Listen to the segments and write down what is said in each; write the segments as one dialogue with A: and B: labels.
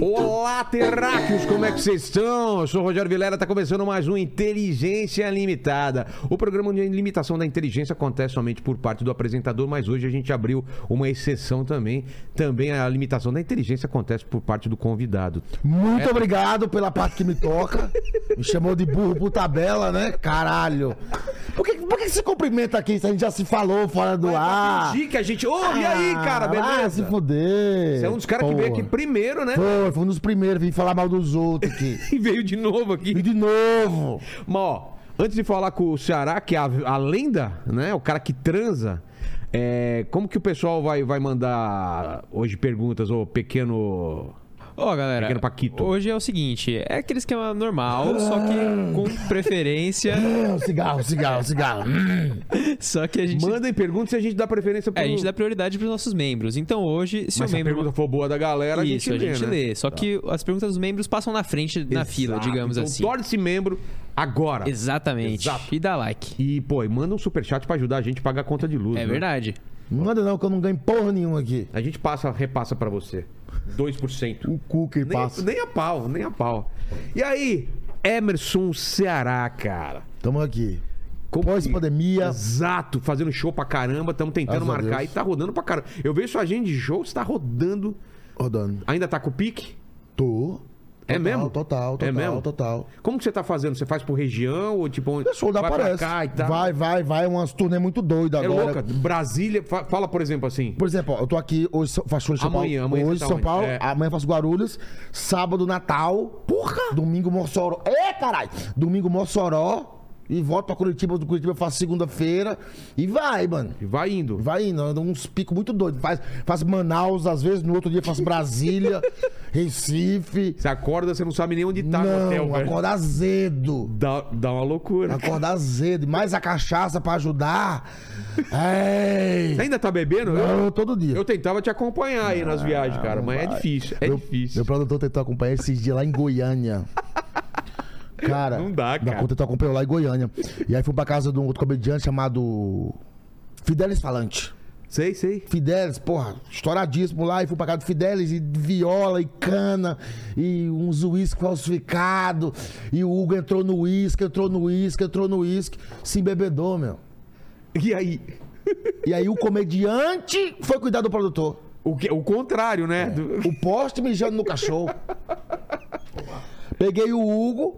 A: Olá, terráqueos, como é que vocês estão? Eu sou o Rogério Vilela, tá começando mais um Inteligência Limitada. O programa de limitação da inteligência acontece somente por parte do apresentador, mas hoje a gente abriu uma exceção também. Também a limitação da inteligência acontece por parte do convidado.
B: Muito
A: É.
B: obrigado pela parte que me toca. Me chamou de burro por tabela, né? Caralho. Por que, por que você cumprimenta aqui se a gente já se falou fora do ar?
A: Fingi que a gente. Ô, tá e aí, cara,
B: Ah, se
A: beleza?
B: fuder.
A: Você é um dos caras que veio aqui
B: Porra.
A: primeiro, né?
B: Foi, foi um dos primeiros, vim falar mal dos outros aqui.
A: E veio de novo aqui.
B: E de novo.
A: Mas, ó, antes de falar com o Ceará, que é a, a lenda, né? O cara que transa. é, como que o pessoal vai, vai mandar hoje perguntas, ô pequeno.
C: Ó, galera,
A: Pequeno Paquito.
C: hoje é o seguinte, é aquele esquema normal, só que
A: Ah.
C: com preferência,
B: Hum, Cigarro, cigarro, cigarro. Hum.
C: só que a gente,
A: Mandem perguntas e a gente dá preferência pro.
C: é, a gente dá prioridade pros nossos membros. Então hoje, se
A: Mas
C: o
A: se a
C: membro...
A: pergunta for boa da galera,
C: Isso,
A: a gente lê. né?
C: lê. Só que as perguntas dos membros passam na frente, tá na
A: Exato.
C: fila, digamos
A: Então,
C: assim.
A: Torne-se membro agora.
C: Exatamente.
A: Exato.
C: E dá like.
A: E, pô, e manda um superchat pra ajudar a gente a pagar a conta de luz.
C: É
A: né?
C: verdade.
B: Não Manda não, que eu não ganho porra nenhuma aqui.
A: A gente passa, repassa pra você. 2%.
B: O cu que
A: Nem,
B: passa.
A: nem a pau, nem a pau. E aí, Emerson Ceará, cara.
B: Tamo aqui.
A: Como que-
B: Pós-pandemia.
A: Exato, fazendo show pra caramba, estamos tentando
B: Graças a
A: marcar e
B: Deus.
A: tá rodando pra caramba. Eu vejo sua agenda de shows, tá rodando.
B: Rodando.
A: Ainda tá com o pique?
B: Tô.
A: É
B: Total,
A: mesmo?
B: Total, total,
A: É mesmo?
B: total.
A: Como que você tá fazendo? Você faz por região ou tipo onde?
B: O pessoal da
A: vai pra
B: aparece.
A: cá e tal?
B: Vai, vai, vai. é Umas turnê muito doida
A: É
B: agora.
A: louca. Brasília, fa- fala por exemplo assim.
B: Por exemplo, ó, eu tô aqui hoje, so- faço show em São
A: Amanhã,
B: Paulo.
A: amanhã você
B: hoje
A: tá
B: São
A: onde?
B: Paulo,
A: É.
B: amanhã faço Guarulhos, sábado Natal,
A: Porra!
B: domingo Mossoró. É, caralho! Domingo Mossoró e volto pra Curitiba, do Curitiba eu faço segunda-feira e vai, mano.
A: E Vai indo.
B: Vai indo, anda uns picos muito doidos. Faz, faz Manaus, às vezes, no outro dia faz Brasília, Recife.
A: Você acorda, você não sabe nem onde tá no
B: Não,
A: hotel, velho.
B: acorda azedo.
A: Dá, dá uma loucura.
B: Acordar cedo, mais a cachaça pra ajudar. Ei!
A: Você ainda tá bebendo? Eu,
B: Não, todo dia.
A: eu tentava te acompanhar aí nas viagens, cara, mas é difícil, é
B: meu,
A: difícil.
B: Meu produtor tentou acompanhar esses dias lá em Goiânia. Cara,
A: Não dá, cara.
B: Meu tentou acompanhar lá em Goiânia. E aí fui pra casa de um outro comediante chamado Fidelis Falante.
A: Sei, sei.
B: Fidelis, porra, estouradíssimo lá. E fui pra casa do Fidelis e viola e cana e uns uísque falsificado. E o Hugo entrou no uísque, entrou no uísque, entrou no uísque. Se embebedou, meu.
A: E aí?
B: E aí o comediante foi cuidar do produtor.
A: O, que- o contrário, né?
B: É.
A: Do-
B: O poste mijando no cachorro. Peguei o Hugo,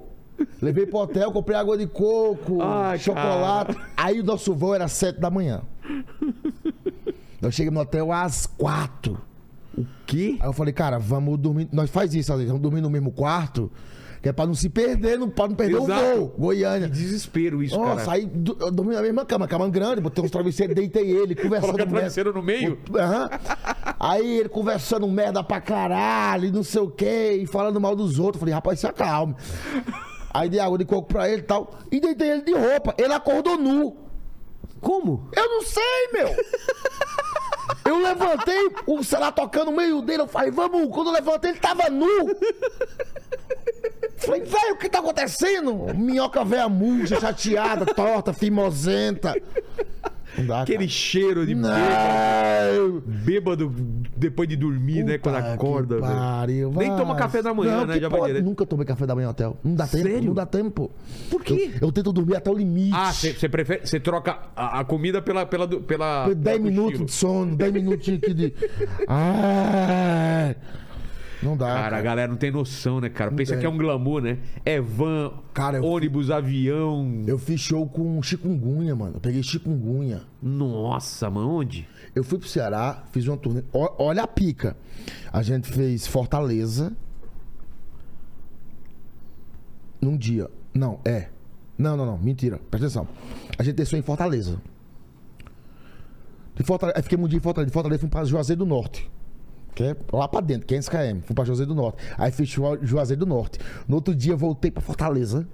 B: levei pro hotel, comprei água de coco,
A: Ai,
B: chocolate. Aí o nosso voo era sete da manhã. Nós chegamos no hotel às quatro.
A: Que?
B: Aí eu falei, cara, vamos dormir. Nós faz isso, Ale, vamos dormir no mesmo quarto, que é pra não se perder, não pode não perder
A: Exato.
B: o voo. Goiânia.
A: Que desespero isso, cara.
B: Nossa, aí do- eu dormi na mesma cama, cama grande, botei uns travesseiros, deitei ele, conversando.
A: Coloca
B: merda.
A: travesseiro no meio?
B: Aham. Aí ele conversando merda pra caralho, e não sei o quê, e falando mal dos outros. Falei, rapaz, se acalme. Aí dei água de coco pra ele e tal. E deitei ele de roupa. Ele acordou nu.
A: Como?
B: Eu não sei, meu! Eu levantei, o celular tocando no meio dele, eu falei, vamos, quando eu levantei, ele tava nu! Falei, velho, o que tá acontecendo? Minhoca velha murcha, chateada, torta, fimosenta. Não dá,
A: Aquele
B: cara.
A: cheiro de
B: Não!
A: bêbado depois de dormir, né? Quando
B: Puta que
A: acorda,
B: pariu,
A: velho. Nem
B: vai.
A: toma café da manhã,
B: Não,
A: né?
B: que
A: Já vai
B: porra,
A: direto.
B: Nunca tomei café da manhã no hotel. Não dá tempo,
A: Sério?
B: não dá tempo.
A: Por quê?
B: Eu, eu tento dormir até o limite.
A: Ah, você prefere. Você troca a, a comida pela. pela, do- pela
B: Foi 10
A: pelo
B: minutos
A: cochilo.
B: de sono, 10 minutinhos aqui de. Ah, não dá.
A: Cara, a
B: Cara,
A: galera não tem noção, né, cara? Pensa
B: tem.
A: que é um glamour, né? É van,
B: Cara, eu-
A: ônibus, avião.
B: Eu fiz show com chikungunya, mano. Eu peguei chikungunya.
A: Nossa, mano, onde?
B: Eu fui pro Ceará, fiz uma turnê. Ó- Olha a pica. A gente fez Fortaleza. Num dia. Não, é. Não, não, não. Mentira. Presta atenção. A gente desceu em Fortaleza. De Fortaleza, aí fiquei um dia em Fortaleza. De Fortaleza fui pra Juazeiro do Norte. Que é lá pra dentro, 500 km. Fui pra Juazeiro do Norte. Aí fiz show em Juazeiro do Norte. No outro dia voltei pra Fortaleza.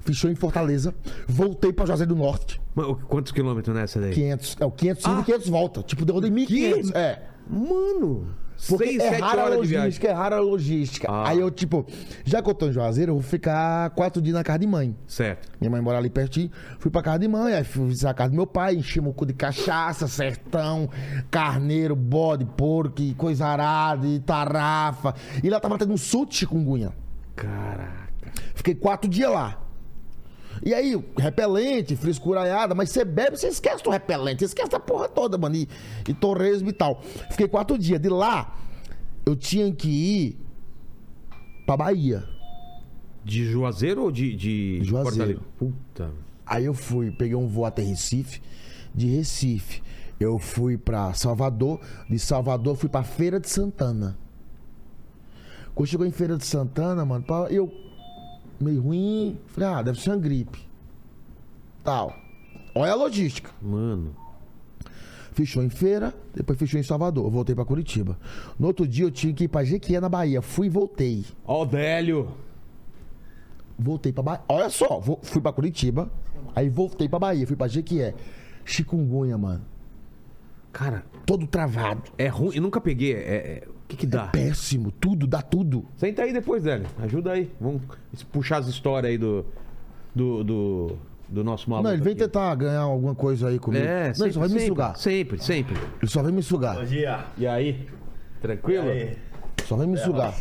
B: Fiz show em Fortaleza. Voltei pra Juazeiro do Norte.
A: Mano, quantos quilômetros nessa daí?
B: 500. É o 500 ida
A: Ah.
B: e 500 volta. Tipo, deu de 1.500. É.
A: Mano!
B: Porque
A: Seis,
B: é
A: sete
B: rara a
A: horas de viagem.
B: logística, é rara a logística.
A: Ah.
B: Aí eu, tipo, já que eu tô em Juazeiro, eu vou ficar quatro dias na casa de mãe.
A: Certo.
B: Minha mãe mora ali pertinho. Fui pra casa de mãe, aí fui visitar a casa do meu pai, enchi o cu de cachaça, sertão, carneiro, bode, porco, e coisa arada, e tarafa. E lá tava tendo um surto de chikungunya.
A: Caraca.
B: Fiquei quatro dias lá. E aí, repelente, frescuraiada, mas você bebe, você esquece do repelente, esquece da porra toda, mano. E, e torresmo e tal. Fiquei quatro dias. De lá, eu tinha que ir pra Bahia.
A: De Juazeiro ou de, de
B: Juazeiro.
A: Fortaleza? Puta.
B: Aí eu fui, peguei um voo até Recife, de Recife. Eu fui pra Salvador, de Salvador fui pra Feira de Santana. Quando chegou em Feira de Santana, mano, pá, eu meio ruim, falei, ah, deve ser uma gripe. Tal. Olha a logística.
A: Mano.
B: Fechou em Feira, depois fechou em Salvador. Eu voltei pra Curitiba. No outro dia eu tinha que ir pra Jequié, na Bahia. Fui e voltei.
A: Ó, o Délio.
B: Voltei pra Bahia. Olha só, vo- fui pra Curitiba, aí voltei pra Bahia, fui pra Jequié. Chikungunya, mano.
A: Cara,
B: todo travado.
A: é ruim. Eu nunca peguei. É, é- O que que dá?
B: Péssimo, tudo, dá tudo.
A: Senta aí depois, Délio. Ajuda aí. Vamos es- puxar as histórias aí do. Do. Do, do nosso maluco.
B: não, ele vem
A: aqui.
B: tentar ganhar alguma coisa aí comigo.
A: É,
B: não,
A: sempre,
B: ele só vai
A: sempre,
B: me sugar.
A: Sempre, sempre.
B: Ele só vai me sugar.
D: dia.
A: E aí?
D: E
A: Tranquilo?
D: aí?
B: Só vai me
A: É,
B: sugar.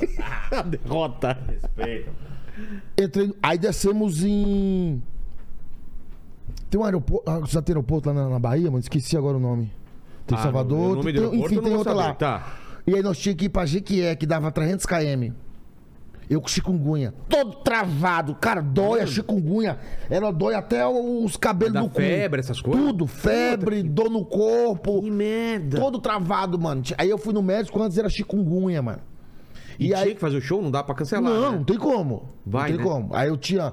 A: A derrota.
D: Respeito.
B: Entrei, aí descemos em. Tem um aeroporto. Ah, já tem aeroporto lá na, na Bahia, mano? Esqueci agora o nome. Tem
A: Ah,
B: Salvador,
A: o nome
B: tem,
A: do aeroporto
B: enfim,
A: eu não
B: tem
A: vou
B: outra
A: saber.
B: lá.
A: Tá.
B: E aí nós tínhamos que ir pra Jequié, que dava 300 km. Eu com chikungunya, todo travado. Cara, dói a chikungunya. Ela dói até os cabelos
A: Hum. Dá
B: do cu.
A: febre, essas coisas?
B: Tudo, febre, dor no corpo.
A: Que merda.
B: Todo travado, mano. Aí eu fui no médico, antes era chikungunya, mano.
A: E,
B: E
A: tinha
B: aí-
A: que fazer o show, não dá pra cancelar.
B: não,
A: né?
B: não tem como.
A: Vai,
B: não tem
A: né?
B: como. Aí eu tinha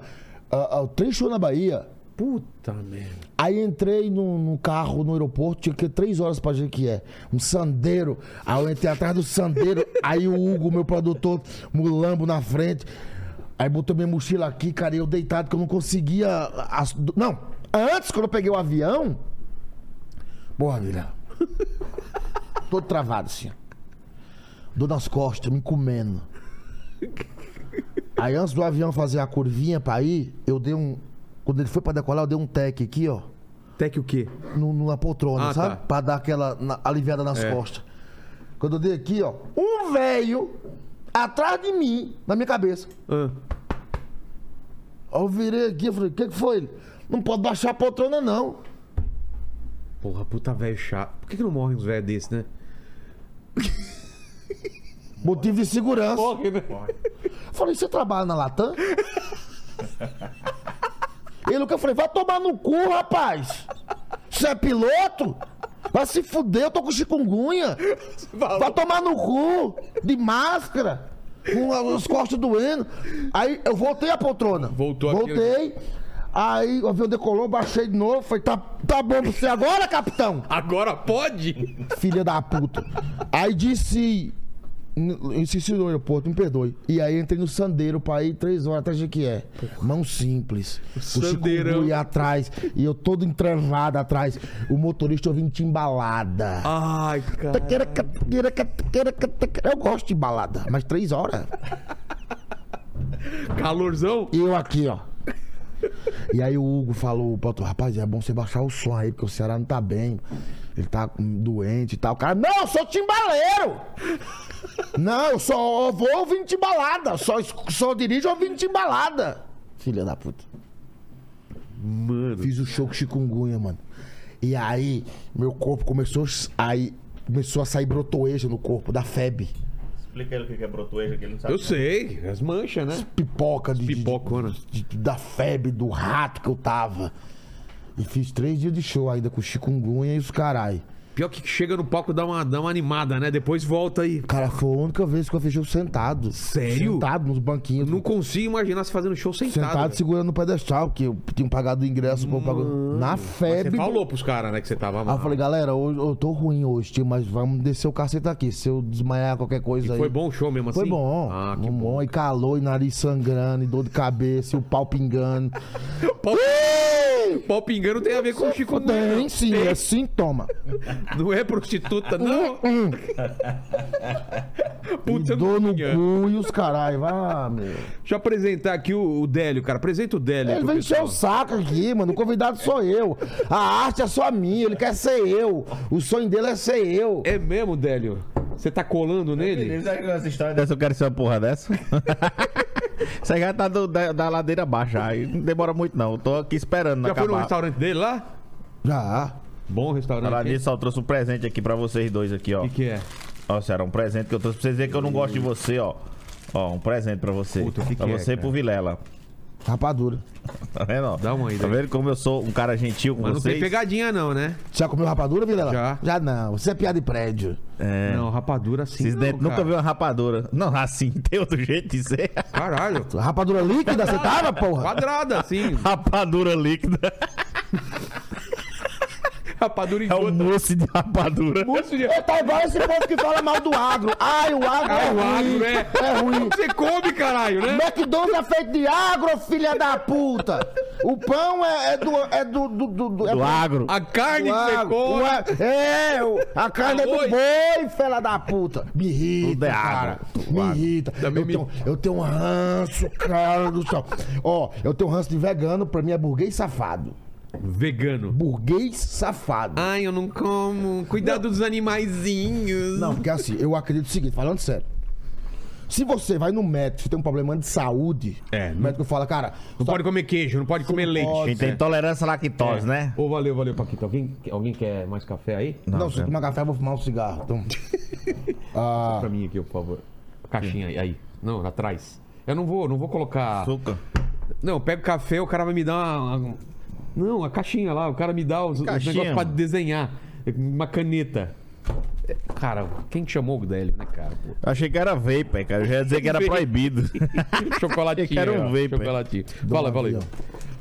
B: ah, ah, três shows na Bahia.
A: Puta merda.
B: Aí entrei num, num carro no aeroporto, tinha que ir três horas pra Jequié. Um sandeiro. Aí eu entrei atrás do sandeiro. aí o Hugo, meu produtor, mulambo na frente. Aí botou minha mochila aqui, cara, e eu deitado que eu não conseguia. as- Não, antes, quando eu peguei o avião. Porra, Vila. Todo travado assim. ó. Dor nas costas, me comendo. Aí antes do avião fazer a curvinha pra ir, eu dei um. Quando ele foi pra decolar, eu dei um tec aqui, ó
A: Até que o quê?
B: no, numa poltrona,
A: Ah,
B: sabe?
A: tá.
B: Pra dar aquela na- aliviada nas
A: É.
B: costas. Quando eu dei aqui, ó, um velho atrás de mim, na minha cabeça.
A: Ah.
B: Aí eu virei aqui, eu falei, o que, que foi? Ele, Não pode baixar a poltrona, não.
A: Porra, puta velho chato. Por que, que não morrem uns velhos desses, né?
B: Motivo de segurança. Eu
A: Morre, né?
B: falei, você trabalha na Latam? Ele o que eu falei, vai tomar no cu, rapaz! Você é piloto? Vai se fuder, eu tô com chikungunya! Vai tomar no cu, de máscara, com a- os costas doendo. Aí eu voltei à poltrona.
A: Voltou aqui. né?
B: Voltei. Aí o avião decolou, baixei de novo. Falei, tá, tá bom pra você agora, capitão?
A: Agora pode?
B: Filha da puta. Aí disse. n- Insisti no aeroporto, me perdoe. E aí entrei no Sandeiro pra ir três horas até Jequié. Mão simples. O
A: Sandeirão.
B: Chikungunya atrás. E eu todo entravado atrás. O motorista ouvindo timbalada.
A: Ah. Ai, cara.
B: Taqueraca, taqueraca, taqueraca, taqueraca. Eu gosto de balada, mas três horas.
A: Calorzão?
B: E eu aqui, ó. E aí o Hugo falou pro outro, rapaz, é bom você baixar o som aí, porque o Ceará não tá bem. Ele tá com- doente e tal. O cara, não, eu sou timbaleiro! Não, eu só vou ouvindo timbalada. eu Só, es- só dirijo ouvindo timbalada. Filha da puta.
A: Mano.
B: Fiz o show com chikungunya, mano. E aí, meu corpo começou a, aí, começou a sair brotoeja no corpo, da febre.
D: Explica ele o que que é brotoeja, que ele não sabe.
A: Eu sei, as manchas, né?
B: pipoca de,
A: Pipocona.
B: de- de- da febre do rato que eu tava. E fiz três dias de show ainda com chikungunya e os carai.
A: Pior que chega no palco dá uma, dá uma animada, né? Depois volta aí.
B: Cara, foi a única vez que eu fiz show sentado.
A: Sério?
B: Sentado nos banquinhos.
A: Não consigo imaginar se fazendo show sentado.
B: Sentado,
A: velho.
B: segurando o pedestal, que eu tinha pagado o ingresso pra eu pagar. Na febre.
A: Você
B: do-
A: falou pros caras, né, que você tava
B: Aí
A: mal.
B: eu é Ah, falei, galera, hoje eu tô ruim hoje, tio, mas vamos descer o cacete aqui. Se eu desmaiar qualquer coisa aí.
A: Foi bom o show mesmo assim?
B: Foi bom.
A: Ah, que
B: Foi
A: bom.
B: bom. E calor, e nariz sangrando, e dor de cabeça, e o pau pingando.
A: Pau-
B: Ei!
A: Pau pingando tem a ver com chikungunya.
B: Tem sim, é sintoma.
A: Não é prostituta, não.
B: Hum, e
A: Puta
B: dor no
A: minha.
B: cu e os caralho. Vai, meu.
A: Deixa eu apresentar aqui o, o Délio, cara. Apresenta o Délio.
B: Ele
A: pro
B: É, vem encher
A: pessoal.
B: o saco aqui, mano. O convidado sou eu. A arte é só minha, ele quer ser eu. O sonho dele é ser eu.
A: É mesmo, Délio? Você tá colando nele?
D: Sabe que essa história dessa eu quero ser uma porra dessa? Essa já tá do- da, da ladeira abaixo, aí não demora muito não. Eu tô aqui esperando
A: Já foi no
D: acabar.
A: restaurante dele lá?
B: Já.
A: Bom restaurante.
D: Falar
A: hein?
D: nisso, eu trouxe um presente aqui pra vocês dois aqui, ó.
A: O que, que é?
D: Ó, Ceará, um presente que eu trouxe pra vocês verem que eu não gosto de você, ó. Ó, um presente pra você.
A: Puta, o que
D: pra
A: que é,
D: você e
A: cara?
D: pro Vilela.
B: Rapadura.
D: Tá vendo, ó?
A: Dá uma aí,
D: Tá
A: daí.
D: vendo como eu sou um cara gentil com
A: Mas não tem
D: vocês?
A: pegadinha, não, né?
B: Já comeu rapadura, Vilela?
A: Já.
B: Já não. Você é piada de prédio.
D: É.
A: Não, rapadura sim.
D: Esses
A: não,
D: dentes nunca
A: cara.
D: viu uma rapadura. Não, assim, tem outro jeito de dizer.
A: Caralho.
B: Rapadura líquida, você tava, porra?
A: Quadrada, assim.
D: Rapadura líquida.
A: Rapadura
D: É um
A: enxuta.
D: moço de rapadura.
A: Moço de...
B: Eu tá igual esse povo que fala mal do agro. Ai, o agro é
A: Ah, o
B: ruim.
A: agro, é.
B: É ruim.
A: Você come, caralho, né?
B: McDonald's é feito de agro, filha da puta. O pão é, é do... É do, do, do, do- é
D: Do agro.
A: A carne que você
B: Ué,
A: come.
B: ué, é, o- a carne é
A: Arroz.
B: do boi, fela da puta. Me
D: Tudo
B: irrita,
D: é
B: cara.
D: água.
B: Me irrita.
A: Também
B: eu,
A: me-
B: Tenho, eu tenho um ranço, cara do céu. Ó, eu tenho um ranço de vegano, pra mim é burguês safado.
A: Vegano.
B: Burguês safado.
A: Ai, eu não como. Cuidado dos animaizinhos.
B: Não, porque assim, eu acredito o seguinte, falando sério. Se você vai no médico, você tem um problema de saúde,
A: É,
B: o
A: não-
B: médico fala, cara,
A: Não pode comer queijo, não pode comer leite. É.
B: pode.
D: Quem tem intolerância à lactose, né?
A: Ô, valeu, valeu, Paquito. Alguém, alguém quer mais café aí?
B: não, se eu tomar café, eu vou fumar um cigarro. Então,
A: Pra mim aqui, por favor. Caixinha aí, aí. Não, atrás. Eu não vou, não vou colocar.
D: Açúcar.
A: Não, eu pego café, o cara vai me dar uma. uma- Não, a caixinha lá, o cara me dá os, os
D: Caixinha,
A: negócios pra
D: mano.
A: desenhar. Uma caneta. É, Cara, quem que chamou o Délio, né, cara? Pô.
D: Eu Achei que era vape, cara. Eu já ia dizer que era
A: Vape.
D: proibido.
A: Chocolatinho.
D: Eu quero um
A: ó,
D: vape.
A: Chocolatinho. Fala, fala aí.
B: Aqui,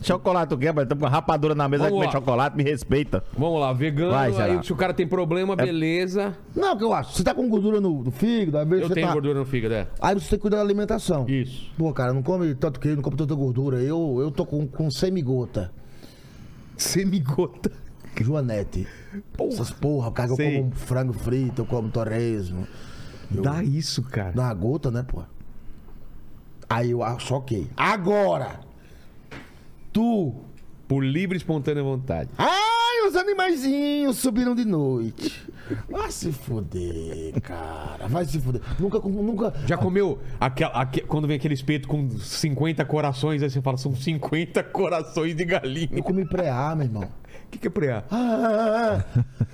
D: chocolate o quê, rapaz? Tô com uma rapadura na mesa, vai
A: Vamos
D: comer
A: lá.
D: chocolate, me respeita.
A: Vamos lá, vegano.
D: Vai, Ceará.
A: aí, se o cara tem problema, beleza.
B: Não, o que eu acho? Você tá com gordura no, no fígado, às vezes
A: Eu
B: você
A: tenho
B: tá...
A: gordura no fígado, é.
B: Aí você tem que cuidar da alimentação.
A: Isso.
B: Pô, cara, não come tanto queijo, não come tanta gordura. Eu, eu tô com, com semigota.
A: Semigota.
B: Joanete. Essas porra, cara, eu
A: Sei.
B: como frango frito, eu como torresmo. Eu-
A: Dá isso, cara.
B: Dá uma gota, né, pô? Aí eu acho ok. Agora! Tu!
A: Por livre e espontânea vontade.
B: Ai, os animaizinhos subiram de noite. Vai se fuder, cara. Vai se fuder. Nunca, com- nunca.
A: Já comeu aquel, aque- quando vem aquele espeto com 50 corações, aí você fala, são 50 corações de galinha.
B: Eu comi pré-A, meu irmão.
A: O que, que é preá?
B: Ah,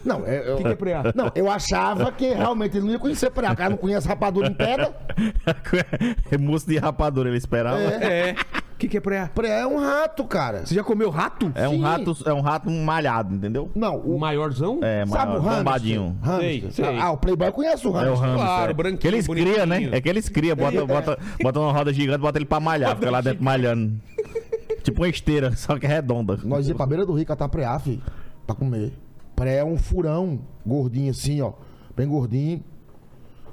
B: não, é, eu,
A: que é preá?
B: Não, eu achava que realmente ele não ia conhecer preá. O cara não conhece rapadura em pedra.
D: é moço de rapadura, ele esperava. É,
A: É. O que, que é preá?
B: Preá é um rato, cara.
A: Você já comeu rato?
D: um
B: sim.
D: rato, é um rato malhado, entendeu?
B: Não,
A: O
B: o.
A: maiorzão?
D: É,
B: Sabe o
D: maior, bombadinho.
B: hamster? hamster?
A: Sei, sei.
B: Ah, o Playboy conhece o
D: É o
B: hamster.
D: hamster.
A: Claro,
D: é.
A: branquinho,
D: Que eles criam, né?
A: bonitinho.
D: É que eles criam, bota, bota, bota uma roda gigante, bota ele pra malhar, fica lá dentro malhando. tipo uma esteira, só que é redonda.
B: Nós ia pra beira do rio catar preá, filho, pra comer. Preá é um furão gordinho assim, ó. Bem gordinho.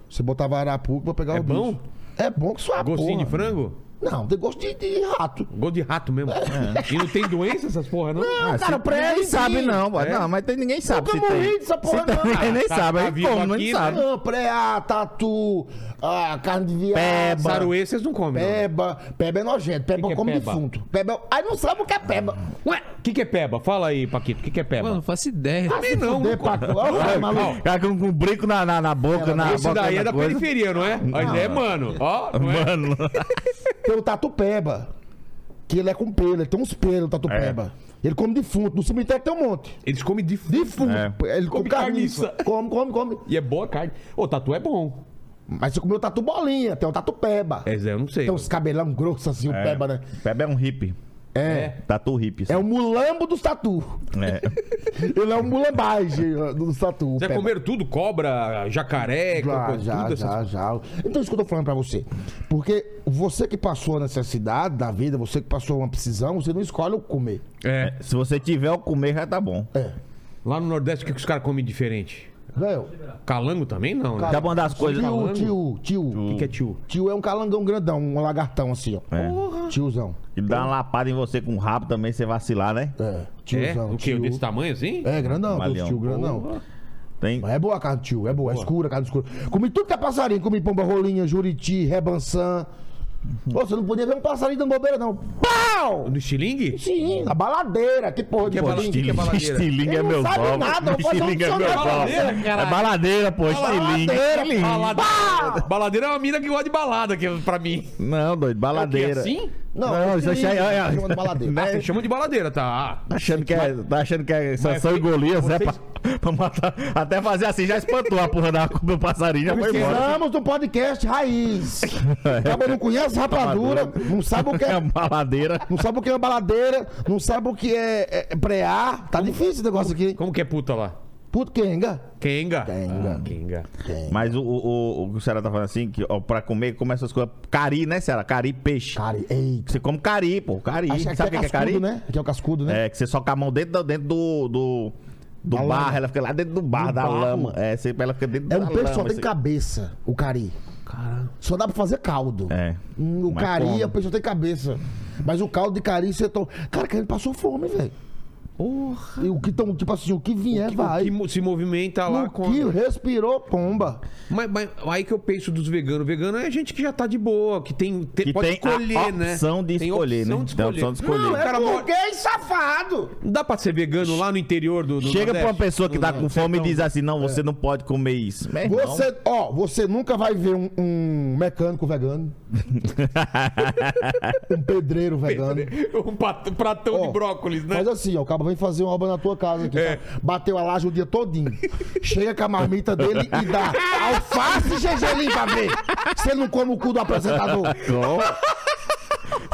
B: Você botava arapuca pra pegar
A: É
B: o
A: bom?
B: bicho. É bom que sua
A: Gostinho
B: porra.
A: de frango?
B: Não, tem gosto de, de rato.
A: Gol de rato mesmo. E não tem doença essas porra, não?
B: É. Não,
D: Ah,
B: cara,
D: se-
B: preá
D: ninguém
B: ele
D: sabe não, bota.
A: É?
D: não, mas tem- ninguém sabe se
B: Nunca morri
D: tem.
B: dessa porra,
D: Se tem,
B: não.
D: ninguém nem
A: Tá-
D: sabe,
A: tá
D: aí
A: vivo
D: como,
A: aqui,
D: ninguém
A: né?
D: sabe.
B: Não, preá, tatu, ah, carne de viado.
D: Peba.
A: Saruê vocês não comem. não. né?
B: Peba. Peba é nojento. Peba
A: que é
B: come
A: peba?
B: defunto. Peba. Aí não sabe o que é peba.
A: Ué, o que, que é peba? Fala aí, Paquito, o que, que é peba?
C: Mano, não faço ideia.
B: Tá
A: Também não.
B: Dê pra tu. Olha, maluco.
D: Cara com, com brinco na, na, na boca, na
A: Esse
D: boca
A: daí é da
D: coisa.
A: periferia, não é? Mas é, mano. Ó, não é?
D: Mano,
B: Tem o Tatu Peba. Que ele é com pelo, ele tem uns pelos, o Tatu Peba.
A: É.
B: Ele come defunto. No cemitério tem um monte.
A: Eles comem de
B: Defunto.
D: É.
B: Ele come,
A: Come
B: carniça.
A: carniça.
B: Come, come, come.
A: E é boa carne. Ô, tatu é bom.
B: Mas você comeu o Tatu Bolinha, tem o Tatu Peba.
A: É, Zé, eu não sei.
B: Tem uns cabelão grossos assim, o
D: É.
B: Peba, né?
D: Peba é um hippie.
B: É.
D: Tatu hippie.
B: É o
D: assim.
B: mulambo dos tatu.
D: É.
B: Ele é o mulambagem eh, dos tatu. o
A: Já
B: Peba.
A: comeram tudo? Cobra, jacaré,
B: Já,
A: crocodilo,
B: já,
A: tudo essas-
B: já, já. Então isso que eu tô falando pra você. Porque você que passou a necessidade da vida, você que passou uma precisão, você não escolhe o que comer.
A: É.
D: Se você tiver o comer, já tá bom.
B: É.
A: Lá no Nordeste, o que, que os caras comem diferente?
B: Velho,
A: Calango também não, né?
D: Já mandar as coisas.
B: tio, tio, tio.
A: O que, que é tio?
B: Tio é um calangão grandão, um lagartão assim, ó.
D: É.
B: Tiozão.
D: E dá uma lapada em você com o rabo também, você vacilar, né?
B: É,
A: É?
B: tiozão.
A: O que?
B: tio.
A: Desse tamanho assim?
B: É, grandão,
D: Malhão.
B: tio grandão.
D: Tem.
B: Mas é boa a casa do tio, é boa. É escura, a casa escura. Comi tudo que é passarinho. Comi pomba rolinha, juriti, rebançã.
D: Uhum.
B: Pô, você não podia ver um passarinho dando bobeira, não. Pau!
A: No estilingue?
B: Sim, na baladeira. Que porra de
A: Que é
B: bolinha.
A: baladeira? baladeira?
D: Estilingue é
B: Ele não
D: meu
B: sabe
D: voto.
B: nada, eu vou fazer um
D: Estilingue é meu voto.
A: dicionário.
D: É baladeira, pô. Estilingue.
B: Baladeira,
D: Estilingue.
A: Baladeira. Baladeira é uma mina que gosta de balada, que é pra mim.
D: Não, doido, baladeira.
A: É o quê? Assim?
B: Não,
D: Não, isso aí é- é- é-
B: Chama de baladeira.
A: Ah, você chama de baladeira, tá?
D: Tá achando que é, tá achando que é Sansão
A: Mas-
D: e Golias, né?
A: vocês-
D: Pra, pra matar. Até fazer assim, já espantou a porra da, do passarinho, já foi embora.
B: Precisamos do podcast raiz. Acaba não conhece
D: Tá
B: rapadura, não sabe o que
D: É a
B: é,
D: baladeira.
B: não sabe o que é baladeira, não sabe o que é, é, é prear. Tá difícil esse negócio aqui.
A: Como que é puta lá?
B: Puto quenga.
A: Kenga?
B: Kenga.
A: Ah, Kenga.
D: Mas o, o, o, o que o Ceará tá falando assim, que ó, pra comer, come essas coisas. Cari, né, Ceará? Cari, peixe.
B: Cara, eita.
D: Você come cari, pô. Cari.
B: Acho que aqui
D: Sabe o que
B: é
D: que é
B: cascudo,
D: cari?
B: né? Aqui é o cascudo, né?
D: É, que você soca a mão dentro, do- dentro do. do... Do
B: Da
D: barro,
B: lama.
D: ela fica lá dentro do barro, da
B: barro.
D: lama. É, você, ela fica dentro
B: É,
D: da
B: um peixe que só
D: lama, assim.
B: tem
D: você-
B: cabeça, o cari.
A: Caramba.
B: Só dá pra fazer caldo.
D: É.
B: Hum, O
D: Mas
B: cari,
D: come.
B: o peixe só tem cabeça. Mas o caldo de cari, você toma. Cara, que ele passou fome, velho.
A: Porra.
B: E o que tão, tipo assim, o que vier, vai.
A: O que mo- se movimenta lá
B: o
A: com.
B: que respirou, pomba.
A: Mas, mas aí que eu penso dos veganos. Vegano é gente que já tá de boa, que tem te-
D: Que
A: pode
D: tem a
A: escolher, né?
D: opção de escolher,
A: opção
D: né?
A: De
D: Tem a
A: escolher.
D: opção de escolher.
A: Não,
D: Não,
A: é cara, mora-
B: safado.
A: não dá pra ser vegano lá no interior do. do
B: um
D: Chega pra uma
A: Nordeste?
D: pessoa que
A: No-
D: tá
A: no
D: com fome e
A: sertão.
B: Então,
D: diz assim: não,
B: é.
D: você não pode comer isso. Meu irmão,
B: Você, ó, você nunca vai ver um, um mecânico vegano. um pedreiro vegano.
D: né?
A: Um pat- pratão
B: Ó,
A: de brócolis, né?
B: Mas assim, ó, o cara vem fazer uma obra na tua casa aqui.
A: É.
B: tá? Bateu a laje o dia todinho. Chega com a marmita dele e dá alface e gergelim pra ver. Você não come o cu do apresentador.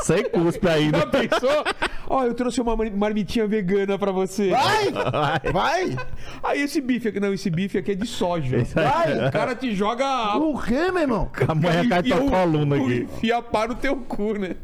D: Sem cuspe ainda.
A: Já pensou? Ó, eu trouxe uma mar- marmitinha vegana pra você.
B: Vai! Vai!
A: Aí esse bife aqui. Não, esse bife aqui é de soja.
B: Vai!
A: O cara te joga a
B: O quê, meu irmão?
D: Amanhã cai é- tua coluna aqui.
A: Enfia pá no teu cu, né?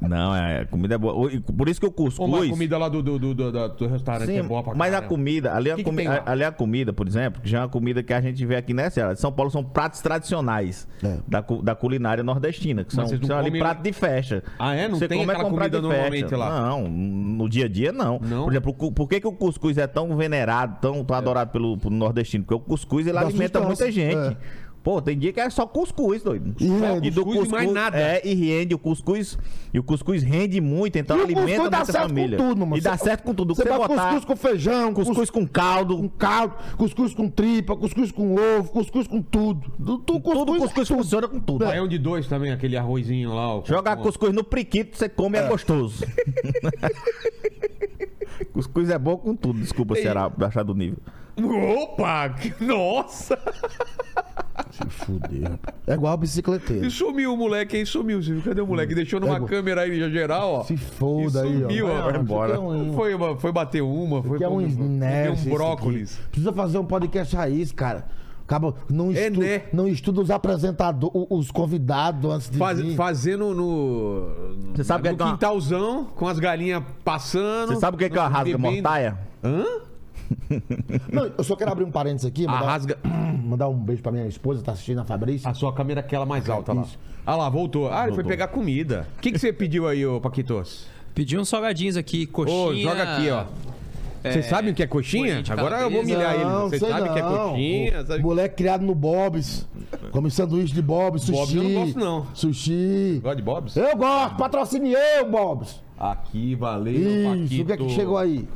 D: Não, é, a comida é boa. O- e Por isso que o
A: Uma
D: cuscuz.
A: comida lá do, do, do, do, do restaurante
D: Sim,
A: é boa pra
D: mas a
A: caramba.
D: comida, ali é a,
A: Que que
D: comi
A: tem lá?
D: a- ali a comida, por exemplo, que já é uma comida que a gente vê aqui nessa área de São Paulo, são pratos tradicionais
B: É.
D: da, cu- da culinária nordestina, que são,
A: vocês não
D: são ali
A: comem-
D: prato de festa.
A: Ah, é? Não tem
D: come
A: aquela
D: com prato
A: comida
D: de festa.
A: normalmente lá?
D: Não, no dia a dia não.
A: Não? É.
D: Por exemplo, o cu- por que, que o cuscuz é tão venerado, tão, tão adorado pelo, pelo nordestino? Porque o cuscuz ele
B: Da
D: alimenta
B: sustância,
D: muita gente.
B: é.
D: Pô, tem dia que é só cuscuz, doido.
B: E rende.
A: Cuscuz e mais nada.
D: É, e rende. O cuscuz, e o cuscuz rende muito, então
B: E o
D: alimenta
B: cuscuz dá
D: muita
B: certo com
D: família.
B: tudo, mano.
D: E dá
B: Você-
D: certo com tudo. O que
B: Você
D: você
B: bate
D: botar,
B: cuscuz com feijão,
D: Cuscuz com
B: com
D: caldo.
B: caldo, cuscuz com tripa, cuscuz com ovo, cuscuz com tudo. Du- tu- cuscuz,
D: Tudo cuscuz funciona com tudo.
A: É um de dois também, aquele arrozinho lá. ó, com-
D: Jogar
A: com-
D: cuscuz no priquito, você come, é, gostoso. cuscuz é bom com tudo. Desculpa, Ceará, baixar do nível.
A: Opa! que- Nossa!
B: Fudeu. É igual bicicleteiro.
A: E sumiu o moleque aí, sumiu, Silvio. Cadê o moleque? Deixou numa
B: Pega o-
A: câmera aí já geral, ó.
B: Se foda
A: E
B: aí, ó.
A: sumiu, ó.
B: Vai
D: embora.
A: Foi, uma- foi bater uma, foi
B: Que é um
A: foi-
D: né,
B: nerd.
A: foi um
B: esse
A: brócolis.
B: aqui. Precisa fazer um podcast raiz, cara. Acaba, não,
A: É,
B: estu,
A: né?
B: não estuda os apresentadores, os convidados antes de
A: Faz-
B: vir.
A: fazendo no.
D: Você sabe o que é
A: no
D: que é uma-
A: quintalzão, com as galinhas passando.
D: Você sabe o que é, que é uma rasga
A: bebendo.
D: montanha?
B: Não, eu só quero abrir um parênteses aqui,
A: A
B: mandar,
A: rasga.
B: mandar um beijo pra minha esposa, tá assistindo a Fabrício.
A: Ah. A sua câmera é aquela mais alta lá.
B: Isso.
A: Ah lá, voltou. Ah, ele foi pegar comida. O que, que você pediu aí, ô Paquitos?
C: Pedi uns salgadinhos aqui,
A: Ô,
C: coxinha.
A: joga aqui, ó. Vocês sabem o que é coxinha?
C: folhinha de
A: Agora eu vou
C: calabresa.
A: humilhar ele. Vocês
B: sei
A: sabem o que é coxinha?
B: O
A: sabe-
B: Moleque criado no Bob's. Come sanduíche de Bob's, sushi.
A: Bob's eu não gosto, não.
B: Sushi.
A: Gosta é de Bob's?
B: Eu gosto, patrocine eu, Bob's.
A: Aqui, valeu,
B: Isso, o que é que chegou aí?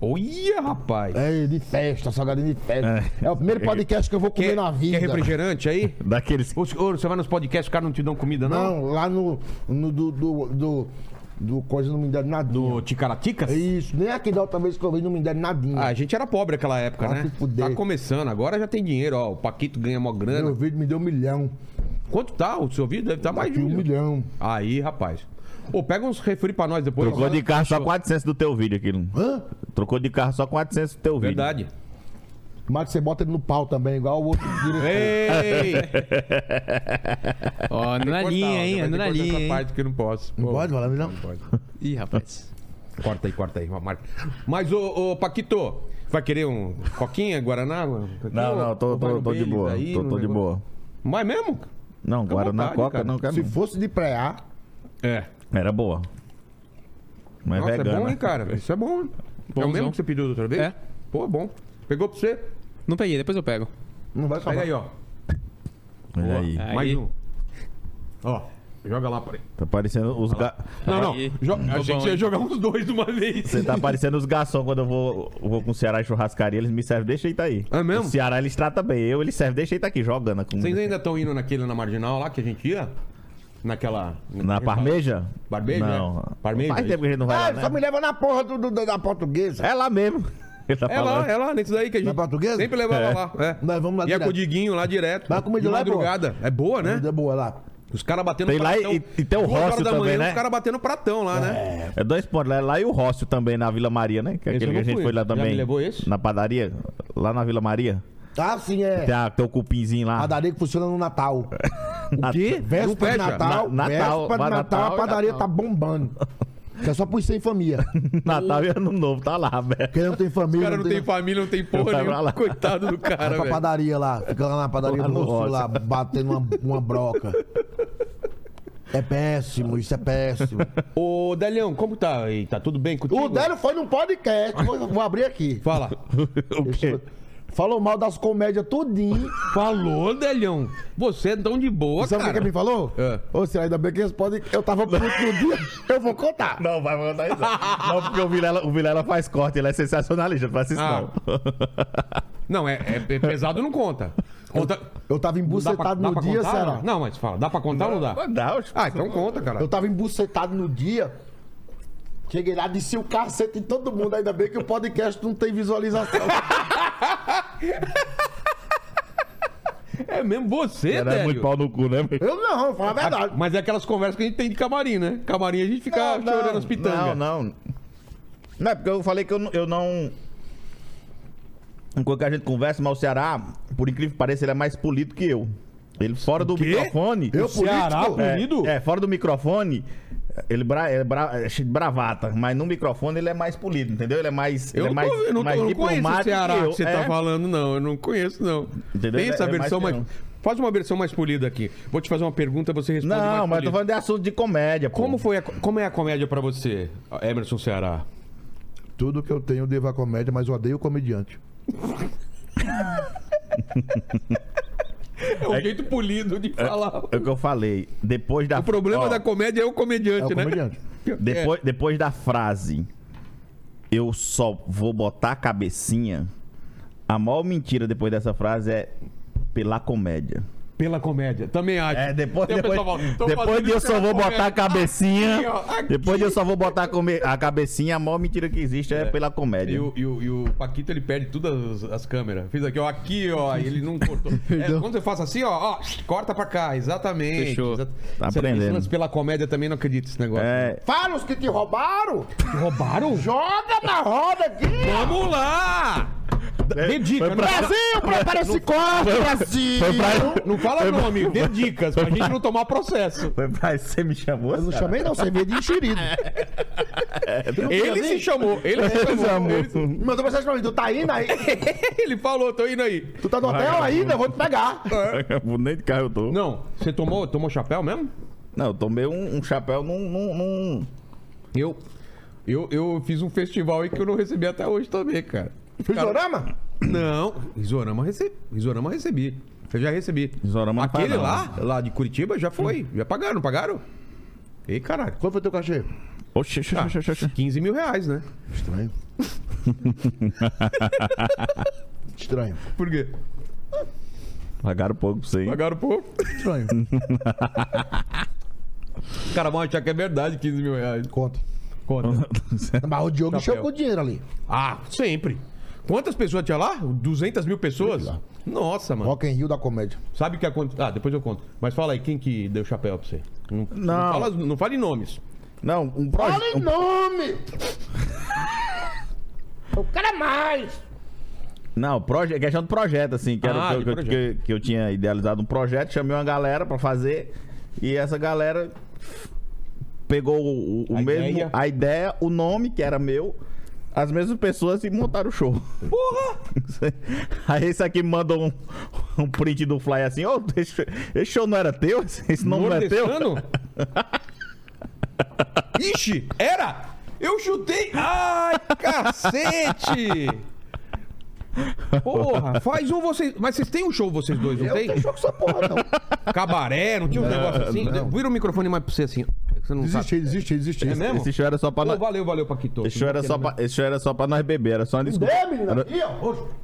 A: Olha, rapaz.
B: É de festa, salgadinho de festa. É, o primeiro podcast que eu vou comer
A: Quer,
B: na vida.
A: quer refrigerante aí?
D: Daqueles.
A: Ô, senhor, você vai nos podcasts, os caras não te dão comida, não?
B: Não, lá no, no do, do, do, do coisa não me deram nadinha.
A: Do Ticaraticas?
B: É Isso, nem aqui da outra vez que eu vim não me deram nadinha.
A: Ah, a gente era pobre naquela época,
B: Ah,
A: né?
B: se fuder.
A: Tá começando, agora já tem dinheiro, ó. O Paquito ganha mó grana.
B: Meu vídeo me deu um milhão.
A: Quanto tá? O seu vídeo deve estar mais
B: Mais
A: de
B: um milhão.
A: Aí, rapaz. Ô, pega uns refri pra nós depois.
D: Trocou de carro só 400 do teu vídeo aquilo.
B: Hã?
D: Trocou de carro só 400 do teu vídeo.
A: Verdade.
B: Mas você bota ele no pau também, igual o outro diretor.
A: Ei!
C: Ó, não na
A: Cortar,
C: linha, hein?
A: vai ter
C: Não
A: que
C: na
A: cortar
C: linha,
A: essa
C: hein?
A: parte que eu não posso.
B: Não
A: Pô,
B: pode falar, não?
A: Não pode.
C: Ih, rapaz.
A: Corta aí, corta aí, uma marca. Mas, ô, ô Paquito, Vai querer um coquinha, Guaraná? Tá
D: Não, não, tô, tô, tô de boa. Tô, tô de boa.
A: Mas mesmo?
D: Não,
A: Fica à
D: Guaraná
A: vontade,
D: Coca
A: cara.
D: não quero.
B: Se
D: não.
B: fosse de pré-A,
A: É.
D: Era boa. Mas
A: Nossa,
D: vegana.
A: é bom, hein, cara? Isso é bom. É o
C: Bonzão.
A: mesmo que você pediu da outra vez?
C: É.
A: Pô, é bom. Pegou pra você?
C: Não peguei, depois eu pego.
B: não vai acabar.
A: Pega aí, ó.
D: Olha
A: Boa.
D: aí.
C: É.
A: Mais
C: Aí.
A: um. Ó, joga lá, peraí.
D: Tá parecendo os ga...
A: Não, não.
C: Aí.
A: Jo-
C: Tá
A: Achei
C: bom,
A: que você ia
C: hein?
A: jogar uns dois de uma vez.
D: Você tá parecendo os garçom quando eu vou, eu vou com o Ceará em churrascaria, eles me servem, deixa ele tá aí.
A: É mesmo?
D: O Ceará eles tratam bem, eu eles servem, deixa ele tá aqui jogando a
A: Vocês
D: comida.
A: ainda estão indo naquele na marginal lá que a gente ia? Naquela.
D: Na parmeja?
A: Barbeja,
D: Não.
A: é? Parmeja,
D: Faz
A: é
D: tempo que a gente não vai
B: Ah,
D: lá,
B: só
D: né?
B: me leva na porra do- do- da portuguesa.
D: É lá mesmo. Ele tá
A: É lá,
D: falando.
A: é lá, nisso daí que a gente.
B: Na portuguesa?
A: Sempre levava lá. É.
B: Nós vamos lá
A: Ia
B: direto.
A: com o Diguinho lá direto.
B: Mas a comida
A: de
B: lá é boa.
A: madrugada. É boa, né?
B: Comida boa lá.
A: Os caras batendo
D: Tem lá e- e tem o
A: Duas horas
D: Rócio
A: da
D: também,
A: manhã,
D: né?
A: Os caras batendo pratão lá, né?
D: É dois pontos, lá, lá e o Rócio também, na Vila Maria, né? Que é
A: Esse eu
D: aquele que
A: não
D: a gente
A: fui.
D: foi lá
A: Já
D: também.
A: me levou esse?
D: Na padaria, lá na Vila Maria.
B: Ah, sim, é.
A: Tá.
D: Tem, a, tem o cupinzinho lá.
B: Padaria que funciona no Natal.
D: Na-
B: Véspera de
A: fecha.
B: Natal.
D: Na-
B: Véspera
D: Natal,
B: de
D: vai
B: Natal,
D: Natal
B: a
D: e
B: padaria
D: Natal.
B: tá bombando. Que é só por sem família.
D: Natal e Ano Novo, tá lá, velho.
B: Quem não tem
A: O
B: família.
A: cara não tem família, não tem porra
D: Vai pra
A: nenhuma.
D: lá.
A: Coitado do cara,
B: Vai pra
A: velho.
B: padaria lá. Fica lá na padaria
D: Lá
B: do
D: no
B: Rosso, lá,
D: Roça.
B: batendo uma, uma broca. É péssimo, isso é péssimo.
A: Ô, Delião, como tá aí? Tá tudo bem contigo?
B: O Délio foi num podcast. Vou, vou abrir aqui.
A: Fala.
D: O quê?
B: Falou mal das comédias tudinho.
A: Falou, Delião. Você é tão de boa,
B: Sabe o que
A: cara.
B: que me falou?
A: É.
B: Ô, se ainda bem que eles podem. Eu tava puto no dia, eu vou contar.
D: Não, vai mandar isso. não, porque o Vilela, o Vilela faz corte, ele é sensacionalista, não faz isso
A: Ah.
D: não.
A: Não, é, é- é pesado, não conta. Conta.
B: Eu
A: Dá
B: tava
A: pra-
D: tá
B: embucetado
A: dá
B: no
A: pra
B: dia,
A: contar,
B: Ceará.
A: Não? não, mas fala, dá pra contar ou não dá?
D: Dá,
A: Ah, então conta, cara.
B: Eu tava embucetado no dia. Cheguei lá, desci o cacete em todo mundo. Ainda bem que o podcast não tem visualização.
A: É mesmo você,
D: Era
A: Délio.
D: muito pau no cu, né?
B: Eu não, fala a
A: A-
B: verdade.
A: Mas é aquelas conversas que a gente tem de camarim, né? Camarim a gente fica
D: Não, não,
A: chorando as pitangas.
D: Não, não. Não, é porque eu falei que eu, n- eu não. Enquanto que a gente conversa, mas o Ceará, por incrível que pareça, ele é mais polido que eu. Ele fora do
A: quê?
D: microfone.
B: Eu
D: O
A: Ceará
B: político?
D: é,
A: polido?
D: é, fora do microfone, ele bra, é bra- é cheio de bravata, mas no microfone ele é mais polido, entendeu? Ele é mais.
A: Eu,
D: ele é
A: não,
D: mais,
A: tô- eu não,
D: mais
A: eu não conheço o
D: diplomático
A: Ceará que,
D: eu.
A: você
D: É.
A: tá falando, não. Eu não conheço, não.
D: Entendeu?
A: Tem essa
D: É- é
A: versão
D: mais
A: mais.
D: que
A: Faz uma versão mais polida aqui. Vou te fazer uma pergunta, você responde mais
D: Não, mas eu
A: polida.
D: tô falando de assunto de comédia. pô.
A: Como, foi a co- como é a comédia pra você, Emerson Ceará?
B: Tudo que eu tenho devo à comédia, mas eu odeio comediante.
A: É um jeito polido de falar.
D: É o que eu falei. Depois da
A: O problema
D: ó,
A: da comédia é o comediante,
B: É o
A: né?
B: comediante.
D: Depois, depois da frase, eu só vou botar a cabecinha. A maior mentira depois dessa frase é pela comédia.
A: Pela comédia. Também acho.
D: É, depois,
A: Tem o
D: depois,
A: Então, pessoal falando, "Tô
D: depois
A: fazendo
D: de eu
A: isso
D: só
A: pela
D: vou
A: comédia."
D: botar a cabecinha.
A: Aqui, ó, aqui.
D: Depois de eu só vou botar a, come- a cabecinha, a maior mentira que existe é, pela comédia.
A: E o, e o- e o Paquito, ele perde todas as, as câmeras. Fiz aqui, ó, aqui, ó, e ele não cortou. É, quando você faz assim, ó, ó, corta pra cá, exatamente.
C: Fechou.
A: Exa-
D: Tá
A: Esse- esse
D: aprendendo.
A: lance Pela comédia também não acredito nesse negócio.
D: É,
B: Fala os que te roubaram!
A: Roubaram?
B: Joga na roda aqui!
A: Vamos lá! Dê dica,
D: É, foi pra-
A: não,
B: Brasil, prepara esse corte, Brasil!
D: foi pra,
A: não fala nome, dê dicas pra gente não tomar processo.
D: foi pra isso que você me chamou?
B: Eu não
D: cara?
B: chamei não, você veio de enxerido.
A: Ele se chamou, ele se
D: Você
A: chamou.
D: chamou.
A: Ele,
B: Mandou mensagem pra mim, tu tá indo aí?
A: ele falou, tô indo aí.
B: Tu tá no hotel ainda? Eu vou te pegar.
D: Nem de carro eu tô.
A: Não, você tomou, tomou chapéu mesmo?
D: Não, eu tomei um, um chapéu num, num- num-
A: Eu, eu, eu fiz um festival aí que eu não recebi até hoje também, cara.
B: Fizorama?
A: Não, Isorama recebi. Isorama recebi. Eu já recebi.
D: Isorama não faz,
A: Aquele
D: não. né? Hum.
A: lá, lá de Curitiba, já foi. Já pagaram, não pagaram? Ei, caralho.
B: Quanto foi teu cachê?
D: Oxi, oxi, oxi, oxi, oxi.
A: 15 mil reais, né?
B: Estranho. Estranho.
A: Por quê?
D: Pagaram pouco pra você, hein?
A: Pagaram pouco.
B: Estranho.
A: Os caras vão achar que é verdade 15 mil reais.
B: Conta.
A: Conta.
B: Mas o Diogo
A: Chapéu.
B: encheu com o dinheiro ali.
A: Ah, sempre. Quantas pessoas tinha lá? 200 mil pessoas? Nossa, mano.
B: Rock in Rio da comédia.
A: Sabe o que aconteceu? Ah, depois eu conto. Mas fala aí, quem que deu chapéu pra você? Não, não.
D: Não.
A: fala, não fale nomes.
D: Não, um
B: Fala
D: projeto.
B: em nome! Eu quero mais!
D: Não, proje- é questão do projeto, assim, que, era
A: Ah,
D: o que,
A: de
D: eu- que, eu- que eu tinha idealizado um projeto, chamei uma galera pra fazer, e essa galera pegou o, o
A: A
D: mesmo,
A: ideia.
D: a ideia, o nome, que era meu, as mesmas pessoas e montaram o show. Porra! Aí esse aqui me mandou um, um print do Fly assim, ô, esse, esse show não era teu? Esse número é teu?
A: Nordestano? Ixi, era! Eu chutei! Ai, cacete! Porra, faz um vocês. Mas vocês têm um show, vocês dois, não
B: Eu não
A: tem?
B: tenho show com essa porra, não.
A: Cabaré, não tinha um negócio assim? Vira o microfone mais pra você assim. Você não sabe.
B: Desisti, desisti, desisti.
A: É mesmo?
D: Esse show era só pra
A: Pô,
D: nós.
A: valeu, valeu, Paquito.
D: Esse show, era só pra, esse show era só pra nós beber, era só uma desculpa.
B: É, menino,
D: Era-
B: aqui,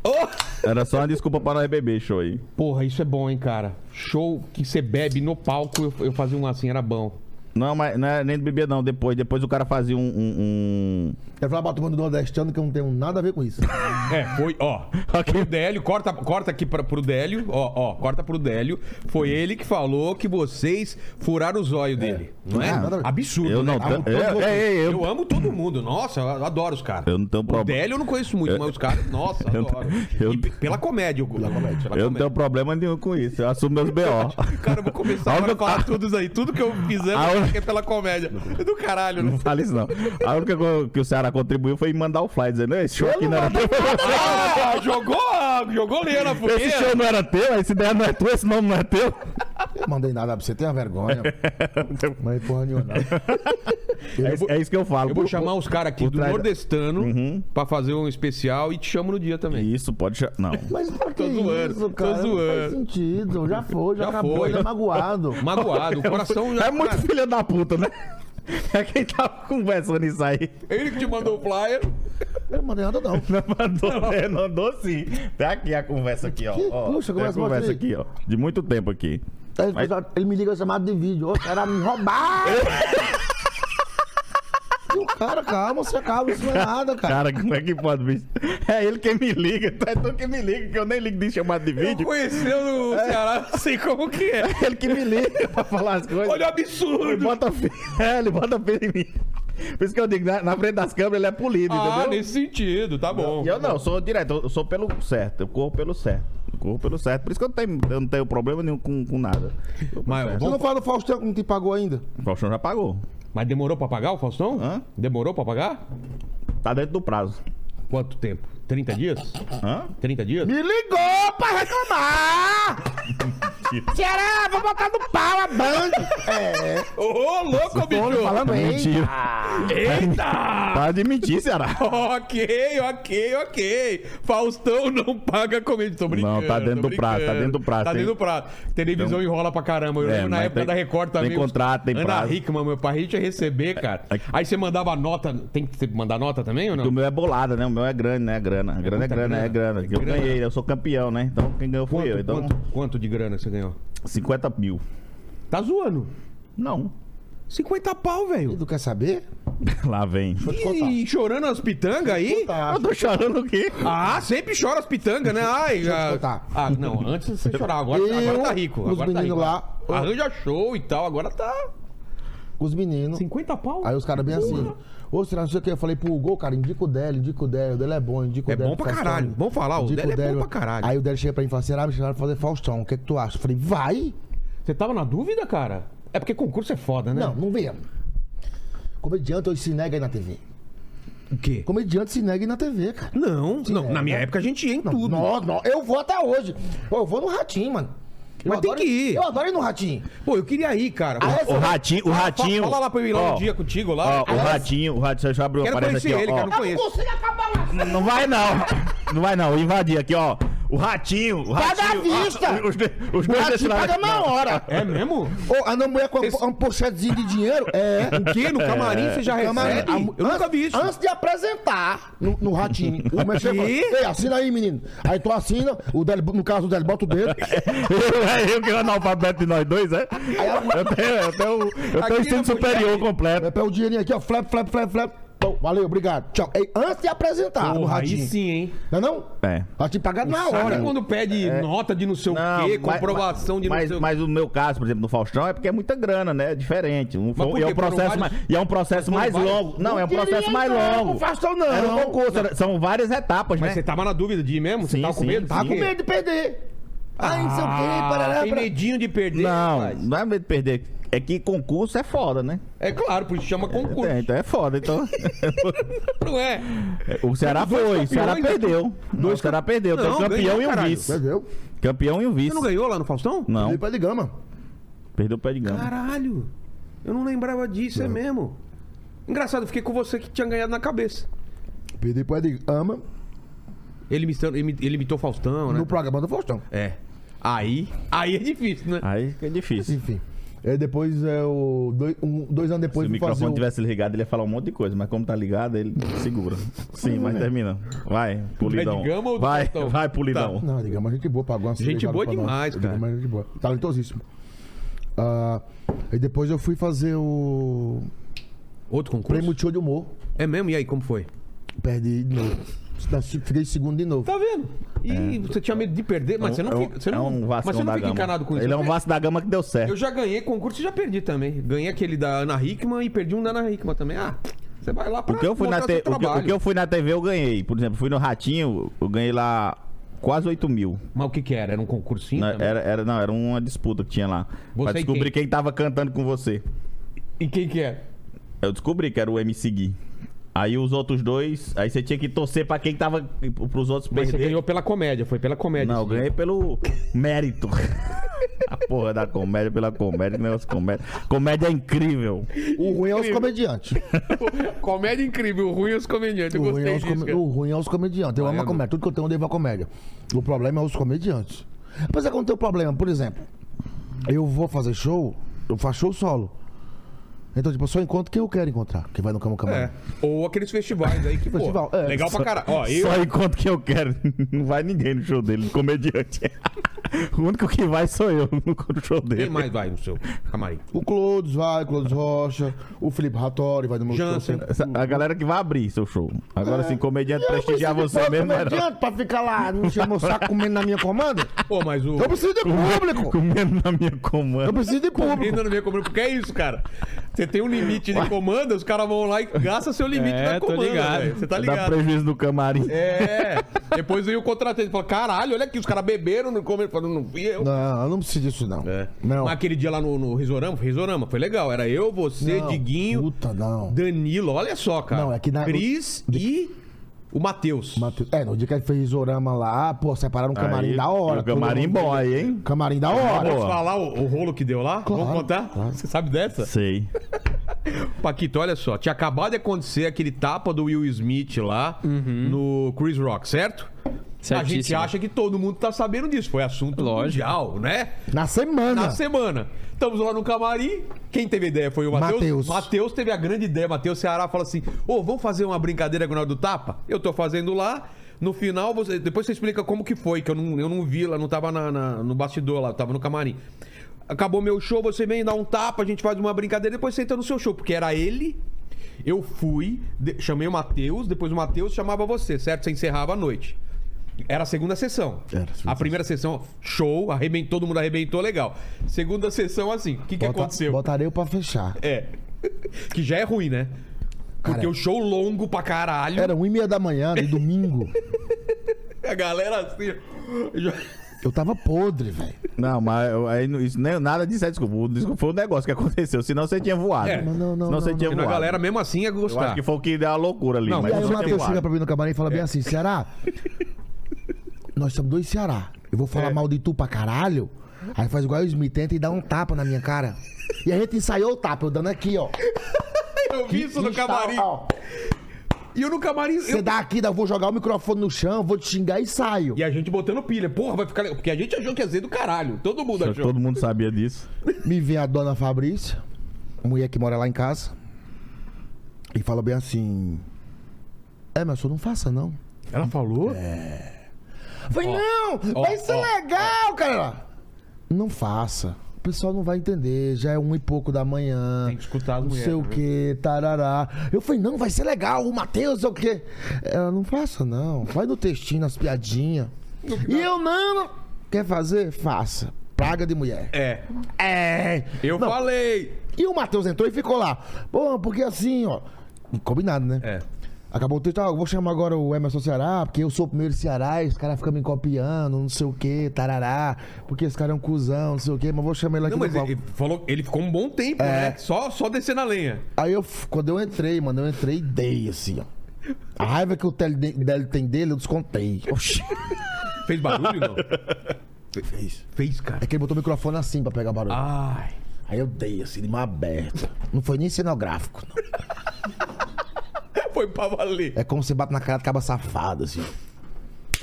B: ó.
D: Era só uma desculpa pra nós beber esse show aí.
A: Porra, isso é bom, hein, cara. Show que você bebe no palco, eu, eu fazia um assim, era bom.
D: Não, mas não é nem de beber, não. Depois, depois o cara fazia um. um, um...
B: Eu falava pra turma do nordestano que eu não tenho nada a ver com isso.
A: É, foi, ó.
D: Ok.
A: Pro Délio, corta, corta aqui pra, pro Délio, ó, ó, corta pro Délio. Foi ele que falou que vocês furaram o zóio dele. Não é?
B: Ah, nada a ver.
A: Absurdo.
D: Eu
A: né?
D: não.
A: Amo
D: tan-
A: todo-
D: É,
A: eu,
D: é, é, eu-
A: amo todo mundo. Nossa, eu adoro os caras.
D: Eu não tenho
A: O
D: problema.
A: Délio eu não conheço muito, mas os caras, nossa,
D: Eu-
A: adoro.
D: eu-
A: E pe- pela comédia, eu Pela comédia. Pela
D: Eu não tenho problema nenhum com isso. Eu assumo meus BO.
A: Cara, eu vou começar
D: A
A: agora a
D: única-
A: falar tudo isso aí. Tudo que eu fizer,
D: A
A: eu
D: única-
A: acho que é pela comédia. É do caralho, né?
D: Não fala isso, não. A única coisa que o Ceará contribuiu foi mandar o fly, dizendo: esse show aqui não era teu.
A: Ah, jogou, jogou lenha na fogueira.
D: Esse show não era teu, essa ideia não é tua, esse nome não é teu.
B: Eu mandei nada pra você, tem uma vergonha. Mas porra nenhuma, não.
D: É, isso- é isso que eu falo.
A: Eu vou chamar os caras aqui
D: Por
A: do
D: trás da-
A: Nordestano
D: Uhum.
A: pra fazer um especial e te chamo no dia também.
D: Isso, pode chamar. Não.
B: Mas pra que
A: Tô zoando,
B: isso,
A: tô
B: cara? Não
A: zoando.
B: faz sentido. Já foi, já,
A: Já
B: acabou,
A: foi.
B: já é magoado.
A: Magoado, o coração já. tá-
D: É muito filho da puta, né? É quem tava conversando isso aí.
A: Ele que te mandou o flyer.
B: Eu não mandei nada, não.
D: Não mandou, é, não mandou sim. Tá aqui a conversa aqui, ó.
B: Que-
D: ó
B: puxa,
D: tem a
B: conversa, mostra
D: conversa
B: aí.
D: aqui, ó. De muito tempo aqui.
B: Aí ele, fez- ele me liga chamado de vídeo. Ô, era me roubar! E o cara, calma, você calma, isso não é nada, cara.
D: Cara, como é que pode, bicho? É ele quem me liga, tu é tu que me liga, que eu nem ligo de chamada de
A: Eu
D: vídeo.
A: conheceu no Ceará, não sei como que é.
D: É ele que me liga pra falar as coisas.
A: Olha o
D: ele
A: absurdo.
D: bota fé, é, ele bota fé em mim. Por isso que eu digo, né, na, na frente das câmeras ele é polido,
A: Ah,
D: entendeu?
A: nesse sentido, tá bom.
D: E eu não, eu sou direto, eu sou pelo certo, eu corro pelo certo. Eu corro pelo certo. Por isso que eu não tenho, eu não tenho problema nenhum com, com nada.
A: Mas,
B: Você não
A: vamos-
B: fala do Faustão que não te pagou ainda?
D: O Faustão já pagou.
A: mas demorou pra pagar o Faustão?
D: Hã?
A: Demorou pra pagar?
D: Tá dentro do prazo.
A: Quanto tempo? 30 dias?
D: Hã?
A: 30 dias?
B: Me ligou pra reclamar! Será? Vou botar Tá no pau a banda! É,
A: Ô, louco,
B: tô
A: bicho!
B: falando aí.
D: Mentira.
A: Eita!
D: Para Tá de mentir, Ceará.
A: Ok, ok, ok. Faustão não paga comédia. Tô brincando.
D: Não, tá dentro
A: tô
D: do prazo,
A: brincando.
D: tá dentro do prazo,
A: Tá
D: tem-
A: dentro do prazo. Televisão enrola pra caramba. Eu
D: É,
A: lembro na
D: mas
A: época
D: tem-
A: da Record também.
D: tem
A: os-
D: contrato, tem
A: Ana
D: prazo. É,
A: Hickman, meu pai, a gente ia receber, cara.
D: Aqui-
A: Aí você mandava nota. Tem que mandar nota também ou
D: O
A: não?
D: meu é bolada, né? O meu é grande, né? Grana. Grana é
A: muita
D: grana, é grana. Eu
A: grana.
D: ganhei, eu sou campeão, né? Então quem ganhou foi eu.
A: Quanto,
D: Então,
A: quanto, quanto de grana você ganhou?
D: 50 mil.
A: Tá zoando.
D: Não.
A: 50 pau,
B: E
A: velho.
B: tu quer saber?
D: Lá vem.
A: Ih, chorando as pitangas aí?
B: Tá.
D: Eu tô chorando o quê?
A: Ah, sempre chora as pitangas, né? Ai,
B: eu te
A: já...
B: contar.
A: Ah, não, antes você chorava, agora, agora
B: Eu,
A: tá rico.
B: os
A: Agora tá rico.
B: meninos lá-
A: Arranja show e tal, agora tá.
B: Os meninos.
A: 50 pau?
B: Aí os caras bem assim. Ô, será não sei o que? Eu falei pro Hugo, cara, indica o Délio, indica o Délio, o Délio é bom, indica o
A: É
B: Délio.
A: bom pra
B: Faustão,
A: caralho, vamos falar, o
B: indica
A: Délio é bom pra caralho.
B: Aí o Délio chega pra mim e fala assim, ah, me chamaram pra fazer Faustão, o que é que tu acha? Eu falei, vai!
A: Você tava na dúvida, cara? É porque concurso é foda, né?
B: Não, não venha. Comediante hoje se nega aí na TV.
A: O quê?
B: Comediante se nega aí na TV, cara.
A: Não, não. Na minha época a gente ia em tudo.
B: Não, não, eu vou até hoje. Pô, eu vou no Ratinho, mano. Eu
A: Mas tem
B: adoro-
A: que ir.
B: Eu adoro ir no Ratinho.
A: Pô, eu queria ir, cara.
B: Ah, é?
D: O ratinho, o ratinho.
A: né? Fala lá pra eu ir lá um
D: Ó,
A: dia contigo lá.
D: Ó, o ratinho, o ratinho, deixa eu abrir uma
A: Quero
D: parede
A: conhecer
D: aqui, ó,
A: ele,
D: ó.
A: cara, não
B: Eu
A: conheço.
B: não consigo acabar lá.
D: Não, não vai não. Não vai não. Invadir aqui, ó. O ratinho. O
B: Vai
D: ratinho.
B: dar vista.
D: Os, os, os
B: O
D: meus
B: Ratinho
D: destinados-
B: paga na hora.
A: É mesmo?
B: Ô, a minha mulher com
A: Esse-
B: uma um pochetezinho de dinheiro, é...
A: O quê? No camarim você já
B: Camarim.
A: recebe? Eu nunca vi isso.
B: Antes de apresentar no, no ratinho, o mexer fala,
A: Ih.
B: Ei, assina aí, menino. Aí tu assina, o Délio, no caso do Délio, bota o dedo.
D: Eu, é eu que é o analfabeto de nós dois, é? Eu tenho, eu tenho, eu
A: Aqui
D: tenho
A: na
D: ensino
A: mulher-
D: superior completo.
B: Vai pegar o dinheirinho aqui, ó. Flap, flap, flap, flap. Pô, valeu, obrigado. Tchau. Ei, antes de apresentar no
A: Porra, aí
B: ratinho.
A: sim, hein?
B: Não é não?
D: É.
B: Ratinho pagado na
A: Sabe
B: hora.
A: é quando pede nota de não sei o quê,
D: mas-
A: comprovação de não
D: mas,
A: sei o quê?
D: mas o meu caso, por exemplo, no Faustão, é porque é muita grana, né? É diferente. Um-
A: Mas por
D: e é
A: quê?
D: um
A: Foram
D: processo,
A: vários-
D: mais, e é um processo mais
A: vários-
D: longo. Não, é um
B: queria
D: processo mais
B: não,
D: longo.
B: não Faustão não.
D: Era um concurso, era- são várias etapas,
A: Mas
D: né?
A: você tava na dúvida de ir mesmo? Você
D: Sim,
A: tava Tá com
D: sim,
A: medo?
D: sim.
B: Tava Tá com
A: Por quê?
B: medo de perder. Ai, não sei o quê, parará,
A: tem
B: parará.
A: medinho de perder.
D: Não,
A: rapaz.
D: não é medo de perder. é que concurso é foda, né?
A: É claro, por isso chama concurso.
D: É, então é foda. Então,
A: Não é.
D: o Ceará
A: Dois
D: foi, o Ceará
A: campeões,
D: perdeu. Não, o Ceará perdeu. Tem
A: Não,
D: campeão
A: ganhou,
D: e um
A: caralho.
D: vice.
B: Entendeu?
D: Campeão e um
A: Você
D: vice.
A: não ganhou lá no Faustão?
D: Não,
B: Veio pra de gama.
D: perdeu o pé de gama.
A: Caralho. Eu não lembrava disso, é mesmo. Engraçado, eu fiquei com você que tinha ganhado na cabeça.
B: Perdi pro Ed Ama
A: Ele imitou, ele ele imitou Faustão, né?
B: no programa do Faustão.
A: É. Aí, aí é difícil, né?
D: Aí fica difícil.
B: Enfim. E depois, é, o dois, um- dois anos
D: Se
B: depois,
D: o
B: fui fazer
D: microfone
B: o...
D: tivesse ligado, ele ia falar um monte de coisa, mas como tá ligado, ele segura. Sim, mas termina. Vai, pulidão.
A: né? Pé de gama ou Tá. do
D: Vai,
A: Faustão?
D: vai, pulidão.
B: Não, digamos, gente boa, pagou uma cerveja
A: boa
B: pra nós.
A: demais, cara.
B: Digamos, gente boa. Talentosíssimo. Ah, e depois eu fui fazer o
A: Outro concurso.
B: Prêmio Show de Humor.
A: É mesmo? E aí, como foi?
B: Perdi de novo. Não, Fiquei em segundo de novo.
A: Tá vendo? E você tinha medo de perder, mas você não
D: É um-
A: fica, você
D: é
A: não,
D: um
A: mas
D: vacilão
A: você não
D: da
A: fica
D: gama.
A: encanado com isso.
D: Ele é
A: Eu
D: um
A: per-
D: vasto da gama que deu certo.
A: Eu já ganhei concurso e já perdi também. Ganhei aquele da Ana Hickman e perdi um da Ana Hickman também. Ah, você vai lá pra
D: O que, eu fui na
A: mostrar
D: te-
A: seu
D: o, que, o
A: trabalho.
D: que eu fui na TV eu ganhei. Por exemplo, fui no Ratinho, eu ganhei lá quase 8 mil.
A: Mas o que que era? Era um concursinho?
D: Na-
A: também?
D: era, era, não, era uma disputa que tinha lá.
A: Você
D: pra
A: e
D: descobrir quem? tava cantando com você.
A: E quem que é? era?
D: Eu descobri que era o MC Gui. Aí os outros dois, aí você tinha que torcer pra quem tava. pros outros
A: Mas você
D: perder.
A: ganhou né? pela comédia, foi pela comédia.
D: Não, eu
A: esse
D: ganhei pelo mérito. A porra da comédia pela comédia, que negócio de comédia. Comédia é incrível.
B: O ruim é os comediantes.
A: dia. Comédia incrível, o ruim é os comediantes. Eu
B: O ruim, é
A: gostei
B: os
A: disso,
B: come-
A: cara.
B: o ruim é os comediantes. Eu amo a
A: Valendo.
B: comédia. Tudo que eu tenho, eu devo a comédia. O problema é os comediantes. Mas é quando tem um problema. Por exemplo, eu vou fazer show, eu faço show solo. Então, tipo, eu só encontro quem eu quero encontrar. Quem vai no Cama Camarão.
A: É. Ou aqueles festivais aí que, pô,
B: Festival, é.
A: legal pra caralho. Ó, eu...
D: Só enquanto que eu quero. Não vai ninguém no show dele, de comediante. o único que vai sou eu no show dele.
A: Quem mais vai no seu camarim?
B: O Clodos vai, o Clodos Rocha, o Felipe Rattori vai no meu
A: Jansen.
B: show.
D: Essa- A galera que vai abrir seu show. Agora sim, comediante prestigiar você mesmo.
B: Não
D: é não.
B: adianta pra ficar lá, não chamou o saco comendo na minha comanda.
A: Pô, mas o...
B: Eu preciso de público.
D: Comendo na minha comanda.
B: Eu preciso de público.
A: Ainda não vem comando, porque é isso, cara. Você tem um limite de comanda, os caras vão lá e gastam seu limite
C: É,
A: da
C: tô
A: comanda.
C: ligado.
A: velho. Você
B: É
A: tá
D: Dá
A: ligado?
D: prejuízo no camarim.
A: É. Depois veio o contratante e falou: caralho, olha aqui, os caras beberam, não comeram, falando, não fui eu.
B: Não, eu não preciso disso, não.
D: É.
B: Não.
A: Mas aquele dia lá no, no Risorama, Risorama, foi legal. Era eu, você,
B: Não.
A: Diguinho,
B: Puta, não.
A: Danilo, olha só, cara.
B: Não, é que na-
A: Cris e o Matheus.
B: Matheus- É, no dia que ele fez Zorama lá, pô, separaram um camarim
D: Aí,
B: da hora.
D: o camarim
B: todo
D: bom
B: mundo-
D: aí, hein?
B: Camarim da hora.
A: Posso
D: Boa.
A: falar o, o rolo que deu lá?
B: Claro,
A: Vamos contar?
B: claro.
A: Você sabe dessa?
D: Sei.
A: Paquito, olha só. Tinha acabado de acontecer aquele tapa do Will Smith lá no Chris Rock, certo? A gente
C: Uhum. Certíssimo.
A: acha que todo mundo tá sabendo disso. Foi assunto
C: Lógico.
A: mundial, né?
B: Na semana.
A: Na semana. Estamos lá no camarim. Quem teve ideia foi o Matheus.
B: Matheus.
A: Matheus teve a grande ideia. Matheus Ceará fala assim: Ô, vamos fazer uma brincadeira com o do tapa? Eu tô fazendo lá. No final, você- depois você explica como que foi, que eu não, eu não vi lá, não tava na- na- no bastidor lá, eu tava no camarim. Acabou meu show, você vem dar um tapa, a gente faz uma brincadeira, depois você entra no seu show, porque era ele. Eu fui, de- chamei o Matheus, depois o Matheus chamava você, certo? Você encerrava a noite. Era a segunda sessão.
B: Era a segunda
A: a primeira sessão, show, arrebentou, todo mundo arrebentou, legal. Segunda sessão, assim, o que, que
B: Bota-
A: aconteceu?
B: Botarei eu pra fechar.
A: É. Que já é ruim, né? Porque
B: Cara,
A: o show longo pra caralho,
B: Era 1 e meia da manhã, de domingo.
A: a galera assim. ó, já-
B: Eu tava podre, velho.
D: Não, mas eu- aí, não- isso, nem- nada disso é desculpa. O desculpa foi um negócio que aconteceu. Senão você tinha voado.
A: É. Não,
B: não, não,
D: Senão você
B: não,
D: tinha
A: A
D: voado.
A: galera mesmo assim ia
D: Eu acho
A: gostar.
D: que foi o que deu a loucura ali.
A: Não,
D: mas
B: E aí o
D: você tinha
B: Matheus chega
D: voado.
B: pra mim no camarim e fala
A: É.
B: bem assim, Ceará, nós somos dois Ceará. Eu vou
A: É.
B: falar mal de tu pra caralho. Aí faz igual o Smith, tenta e dá um tapa na minha cara. E a gente ensaiou o tapa, eu dando aqui, ó.
A: Eu vi isso no
B: Está-
A: camarim.
B: ó.
A: E eu no camarim. eu-
B: Você dá aqui, eu vou jogar o microfone no chão, vou te xingar e saio.
A: E a gente botando pilha. Porra, vai ficar legal. Porque a gente achou que ia ser do caralho. Todo mundo achou.
D: Todo mundo sabia disso.
B: Me vem a dona Fabrícia, mulher que mora lá em casa, e fala bem assim: É, meu senhor, não faça não.
A: Ela falou?
B: Eu Falei, não,
A: ó,
B: vai ser
A: ó,
B: legal, cara. Ela, Não faça. O pessoal não vai entender, já é um e pouco da manhã.
A: Tem que escutar as
B: Não
A: mulheres,
B: sei o
A: né?
B: que, tarará. Eu falei, não, vai ser legal, o Matheus, sei o quê. Ela, não faça não, vai no textinho, nas piadinhas. E eu não, não. Quer fazer? Faça. Praga de mulher.
A: É.
B: É.
A: Eu
B: Não,
A: falei.
B: E o Matheus entrou e ficou lá. Pô, porque assim, ó. Combinado, né?
A: É.
B: Acabou o texto, ah, eu vou chamar agora o Emerson Ceará, porque eu sou o primeiro Ceará, e os caras ficam me copiando, não sei o que, tarará, porque esse cara é um cuzão, não sei o que, mas eu vou chamar ele aqui
A: Não,
B: no
A: mas
B: palco. É.
A: ele, falou, ele ficou um bom tempo, né? Só, só descendo a lenha.
B: Aí eu, f- quando eu entrei, mano, eu entrei e dei, assim, ó. A raiva que o Tele de- dele tem dele, eu descontei. Oxi.
A: Fez barulho, não?
B: Fez.
A: Fez, cara.
B: É que ele botou o microfone assim pra pegar
A: Ah.
B: barulho.
A: Ai.
B: Aí eu dei, assim, de mão aberta. Não foi nem cenográfico, não.
A: Foi pra valer.
B: É como você bate na cara de caba safado, assim.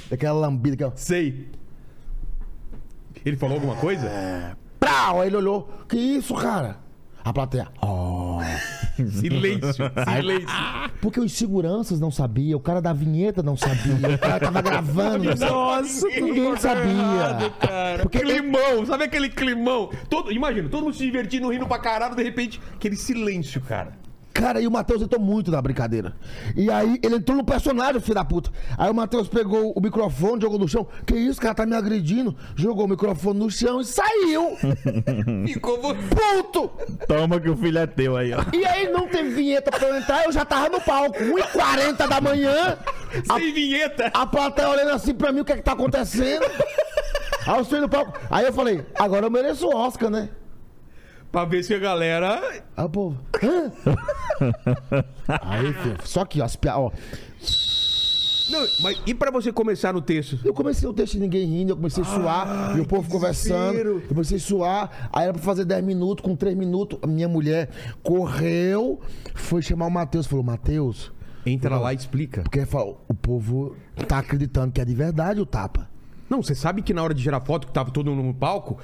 B: Daquela lambida, aquela...
A: Sei. Ele falou alguma coisa?
B: Prau! Aí ele olhou, que isso, cara? A plateia, ó.
A: Silêncio. Silêncio.
B: Porque os seguranças não sabiam, o cara da vinheta não sabia, o cara que tava gravando não sabia.
C: Nossa,
B: Ninguém sabia. Porque
A: Climão, sabe aquele climão? Todo, imagina, todo mundo se divertindo, rindo pra caralho, de repente, aquele silêncio, cara.
B: Cara, e o Matheus entrou muito na brincadeira. E aí ele entrou no personagem, filho da puta. Aí o Matheus pegou o microfone, jogou no chão. Que isso, cara, tá me agredindo. Jogou o microfone no chão e saiu.
A: Ficou você.
B: Puto!
D: Toma que o filho é teu aí, ó.
B: E aí não teve vinheta pra eu entrar, eu já tava no palco. 1h40 da manhã,
A: Sem vinheta.
B: a plateia olhando assim pra mim, o que é que tá acontecendo? Aí eu subi no palco. Aí eu falei, agora eu mereço o Oscar, né?
A: Pra ver se a galera.
B: Aí o povo. "Hã?" Aí, filho, só que ó, as piadas, ó.
A: Não, mas e pra você começar no texto?
B: Eu comecei o texto de ninguém rindo, eu comecei a suar, e o povo conversando.
A: desespero.
B: Eu comecei a suar, aí era pra fazer 10 minutos, com 3 minutos, a minha mulher correu, foi chamar o Matheus, falou: Matheus,
A: Entra lá e explica.
B: porque falou, o povo tá acreditando que é de verdade o tapa.
A: Não, você sabe que na hora de gerar foto, que tava todo mundo no palco,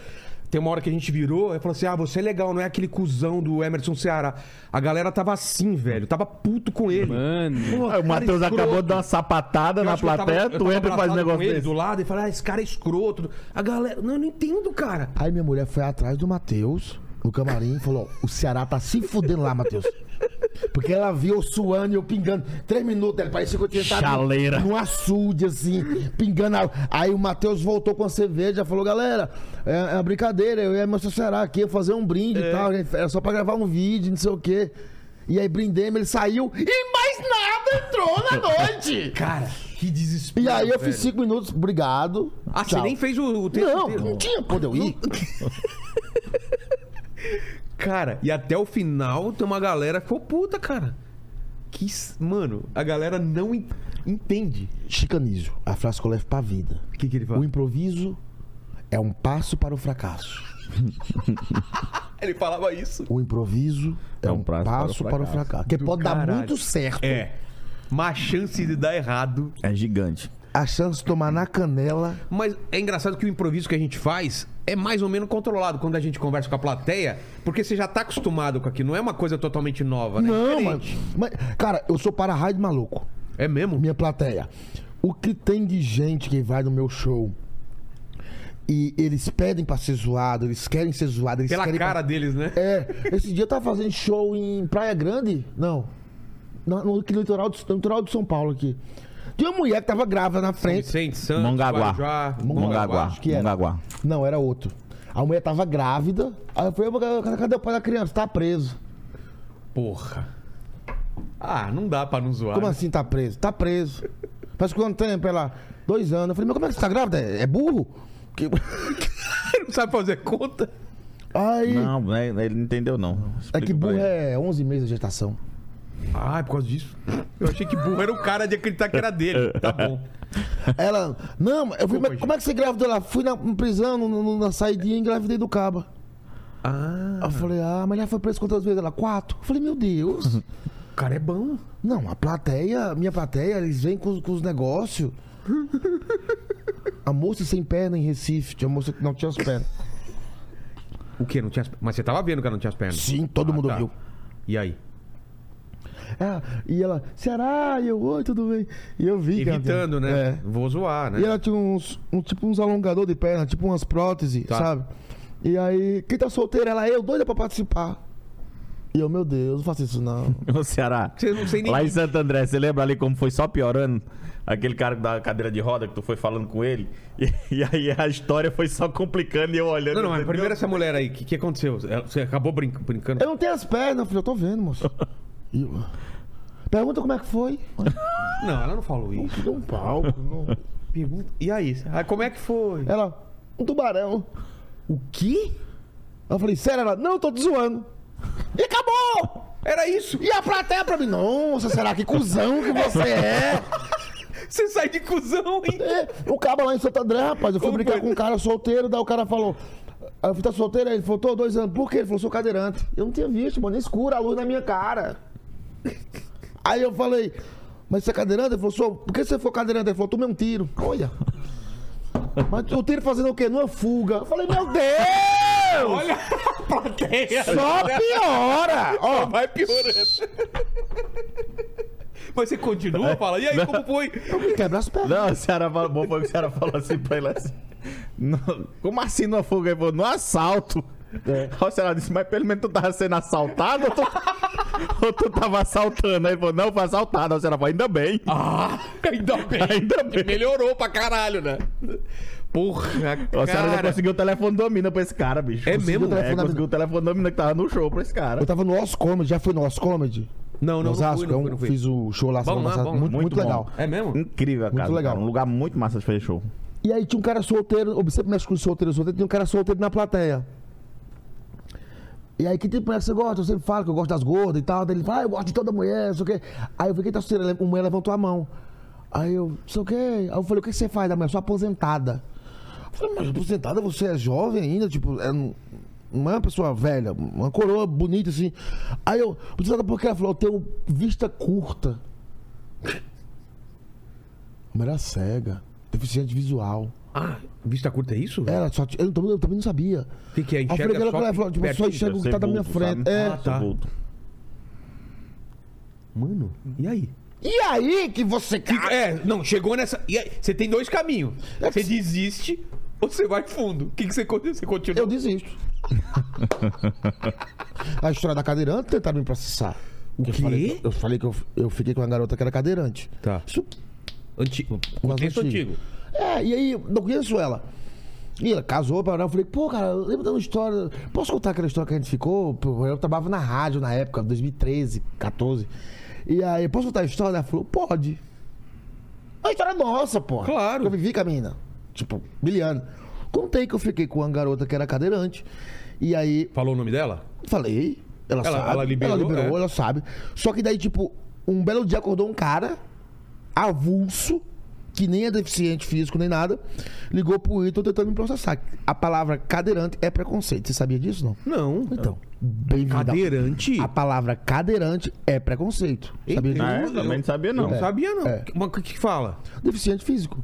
A: tem uma hora que a gente virou e falou assim: ah, você é legal, não é aquele cuzão do Emerson Ceará. A galera tava assim, velho, tava puto com ele.
C: Mano.
A: Pô,
D: Aí o
A: cara
D: Matheus
A: escroto.
D: acabou de dar uma sapatada
A: Eu
D: na
A: acho que eu tava-
D: plateia,
A: eu
D: tu
A: tava
D: entra e faz um
A: abraçado com
D: negócio
A: ele
D: desse.
A: do lado e fala: ah, esse cara é escroto. A galera, não, eu não entendo, cara.
B: Aí minha mulher foi atrás do Matheus, no camarim, e falou: ó, o Ceará tá se fudendo lá, Matheus. Porque ela viu eu suando e eu pingando. Três minutos, ele parecia que eu tinha estado
D: Chaleira.
B: num açude, assim, pingando. a- Aí o Matheus voltou com a cerveja, falou: galera, é, é uma brincadeira, eu ia me Ceará aqui, ia fazer um brinde
A: É.
B: e tal, gente, era só pra gravar um vídeo, não sei o quê. E aí brindemos, ele saiu e mais nada entrou na noite.
A: Cara, que desespero.
B: E aí eu fiz
A: velho.
B: cinco minutos, obrigado.
A: Ah, você
B: tchau.
A: nem fez o, o texto
B: Não,
A: inteiro?
B: não tinha quando eu ir.
A: Cara, e até o final tem uma galera que ficou puta, cara. Que. s- Mano, a galera não en- entende.
B: Chicanizo, a frase que eu levo pra vida.
A: O que, que ele
B: O
A: fala?
B: improviso é um passo para o fracasso.
A: Ele falava isso.
B: O improviso é, um, passo, para, o fracasso. Porque
A: Do
B: pode dar
A: caralho.
B: muito certo.
A: É. Mas a chance de dar errado.
D: É gigante.
B: A chance de tomar na canela.
A: Mas é engraçado que o improviso que a gente faz é mais ou menos controlado quando a gente conversa com a plateia, porque você já tá acostumado com aquilo, não é uma coisa totalmente nova, né?
B: Não, mano.
A: Diferente.
B: Mas, cara, eu sou para-raio de maluco.
A: É mesmo?
B: Minha plateia. O que tem de gente que vai no meu show e eles pedem pra ser zoado, eles querem ser zoado, eles
A: Pela
B: querem.
A: cara deles, né?
B: É, esse dia eu tava fazendo show em Praia Grande? Não. No, no litoral, de, no litoral de São Paulo aqui. Tinha uma mulher que tava grávida na frente.
A: Vicente, Santos,
D: Mongaguá.
A: Guarujá,
D: Mongaguá.
B: acho que era.
D: Mongaguá.
B: Não, era outro. A mulher tava grávida. Aí eu falei, "Mas cadê o pai da criança? Tá preso.
A: Porra. Ah, não dá pra não zoar.
B: Como
A: né?
B: assim tá preso? Tá preso. Faz quanto tempo ela? Dois anos. Eu falei, mas como é que você tá grávida? É é burro? Que-
A: Não sabe fazer conta?
B: Aí.
D: Não, né, ele não entendeu, não.
B: É
D: Explica
B: que
D: pra
B: burro
D: ele.
B: é 11 meses de gestação.
A: Ah, é por causa disso. Eu achei que burro era o cara de acreditar que era dele. Tá bom.
B: Ela, não, eu falei, mas
A: gente.
B: como é que você engravidou? Ela, fui na prisão, no- no- na saidinha, engravidei do caba.
A: Ah,
B: Aí Eu falei, ah, mas ela foi presa quantas vezes? Ela, quatro. Eu falei, meu Deus.
A: o cara é bom.
B: Não, a plateia, minha plateia, eles vêm com, os- com os negócios. A moça sem perna em Recife, tinha uma moça que não tinha as pernas.
A: O quê? Não tinha as... Mas você tava vendo que ela não tinha as pernas?
B: Sim, todo mundo
A: tá.
B: viu.
A: E aí?
B: Ela- e ela, será? E eu, oi, tudo bem? E eu vi. que ela tinha-
A: Evitando, né?
B: É.
A: Vou zoar, né?
B: E ela tinha uns, um, tipo uns alongador de perna, tipo umas próteses,
A: Tá.
B: sabe? E aí, quem tá solteira, ela, eu, doida pra participar. E eu, meu Deus, não faço isso não.
D: Ô, Ceará.
A: Você não sei nem-
D: Lá em Santo André, você lembra ali como foi só piorando? Aquele cara da cadeira de roda que tu foi falando com ele. E, e aí a história foi só complicando e eu olhando.
A: Não, não, mas
D: Meu
A: primeiro
D: Deus.
A: essa mulher aí, o que, que aconteceu? Ela- Você acabou brinca- brincando?
B: Eu não tenho as pernas, filho, eu tô vendo, moço. E eu, ah. Pergunta como é que foi.
A: Não, ela não falou isso.
B: Deu um palco. não.
A: Pergunta. E aí? Ah, como é que foi?
B: Ela, um tubarão.
A: O quê?
B: Eu falei, sério? Ela, não, tô te zoando. E acabou!
A: Era isso.
B: E a plateia pra mim, nossa, será que cuzão que você é?
A: Você sai de cuzão, hein?
B: É, O cabo lá em Santo André, rapaz, eu fui
A: Como
B: brincar
A: foi?
B: com um cara solteiro, daí o cara falou. "Ah, Eu fui, tá solteiro? Aí Ele falou, tô dois anos. Por quê? Ele falou, sou cadeirante. Eu não tinha visto, mano, nem escura a luz na minha cara. Aí eu falei, mas você é cadeirante? Ele falou, sou. Por que você foi cadeirante? Ele falou, tomei um tiro. Olha. Mas o tiro fazendo o quê? Numa fuga. Eu falei, meu Deus!
A: Olha a plateia.
B: Só piora! Ó,
A: Vai piorando. Mas você
D: É.
A: continua, fala. E aí, como foi?
B: quebra as pernas.
D: Não, a senhora falou, bom foi que a senhora falou assim pra ele assim. "Não, como assim numa fuga? Ele falou, no assalto. Aí a senhora disse, mas pelo menos tu tava sendo assaltado ou tu, ou tu tava assaltando? Aí ele falou, não, foi assaltado. Aí a senhora falou, ainda bem.
A: Ah, ainda bem.
D: Ainda bem.
A: Melhorou pra caralho, né? Porra,
D: a senhora ainda
A: cara.
D: conseguiu o telefone domina pra esse cara, bicho.
A: É
D: Conseguiu
A: mesmo?
D: O telefone, é, conseguiu o telefone domina que tava no show pra esse cara.
B: Eu tava no Os Comedy, já fui no Os Comedy?
A: Não, não, não,
B: Osasco,
A: fui, não,
B: eu
A: fui, não fui.
B: fiz o show lá,
A: Bom,
B: semana
A: lá,
B: passada,
A: bom.
B: muito,
D: Muito
B: muito
D: bom.
B: legal.
A: É mesmo?
D: Incrível a
B: Muito
D: casa,
B: legal.
D: cara. Um lugar muito massa de fazer show.
B: E aí tinha um cara solteiro, eu sempre mexo com solteiro, solteiro, tinha um cara solteiro na plateia. E aí, que tipo de mulher que você gosta? Eu sempre falo que eu gosto das gordas e tal. Daí ele fala, ah, eu gosto de toda mulher, não sei o quê. Aí eu vi quem tá solteiro, Ela- uma mulher levantou a mão. Aí eu, não sei o quê. Aí eu falei, o que que você faz da mulher? Eu sou aposentada. Eu falei, mas aposentada, você é jovem ainda? Tipo, é um- uma pessoa velha, uma coroa bonita assim. Aí eu, aposentada por quê? Ela falou, eu tenho vista curta. A mulher era cega, deficiente visual.
A: Ah, vista curta é isso?
B: Era, só t- eu, também, eu também não sabia.
A: O que, que é?
B: Aí eu
A: Enxerga
B: falei que ela,
A: só
B: ela falou, tipo, eu só
A: pertinho?
B: enxergo o que tá na minha frente. É.
A: Ah, tá. Mano, e aí?
B: E aí que você
A: Fica-
B: cai?
A: é, não, chegou nessa. E aí, você tem dois caminhos. Você desiste ou você vai fundo. O que, que você continua? Você continua.
B: Eu desisto. a história da cadeirante tentaram me processar. O
A: quê?
B: Eu falei, eu falei que eu, eu fiquei com uma garota que era cadeirante.
A: Tá.
B: Isso
A: Antigo.
B: Mas
A: Contexto
B: antigo.
A: antigo.
B: É, e aí, não conheço ela. E ela casou, parou, eu falei, pô, cara, lembra da história. Posso contar aquela história que a gente ficou? Pô, Eu trabalhava na rádio na época, 2013, 14. E aí, posso contar a história? Ela falou, pode. É uma história nossa, pô.
A: Claro.
B: Eu vivi com a mina. Tipo, miliano. Contei que eu fiquei com uma garota que era cadeirante. E aí,
A: Falou o nome dela?
B: Falei. Ela,
A: Ela-
B: sabe.
A: ela liberou, é.
B: ela sabe. Só que daí, tipo, um belo dia acordou um cara, avulso, que nem é deficiente físico nem nada, ligou pro Ito tentando me processar. A palavra cadeirante é preconceito. Você sabia disso, não?
A: Não.
B: Então, bem-vindo. ao-
A: Cadeirante?
B: A palavra cadeirante é preconceito. Sabia disso?
A: Eita.
D: É, também não sabia não.
A: Não sabia, não.
B: É.
A: Mas o que, que fala?
B: Deficiente físico.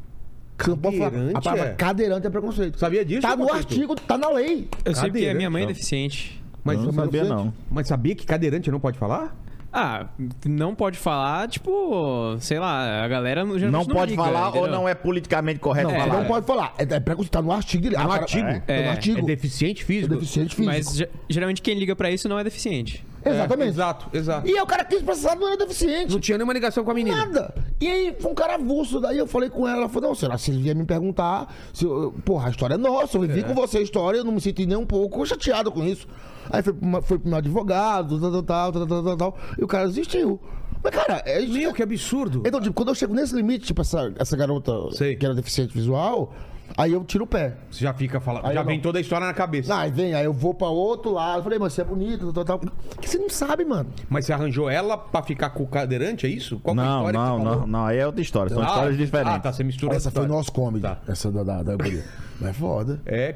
B: Você não pode falar- A
A: Cadeirante
B: palavra
A: é.
B: cadeirante é preconceito.
A: Sabia disso,
B: Tá no
A: Patrício?
B: artigo, tá na lei.
C: Eu sei porque a
A: né?
C: minha mãe é
D: Não.
C: deficiente.
A: Mas,
D: Eu não
A: mas-
D: sabia não.
A: mas sabia que cadeirante não pode falar?
C: Ah, não pode falar, tipo, sei lá, a galera no- geralmente
D: Não pode
C: liga,
D: falar ou
C: entendeu?
D: não é politicamente correto
C: Não,
D: falar.
B: Não pode falar. É, é preconceito, tá no artigo. dele. Ah, cara,
A: artigo?
B: É, tá
C: É,
B: no
C: é
A: É
B: artigo.
A: deficiente físico?
B: deficiente físico.
C: Mas ge- geralmente quem liga pra isso não é deficiente.
A: É,
B: Exatamente.
A: exato, exato.
B: E aí o cara quis processar, não era deficiente.
A: Não tinha nenhuma ligação com a menina.
B: Nada. E aí foi um cara avulso. Daí eu falei com ela, ela falou, não, será se ele vier me perguntar? Se eu, eu- porra, a história é nossa, eu vivi com você a história, eu não me senti nem um pouco chateado com isso. Aí foi, pro ma- foi pro meu advogado, tal, tal, tal, tal, tal, tal, tal. E o cara desistiu. Mas, cara, é isso.
A: Meu, que absurdo.
D: É.
B: Então, tipo, quando eu chego nesse limite, tipo, essa, essa garota
A: Sei.
B: que era deficiente visual, aí eu tiro o pé.
A: Você já fica falando.
B: Aí
A: Já
B: eu
A: vem
B: não.
A: toda a história na cabeça.
B: Aí vem, aí eu vou pra outro lado. Eu falei, mas você é bonito, tal, tal, tal. Que você não sabe, mano.
A: Mas você arranjou ela pra ficar com o cadeirante, é isso? Qual que é a
D: Não,
A: história que
D: não,
A: você
D: não,
A: falou?
D: não. Aí é outra história. São
A: Ah,
D: histórias
A: Ah,
D: diferentes.
A: tá, você misturou.
B: Essa
A: as
B: foi
A: histórias.
B: nosso comedy.
A: Tá.
B: Essa da, da, da guria. Mas é foda.
A: É.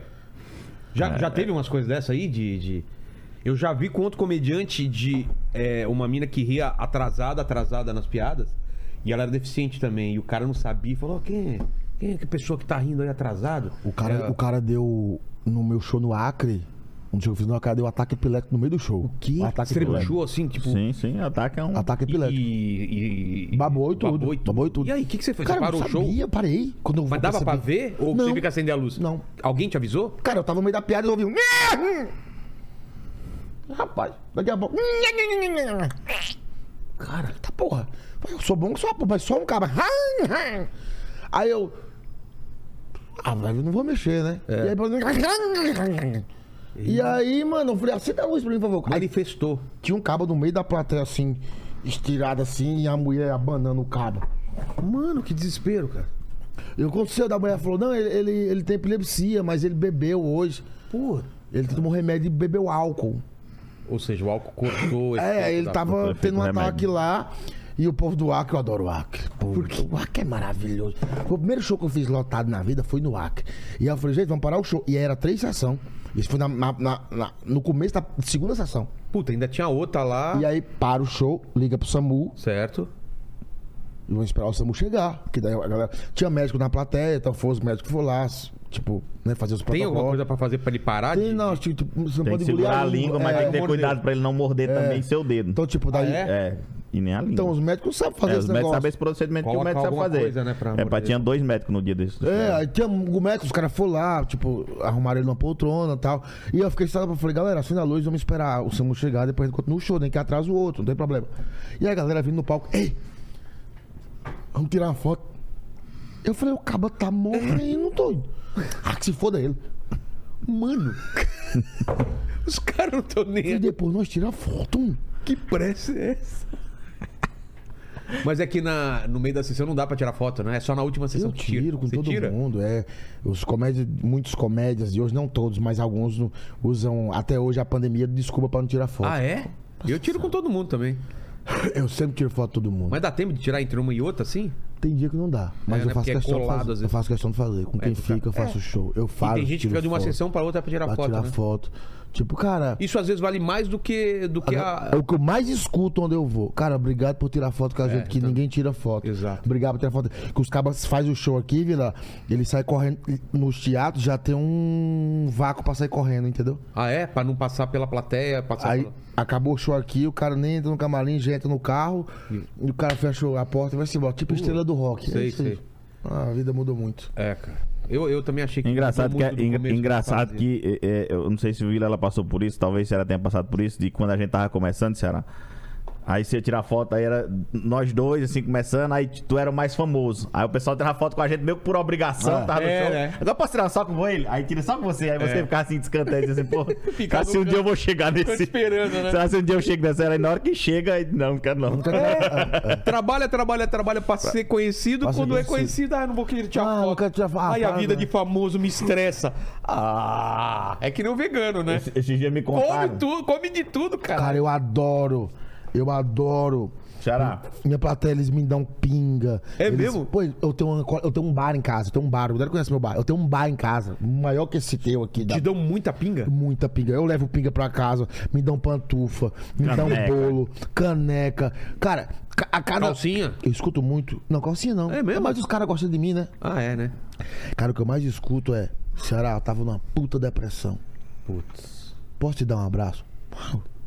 A: Já, já teve umas coisas dessa aí de. de- Eu já vi com outro comediante de é, uma mina que ria atrasada, atrasada nas piadas. E ela era deficiente também. E o cara não sabia e falou: "Ó, quem é? Quem é que pessoa que tá rindo aí atrasado?
B: O cara,
A: É,
B: o cara deu no meu show no Acre. Um show que eu fiz no Acre, deu ataque epilético no meio do show. O
A: que
B: Ataque epilético.
A: Estrebuchou assim, tipo.
D: Sim, sim, ataque é um.
B: Ataque
A: E,
B: epilético.
A: e, e-
B: Babou e tudo.
A: Babou e tudo.
B: Babou e tudo.
A: E aí, o que, que você fez?
B: Cara,
A: você parou
B: eu
A: o
B: não
A: show?
B: sabia, parei. Quando eu
A: Mas dava pra
B: percebi-
A: ver? Ou
B: não.
A: teve que acender a luz?
B: Não.
A: Alguém te avisou?
B: Cara, eu tava no meio da piada e eu ouvi um... Rapaz, daqui a pouco... Cara, tá porra. Eu sou bom que só, mas só um cara. Aí eu... Ah, velho, eu não vou mexer, né? E aí... pra- E aí, mano, eu falei, acenda a luz pra mim, por favor. Aí
A: Manifestou.
B: tinha um cabo no meio da plateia, assim, estirado assim e a mulher abanando o cabo. Mano, que desespero, cara. E o que aconteceu da mulher falou: não, ele, ele, ele tem epilepsia, mas ele bebeu hoje. Pô, ele tomou remédio e bebeu álcool.
A: Ou seja, o álcool cortou. esse
B: É,
A: corpo
B: ele
A: da-
B: tava
D: puta,
B: tendo um
D: efeito do
B: ataque
D: remédio.
B: lá. E o povo do Acre, eu adoro o Acre. Por quê? O Acre é maravilhoso. O primeiro show que eu fiz lotado na vida foi no Acre. E aí eu falei, gente, vamos parar o show. E era três sessões. Isso foi na- na- na- na- no começo da segunda sessão.
A: Puta, ainda tinha outra lá.
B: E aí para o show, liga pro SAMU
A: Certo?
B: e vamos esperar o SAMU chegar. Que daí a galera. Tinha médico na plateia, então foi os médicos que foram lá, s- tipo, né, fazer os
A: Tem alguma
B: protocolos.
A: coisa pra fazer pra ele parar? de-
B: Tem, não, tipo, você não
D: Tem
B: pode
D: que
B: engolir
D: segurar a língua, mas
B: é,
D: tem que ter
A: morder.
D: cuidado pra ele não morder também seu dedo.
B: Então, tipo, daí.
A: Ah,
D: É, e nem a língua.
B: Então os médicos sabem fazer
D: É, os
B: esse
D: médicos
B: negócio.
D: sabem esse procedimento que o
A: Coloca
D: médico sabe
A: alguma
D: fazer.
A: coisa, né, pra
D: é, pra
A: morder.
D: tinha dois médicos no dia desse.
B: É, aí tinha um médico, os caras foram lá, tipo, arrumaram ele numa poltrona e tal. E eu fiquei sentado, eu falei, galera, acenda a luz, vamos esperar o Samu chegar, depois a gente continua o show, nem que atrasa o outro, não tem problema. E a galera vindo no palco, ei, vamos tirar uma foto. Eu falei, o caba tá morrendo, doido. Ah, que se foda ele. Mano,
A: Os caras não estão nem.
B: e
A: aí.
B: depois nós tiramos a foto, mano.
A: Que pressa é essa? Mas é que na, no meio da sessão não dá pra tirar foto, né? É só na última sessão
B: Eu
A: que
B: tiro,
A: tira.
B: com
A: Você
B: todo
A: tira?
B: mundo. É, os comédias, muitos comédias de hoje, não todos, mas alguns não- usam até hoje a pandemia de desculpa pra não tirar foto.
A: Ah, é? Eu tiro com todo mundo também.
B: Eu sempre tiro foto de todo mundo.
A: Mas dá tempo de tirar entre uma e outra, assim?
B: Tem dia que não dá. Mas
A: É,
B: eu,
A: né?
B: faço
A: Porque é
B: questão de
A: colado,
B: fazer,
A: às
B: eu
A: vezes. É,
B: faço questão de fazer. Com quem
A: tu fica-
B: fica, eu faço show. Eu
A: E
B: falo.
A: tem gente que
B: tiro
A: fica de uma
B: foto,
A: sessão pra outra pra tirar
B: pra
A: foto,
B: tirar
A: né?
B: foto. Tipo, cara.
A: Isso às vezes vale mais do que, do que a...
B: É o que eu mais escuto onde eu vou. Cara, obrigado por tirar foto com a gente, que ninguém tira foto.
A: É, então- Exato.
B: Obrigado por tirar foto. Que os cabas fazem o show aqui, Vila, ele sai correndo nos teatros, já tem um vácuo pra sair correndo, entendeu?
A: Ah, é? Pra não passar pela plateia, passar
B: Aí
A: pela...
B: acabou o show aqui, o cara nem entra no camarim, já entra no carro, e o cara fechou a porta e vai se embora. Tipo estrela do rock.
A: Hum. Uh, sei,
B: é isso aí.
A: sei.
B: Ah, a vida mudou muito.
A: É, cara. Eu, eu também achei que...
D: Engraçado que,
A: mudou
D: é,
A: muito do
D: engra-
A: começo
D: engraçado
A: fazia.
D: que é, é, eu não sei se o Vila ela passou por isso, talvez se ela tenha passado por isso, de quando a gente tava começando, Ceará. Aí você tirar foto, aí era nós dois, assim, começando, aí tu era o mais famoso. Aí o pessoal tirava foto com a gente meio que por obrigação,
B: Ah,
D: tava
A: é,
D: no show.
A: né?
D: Agora posso tirar só com ele? Aí tira só com você, aí você
A: É.
D: ficava assim descantando, assim, pô,
A: Ficava
D: se um dia eu vou chegar nesse.
A: esperando, né?
D: Será que se um dia eu chego nessa era? Aí na hora que chega, aí, não, não quero não.
A: Trabalha, trabalha, trabalha pra ser conhecido.
B: pra ser
A: Quando é
B: conhecido.
A: conhecido, ah, não vou querer tirar
B: Ah,
A: foto.
B: não quero tirar foto. Ah,
A: Aí a
B: para,
A: vida
B: né?
A: de famoso me estressa. Ah, é que nem o vegano, né?
D: Esse, é um esse dia me
A: Come
D: contaram.
A: tudo, come de tudo, cara.
B: Cara, eu adoro. Eu adoro.
D: Ceará.
B: Minha plateia, eles me dão pinga.
A: É
B: Eles-
A: mesmo?
B: Pô, eu tenho, uma, eu tenho um bar em casa, eu tenho um bar. O Dero conhece meu bar. Eu tenho um bar em casa, maior que esse teu aqui. Dá
A: Te dão muita pinga?
B: muita pinga. Eu levo pinga pra casa, me dão pantufa, me dão
D: Caneca.
B: bolo, caneca. Cara, ca- a cada.
A: Calcinha?
B: Eu escuto muito. Não, calcinha não.
A: É mesmo?
B: Mas os caras gostam de mim, né?
A: Ah, é, né?
B: Cara, o que eu mais escuto é: Ceará, eu tava numa puta depressão.
A: Putz.
B: Posso te dar um abraço?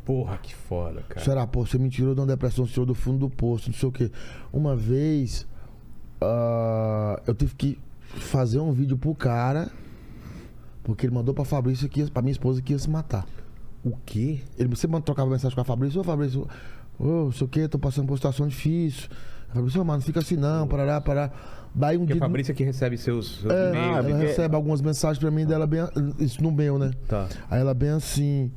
A: Porra, que foda, cara.
B: Será, pô, você me tirou de uma depressão, você tirou do fundo do poço, não sei o quê. Uma vez, ah, eu tive que fazer um vídeo pro cara, porque ele mandou pra Fabrício, que ia, pra minha esposa, que ia se matar.
A: O quê?
B: Ele você manda trocava mensagem com a Fabrício, ô Fabrício, ô, não sei o quê, tô passando por uma situação difícil. A Fabrício, ô, mano, não fica assim não, parará, parará. Daí um
A: Porque a
B: dia.
A: Fabrícia que recebe seus, seus
B: É,
A: e-mails. né?
B: ela
D: porque-
B: recebe algumas mensagens pra mim dela bem. Isso no meu, né?
A: Tá.
B: Aí ela bem assim.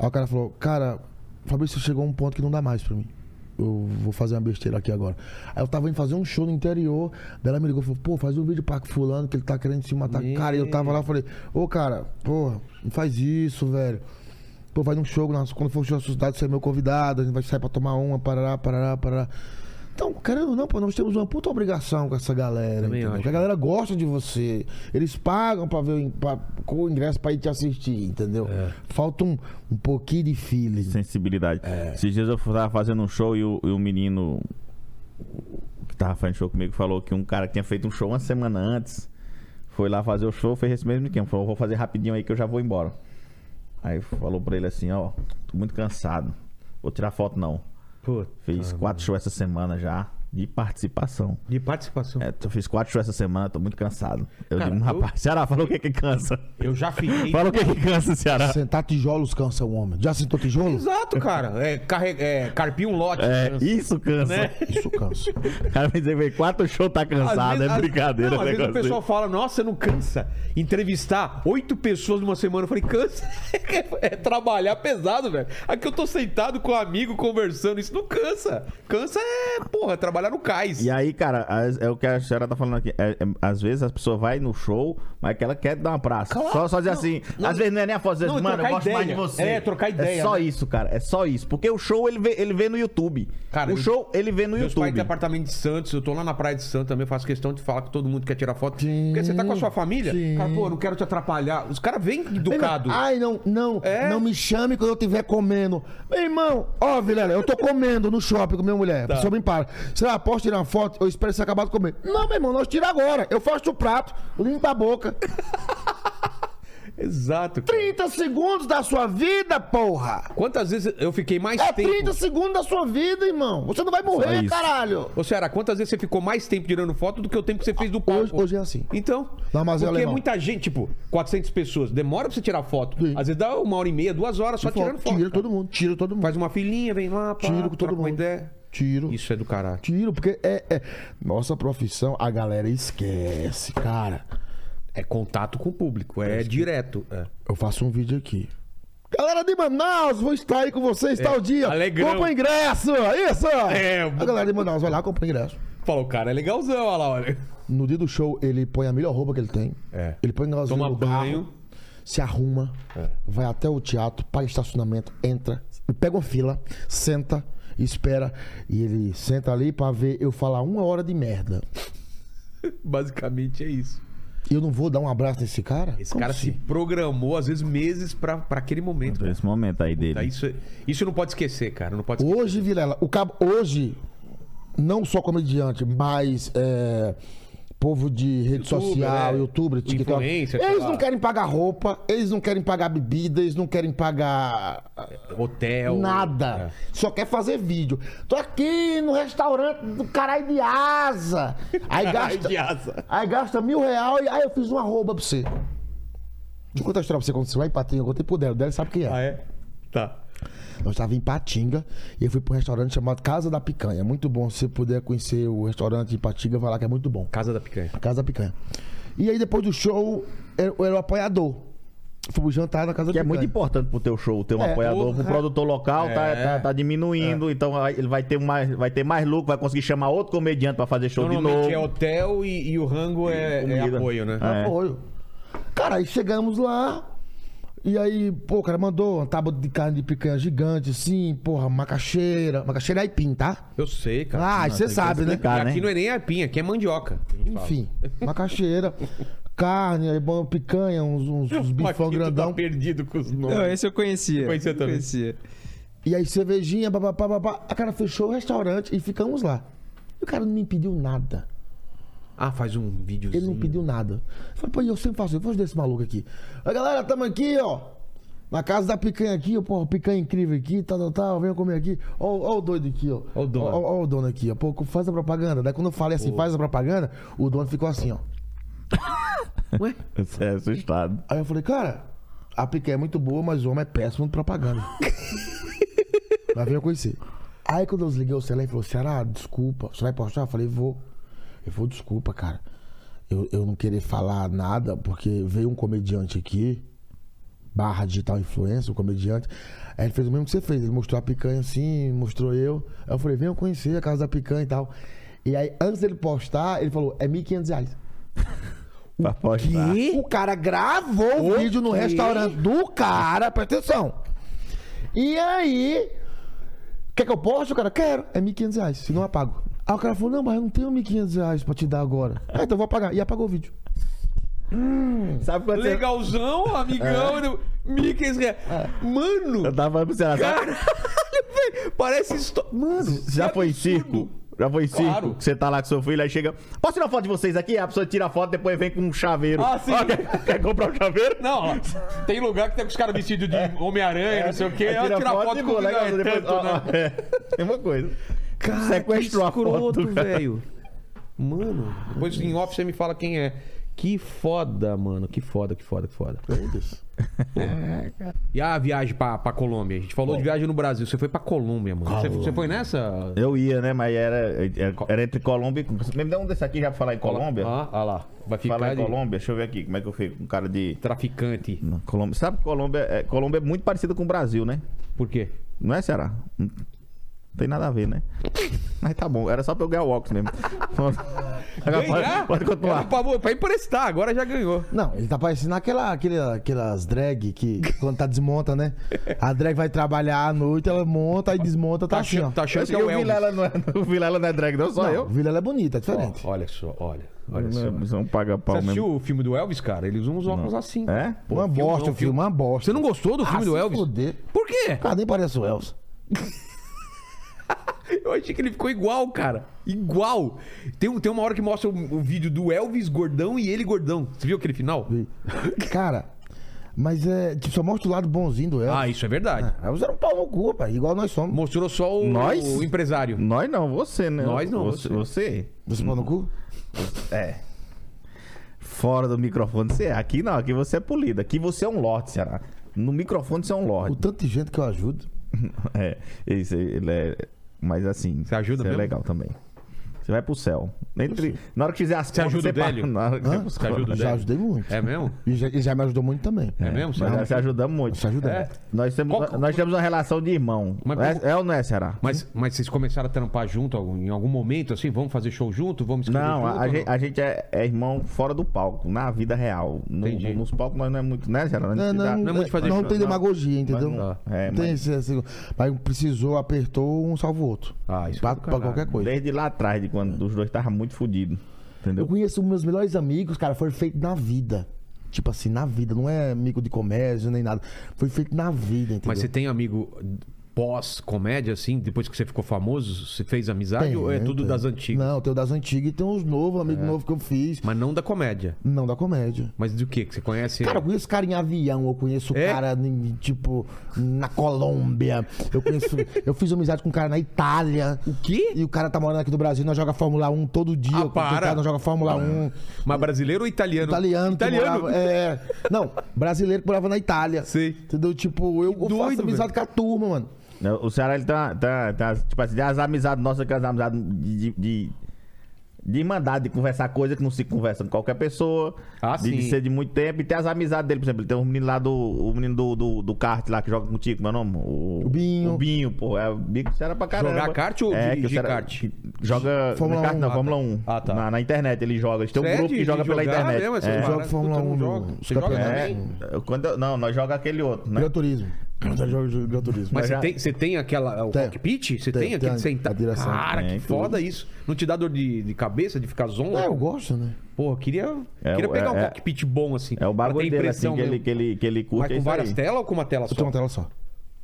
B: Aí o cara falou, cara, Fabrício, chegou um ponto que não dá mais pra mim. Eu vou fazer uma besteira aqui agora. Aí eu tava indo fazer um show no interior, daí ela me ligou e falou, pô, faz um vídeo pra fulano que ele tá querendo se matar. Cara, e eu tava lá e falei, ô cara, porra, não faz isso, velho. Pô, vai num show, nós- quando for show da sociedade, você é meu convidado, a gente vai sair pra tomar uma, parará, parará, parará. Então, querendo ou não, pô, nós temos uma puta obrigação com essa galera,
A: Também
B: entendeu?
A: acho.
B: Porque a galera gosta de você. Eles pagam pra ver o in- pra- com o ingresso pra ir te assistir, entendeu? Falta um, um pouquinho de feeling.
D: sensibilidade. Esses dias eu tava fazendo um show e o, e o menino que tava fazendo show comigo falou que um cara que tinha feito um show uma semana antes foi lá fazer o show, fez esse mesmo esquema. Falou, vou fazer rapidinho aí que eu já vou embora. Aí falou pra ele assim, ó, tô muito cansado. Vou tirar foto não.
A: Puta.
D: Fiz quatro shows essa semana já. de participação.
A: De participação.
D: É, eu fiz quatro shows essa semana, tô muito cansado. Eu
A: Cara,
D: digo, "Hum,
A: eu-
D: rapaz, Ceará, fala o que que cansa.
A: Eu já fiquei.
D: Fala o que que cansa, Ceará.
B: Sentar tijolos cansa o homem. Já sentou tijolo?
A: Exato, cara. É, carre... é, carpir um lote.
D: É, isso cansa.
B: Isso cansa.
D: O cara vai dizer, "Vem, quatro shows tá
A: Né? Às
D: cansado,
A: vezes-
D: é
A: às-
D: brincadeira.
A: Não, às vezes o
D: negócio
A: pessoal fala, nossa, você não cansa. Entrevistar oito pessoas numa semana, eu falei, cansa. É trabalhar pesado, velho. Aqui eu tô sentado com um amigo conversando, isso não cansa. Cansa é, porra, trabalhar no cais.
D: E aí, cara, as- é o que a senhora tá falando aqui. É, é, às vezes as pessoas vai no show, mas que ela quer dar um praça.
A: Claro.
D: Só, só dizer
A: Não,
D: assim.
A: não.
D: às vezes não é nem a foto, às vezes,
A: Não, e
D: mano, eu
A: trocar
D: gosto mais de
A: ideia.
D: você.
A: É, trocar ideia,
D: É só
A: né?
D: isso, cara. É só isso. Porque o show ele vê, ele vê no YouTube.
A: Cara,
D: o
A: eu-
D: show ele vê no
A: Meus pais
D: YouTube.
A: têm apartamento de Santos, eu tô lá na Praia de Santos também, eu faço questão de falar com todo mundo que quer tirar foto.
B: Sim,
A: Porque você tá com a sua família,
B: sim.
A: cara, pô, eu não quero te atrapalhar. Os caras vêm educado.
B: Ai, não, não,
A: É?
B: não me chame quando eu estiver comendo. Meu irmão, ó, Vilela, eu tô comendo no shopping com minha mulher. A pessoa me para. Será que posso tirar uma foto? Eu espero você acabar de comer. Não, meu irmão, nós tira agora. Eu faço o prato, limpo a boca.
A: Exato. cara.
B: 30 segundos da sua vida, porra!
A: Quantas vezes eu fiquei mais
B: É
A: tempo.
B: 30 segundos da sua vida, irmão. Você não vai morrer,
D: isso.
B: caralho.
A: Ô, Ceará, quantas vezes você ficou mais tempo tirando foto do que o tempo que você fez do palco?
B: Hoje, hoje é assim.
A: Então,
B: Não, mas é
A: porque é
B: alemão.
A: muita gente, tipo, 400 pessoas, demora pra você tirar foto.
B: Sim.
A: Às vezes dá uma hora e meia, duas horas
B: Tá
A: só tirando foto.
B: Tiro todo mundo, tiro todo mundo.
A: Faz uma filhinha, vem lá, pá,
B: Tiro com todo
A: troca uma
B: mundo.
A: ideia.
B: Tiro.
A: Isso é do caralho.
B: Tiro, porque é, é. Nossa profissão, a galera esquece, cara.
A: É contato com o público, é direto. É.
B: Eu faço um vídeo aqui. É, Galera de Manaus, vou estar aí com vocês tal dia.
A: alegrão.
B: Compra ingresso, isso!
A: É,
B: a galera de Manaus vai lá, compra ingresso.
A: Fala, o cara é legalzão, olha lá, olha.
B: No dia do show, ele põe a melhor roupa que ele tem.
A: É.
B: Ele põe um negocinho
A: Toma
B: no carro,
A: banho.
B: se arruma,
A: É.
B: vai até o teatro, paga estacionamento, entra, pega uma fila, senta, espera. E ele senta ali pra ver eu falar uma hora de merda.
A: Basicamente é isso.
B: E eu não vou dar um abraço nesse cara?
A: Esse
B: Como
A: cara se
B: assim?
A: programou, às vezes, meses pra, pra aquele momento.
D: Esse momento aí dele.
A: Tá, isso, isso não pode esquecer, cara. Não pode esquecer.
B: Hoje, Vilela, o cabo, hoje, não só comediante, mas é, povo de rede
A: Youtuber,
B: social,
A: né?
B: youtuber, TikTok.
A: Influencer, sei
B: Eles
A: lá.
B: não querem pagar roupa, eles não querem pagar bebida, eles não querem pagar
A: Hotel.
B: nada.
A: É.
B: Só quer fazer vídeo. Tô aqui no restaurante do caralho de asa. Aí gasta,
A: de asa.
B: aí gasta mil real e aí eu fiz uma rouba pra você. De conta a história pra você aconteceu lá em Patinga, eu contei pro Délio, o Délio sabe quem é.
A: Ah, é? Tá.
B: Nós estávamos em Patinga e eu fui para um restaurante chamado Casa da Picanha. É Muito bom. Se você puder conhecer o restaurante em Patinga, vai lá que é muito bom.
A: Casa da Picanha.
B: Casa da Picanha. E aí depois do show, eu eu era o apoiador. Fomos jantar na Casa
D: Que
B: da
D: é
B: Picanha.
D: muito importante pro teu show, ter um
B: É,
D: apoiador,
A: porra.
D: pro produtor local, tá,
A: É.
D: tá, tá diminuindo, então aí ele vai ter, mais, vai ter mais lucro, vai conseguir chamar outro comediante pra fazer show de novo.
A: Normalmente é hotel e, e o rango é, é
D: comida.
A: apoio, né?
D: Ah, é.
B: Apoio. Cara, aí chegamos lá. E aí, pô, o cara mandou uma tábua de carne de picanha gigante, assim, porra, macaxeira. Macaxeira é aipim, tá?
A: Eu sei, cara.
B: Ah, você sabe, né?
D: explicar,
A: aqui
D: né?
A: não é nem arpinha, aqui é mandioca. que a gente fala.
B: Enfim, macaxeira, carne, aí bom, picanha, uns, uns, uns bifão
A: Paquito
B: grandão.
A: Tá perdido com os nomes.
C: Não, esse eu conhecia.
A: Conhecia também.
C: Conhecia.
B: E aí, cervejinha, papapá, papá. A cara fechou o restaurante e ficamos lá. E o cara não me pediu nada.
A: Ah, faz um videozinho.
B: Ele não pediu nada. Eu falei, pô, e eu sempre faço, eu vou ajudar esse maluco aqui. Aí, galera, tamo aqui, ó. Na casa da picanha aqui, ó, pô, picanha incrível aqui, tal, tal, tal, venha comer aqui. Ó, ó o doido aqui, ó.
A: Ó o dono.
B: Ó, ó o dono aqui, ó. Pô, faz a propaganda. Daí quando eu falei assim, faz a propaganda, o dono ficou assim, ó.
D: Você é assustado.
B: Aí eu falei, cara, a picanha é muito boa, mas o homem é péssimo de propaganda. Lá vem eu conhecer. Aí quando eu desliguei o celular, ele falou, Ceará, desculpa, você vai postar? Eu falei, vou. Eu vou, desculpa, cara. Eu, eu não querer falar nada, porque veio um comediante aqui, barra digital influencer, um comediante. Aí ele fez o mesmo que você fez, ele mostrou a picanha assim, mostrou eu. Aí eu falei, venham conhecer a casa da picanha e tal. E aí, antes dele postar, ele falou, é R$ 1.500 reais.
D: Pra postar.
B: Tá. O cara gravou o,
A: O
B: vídeo no
A: quê?
B: restaurante do cara, presta atenção. E aí, quer que eu poste? O cara, quero, é 1.500 reais, senão eu apago. Aí o cara falou, não, mas eu não tenho 1.500 reais pra te dar agora. Ah, então eu vou apagar. E apagou o vídeo.
D: Sabe quando você-
A: Legalzão, amigão. do- Mickey.
D: Eu
A: É. Mano,
D: tava falando pro Ceará, sabe?
A: caralho, velho. Parece histó... Mano,
D: tá- Já
A: que
D: foi em
A: absurdo.
D: circo? Já foi em circo?
A: Claro.
D: que Você tá lá com seu filho, aí chega. Posso tirar foto de vocês aqui? A pessoa tira a foto, depois vem com um chaveiro.
A: Ah, sim.
D: Ó, quer, quer comprar um chaveiro?
A: Não, ó, tem lugar que tem com os caras vestidos de Homem-Aranha, não sei o quê.
D: Aí
A: É. Tira, tira foto,
D: e
A: foto com
D: boa,
A: o
D: legal,
A: é
D: depois-
A: tanto,
D: ó, ó,
A: né?
D: é. Mesma coisa.
A: Cara,
D: Sequestrou a
A: que escroto,
D: foto, cara.
A: velho. Mano, depois em off você me fala quem é. Que foda, mano. Que foda, que foda, que foda. E a viagem pra, pra Colômbia? A gente falou de viagem no Brasil. Você foi pra Colômbia, mano. Você, você foi nessa?
D: Eu ia, né? Mas era, era, era entre Colômbia e. Me dá um desse aqui já pra falar em Colômbia.
A: Ah, ah lá. Vai ficar
D: falar em
A: de
D: Colômbia, deixa eu ver aqui como é que eu fico com cara de.
A: traficante.
D: Não, Colômbia. Sabe que Colômbia é, Colômbia é muito parecida com o Brasil, né?
A: Por quê?
D: Não é, Ceará? Não tem nada a ver, né? Mas tá bom, era só pra eu ganhar o óculos mesmo. Agora
A: Ganhar?
D: pode,
A: Era
D: pode continuar.
A: pra, pra emprestar, agora já ganhou.
B: Não, ele tá parecendo aquela, aquela, aquelas drag que quando tá desmonta, né? A drag vai trabalhar à noite, ela monta e desmonta, tá,
A: Tá,
B: assim, ó.
A: achando, tá achando que é
D: Eu
A: o
D: vi
A: Elvis.
D: Vilela não é, o Vilela não é drag, não, só
B: Não,
D: eu.
B: Vila ela é bonita, é diferente.
A: Ó, olha só, olha. Olha só.
D: Não, São paga
A: Você
D: pau
A: assistiu
D: mesmo.
A: o filme do Elvis, cara? Ele usa uns óculos assim.
D: É?
B: uma bosta,
A: não,
B: filme, uma bosta.
A: um Você não gostou
D: Ah,
A: do filme do Elvis?
B: Foder.
A: Por quê?
B: Cara, nem parece o Elvis.
A: Eu achei que ele ficou igual, cara. Igual. Tem, um- tem uma hora que mostra o, o vídeo do Elvis gordão e ele gordão. Você viu aquele final?
B: Cara, mas é. Tipo, só mostra o lado bonzinho do Elvis.
A: Ah, isso é verdade.
B: Elvis era um pau no cu, pai, igual nós somos.
A: Mostrou só o,
D: Nós?
A: o empresário.
D: Nós não, você, né?
A: Nós não,
D: você. Você?
B: Você um pau no cu?
D: É. Fora do microfone, você é. Aqui não, aqui você é polido. Aqui você é um lorde, Ceará. No microfone você é um
B: O
D: lorde.
B: tanto de gente que eu ajudo.
D: É, isso, ele é. Mas assim.
A: Você ajuda
D: isso é
A: mesmo?
D: legal também. Você vai pro céu. Entre, na hora que fizer as
A: Você
D: contas,
A: ajuda o
D: para-
A: Délio?
D: na hora que
B: Hã?
D: você buscar.
A: Você ajuda o
B: Já
A: Délio?
B: ajudei muito.
A: É mesmo?
B: E já, e já me ajudou muito também.
A: É mesmo? Você
D: Nós
A: não-
D: já se ajudamos muito.
B: Você ajuda?
A: É.
D: Nós temos,
A: Qual-
D: nós temos uma relação de irmão.
A: Mas
D: é,
A: como-
D: é ou não é, Ceará?
A: Mas, mas vocês começaram a trampar junto algum- em algum momento, assim? Vamos fazer show junto? Vamos escrever
D: Não,
A: junto,
D: a,
A: ou
D: gente, a gente é, é irmão fora do palco, na vida real. No-
A: Entendi.
D: nos palcos nós não é muito, né, Ceará?
B: Não, não,
A: Não é muito fazer
B: não
A: show,
B: tem
A: não.
B: demagogia, entendeu?
A: não dá.
D: É,
B: Não tem esse, esse- Mas precisou, apertou, um salva o outro.
A: Ah, isso
B: pra,
A: é do
B: pra
A: caralho.
B: qualquer coisa.
D: Desde lá atrás, de quando os dois estavam muito fodidos.
B: Eu
D: Entendeu?
B: conheço meus melhores amigos, cara, foi feito na vida. Tipo assim, na vida, não é amigo de comércio nem nada. Foi feito na vida, entendeu?
A: Mas você tem amigo pós-comédia, assim, depois que você ficou famoso, você fez amizade ou é
B: Tem,
A: tudo
B: tem.
A: das antigas? É.
B: Não, tem o das antigas e tem os novos, um amigo novo que eu fiz.
A: Mas não da comédia.
B: Não da comédia.
A: Mas do que? Que você conhece?
B: Cara, eu conheço cara em avião, eu conheço
A: É?
B: cara, em, tipo, na Colômbia. Eu conheço. eu fiz amizade com um cara na Itália.
A: o quê?
B: E o cara tá morando aqui do Brasil, nós joga Fórmula 1 todo dia.
A: Ah,
B: Eu conheci um
A: para.
B: cara, nós joga Fórmula 1.
A: Mas brasileiro ou italiano?
B: Italiano,
A: Italiano.
B: Que morava, é, não, brasileiro que morava na Itália.
A: Sei.
B: Entendeu? Tipo, eu, eu
A: doido,
B: faço amizade com a turma, mano.
D: O Ceará, ele tá, tá, tá, Tipo assim, as amizades nossas, aquelas amizades de. de, de de mandar, de conversar coisa que não se conversa com qualquer pessoa.
A: Ah,
D: de, de
A: sim.
D: ser de muito tempo. E tem as amizades dele, por exemplo. Ele tem um menino lá do. O menino do, do, do kart lá que joga contigo, como é o nome? O,
B: O Binho.
D: O Binho, pô. É o Binho que o Ceará pra caramba.
A: Jogar kart ou
D: é,
A: de-
D: que o
A: de
D: Ceará-
A: kart?
D: que Joga.
B: Fórmula
D: Fórmula kart,
B: 1.
D: não, Fórmula 1.
A: Ah, tá.
D: Na, na internet ele joga. Eles têm um
A: Você é
D: grupo
A: de-
D: que joga
A: de
D: pela
A: jogar
D: internet.
A: mesmo, essas
D: é.
A: paradas?
B: Joga Fórmula
A: Puta, eu não
B: 1
A: jogo.
B: nos
A: Você joga
B: campeonatos.
A: também?
D: É, eu- quando eu- não, nós joga aquele outro, né?
B: Gran Turismo. Nós joga de Gran Turismo. É.
A: Mas
D: Mas
A: você,
D: já-
A: tem, você tem aquela. O
B: Tem.
A: cockpit? Você tem,
B: Tem,
A: aquele
B: tem,
A: senta-
B: a direção.
A: Cara,
D: Tem,
A: que
D: tudo.
A: foda isso. Não te dá dor de, de cabeça de ficar zonzo?
B: É, eu gosto, né?
A: Porra, queria,
D: É,
A: queria
D: o-
A: pegar um
D: é-
A: cockpit bom assim.
D: É o
A: Pra ter
D: barulho dele,
A: impressão
D: assim, que ele,
A: mesmo.
D: que, ele, que ele curte.
A: Mas
D: é
A: com
D: isso
A: várias
D: aí.
A: telas ou com uma tela
B: Eu tenho
A: só?
B: uma tela só.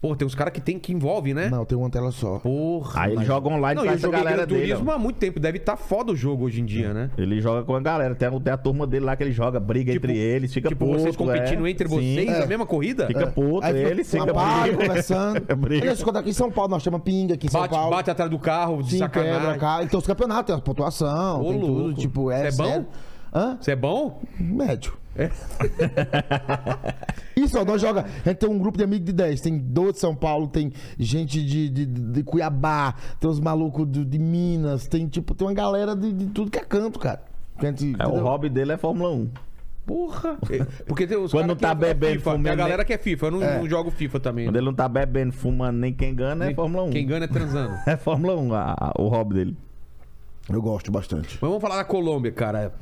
A: Porra, tem uns caras que tem que envolve, né?
B: Não, tem uma tela só.
A: Porra.
D: Aí ele joga online
A: Não,
D: com
A: eu
D: essa
A: joguei Gran
D: galera dele.
A: Turismo
D: ó.
A: há muito tempo. Deve estar foda o jogo hoje em dia, né?
D: Ele joga com a galera. Tem, tem a turma dele lá que ele joga, briga
A: Tipo-
D: entre eles, fica
A: tipo,
D: puto.
A: vocês competindo
D: é.
A: entre
D: Sim.
A: vocês
D: É.
A: na mesma corrida?
D: Fica puto,
B: Aí
D: ele
B: fica
D: fica
B: rapaz,
D: briga.
B: conversando.
D: É briga.
B: Olha, quando aqui em São Paulo, nós chamamos pinga aqui em São
A: Bate,
B: Paulo.
A: bate atrás do carro, de
B: Sim, quebra,
A: sacanagem.
B: cara. Então os campeonatos, tem a pontuação,
A: Ô,
B: tem tudo,
A: louco.
B: tipo,
A: Cê
B: é.
A: é bom?
B: sério. Hã?
A: Você é bom?
B: Médio.
A: É.
B: Isso, ó, nós joga. A gente tem um grupo de amigos de 10. Tem 12 de São Paulo, tem gente de, de, de Cuiabá, tem os malucos de, de Minas, tem tipo, tem uma galera de, de tudo que é canto, cara. Gente,
D: É, o
B: entendeu?
D: hobby dele é Fórmula 1.
A: Porra. É, Porque tem os
D: Quando
A: cara
D: tá
A: que é
D: bebendo,
A: FIFA, tem a
D: fumando,
A: galera
D: né?
A: que é FIFA. Eu não, não jogo FIFA também.
D: Quando ele não tá bebendo, fumando, nem quem engana, é
A: Nem-
D: Fórmula 1.
A: Quem ganha é transando. Mas
D: É Fórmula 1 a- a- o hobby dele.
B: Eu gosto bastante.
A: vamos falar da Colômbia, cara.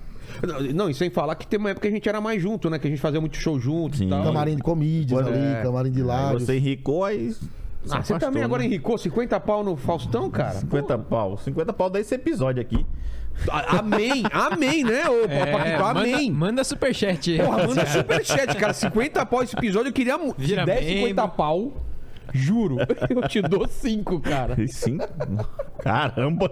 A: Não, e sem falar que tem uma época que a gente era mais junto, né? Que a gente fazia muito show junto e
D: Sim.
A: tal.
B: Camarim de comídias
A: Pois
B: ali,
A: é.
B: camarim de
D: Aí
B: lados.
D: você enricou, aí. se
A: Ah, você
D: afastou,
A: também
D: né?
A: agora enricou 50 pau no Faustão, cara?
D: 50 pau. 50 pau desse episódio aqui.
A: A- Amém, amém, né? Ô,
C: É,
A: Paquito, amém.
C: manda, manda superchat aí.
A: Porra, manda superchat, cara. 50 pau esse episódio, eu queria muito. Se
C: Vira
A: der
C: membro.
A: 50 pau, juro, eu te dou 5, cara.
D: E Sim. Caramba!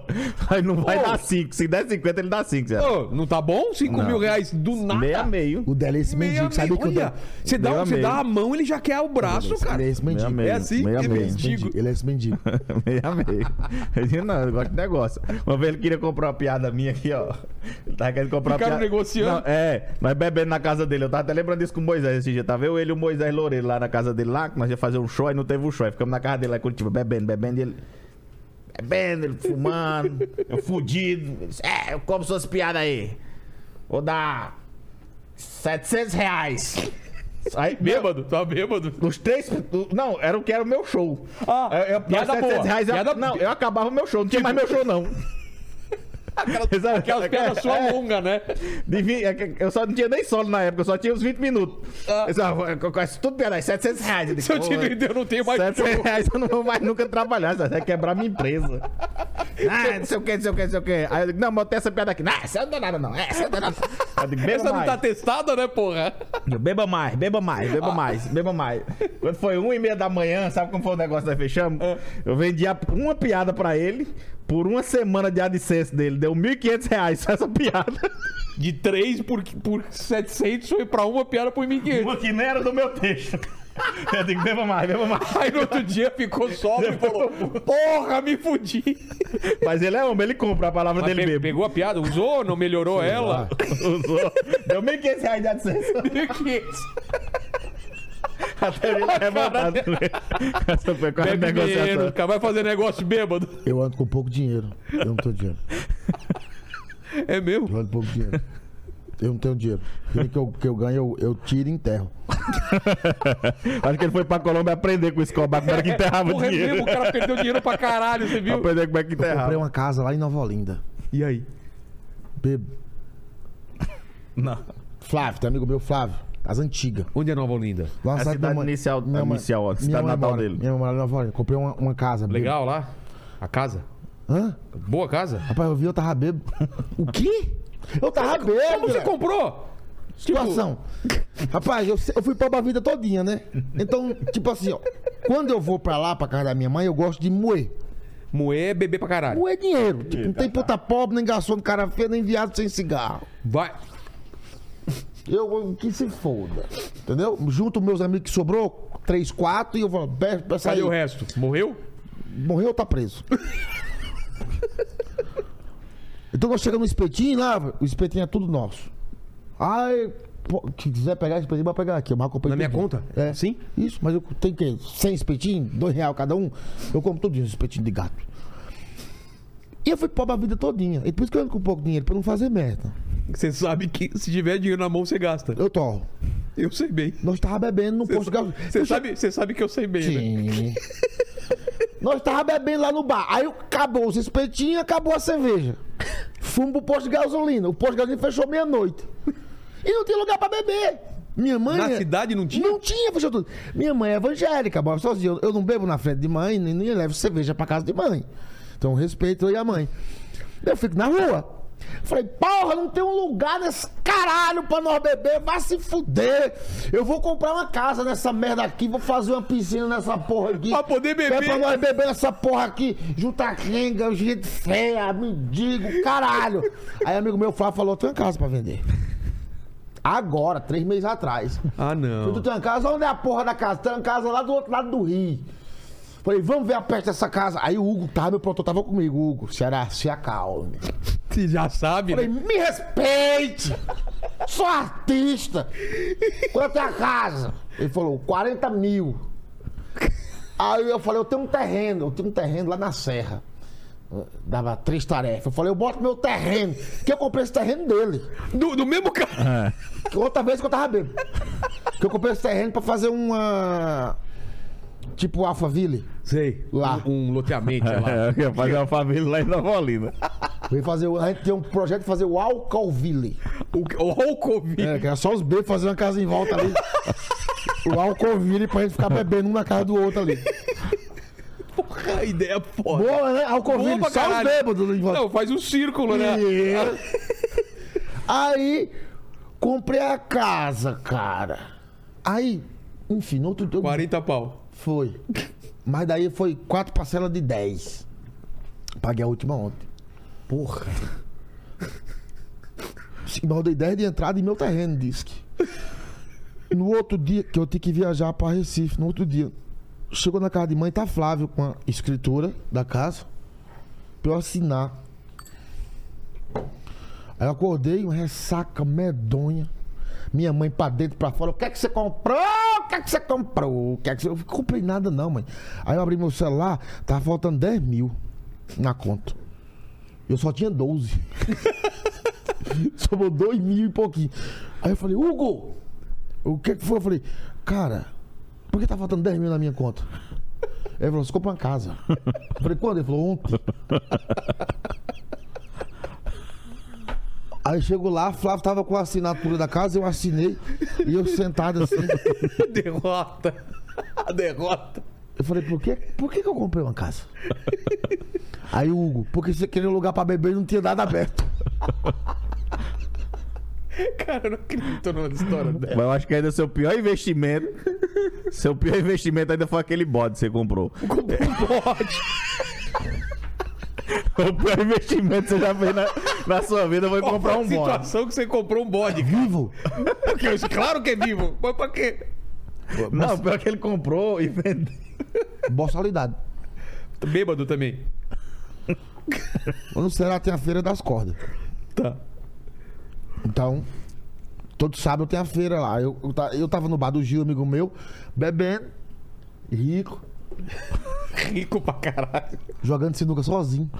D: Aí não vai dar 5. Se der 50, ele dá 5, Zé.
A: Ô, não tá bom? 5
D: Não.
A: mil reais do nada.
D: Meia meio.
B: O Dele é esse
A: Meia
B: mendigo, sabe
A: meio.
B: que o
A: Olha,
B: Dele...
A: você dá,
D: Meia
A: você
D: meio.
A: dá a mão, ele já quer o braço, cara.
B: Ele é esse mendigo.
D: meia
A: É assim
D: meia
A: que
D: meia.
B: Esse mendigo. Ele é esse mendigo.
D: Meia meia. Eu disse, não, eu gosto de negócio. Uma vez ele queria comprar uma piada minha aqui, ó. Ele tava querendo comprar uma
A: Ficaram
D: piada.
A: negociando?
D: Não, é, nós bebendo na casa dele. Eu tava até lembrando disso com o Moisés esse dia. Tava eu, ele e o Moisés Loureiro lá na casa dele, lá, que nós ia fazer um show, aí não teve um show. Aí ficamos na casa dele lá em Curitiba, bebendo, bebendo, e ele. Bebendo, ele fumando, eu fudido. Ele disse, É, eu como suas piadas aí. Vou dar 700 reais. Aí, meu,
A: Bêbado, tá bêbado.
D: os três. o- Não, era o que era o meu show.
A: Ah,
D: eu, eu,
A: piada
D: nós 700
A: boa,
D: Reais, eu-
A: piada-
D: não, eu acabava o meu show, não tinha mais meu show, não. Sabe
A: Aquelas piadas só
D: é,
A: longa, né?
D: de vi- é que Eu só não tinha nem solo na época, eu só tinha uns 20 minutos.
A: Ah.
D: Eu só, eu conheço tudo piada, aí, 700 reais. Eu
A: Se
D: disse,
A: eu te
D: "Pô,
A: vender, eu não tenho mais
D: 700 reais eu não vou mais nunca trabalhar, você vai quebrar minha empresa. Ah, não sei o que, não sei o que, não sei o que. Aí eu digo, não, mas eu tenho essa piada aqui. Não, essa não dá nada, não. Essa não dá nada. Eu digo, "Beba
A: Essa não tá
D: mais."
A: testada, né, porra?
D: Eu, Beba mais, beba mais, beba mais, beba mais. Quando foi uma e meia da manhã, sabe como foi o negócio que nós fechamos? Eu vendi a- uma piada pra ele por uma semana de adicência dele. Deu 1.500 reais só essa piada.
A: De 3 por, por 700 foi pra uma piada por 1.500.
D: Uma que nem era do meu texto. Eu digo, beba mais, beba mais.
A: Aí no outro dia ficou sóbrio e falou: Porra, me fudi.
D: Mas ele é homem, ele compra a palavra
A: Mas
D: dele
A: pe-
D: mesmo.
A: pegou a piada, usou, não melhorou ela.
D: Usou. Deu 1.500 reais de adicência.
A: 1.500.
D: Até ele é revoltado. Essa foi quase a
A: Bebe menos,
D: negociação.
A: cara. Vai fazer negócio bêbado.
B: Eu ando com pouco dinheiro. Eu não tenho dinheiro.
A: É mesmo?
B: Eu ando com pouco dinheiro. Eu não tenho dinheiro. O que eu, que eu ganho, eu, eu tiro e enterro.
D: Acho que ele foi pra Colômbia aprender com o Escobar como era que enterrava
A: Porra, é mesmo,
D: dinheiro.
A: o cara perdeu dinheiro pra caralho, você viu?
D: Aprender como é que
B: Eu comprei
D: enterrava.
B: uma casa lá em Nova Olinda.
A: E aí?
B: Bebo.
D: Não.
B: Flávio, tem amigo meu, Flávio. As antigas.
A: Onde é Nova Olinda?
B: Lá na
D: A
B: da
D: cidade
B: mãe-
D: inicial-
B: minha mãe-
D: inicial, ó,
B: minha
D: cidade
B: mãe
D: natal
B: mora-
D: dele.
B: Minha mãe lá em Nova Olinda. Comprei uma, uma casa. bebo.
A: Legal lá? A casa?
B: Hã?
A: Boa casa?
B: Rapaz, eu vi, eu tava bebo. O quê? Eu
A: Tá
B: tava bebo.
A: Como você
B: velho.
A: comprou?
B: Situação. Rapaz, eu, se- eu fui pobre a vida todinha, né? Então, tipo assim, ó. Quando eu vou pra lá, pra casa da minha mãe, eu gosto de moer.
A: Moer, beber pra caralho.
B: Moer dinheiro. Tipo, não tem puta pobre, nem garçom de cara feia, nem viado sem cigarro.
A: Vai.
B: Eu, eu- que se foda. Entendeu? Junto meus amigos que sobrou, três, quatro, e eu vou, bebe
A: Cadê
B: pra sair.
A: o resto? Morreu?
B: Morreu ou tá preso? então nós chegamos no espetinho lá, velho, o espetinho é tudo nosso. Ai, pô, quem quiser pegar esse espetinho, vai pegar aqui. Eu marco
A: Na minha conta?
B: É.
A: Sim.
B: Isso, mas eu tenho que 100 espetinhos, dois reais cada um. Eu como todos os espetinhos de gato. E eu fui pobre a vida todinha. E por isso que eu ando com pouco dinheiro, pra não fazer merda.
A: Você sabe que se tiver dinheiro na mão, você gasta.
B: Eu torro.
A: Eu sei bem.
B: Nós tava bebendo no posto de gasolina.
A: Você sabe, você sabe que eu sei bem, né?
B: Sim. Nós tava bebendo lá no bar. Aí acabou os espetinhos, acabou a cerveja. Fomos pro posto de gasolina. O posto de gasolina fechou meia-noite. E não tinha lugar pra beber. Minha mãe. é-
A: Na cidade não tinha?
B: Não tinha, fechou tudo. Minha mãe é evangélica, mora sozinha. Eu, eu não bebo na frente de mãe, nem, nem levo cerveja pra casa de mãe. Então respeito eu e a mãe. Eu fico na rua. Falei, porra, não tem um lugar nesse caralho pra nós beber, vai se fuder. Eu vou comprar uma casa nessa merda aqui, vou fazer uma piscina nessa porra aqui.
A: Pra poder
B: Que É
A: beber.
B: pra nós beber nessa porra aqui, juntar renga, gente feia, mendigo, caralho. Aí amigo meu Flávio falou, tem uma casa pra vender. Agora, três meses atrás.
A: Ah, não.
B: Fui do Trancasa, onde é a porra da casa? Trancasa lá do outro lado do rio. Falei, vamos ver a peste dessa casa. Aí o Hugo tava, meu produtor tava comigo, Hugo. Será? Se acalme.
A: Você já sabe,
B: Falei,
A: né?
B: me respeite! Sou artista! Quanto é a casa? Ele falou, 40 mil. Aí eu falei, eu tenho um terreno, eu tenho um terreno lá na serra. Dava três tarefas. Eu falei, eu boto meu terreno, que eu comprei esse terreno dele.
A: Do, do mesmo cara.
B: Ah. Que Outra vez que eu tava bêbado. Que eu comprei esse terreno pra fazer uma. Tipo Alphaville.
A: Sei.
B: Lá.
A: Um, um loteamento sei lá.
D: É, eu ia fazer uma família lá em Nova Olinda.
B: Eu ia fazer, a gente tem um projeto de fazer o Alcalville.
A: O, o, o Covid.
B: É, que era só os bêbados fazer uma casa em volta ali. o Alcalville pra gente ficar bebendo um na casa do outro ali.
A: Porra, ideia é foda.
B: É. Boa, né? Alcalville,
A: pra
B: só os
A: caralho.
B: bêbados em volta.
A: Não, faz um círculo, né?
B: E- Aí, comprei a casa, cara. Aí, enfim, no outro dia. eu-
A: 40 pau.
B: Foi. Mas daí foi quatro parcelas de 10. Paguei a última ontem. Porra. Sim, mas eu dei 10 de entrada em meu terreno, disse que. No outro dia, que eu tinha que viajar para Recife, no outro dia. Chegou na casa de mãe, tá Flávio com a escritura da casa. Pra eu assinar. Aí eu acordei, uma ressaca medonha. Minha mãe pra dentro, pra fora. O que é que você comprou? O que é que você comprou? O que é que você... Eu não comprei nada não, mãe. Aí eu abri meu celular, tava faltando 10 mil na conta. Eu só tinha 12. Sobrou 2 mil e pouquinho. Aí eu falei, Hugo, o que é que foi? Eu falei, cara, por que tá faltando 10 mil na minha conta? Ele falou, você comprou uma casa. Eu falei, quando? Ele falou, ontem. Aí chego lá, Flávio tava com a assinatura da casa, eu assinei e eu sentado assim.
A: Derrota. A derrota.
B: Eu falei, por que, por que, que eu comprei uma casa? Aí o Hugo, porque você queria um lugar pra beber e não tinha nada aberto.
A: Cara, eu não acredito numa história dessa.
D: Mas eu acho que ainda seu pior investimento. Seu pior investimento ainda foi aquele bode que você comprou.
A: Comprou um bode.
D: O pior investimento que você já fez na, na sua vida foi comprar um bode.
A: situação que você comprou um bode, cara.
B: Vivo!
A: Porque eu- claro que é vivo. Mas pra quê?
D: Não, o pior é que ele comprou e vendeu.
B: Boa solidade.
A: Bêbado também.
B: Ou não será tem a feira das cordas.
A: Tá.
B: Então, todo sábado tem a feira lá. Eu, eu, ta- eu tava no bar do Gil, amigo meu, bebendo, rico,
A: Rico pra caralho.
B: jogando sinuca sozinho.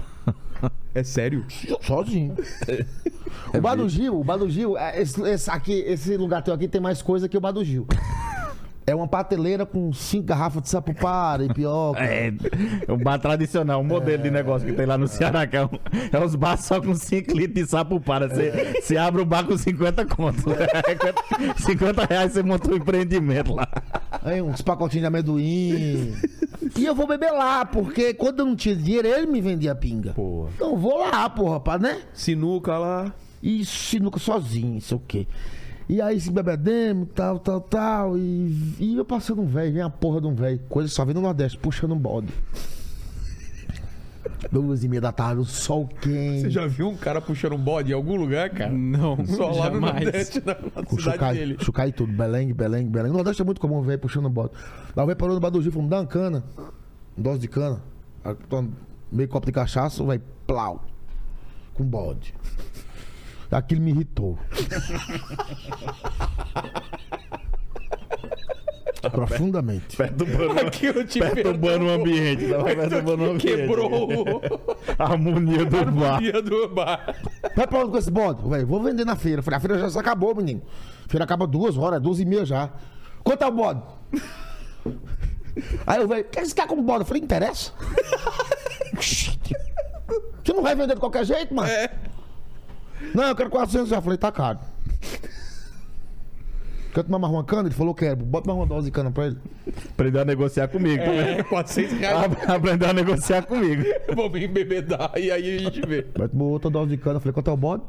A: É sério?
B: Sozinho. o bar do Gil, o bar do Gil, é, esse, esse aqui, esse lugar teu aqui tem mais coisa que o bar do Gil. É uma pateleira com cinco garrafas de sapopara e pioca.
D: É um bar tradicional, um modelo de negócio que tem lá no Ceará, que é, um, é uns bar só com 5 litros de sapo para. Você, você abre o bar com 50 contos. 50, reais você monta um empreendimento lá.
B: Aí uns pacotinhos de amendoim. e eu vou beber lá, porque quando eu não tinha dinheiro, ele me vendia pinga.
A: Boa.
B: Então eu vou lá, porra, pá, né?
A: Sinuca lá.
B: E sinuca sozinho, não sei o quê. E aí se bebedemos, tal, tal, tal. E, e eu passando um velho, vem a porra de um velho. Coisa que só vem no Nordeste, puxando um bode. Duas e meia da tarde, o sol quente.
A: Você já viu um cara puxando um bode em algum lugar, cara?
C: Não,
A: Só lá no
C: jamais.
A: Nordeste, na, na
B: Com
A: cidade
B: chucai,
A: dele.
B: chucai e tudo. Belém, Belém, Belém. No Nordeste é muito comum ver puxando bota. Lá o velho parou no Badugio e falou: me dá uma cana. Um dose de cana. Aí toma meio copo de cachaça, vai plau. Com bode. Aquilo me irritou. Profundamente.
D: Perturbando,
A: Aqui eu te
D: perturbando o ambiente. Tava perturbando
A: perdoe.
D: o ambiente.
A: Quebrou o
D: A harmonia do bar.
A: dia do bar.
B: Vai pra onde com esse bode? Véi, vou vender na feira. Falei, a feira já se acabou, menino. A feira acaba duas horas, duas e meia já. Quanto é o bode? Aí eu velho, por que você tá com bode? Eu falei, interessa? Você não vai vender de qualquer jeito, mano? Não, eu quero 400 reais. Eu falei, tá caro. Quer tomar mais uma cana? Ele falou, quero. Bota mais uma dose de cana pra ele.
D: Aprendeu a negociar comigo. tá vendo?
A: É, 400 reais.
D: A- Aprendeu a negociar comigo.
A: Vamos embebedar e aí a gente vê.
B: Vai tomar outra dose de cana. Eu falei, quanto é o bode?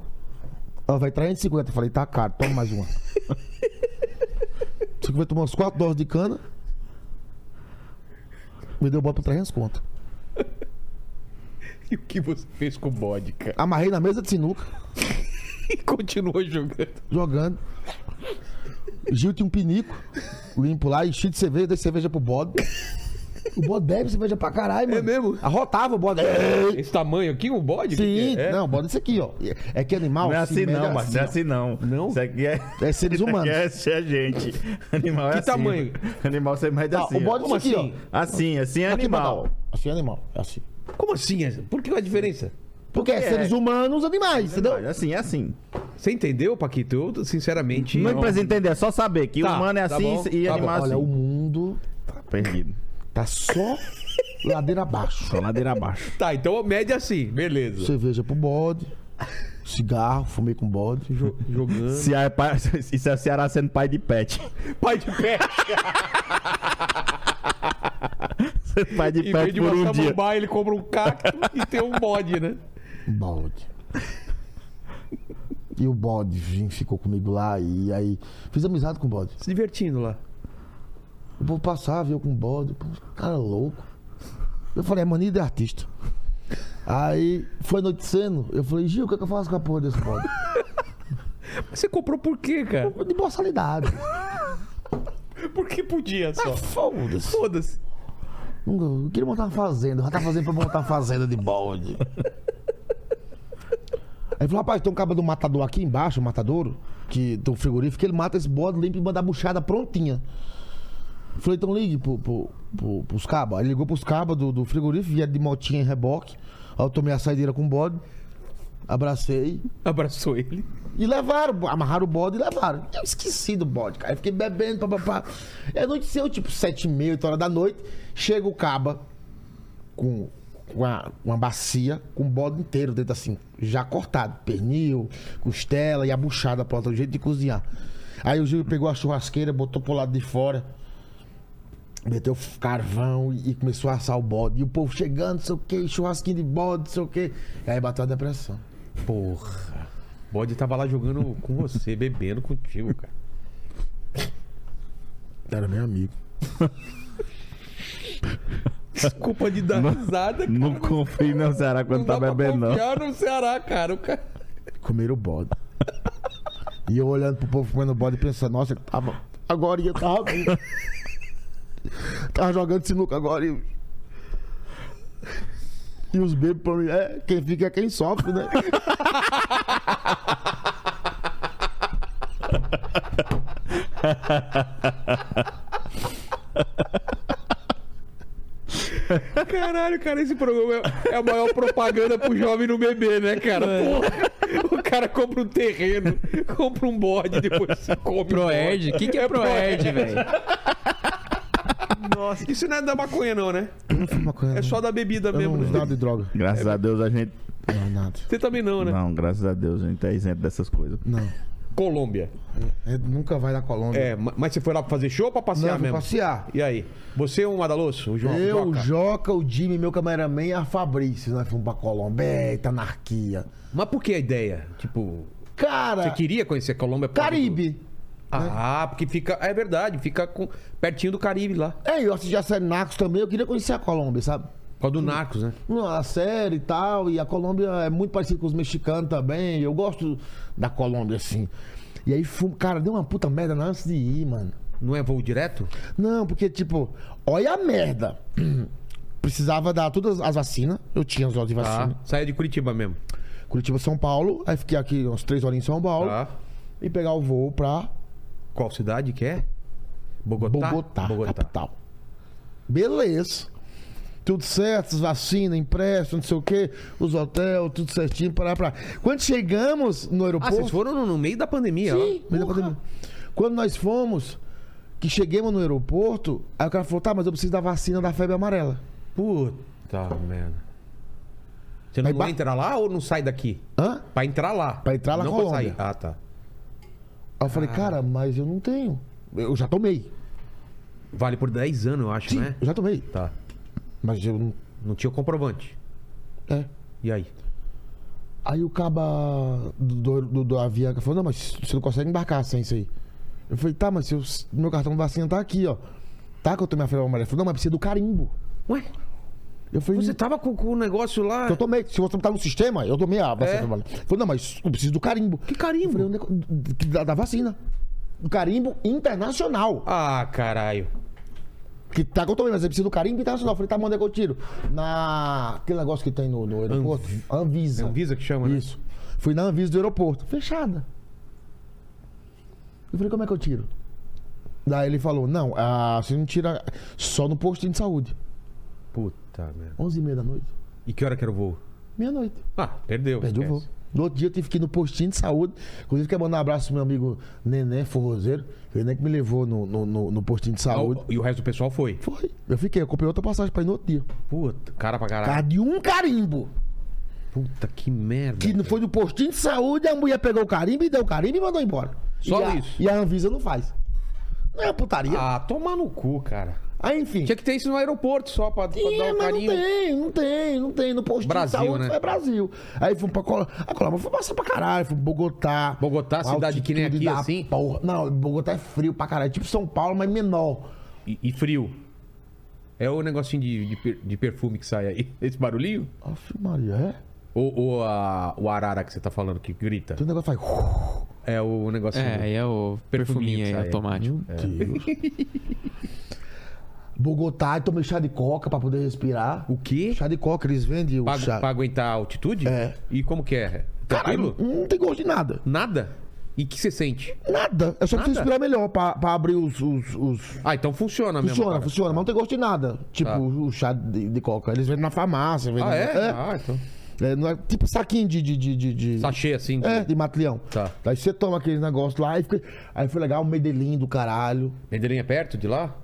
B: Ela vai 350. Eu falei, tá caro, toma mais uma. Só que vai tomar uns 4 doses de cana. Me deu o bode por 300 conto.
A: E o que você fez com o bode, cara?
B: Amarrei na mesa de sinuca,
A: E continuou jogando.
B: jogando. Gil tinha um pinico limpo lá, enchi de cerveja, dei cerveja pro bode. O bode bebe cerveja pra caralho,
D: É
B: mano.
A: mesmo?
B: Arrotava o bode.
A: Esse tamanho aqui, o bode? que
B: Sim,
A: que é? É?
B: não, o bode é isso aqui, ó. É que animal.
D: Não é
B: se
D: assim
B: mede
D: não, mas não é assim não.
A: Não?
D: Isso aqui é.
B: É seres humanos.
D: Isso aqui é, isso é gente. Animal é
A: Que
D: assim.
A: tamanho?
D: Animal você mede
B: Ah,
D: assim.
B: o
D: ó.
B: bode é
A: Como
B: isso aqui,
A: assim?
B: ó.
D: Assim, assim é
B: Aqui,
D: animal.
B: Badal. Assim é animal, é assim.
A: Como assim? Ezra? Por que a diferença?
B: Porque é seres humanos, animais, entendeu?
D: É assim, é assim.
A: Você entendeu, Paquito? Eu, sinceramente.
D: Não, precisa entender, é só saber que
A: Tá,
D: humano é
A: tá
D: assim
A: bom,
D: e
A: tá
D: animal é assim.
B: Olha, o mundo
D: Perdido.
B: tá só ladeira abaixo.
D: Só ladeira abaixo.
A: Tá, então mede assim, beleza.
B: Cerveja pro bode, cigarro, fumei com bode.
A: Jo- Jogando.
D: Se é pai, isso é Ceará sendo pai de pet.
A: Pai de pé,
D: pai de
A: em vez
D: pet
A: de
D: por
A: uma
D: um dia.
A: samambaia, ele compra um cacto e tem um bode, né?
B: Bode. E o bode vim, ficou comigo lá e aí fiz amizade com o bode.
A: Se divertindo lá.
B: O povo passava, eu com bode, o povo, cara louco. Eu falei, é mania de artista. Aí foi anoitecendo, eu falei, Gil, o que, é que eu faço com a porra desse bode?
A: Você comprou por quê, cara?
B: De boçalidade.
A: Porque podia só.
B: Foda-se.
A: Ah, Foda-se.
B: Nunca- Eu queria montar uma fazenda, eu já tá fazendo pra montar uma fazenda de bode. Aí falou, rapaz, tem um cabo do matador aqui embaixo, o matadouro, que tem um frigorífico, que ele mata esse bode limpo e manda a buchada prontinha. Eu Falei, então ligue pro, pro, pro, pros cabos. Aí ligou pros cabos do, do frigorífico, vieram de motinha em reboque. Aí eu tomei a saideira com o bode, abracei
C: Abraçou ele.
B: e levaram, amarraram o bode e levaram. Eu esqueci do bode, cara. Eu fiquei bebendo, papapá. E anoiteceu, tipo, sete e meia, oito horas da noite. Chega o caba com, com a- uma bacia, com o bode inteiro dentro, assim, já cortado. Pernil, costela e a buchada pronta, o jeito de cozinhar. Aí o Gil pegou a churrasqueira, botou pro lado de fora. Meteu carvão e e começou a assar o bode. E o povo chegando, não sei o que, churrasquinho de bode, não sei o que. Aí bateu a depressão.
A: Porra. O Bode tava lá jogando com você, bebendo contigo, cara.
B: Era meu amigo.
A: Desculpa de dar risada, cara.
D: Não confio não, Ceará, quando tá bebendo, não.
A: confiar no Ceará, cara. O cara...
B: comeram o bode. E eu olhando pro povo comendo bode e pensando, nossa, tava. Agora eu tava. tava jogando sinuca agora e. E os bebês pra mim, é, quem fica é quem sofre, né?
A: Caralho, cara, esse programa é- é a maior propaganda pro jovem no bebê, né, cara? Porra, o cara compra um terreno, compra um bode, depois se come. um
C: Proerd? O que, que é Proerd, velho?
A: Nossa, isso não é da maconha, não, né?
B: Não fumo maconha.
A: É só da bebida
B: né? eu
A: mesmo. né?
B: não uso nada de droga.
D: Graças a Deus a gente.
B: Não, nada.
A: Você também não, É né?
D: Não, graças a Deus a gente é isento dessas coisas.
B: Não.
A: Colômbia.
B: É, nunca vai na Colômbia.
A: É, ma- mas você foi lá pra fazer show ou pra
B: não,
A: passear
B: vou
A: mesmo?
B: passear.
A: E aí? Você, o Madaloso? um O João?
B: Eu, o
A: Joca?
B: Joca, o Jimmy, meu cameraman e a Fabrício, nós fomos pra Colômbia. Eita, anarquia.
A: Mas por que a ideia? Tipo,
B: Cara,
A: você queria conhecer a Colômbia? por causa do-
B: Caribe. né?
A: Ah, porque fica. É verdade, fica com- pertinho do Caribe lá. Por
B: É, eu assisti a série Narcos também, eu queria conhecer a Colômbia, sabe?
A: causa do Narcos, né?
B: Não, a série e tal, e a Colômbia é muito parecida com os mexicanos também, eu gosto da Colômbia, assim. E aí, fui- cara, deu uma puta merda na antes de ir, mano.
A: Não é voo direto?
B: Não, porque, tipo, olha a merda. Precisava dar todas as vacinas, eu tinha as doses
A: Tá.
B: de vacina.
A: Saia de Curitiba mesmo.
B: Curitiba, São Paulo, aí fiquei aqui umas três horas em São Paulo,
A: Tá.
B: e pegar o voo pra
A: Qual cidade que é? Tá. Bogotá.
B: Tá Bogotá, capital. Beleza. Tudo certo, as vacinas, empréstimo, não sei o quê, os hotéis, tudo certinho, parar pra. Quando chegamos no
A: Ah,
B: aeroporto.
A: vocês foram no, no meio da pandemia,
B: Sim,
A: ó.
B: meio da pandemia. Quando nós fomos, que chegamos no aeroporto, aí o cara falou: tá, mas eu preciso da vacina da febre amarela.
A: Puta merda. Você não
B: Aí ba-
A: entra lá ou não sai daqui?
B: Hã?
A: Pra entrar lá.
B: Pra entrar na
A: não
B: Colômbia.
A: Pra sair. Ah, tá.
B: Aí eu falei: cara, mas eu não tenho. Eu já tomei.
A: Vale por 10 anos, eu acho,
B: Sim,
A: né?
B: eu já tomei.
A: Tá.
B: Mas eu não.
A: Não tinha o comprovante.
B: É.
A: E aí?
B: Aí o caba do, do, do avião falou, não, mas você não consegue embarcar sem isso aí. Eu falei, tá, mas se eu- meu cartão de vacina tá aqui, ó. Tá que eu tomei a febre amarela. Ele falou, não, mas precisa do carimbo.
A: Ué,
B: Eu falei, "Então,
A: você tava com, com o negócio lá.
B: eu tomei. Se você tá no sistema, eu ah, tomei a vacina.
A: É?
B: febre amarela. tá Ele falou, não, mas eu preciso do carimbo.
A: Que
B: Eu
A: carimbo.
B: falei, onde é que- da, da vacina. Do carimbo internacional.
A: Ah, caralho.
B: Que tá que eu tomei, mas eu preciso do carimbo internacional. Eu falei, tá, manda que eu tiro. Na... Aquele negócio que tem no, no aeroporto. Anvisa.
A: É Anvisa que chama, né?
B: Isso. Fui na Anvisa do aeroporto. Fechada. Eu falei, como é que eu tiro? Daí ele falou, não, ah, você não tira só no postinho de saúde.
A: Puta merda.
B: 11 h 30 da noite.
A: E que hora que era o voo?
B: Meia-noite.
A: Ah, perdeu.
B: Perdi o voo.
A: esquece.
B: No outro dia eu tive que ir no postinho de saúde. Inclusive, quero mandar um abraço pro meu amigo Neném Forrozeiro. O Neném que me levou no, no, no- no postinho de
A: Ah,
B: saúde.
A: o- e o resto do pessoal foi.
B: Foi. Eu fiquei, eu comprei outra passagem pra ir no outro dia.
A: Puta, cara pra caralho.
B: Cara, de um carimbo.
A: Puta que merda.
B: Que não foi do postinho de saúde, a mulher pegou o carimbo e deu o carimbo e mandou embora.
A: Só
B: e a,
A: isso.
B: E a Anvisa não faz. Não é uma putaria.
A: Ah, tomar no cu, cara.
B: Aí, enfim.
A: Tinha que ter isso no aeroporto só pra, pra
B: Tinha,
A: dar um
B: mas
A: carinho.
B: não tem, não tem, não tem. No postinho
A: Brasil,
B: de saúde
A: né?
B: foi Brasil. Aí fomos pra Colômbia. A Colômbia foi passar pra caralho, fomos pra Bogotá.
A: Bogotá,
B: Uma
A: cidade que nem
B: altitude
A: aqui,
B: da
A: assim?
B: Porra. Não, Bogotá é frio pra caralho. É Tipo São Paulo, mas menor.
A: E, e frio. É o negocinho de, de per- de perfume que sai aí. Esse barulhinho?
B: Aff, Maria, é?
A: Ou, ou a- o arara que você tá falando que grita?
B: Tem um negócio que faz.
A: É o negocinho.
C: É, aí é o
A: Perfuminho
C: perfuminho
A: que
C: aí,
A: sai, é.
C: automático.
B: Meu Deus. Bogotá, eu tomei chá de coca pra poder respirar.
A: O quê?
B: Chá de coca, eles vendem o
A: Pra,
B: chá.
A: pra aguentar a altitude?
B: É.
A: E como que é? Tranquilo?
B: Caralho, não tem gosto de nada.
A: Nada? E que você sente?
B: Nada. Eu só
A: Nada?
B: preciso respirar melhor pra, pra abrir os. os- os-
A: Ah, então funciona mesmo.
B: Funciona,
A: cara.
B: funciona, mas não tem gosto de nada. Tipo,
A: Tá.
B: o chá de, de coca. Eles vendem na farmácia. Vendem
A: Ah, é?
B: É,
A: Ah, então.
B: É, não é tipo saquinho de. de, de, de, de-
A: Sachê assim.
B: É, de matleão.
A: Tá.
B: Aí você toma aquele negócio lá, aí, fica... aí foi legal, Medellín do caralho.
A: Medellín é perto de lá?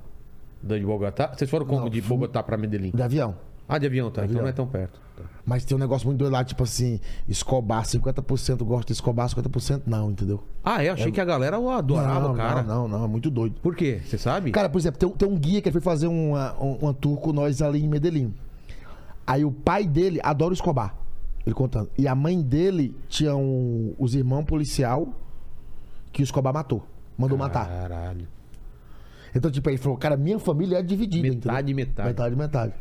A: Da de Bogotá? Vocês foram como de Bogotá pra Medellín?
B: De avião.
A: Ah, de avião, tá. Então não é tão perto. Tá.
B: Mas tem um negócio muito doido lá, tipo assim, Escobar, 50% gosta de Escobar, 50% não, entendeu?
A: Ah, é? Achei que a galera ó, adorava
B: não,
A: o cara.
B: não, não, não, é muito doido.
A: Por quê? Você sabe?
B: Cara, por exemplo, tem, um- tem um guia que ele foi fazer uma, um- uma tour com nós ali em Medellín. Aí o pai dele adora o Escobar, ele contando. E a mãe dele tinha um- os irmãos policial que o Escobar matou, mandou matar.
A: Caralho.
B: Então, tipo, ele falou, cara, minha família é dividida.
A: Metade,
B: entendeu?
A: metade.
B: Metade, metade.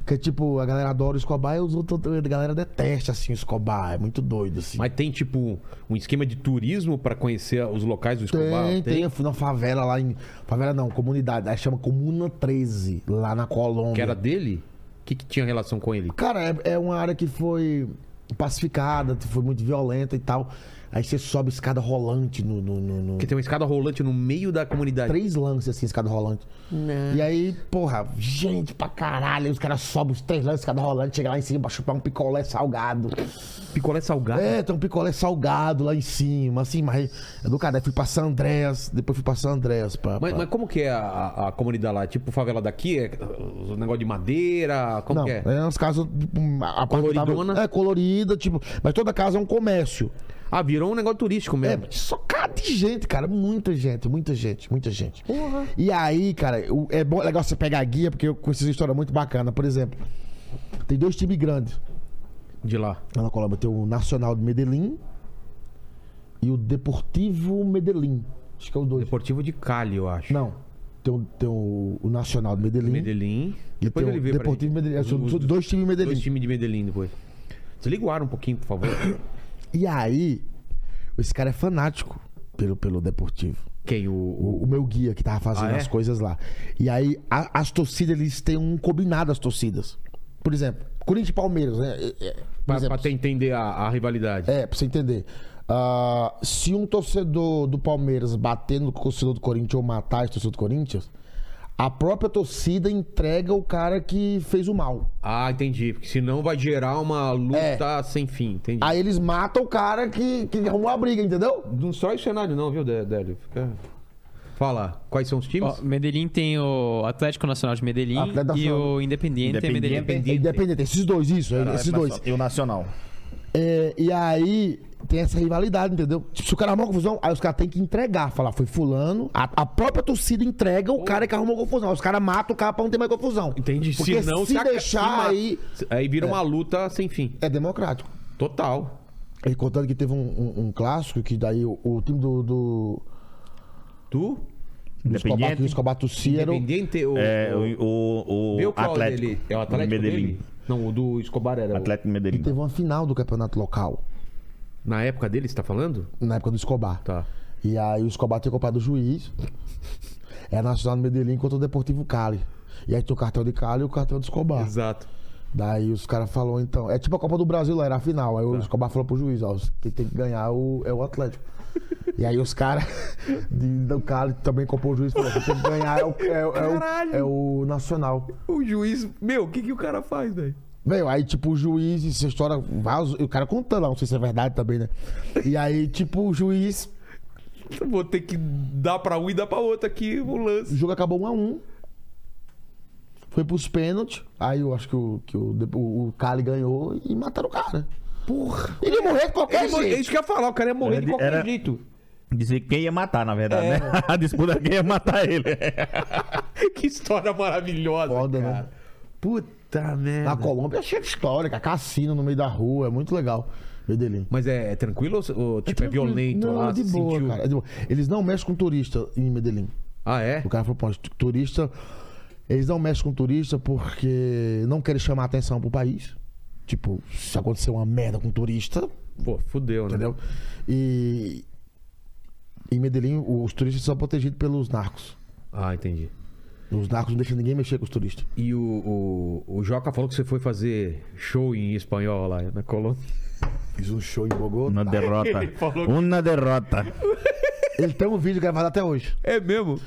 B: Porque, tipo, a galera adora o Escobar e os outros, a galera detesta, assim, o Escobar. É muito doido, assim.
A: Mas tem, tipo, um esquema de turismo pra conhecer os locais do Escobar?
B: Tem, tem. Eu fui numa favela lá em. Favela não, comunidade. Aí chama Comuna 13, lá na Colômbia.
A: Que era dele? O que, que tinha relação com ele?
B: Cara, é, é uma área que foi pacificada, foi muito violenta e tal. Aí você sobe escada rolante no. no, no- no-
A: Porque tem uma escada rolante no meio da comunidade.
B: Três lances assim, escada rolante. E aí, porra, gente pra caralho. Aí Os caras sobem os três lances, escada rolante, chega lá em cima pra chupar um picolé salgado.
A: Picolé salgado.
B: É, tem um picolé salgado lá em cima, assim, mas é do cara. Aí fui pra San Andreas, depois fui pra San Andreas. Pra,
A: Mas,
B: pra-
A: mas como que é a- a, a comunidade lá? É Tipo favela daqui? É uh, um negócio de madeira? Como
B: não,
A: que
B: é
A: é?
B: umas casas. tipo, a- a parte
A: Coloridona?
B: tava- É, colorida, tipo. Mas toda casa é um comércio.
A: Ah, virou um negócio turístico
B: É,
A: mesmo.
B: mas socada de gente, cara. Muita gente, muita gente, muita gente. E aí, cara, o- é bom, é legal você pegar a guia, porque eu conheci uma história muito bacana. Por exemplo, tem dois times grandes É.
A: De lá.
B: lá na Colômbia. Tem o Nacional de Medellín e o Deportivo Medellín. Acho que é o dois.
A: Deportivo de Cali, eu acho.
B: Não. Tem, o- tem o, o Nacional de Medellín.
A: Medellín.
B: E
A: Depois
B: tem
A: ele
B: o
A: vê pra
B: Deportivo
A: gente.
B: Medellín.
A: Os-
B: São
A: os-
B: dois times em Medellín.
A: Dois times de Medellín depois. Desliga o ar um pouquinho, por favor.
B: E aí, esse cara é fanático pelo, pelo Deportivo.
A: Quem? O, o-
B: O, o meu guia que tava fazendo
A: Ah, é?
B: as coisas lá. E aí, a- as torcidas, eles têm um combinado, as torcidas. Por exemplo, Corinthians e Palmeiras, né? É, é, por
A: Pra,
B: exemplo,
A: pra te entender a, a rivalidade.
B: é, pra você entender. Ah, se um torcedor do Palmeiras bater no torcedor do Corinthians ou matar esse torcedor do Corinthians, a própria torcida entrega o cara que fez o mal.
A: Ah, entendi. Porque senão vai gerar uma luta sem fim, entendi.
B: É. Aí eles matam o cara que, que arrumou a briga, entendeu?
A: Não destrói o cenário, não, viu, Dé- Délio? Fica... Fala, quais são os times?
C: Ó, Medellín tem o Atlético Nacional de Medellín
B: Atlético
C: e
B: Nacional.
C: o Independiente,
D: Independiente.
C: Medellín.
B: É Independente, esses dois, isso, é, esses dois.
D: E o Nacional.
B: É, e aí tem essa rivalidade, entendeu? Tipo, se o cara arrumou uma confusão, aí os caras têm que entregar, falar, foi fulano. A, a própria torcida entrega o cara que arrumou a confusão. Aí Os caras matam o cara pra não ter mais confusão.
A: Entendi.
B: Porque se,
A: Senão,
B: se
A: aca-
B: deixar
A: se ma-
B: aí,
A: Aí vira uma luta sem fim.
B: é democrático.
A: Total.
B: Ele contando que teve um, um- um clássico, que daí o, o time do, do,
A: Tu?
B: do Escobar, que o Escobar tossia era o-
A: Independente ou.
D: É, o, o,
A: Vê
D: o
A: o qual
D: Atlético.
A: dele? É o Atlético
D: Medellín.
A: dele? Não, o do Escobar era. o-
D: Atlético
B: E
D: Medellín.
B: teve uma final do campeonato local,
A: Na época dele, você tá falando?
B: na época do Escobar.
A: Tá.
B: E aí o Escobar tinha comprado o juiz. É Nacional do Medellín contra o Deportivo Cali. E aí tinha o cartel de Cali e o cartel do Escobar.
A: Exato.
B: Daí os caras falaram, então. É tipo a Copa do Brasil lá, era a final. Aí
A: Tá.
B: o Escobar falou pro juiz, ó, os- quem tem que ganhar é o, é o Atlético. e aí os caras de- do Cali também comprou o juiz e falou: quem tem que ganhar é o, é, o- é
A: Caralho!
B: o, é o Nacional.
A: O juiz. Meu, o que, que o cara faz, velho?
B: Velho, aí tipo o juiz, essa história vazou. e O cara contando lá, não sei se é verdade também, né? E aí, tipo, o juiz.
A: Vou ter que dar pra um e dar pra outro aqui o
B: O
A: lance.
B: jogo acabou 1 a 1 Foi pros pênaltis. Aí eu acho que o, que o, o Cali ganhou e mataram o cara.
A: Porra.
B: Ele morreu de qualquer
A: Ele,
B: jeito.
A: é isso que eu ia falar, o cara ia morrer
D: Era
A: de
D: de-
A: qualquer
D: era-
A: jeito.
D: Dizer quem ia matar, na verdade,
A: É.
D: né? A disputa era quem ia matar ele.
A: que história maravilhosa.
B: Foda,
A: cara.
B: né?
A: Puta
B: Na
A: merda.
B: Colômbia é cheio de história, cara. Cassino no meio da rua, é muito legal. Medellín.
A: Mas é, é tranquilo ou, ou, tipo, é, violento
B: Não,
A: lá?
B: é de
A: se
B: boa,
A: sentiu-
B: cara. é de boa. Eles não mexem com turista em Medellín.
A: Ah, é?
B: O cara falou, pô, turista. Eles não mexem com turista porque não querem chamar atenção pro país. Tipo, se acontecer uma merda com turista,
A: Pô, fudeu, né?
B: entendeu? E em Medellín, os turistas são protegidos pelos narcos.
A: Ah, entendi.
B: Os narcos não deixam ninguém mexer com os turistas.
A: E o, o, o Joca falou que você foi fazer show em espanhol lá na Colômbia.
B: Fiz um show em Bogotá.
D: Uma derrota. Uma derrota.
B: Ele tem um vídeo gravado até hoje.
A: É mesmo?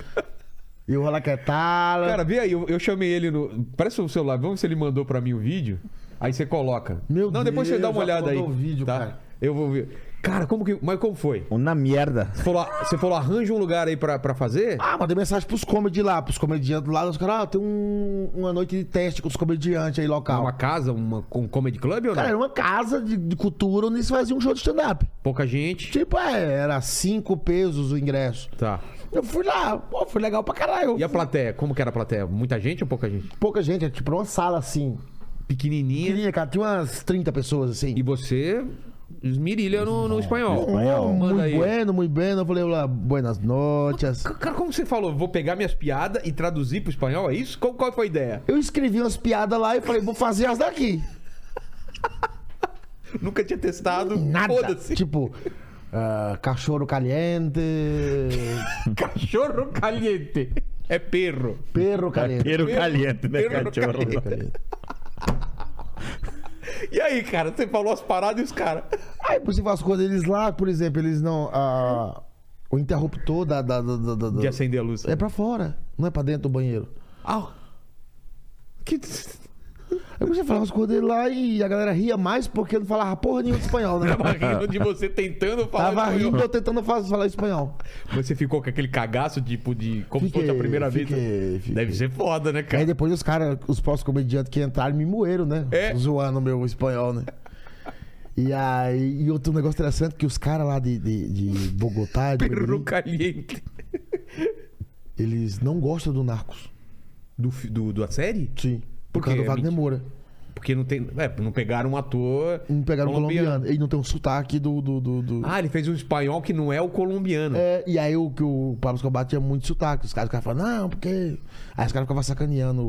B: E o Rola Quetala.
A: Cara, vê aí, eu, eu chamei ele no. Parece o celular, vamos ver se ele mandou pra mim o vídeo. Aí você coloca.
B: Meu
A: Não, depois você
B: Deus,
A: dá uma
B: já
A: olhada aí.
B: mandou o vídeo,
A: tá?
B: cara.
A: Eu vou ver. Cara, como que. Mas como foi?
D: Uma merda.
A: Você falou, você falou arranja um lugar aí pra, pra fazer?
B: Ah, mandei mensagem pros comedy lá, pros comediantes lá. Os caras, ah, tem um- uma noite de teste com os comediantes aí local.
A: Uma casa, uma, um comedy club ou não?
B: Cara, era uma casa de, de cultura onde se fazia um show de stand-up.
A: Pouca gente.
B: Tipo, é, era cinco pesos o ingresso.
A: Tá.
B: Eu fui lá, pô, foi legal pra caralho.
A: E a plateia? Como que era a plateia? Muita gente ou pouca gente?
B: Pouca gente, era tipo uma sala assim.
A: Pequenininha.
B: Queria, cara, tinha umas 30 pessoas assim.
A: E você esmirilha no, no espanhol.
B: Oh,
A: Manda
B: muito
A: aí.
B: bueno, muito bueno. Eu falei lá, buenas noches.
A: Cara, como você falou? Vou pegar minhas piadas e traduzir pro espanhol? É isso? Qual, qual foi a ideia?
B: Eu escrevi umas piadas lá e falei, vou fazer as daqui.
A: Nunca tinha testado.
B: Nada.
A: Foda-se.
B: Tipo, ah, cachorro caliente,
A: Cachorro caliente. É perro.
B: perro caliente.
D: Pero caliente, né,
A: Pero
D: cachorro?
A: caliente. E aí, cara? Você falou as paradas e os caras.
B: Aí você faz coisas, eles lá, por exemplo, eles não. ah, o interruptor da. da, da, da- da- da-
A: De acender a luz.
B: É pra fora, não é pra dentro do banheiro.
A: Ah. Que.
B: Aí você falava as coisas dele lá e a galera ria mais porque não falava porra nenhuma de espanhol, né?
A: Tava rindo de você tentando falar.
B: Tava
A: espanhol.
B: rindo eu tentando fa- falar espanhol.
A: Mas Você ficou com aquele cagaço, tipo, de. Como se fosse a
B: Fiquei,
A: primeira vez. né?
B: fiquei, fiquei.
A: Deve ser foda, né,
B: Aí
A: cara?
B: depois os caras, os próprios comediantes que entraram me moeram, né?
A: É.
B: Zoando o meu espanhol, né? E aí, e outro negócio interessante que os caras lá de, de, de Bogotá, de
A: Perro
B: Medellín,
A: caliente.
B: eles não gostam do Narcos.
A: Do, fi- do, da série?
B: Sim.
A: Por
B: Por causa
A: quê?
B: do Wagner
A: Mentira.
B: Moura.
A: Porque não tem. É, não pegaram um ator.
B: Não pegaram o colombiano. Ele não tem um sotaque do. do, do, do-
A: Ah, ele fez um espanhol que não é o colombiano.
B: É, e aí o que o Pablo Escobar tinha muito sotaque. Os caras ficavam falando, não, porque. Aí os caras ficavam sacaneando o,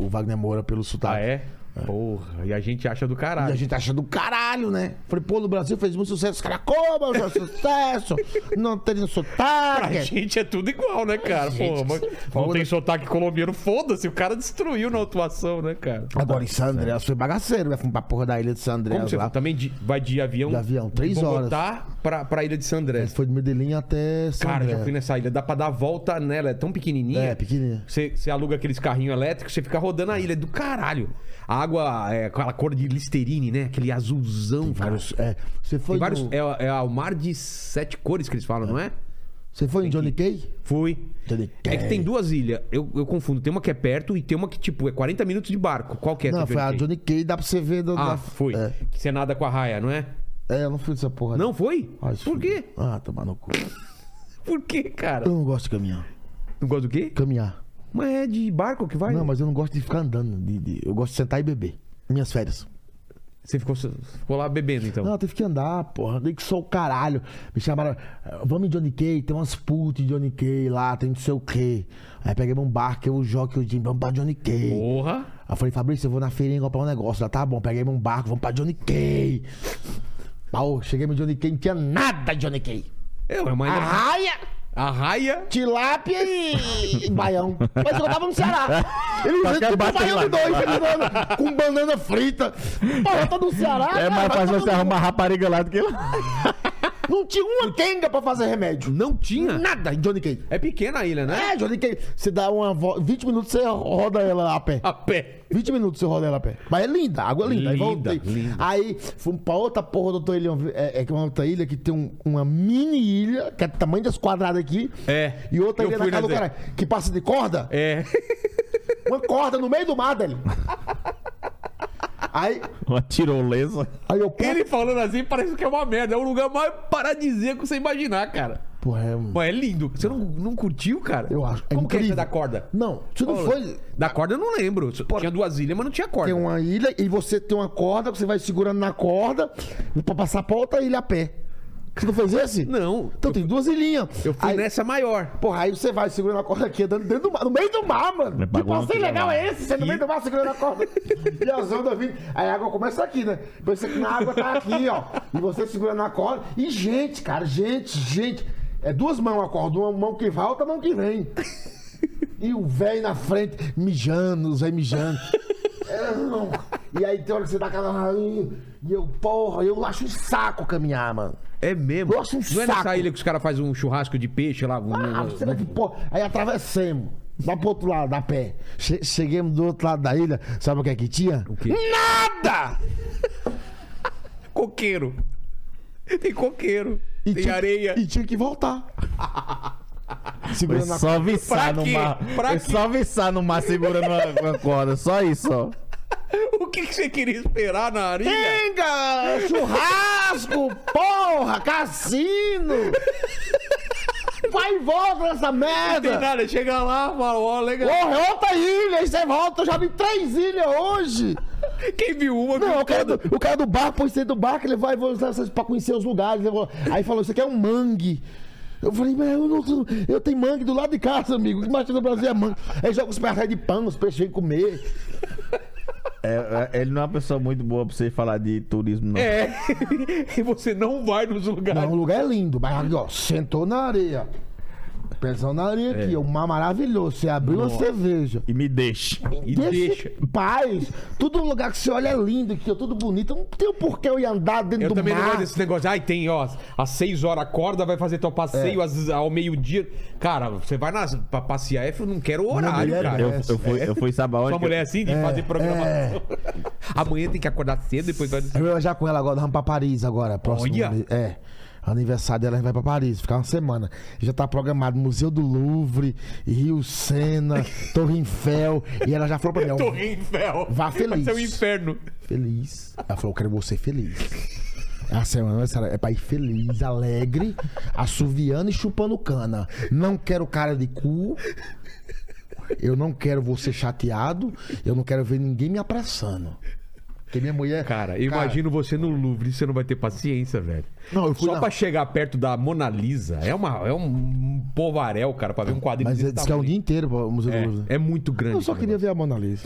B: o- o Wagner Moura pelo sotaque.
A: Ah, é? Porra, e a gente acha do caralho.
B: Tá. E a gente acha do caralho, né? Falei, pô, no Brasil fez muito sucesso. Os caras, como? Eu sou sucesso. não tem
A: Pra
B: sotaque.
A: gente é tudo igual, né, cara? Porra,
B: é
A: mas não tem sotaque colombiano, foda-se, o cara destruiu na atuação, né, cara?
B: Agora, em San Andreas foi bagaceiro. Vai pra porra da ilha de San
A: Como
B: Andreas
A: você
B: É, lá.
A: também de- vai de avião?
B: De avião, três
A: Bogotá pra, pra ilha de San Andrés.
B: Foi de Medellín até San
A: Cara,
B: Andreas.
A: já fui nessa ilha, dá pra dar a volta nela, é tão pequenininha.
B: É, pequenininha.
A: Você, você aluga aqueles carrinhos elétricos, você fica rodando a ilha, é do caralho. A água é aquela cor de Listerine, né? Aquele azulzão, cara.
B: Vários, é, você foi,
A: Tem vários,
B: no-
A: é, é o mar de sete cores que eles falam, não é?
B: você foi em Johnny Kay?
A: Fui.
B: Johnny
A: É que
B: Kay.
A: tem duas ilhas, eu, eu confundo. Tem uma que é perto e tem uma que, tipo, é 40 minutos de barco. Qual que é
B: Não,
A: essa
B: foi a
A: Johnny Cay?
B: Johnny Kay, dá pra você ver. do-
A: Ah,
B: da-
A: foi.
B: É.
A: Que você nada com a raia, não é?
B: É, eu não fui dessa porra.
A: Não foi?
B: Ah, isso
A: Por
B: foi-
A: quê?
B: Ah, tomar no cu.
A: Por quê, cara?
B: Eu não gosto de caminhar.
A: Não gosta do quê?
B: Caminhar.
A: Mas é de barco que vai?
B: Não, mas eu não gosto de ficar andando. de- de- Eu gosto de sentar e beber. Minhas férias.
A: Você ficou, ficou lá bebendo, então?
B: Não, teve que andar, porra. Nem que sou o caralho. Me chamaram. "Ah, Vamos em Johnny Kay, tem umas putas de Johnny Kay lá, tem não sei o quê. Aí peguei um barco, eu, o Joque e o Jim, vamos pra Johnny Kay.
A: Porra!
B: Aí eu falei, Fabrício, eu vou na feirinha comprar um negócio. Ela, tá bom, peguei um barco, vamos pra Johnny Kay. Pau, cheguei no Johnny Kay, não tinha nada de Johnny Kay.
A: É, mas a...
B: Arraia,
A: raia...
B: tilápia e, e baião. Mas eu tava no Ceará. Eles
D: Qualquer
B: entram com
D: bate
B: baião de
D: lá.
B: dois, entendeu? com banana frita. Porra, eu tô no Ceará,
D: É
B: cara,
D: mais
B: vai
D: fácil
B: tomar no
D: você
B: cu.
D: arrumar rapariga lá do que lá.
B: Não tinha uma quenga pra fazer remédio.
A: Não tinha?
B: Nada em Johnny Cage.
A: É pequena a ilha, né?
B: É, Johnny Cage. Você dá uma volta. 20 minutos você roda ela a pé.
A: A pé.
B: 20 minutos você roda ela a pé. Mas é linda, a água é linda.
A: Linda,
B: aí voltei.
A: linda.
B: Aí fomos pra outra porra do outro ilhão. É, é que é uma outra ilha que tem um- uma mini ilha, que é do tamanho desse quadrado aqui.
A: É.
B: E outra
A: Eu
B: ilha na
A: fui
B: casa do
A: nessa
B: cara que passa de corda.
A: É.
B: Uma corda no meio do mar, dele. Aí,
D: Uma tirolesa.
B: aí eu. Porra,
A: Ele falando assim parece que é uma merda. É o lugar mais paradisíaco que você imaginar, cara.
B: porra é um-
A: Mas é lindo. Você não, não curtiu, cara?
B: Eu acho. É
A: Como que é
B: incrível.
A: essa da corda?
B: Não, você não foi.
A: Da corda eu não lembro. Tinha duas ilhas, mas não tinha corda.
B: Tem uma ilha e você tem uma corda, você vai segurando na corda pra passar pra outra ilha a pé. Você não fez esse?
A: Não.
B: Então tem duas ilhinhas.
A: Eu fui
B: aí,
A: nessa maior.
B: Porra, aí você vai segurando a corda aqui, andando dentro do mar, no meio do mar, mano.
D: Me
B: Que
D: pagou
B: passeio
D: antes,
B: legal
D: né,
B: é esse? Você no meio do mar segurando a corda. e as ondas vindo. Aí a água começa aqui, né? Pensa que na água tá aqui, ó. E você segurando a corda. E gente, cara, gente, gente. É duas mãos a corda. Uma mão que vai, outra mão que vem. E o velho na frente, mijando, os velhos mijando. É, não. E aí tem hora que você tá dá aquela. E eu, porra, eu acho um saco caminhar, mano.
A: É mesmo.
B: Eu acho um
A: não é nessa
B: saco.
A: ilha que os caras fazem um churrasco de peixe lá. um
B: Ah,
A: negócio-
B: será que pô? Aí atravessemos. Lá pro outro lado, da pé. Che- chegamos do outro lado da ilha. Sabe o que é que tinha? O
A: quê?
B: Nada!
A: Coqueiro. Tem coqueiro. tem
B: tinha,
A: areia.
B: E tinha que voltar.
D: Foi
B: Segurando na
D: só viçar
A: Pra
D: no
A: quê?
D: mar.
A: Pra
D: Foi
A: quê?
D: só viçar no mar segurando uma, uma corda. Só isso, ó.
A: O que, que você queria esperar na areia?
B: É. Pinga! Churrasco! porra! Cassino! Vai e volta nessa
A: Não tem
B: merda!
A: nada. Chega lá, fala, ó, legal.
B: Porra, é outra ilha! Aí você volta, eu já vi três ilhas hoje!
A: Quem viu uma, viu
B: Não, o cara,
A: todas.
B: do, o cara do barco, pôs dentro do barco, ele vai voltar pra conhecer os lugares. Ele falou- Aí falou, isso aqui é um mangue. Eu falei, mas eu, não- eu tenho mangue do lado de casa, amigo. O que mais tem no Brasil é mangue. Aí joga os pés de pano, os peixes vêm comer.
D: É, é, ele não é uma pessoa muito boa pra você falar de turismo, não.
A: É. e você não vai nos lugares.
B: Não, o lugar é lindo, mas aqui, ó, sentou na areia. Pesão na areia
A: É.
B: aqui, o mar maravilhoso. Você abriu uma cerveja.
D: E me deixe.
A: E
B: Desse
A: deixa.
B: Paz, todo lugar que você olha é lindo, que é tudo bonito. Não tem o porquê eu ir andar dentro
A: Eu
B: do
A: também não
B: mar.
A: gosto desse negócio. Ai, tem, ó, às 6 horas acorda, vai fazer teu
B: É.
A: passeio às, ao meio-dia. Cara, você vai nas, pra passear, eu não quero o horário,
B: mulher
A: cara.
D: Eu,
A: Eu,
B: dessa.
D: eu fui, eu fui saber
A: Sua
D: onde.
A: mulher é assim de fazer
B: é.
A: programação. Amanhã tem que acordar cedo, depois vai.
B: Eu vou já com ela agora, nós vamos pra Paris agora, próximo.
A: Olha!
B: mês. É. Aniversário dela, a gente vai pra Paris, ficar uma semana. Já tá programado Museu do Louvre, Rio Sena, Torre Eiffel. E ela já falou pra mim, ó,
A: Torre Inferno.
B: Vá
A: Vai
B: feliz.
A: ser um inferno.
B: feliz. Ela falou, eu quero você feliz. A semana é pra ir feliz, alegre, assoviando e chupando cana. Não quero cara de cu. Eu não quero você chateado. Eu não quero ver ninguém me apressando. Porque minha mulher.
A: Cara, eu imagino você no Louvre, você não vai ter paciência, velho.
B: Não, eu fui
A: Só
B: na-
A: pra chegar perto da Mona Lisa, é, uma, é um povarel, cara, pra ver um quadrinho
B: Mas
A: desse
B: diz que é um
A: tamanho.
B: dia inteiro pra- o Museu do Louvre. né?
A: É, é muito grande.
B: Eu só
A: cara.
B: queria ver a Mona Lisa.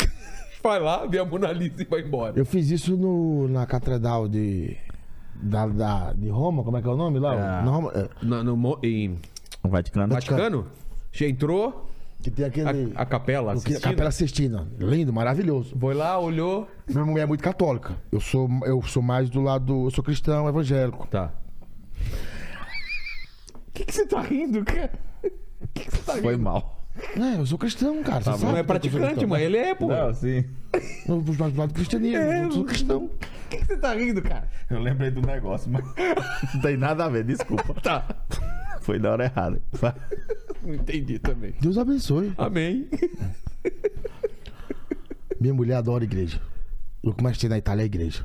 A: Vai lá, vê a Mona Lisa e vai embora.
B: Eu fiz isso no, na Catedral de. Da, da- de Roma, como é que é o nome lá? Na Roma, é,
A: No, no mo- em
D: No Um Vaticano.
A: Vaticano? Você entrou,
B: que tem aquele.
A: a, a capela
B: o que- a
A: assistindo.
B: Capela Sistina. Lindo, maravilhoso.
A: Foi lá, olhou.
B: Minha mulher é muito católica. Eu sou, eu sou mais do lado. Eu sou cristão, evangélico.
A: Tá. O que, que você tá rindo, cara?
D: Foi mal.
B: É, eu sou cristão, cara. você sabe
A: Não tá é
B: que eu sou
A: praticante,
B: cristão.
A: mas ele é, pô.
D: Não, sim.
B: Eu vou mais do lado do cristianismo.
A: É,
B: eu sou
A: eu-
B: cristão.
A: O que, que você tá rindo, cara?
D: Eu lembrei do negócio, mas não tem nada a ver, desculpa.
A: Tá.
D: Foi da hora errada.
A: Não entendi também.
B: Deus abençoe.
A: Amém.
B: Minha mulher adora igreja. O que mais tem na Itália é igreja.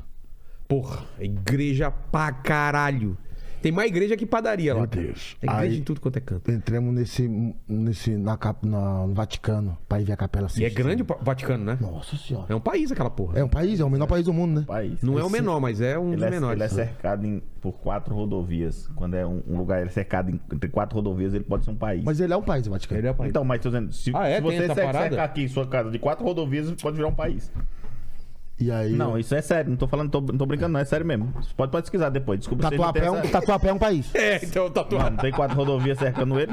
A: Porra, igreja pra caralho. Tem mais igreja que padaria lá.
B: Meu
A: cara.
B: Deus.
A: Tem igreja
B: Aí-
A: em tudo quanto é canto.
B: Entramos nesse, nesse na, cap- na- no Vaticano pra ir ver a Capela
A: E
B: Sistina.
A: é grande o pa- Vaticano, né?
B: Nossa senhora.
A: É um país aquela porra.
B: É um país, é o menor país do mundo, né?
D: País.
A: Não é o menor, mas é um dos
D: Ele é,
A: menores.
D: ele é cercado em- por quatro rodovias. Quando é um, um lugar ele é cercado em- entre quatro rodovias, ele pode ser um país.
B: Mas ele é um país, o Vaticano.
A: Ele é um país.
D: Então, mas tô dizendo, se,
A: Ah, é?
D: se
A: Tem
D: você
A: essa
D: cerca-
A: parada?
D: cercar aqui sua casa de quatro rodovias, pode virar um país.
A: um-
B: E aí.
D: Não, isso é sério. Não tô falando, tô, não tô brincando, não. É sério mesmo. Você pode pesquisar depois. Desculpa se não
B: Tatuapé
D: tem
B: é, um,
D: essa-
B: Tatuapé é um país.
A: É, então tá
D: Não, não tem quatro rodovias cercando ele.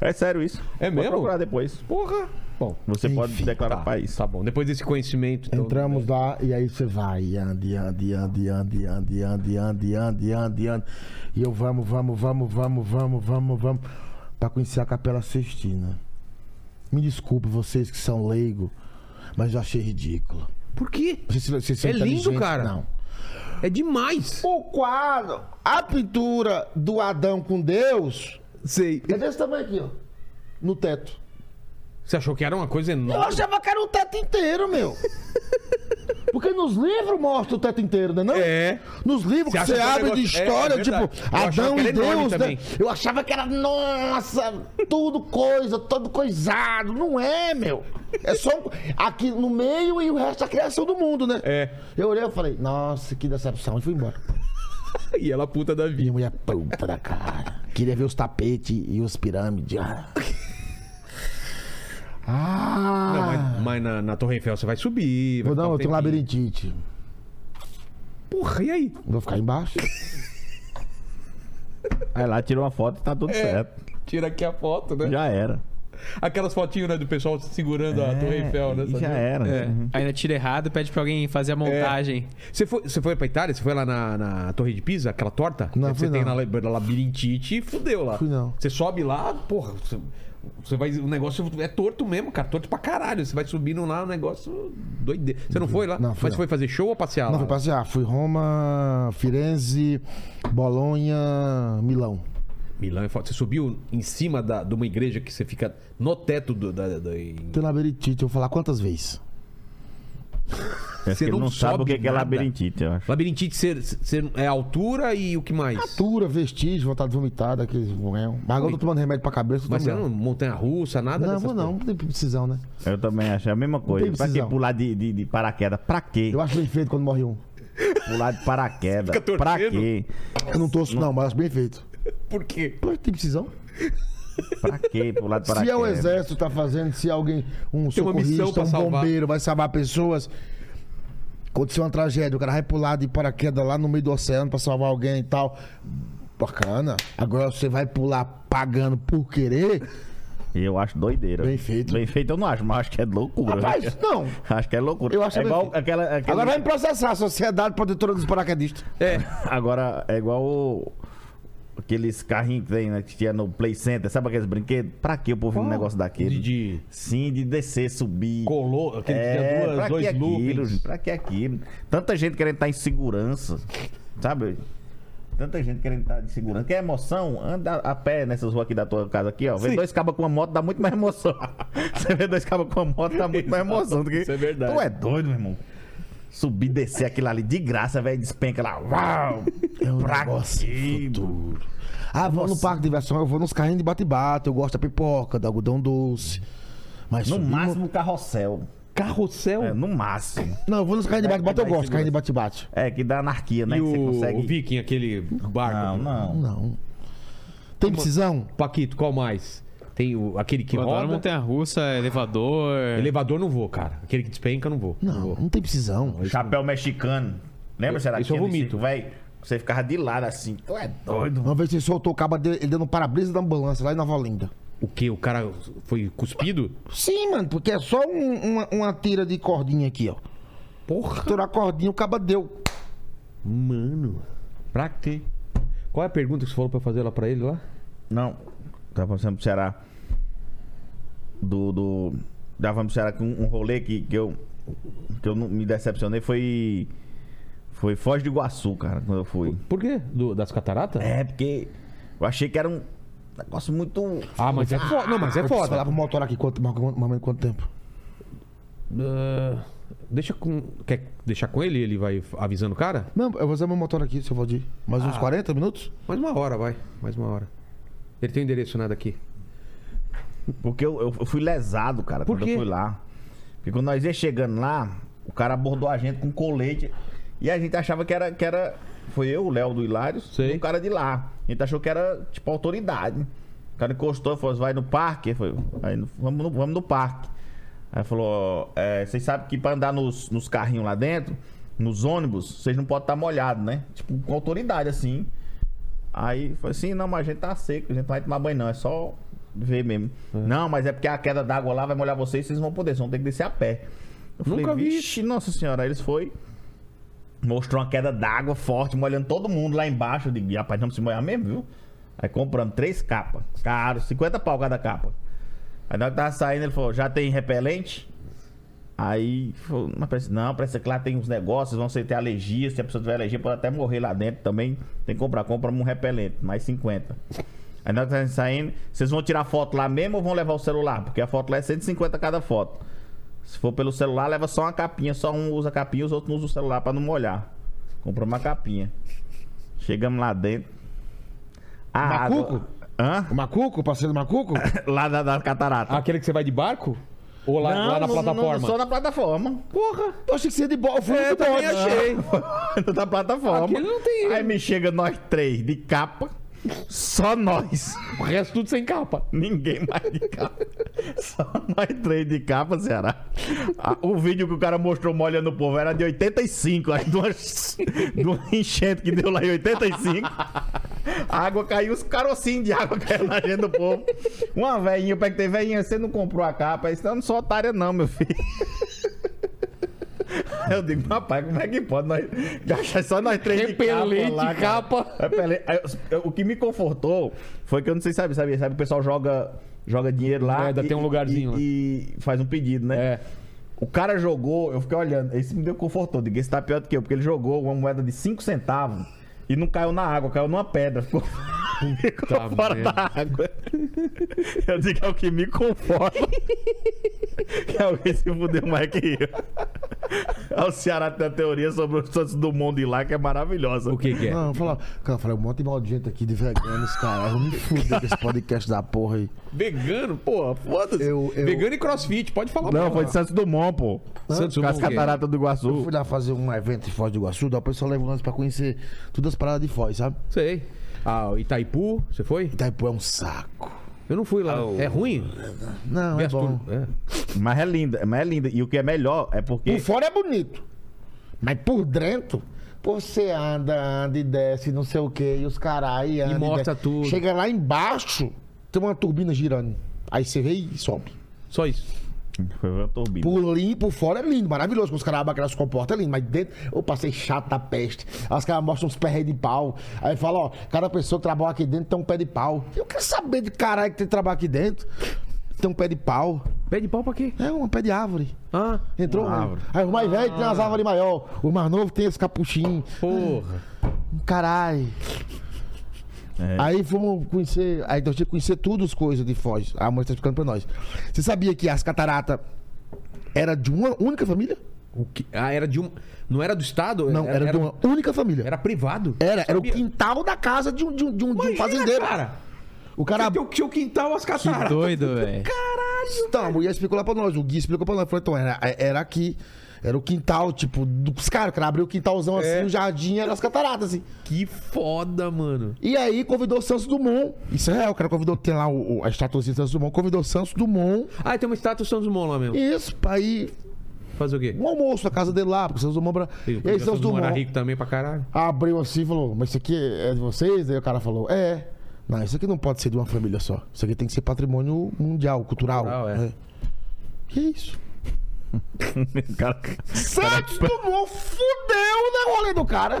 D: É sério isso.
A: É
D: Pode
A: mesmo?
D: procurar depois.
A: Porra. Bom,
D: Você pode
B: Enfim,
D: declarar
A: tá,
D: país.
A: tá bom. Depois desse conhecimento. então-
B: Entramos lá e aí você vai, anda, e anda, e anda, e anda, e anda, e anda, e anda, e anda, e anda, e anda. E eu vamos, vamos, vamos, vamos, vamos, vamos, vamos. Pra conhecer a Capela Sistina. Me desculpe vocês que são leigo, mas eu achei ridículo.
A: Por quê?
B: Vocês- vocês são
A: É lindo,
B: inteligentes?
A: cara.
B: Não.
A: É demais.
B: O quadro, a pintura do Adão com Deus,
A: Sei.
B: é desse tamanho aqui, ó. No teto.
A: Você achou que era uma coisa
B: Eu
A: enorme?
B: achava que era o teto inteiro, meu. Porque nos livros mostra o teto inteiro, né? Não?
A: É.
B: Nos
A: Você
B: livros que
A: acha
B: você
A: que é um
B: abre de
A: negócio- é,
B: história,
A: é verdade.
B: tipo,
A: Eu achava
B: Adão
A: que
B: e
A: era enorme
B: Deus, né?
A: também.
B: Eu achava que era, nossa, tudo coisa, todo coisado. Não é, meu. É só um- aqui no meio e o resto da criação do mundo, né?
A: É.
B: Eu olhei e falei, nossa, que decepção. E fui embora.
A: E ela puta da vida.
B: Minha mulher puta da cara. Queria ver os tapetes e os pirâmides. Ah! Ah!
A: Não, mas, mas na, na Torre Eiffel você vai subir. vai
B: Vou dar,
A: ficar
B: eu tenho
A: tempinho.
B: labirintite.
A: Porra, e aí?
B: Vou ficar embaixo.
A: Tá
D: Aí lá tirou uma foto e tá
A: É.
D: tudo certo.
A: Tira aqui a foto, né?
D: Já era.
A: Aquelas fotinhas né, do pessoal segurando a Torre Eiffel, né?
D: É, e já
A: sabe?
D: era.
A: É.
D: Uhum.
C: Ainda tira errado, pede pra alguém
B: É.
C: fazer a montagem.
A: Você foi, você foi pra Itália? Você foi lá na, na Torre de Pisa? Aquela torta?
B: Não,
A: que você
B: fui
A: tem
B: não.
A: na lab- na labirintite e fudeu lá.
B: Fui não.
A: Você sobe lá, porra, você, você vai. O negócio é torto mesmo, cara. Torto pra caralho. Você vai subindo lá, o negócio doideiro. Você não foi lá?
B: Não, fui
A: Mas
B: não.
A: foi fazer show ou passear
B: Não,
A: lá?
B: fui passear. Fui Roma, Firenze, Bolonha, Milão.
A: Milão é foda. Você subiu em cima da, de uma igreja que você fica no teto do. Da, da- em-
B: Tenho labirintite, eu vou falar quantas vezes?
D: É
A: Você
D: que ele
A: não
D: não sabe o que
A: sobe
D: que é
A: nada.
D: labirintite, eu acho.
A: Labirintite você, você- é altura e o que mais?
B: Tura, vestígio, vontade de vomitar, daqueles. Mas agora eu tô tomando remédio pra cabeça. eu tô
A: Mas você
B: melhor.
A: não montanha russa, nada
B: Não,
A: dessas
B: vou não, não tem precisão, né?
D: Eu também achei a mesma coisa.
B: tem
D: Pra que
B: precisão.
D: pular de, de, de paraquedas? Pra quê?
B: Eu acho bem feito quando morre um.
D: Pular de paraquedas.
A: Fica
D: Pra
A: torcendo.
D: quê?
B: Eu não torço, não, mas acho bem feito.
A: coisas. Por quê?
B: Pô, tem precisão?
D: Pra quê né? pular de
B: Se é o
D: paraquedas?
B: exército tá fazendo, se alguém, um
A: Tem uma missão
B: socorrista,
A: pra
B: um
A: salvar.
B: bombeiro vai salvar pessoas. Aconteceu uma tragédia, o cara vai pular de paraquedas lá no meio do oceano pra salvar alguém e tal. Bacana. Agora você vai pular pagando por querer?
D: Eu acho doideira.
B: Bem feito.
D: Bem feito eu não acho, mas acho que é loucura.
B: Rapaz, não.
D: Acho que é loucura.
B: Eu acho
D: é
B: bem
D: igual
B: feito.
D: aquela, aquele-
B: Agora vai me processar a Sociedade Protetora dos Paraquedistas.
A: É.
D: Agora é igual o- aqueles carrinhos que tem, né, que tinha no Play Center. Sabe aqueles brinquedos? Pra que o povo um negócio daquele?
A: De, de
D: Sim, de descer, subir.
A: colou, aquele que tinha
D: É,
A: duas-
D: pra que
A: dois
D: aquilo?
A: loopings.
D: gente? Pra que aquilo? Tanta gente querendo estar em segurança, sabe? Tanta gente querendo estar em segurança. Quer emoção? Anda a pé nessas ruas aqui da tua casa aqui, ó. Vê
A: Sim.
D: dois cabas com uma moto, dá muito mais emoção. Você vê dois cabas com uma moto, dá muito mais
A: Exato,
D: emoção. do que-
A: isso é verdade.
D: Tu é doido, meu irmão. Subir, descer aquilo ali de graça, velho, despenca lá. Uau!
B: É um
D: Pra
B: negócio
D: quê?
B: futuro. Ah, vou no parque de diversão, eu vou nos carrinhos de bate-bate, eu gosto da pipoca, do algodão doce. Mas
D: No
B: subir
D: máximo, carrossel.
A: Carrossel?
D: É, no máximo.
B: Não, eu vou nos carrinhos de bate-bate, eu
D: Vai- vai
B: gosto, carrinho de bate-bate.
D: É, que dá anarquia, né?
A: E
D: que você
A: o, o
D: consegue.
A: Viking, aquele barco.
D: Não, não.
B: Não. Tem precisão?
A: Paquito, qual mais? Tem o, aquele que
C: Eu adoro
A: roda.
C: montanha russa, elevador.
A: Elevador não vou, cara. Aquele que despenca não vou.
B: Não, não tem precisão.
A: tá-
D: Chapéu mexicano. Lembra, será
A: Isso eu vomito.
D: Vai, você ficava de lado assim. Tu é doido.
B: Uma vez você soltou o cabo dele, ele dando um para-brisa da ambulância lá em Nova Olinda.
A: O que? O cara foi cuspido?
B: Sim, mano, porque é só um- uma, uma tira de cordinha aqui, ó.
A: Porra,
B: Estourou a cordinha, o cabo deu.
A: mano. Pra quê? Qual é a pergunta que você falou pra eu fazer lá pra ele lá?
D: Não. Tava pensando pro Ceará. Do. do tava falando pro Ceará que um, um rolê que, que eu. Que eu não, me decepcionei foi. Foi Foz do Iguaçu, cara, quando eu fui.
A: Por quê? Do- das cataratas?
D: É, porque. Eu achei que era um negócio muito.
A: Ah, mas é foda. Não, mas é
B: Eu preciso falar
A: foda.
B: pro motor aqui quanto, mas quanto, mas quanto tempo.
A: Ah, deixa com. Quer deixar com ele? Ele vai avisando o cara?
B: Não, eu vou usar meu motor aqui, seu Valdir. Mais uns 40 minutos?
A: Mais uma hora, vai. Mais uma hora. Ele tem o endereço né, nada aqui.
D: Porque eu, eu- eu fui lesado, cara,
A: Por
D: quando
A: quê?
D: eu fui lá. Porque quando nós ia chegando lá, o cara abordou a gente com colete. E a gente achava que era. Que era foi eu, o Léo do Hilário,
A: Sei.
D: e o cara de lá. A gente achou que era, tipo, autoridade. O cara encostou e falou: vai no parque? Eu falei, aí, no- vamos, no, vamos no parque. Aí falou: é, vocês sabem que pra andar nos, nos carrinhos lá dentro, nos ônibus, vocês não podem estar molhados, né? Tipo, com autoridade assim. Aí foi assim, não, mas a gente tá seco, a gente não vai tomar banho não, é só ver mesmo. Não, mas é porque a queda d'água lá vai molhar vocês, vocês não vão poder, vocês vão ter que descer a pé. Eu falei,
A: Nunca vi
D: vixe, nossa senhora, aí eles foi mostrou uma queda d'água forte, molhando todo mundo lá embaixo, eu digo, rapaz, não se molhar mesmo, viu? Aí compramos três capas, caro, 50 pau cada capa. Aí na hora que tava saindo, ele falou, já tem repelente? Aí, falou, mas parece, não, parece que lá tem uns negócios, vão ser ter alergia. Se a pessoa tiver alergia, pode até morrer lá dentro também. Tem que comprar, compra um repelente, mais 50. Aí nós estamos saindo. Vocês vão tirar foto lá mesmo ou vão levar o celular? Porque a foto lá é 150 cada foto. Se for pelo celular, leva só uma capinha. Só um usa capinha, os outros não usam o celular pra não molhar. Comprou uma capinha. Chegamos lá dentro. A
B: Macuco?
D: água- Hã?
B: O macuco, o parceiro do macuco?
D: Lá da, da catarata.
A: Aquele que você vai de barco? Ou Ah, lá, lá na plataforma?
D: só na plataforma.
A: Porra!
B: Eu achei que seria de bola. Eu fui né?
A: É,
B: de
A: eu também
B: bode.
A: achei.
D: na plataforma.
A: Aquele não tem-
D: Aí me chega nós três de capa. Só nós.
A: O resto tudo sem capa.
D: Ninguém mais de capa. Só nós três de capa, Ceará. Ah, O vídeo que o cara mostrou molhando o povo era de 85. Aí de uma, de uma enchente que deu lá em 85. A água caiu, os carocinhos de água caíram na gente do povo. Uma velhinha, eu perguntei, velhinha, você não comprou a capa? Aí disse, não, não sou otária não, meu filho. Aí Eu digo, rapaz, como é que pode? Nós gastar só nós três
A: Repelente,
D: de capa. lá,
A: capa.
D: cara. Repelente. Aí, eu- eu- é, O que me confortou foi que eu não sei se sabe, sabe, sabe, o pessoal joga, joga dinheiro
A: É,
D: lá.
A: ainda
D: e-
A: tem um lugarzinho
D: e-
A: lá.
D: E faz um pedido, né?
A: É.
D: O cara jogou, eu fiquei olhando, esse me deu confortou. Digo, esse tá pior do que eu, porque ele jogou uma moeda de 5 centavos e não caiu na água, caiu numa pedra. Ficou, ficou fora
A: merda.
D: da água. Eu digo, é o que me conforta. que alguém se fudeu mais que eu. É o Ceará tem a teoria sobre o Santos Dumont de lá, que é maravilhosa.
A: O que que é?
B: Não, eu falava, cara, eu falei, um monte de gente aqui de veganos, cara. Eu me fudei com esse podcast da porra aí.
A: Vegano, porra, foda-se.
B: Eu- eu-
A: Vegano e crossfit, pode falar.
D: Não,
A: porra.
D: foi de Santos Dumont, pô.
A: Santos
D: Com as
A: Dumont, o quê?
D: cataratas do
B: Eu
D: Iguaçu.
B: fui lá fazer um evento em Foz do Iguaçu, daí o pessoal leva nós pra conhecer todas as paradas de Foz, sabe?
A: Sei. Ah, o Itaipu, você foi?
B: Itaipu é um saco.
A: Eu não fui lá.
C: Ah,
A: É ruim?
B: Não, é
A: Viatura-
B: bom.
A: é.
D: Mas é linda, mas é linda. E o que é melhor é porque.
B: Por fora é bonito. Mas por dentro, pô, você anda, anda e desce, não sei o quê, e os carai anda.
A: mostra
B: desce.
A: tudo.
B: Chega lá embaixo, tem uma turbina girando. Aí você vê e sobe.
A: Só isso.
D: Foi uma turbina.
B: Por, lindo, por fora é lindo, maravilhoso. Com os caras abacalhar se comporta, é lindo. Mas dentro, eu passei chato da peste. Aí os caras mostram uns pés de pau. Aí fala, ó, cada pessoa que trabalha aqui dentro tem um pé de pau. Eu quero saber de caralho que tem trabalho aqui dentro. Tem um pé de pau.
A: Pede pau pra quê?
B: É um pé de árvore.
A: Ah,
B: Entrou
D: Uma
B: um.
D: árvore.
B: Aí os mais velhos tem as árvores maior. Os mais novos tem esse capuchinho.
A: porra.
B: Caralho.
D: É.
B: Aí fomos conhecer. Aí nós tínhamos que conhecer tudo as coisas de Foz. A mãe está explicando pra nós. Você sabia que as cataratas era de uma única família?
A: O que... Ah, era de um. Não era do Estado?
B: Não, era, de uma única família.
A: Era privado?
B: Era, era o
A: Sabia?
B: quintal da casa de um, de um, de um, de um
A: Imagina,
B: fazendeiro.
A: Cara,
B: O cara.
A: Você tem um o seu quintal, as
C: Que
A: cataratas.
C: doido, velho.
B: Então, a mulher explicou lá pra nós, o Gui explicou pra nós. Falou, então, era, era aqui. Era o quintal, tipo, dos caras. O cara abriu o quintalzão assim, o jardim era as cataratas, assim.
A: Que foda, mano.
B: E aí convidou o Santos Dumont. Isso é real, o cara convidou, tem lá o, o- a estatuazinha do Santos Dumont, convidou o Santos Dumont.
A: Ah, tem uma estátua do Santos Dumont lá mesmo.
B: Isso, pra ir
A: Fazer o quê? um
B: um almoço na casa dele lá, porque o Santos Dumont. Era...
A: E
B: E aí,
A: era
B: Santos Dumont
A: rico também pra caralho.
B: abriu assim e falou: Mas isso aqui é de vocês? Aí o cara falou: É. Não, isso aqui não pode ser de uma família só. Isso aqui tem que ser patrimônio mundial, cultural.
A: Cultural, é.
B: Que isso?
D: O cara-
A: é
B: Santos Dumont fudeu na rolê do cara.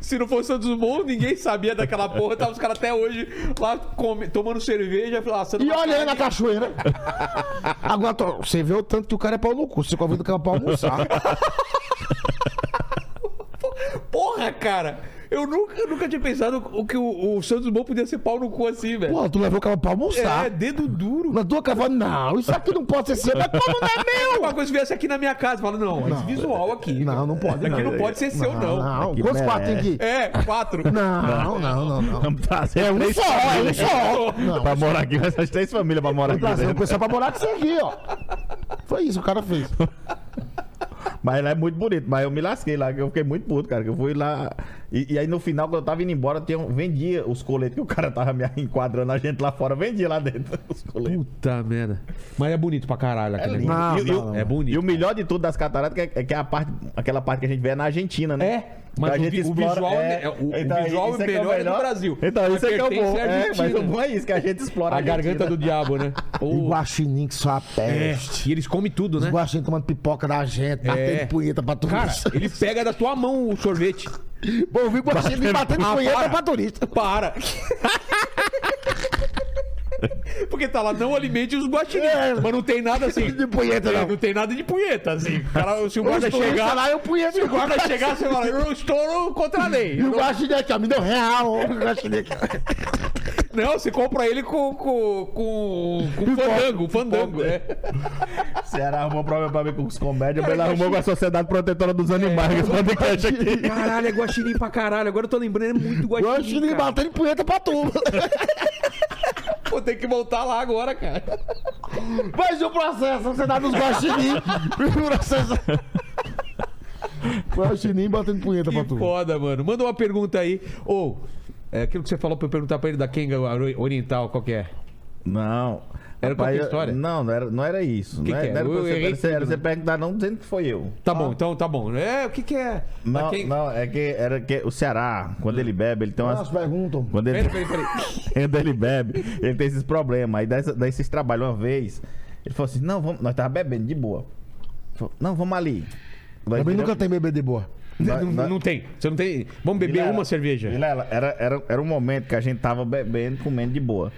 A: Se não fosse o Santos Dumont, ninguém sabia daquela porra. Tava os caras até hoje lá come- tomando cerveja, "Ah, laçando
B: E
A: uma
B: olhando
A: carne.
B: a cachoeira. Agora, tô- você vê o tanto que o cara é pau no cu. Você convida o cara pra almoçar.
A: Porra, cara! Eu nunca, eu nunca tinha pensado o que o, o Santos Dumont podia ser pau no cu assim, velho.
B: Pô, tá. tu levou o cara pra almoçar.
A: É, dedo duro.
B: Na tua cavalo, não, isso aqui não pode ser seu. Mas como não é
A: Se alguma coisa viesse aqui na minha casa, fala, não, esse visual aqui.
B: meu? Não, não pode.
A: Aqui É não pode ser seu, não.
B: Não,
D: Aqui
B: quantos
D: merece.
B: quartos tem aqui?
A: É, quatro.
B: Não, não, não, não.
D: Vamos trazer
B: É um
D: três
B: só, é um
D: famílias.
B: só. Um Não,
D: Pra morar aqui, essas três famílias pra
B: vou
D: morar aqui.
B: trazer o
D: dentro.
B: pessoal pra morar com isso aqui, ó. Foi isso que o cara fez.
D: Mas lá é muito bonito. Mas eu me lasquei lá, que eu fiquei muito puto, cara. Que eu fui lá. E, e aí no final, quando eu tava indo embora, tinha, um- vendia os coletes que o cara tava me enquadrando a gente lá fora. Vendia lá dentro os coletes.
A: Puta merda. Mas é bonito pra caralho aquele
D: lindo.
A: negócio.
B: Não,
D: E- e-
B: não, não.
A: É
D: E o
A: bonito.
D: melhor de tudo das cataratas é que- é que a parte, aquela parte que a gente vê é na Argentina, né?
A: É, mas
D: Que a
A: o
D: gente
A: vi- o
D: explora-
A: visual é- o- o visual
D: Então, isso que
A: melhor é do Brasil.
D: Então, isso é que é o
A: Pertence
D: bom.
A: à
D: É, mas
A: Argentina.
D: o bom é isso, que a gente explora
A: A garganta do
D: Argentina.
A: diabo, né?
B: E
A: Ou-
B: guaxinim que só a
A: É,
B: peste.
A: e eles comem tudo,
D: É.
B: Os
A: né?
B: guaxinim tomando pipoca da gente, batendo punheta pra
A: Cara,
B: turista.
A: ele pega da tua mão o sorvete.
B: Pô, eu vi guaxinim batendo
A: Ah,
B: punheta
A: para.
B: pra turista.
A: Para. Porque tá lá, não alimente os guaxinins.
B: É.
A: Mas não tem nada assim.
B: De punheta,
A: É,
B: não.
A: não tem nada de punheta, assim. O cara, se o
B: Os
A: guarda
B: turistas
A: chegar,
B: lá, eu punheta.
A: se o guarda chegar, você fala, eu estouro contra a lei.
B: E o guaxinim aqui, ó, me deu real. O guaxinim aqui.
A: Não, você compra ele com. com. com, com fandango, fandango. É.
D: Ceará arrumou problema pra mim com os comédias, mas ele arrumou com a Sociedade Protetora dos Animais,
B: É.
D: esse podcast aqui.
A: Caralho, é guaxinim pra caralho. Agora eu tô lembrando, é muito guaxinim.
B: Guaxinim
A: cara.
B: batendo punheta pra turma.
A: Vou ter que voltar lá agora, cara.
B: Mas e o processo? Você dá nos guaxinim. o processo. Guaxinim batendo punheta pra
A: Que
B: tu.
A: foda, mano. Manda uma pergunta aí. Ou, é, aquilo que você falou pra eu perguntar pra ele da Kenga ori- Oriental, qual que é?
D: Não.
A: Era
D: Rapaz,
A: qualquer história?
D: Não, não era, não era isso.
A: Que
D: não
A: que
D: era,
A: é?
D: não era
A: Eu
D: pra você,
A: errei
D: era, você- era
A: tudo, né?
D: você perguntar, não dizendo que foi eu.
A: Tá bom, então tá bom. É, o que que é? Da
D: Ah. Não,
A: Kenga-
D: não, é que era que o Ceará, quando
A: É.
D: ele bebe, ele tem umas.
B: Elas perguntam.
D: Quando ele,
A: Peraí, peraí, peraí.
D: quando Então ele bebe, ele tem esses problemas. Aí dá, essa- dá esses trabalhos uma vez. Ele falou assim: não, vamos, nós tava bebendo de boa. Ele falou, não, vamos ali. Nós
B: Também
D: viramos-
B: nunca tem bebê de boa.
D: nós-
A: Não,
D: nós-
A: não tem. Você não tem. Vamos beber
D: Vilela,
A: uma cerveja.
D: Vilela, era, era, era um momento que a gente tava bebendo, comendo de boa.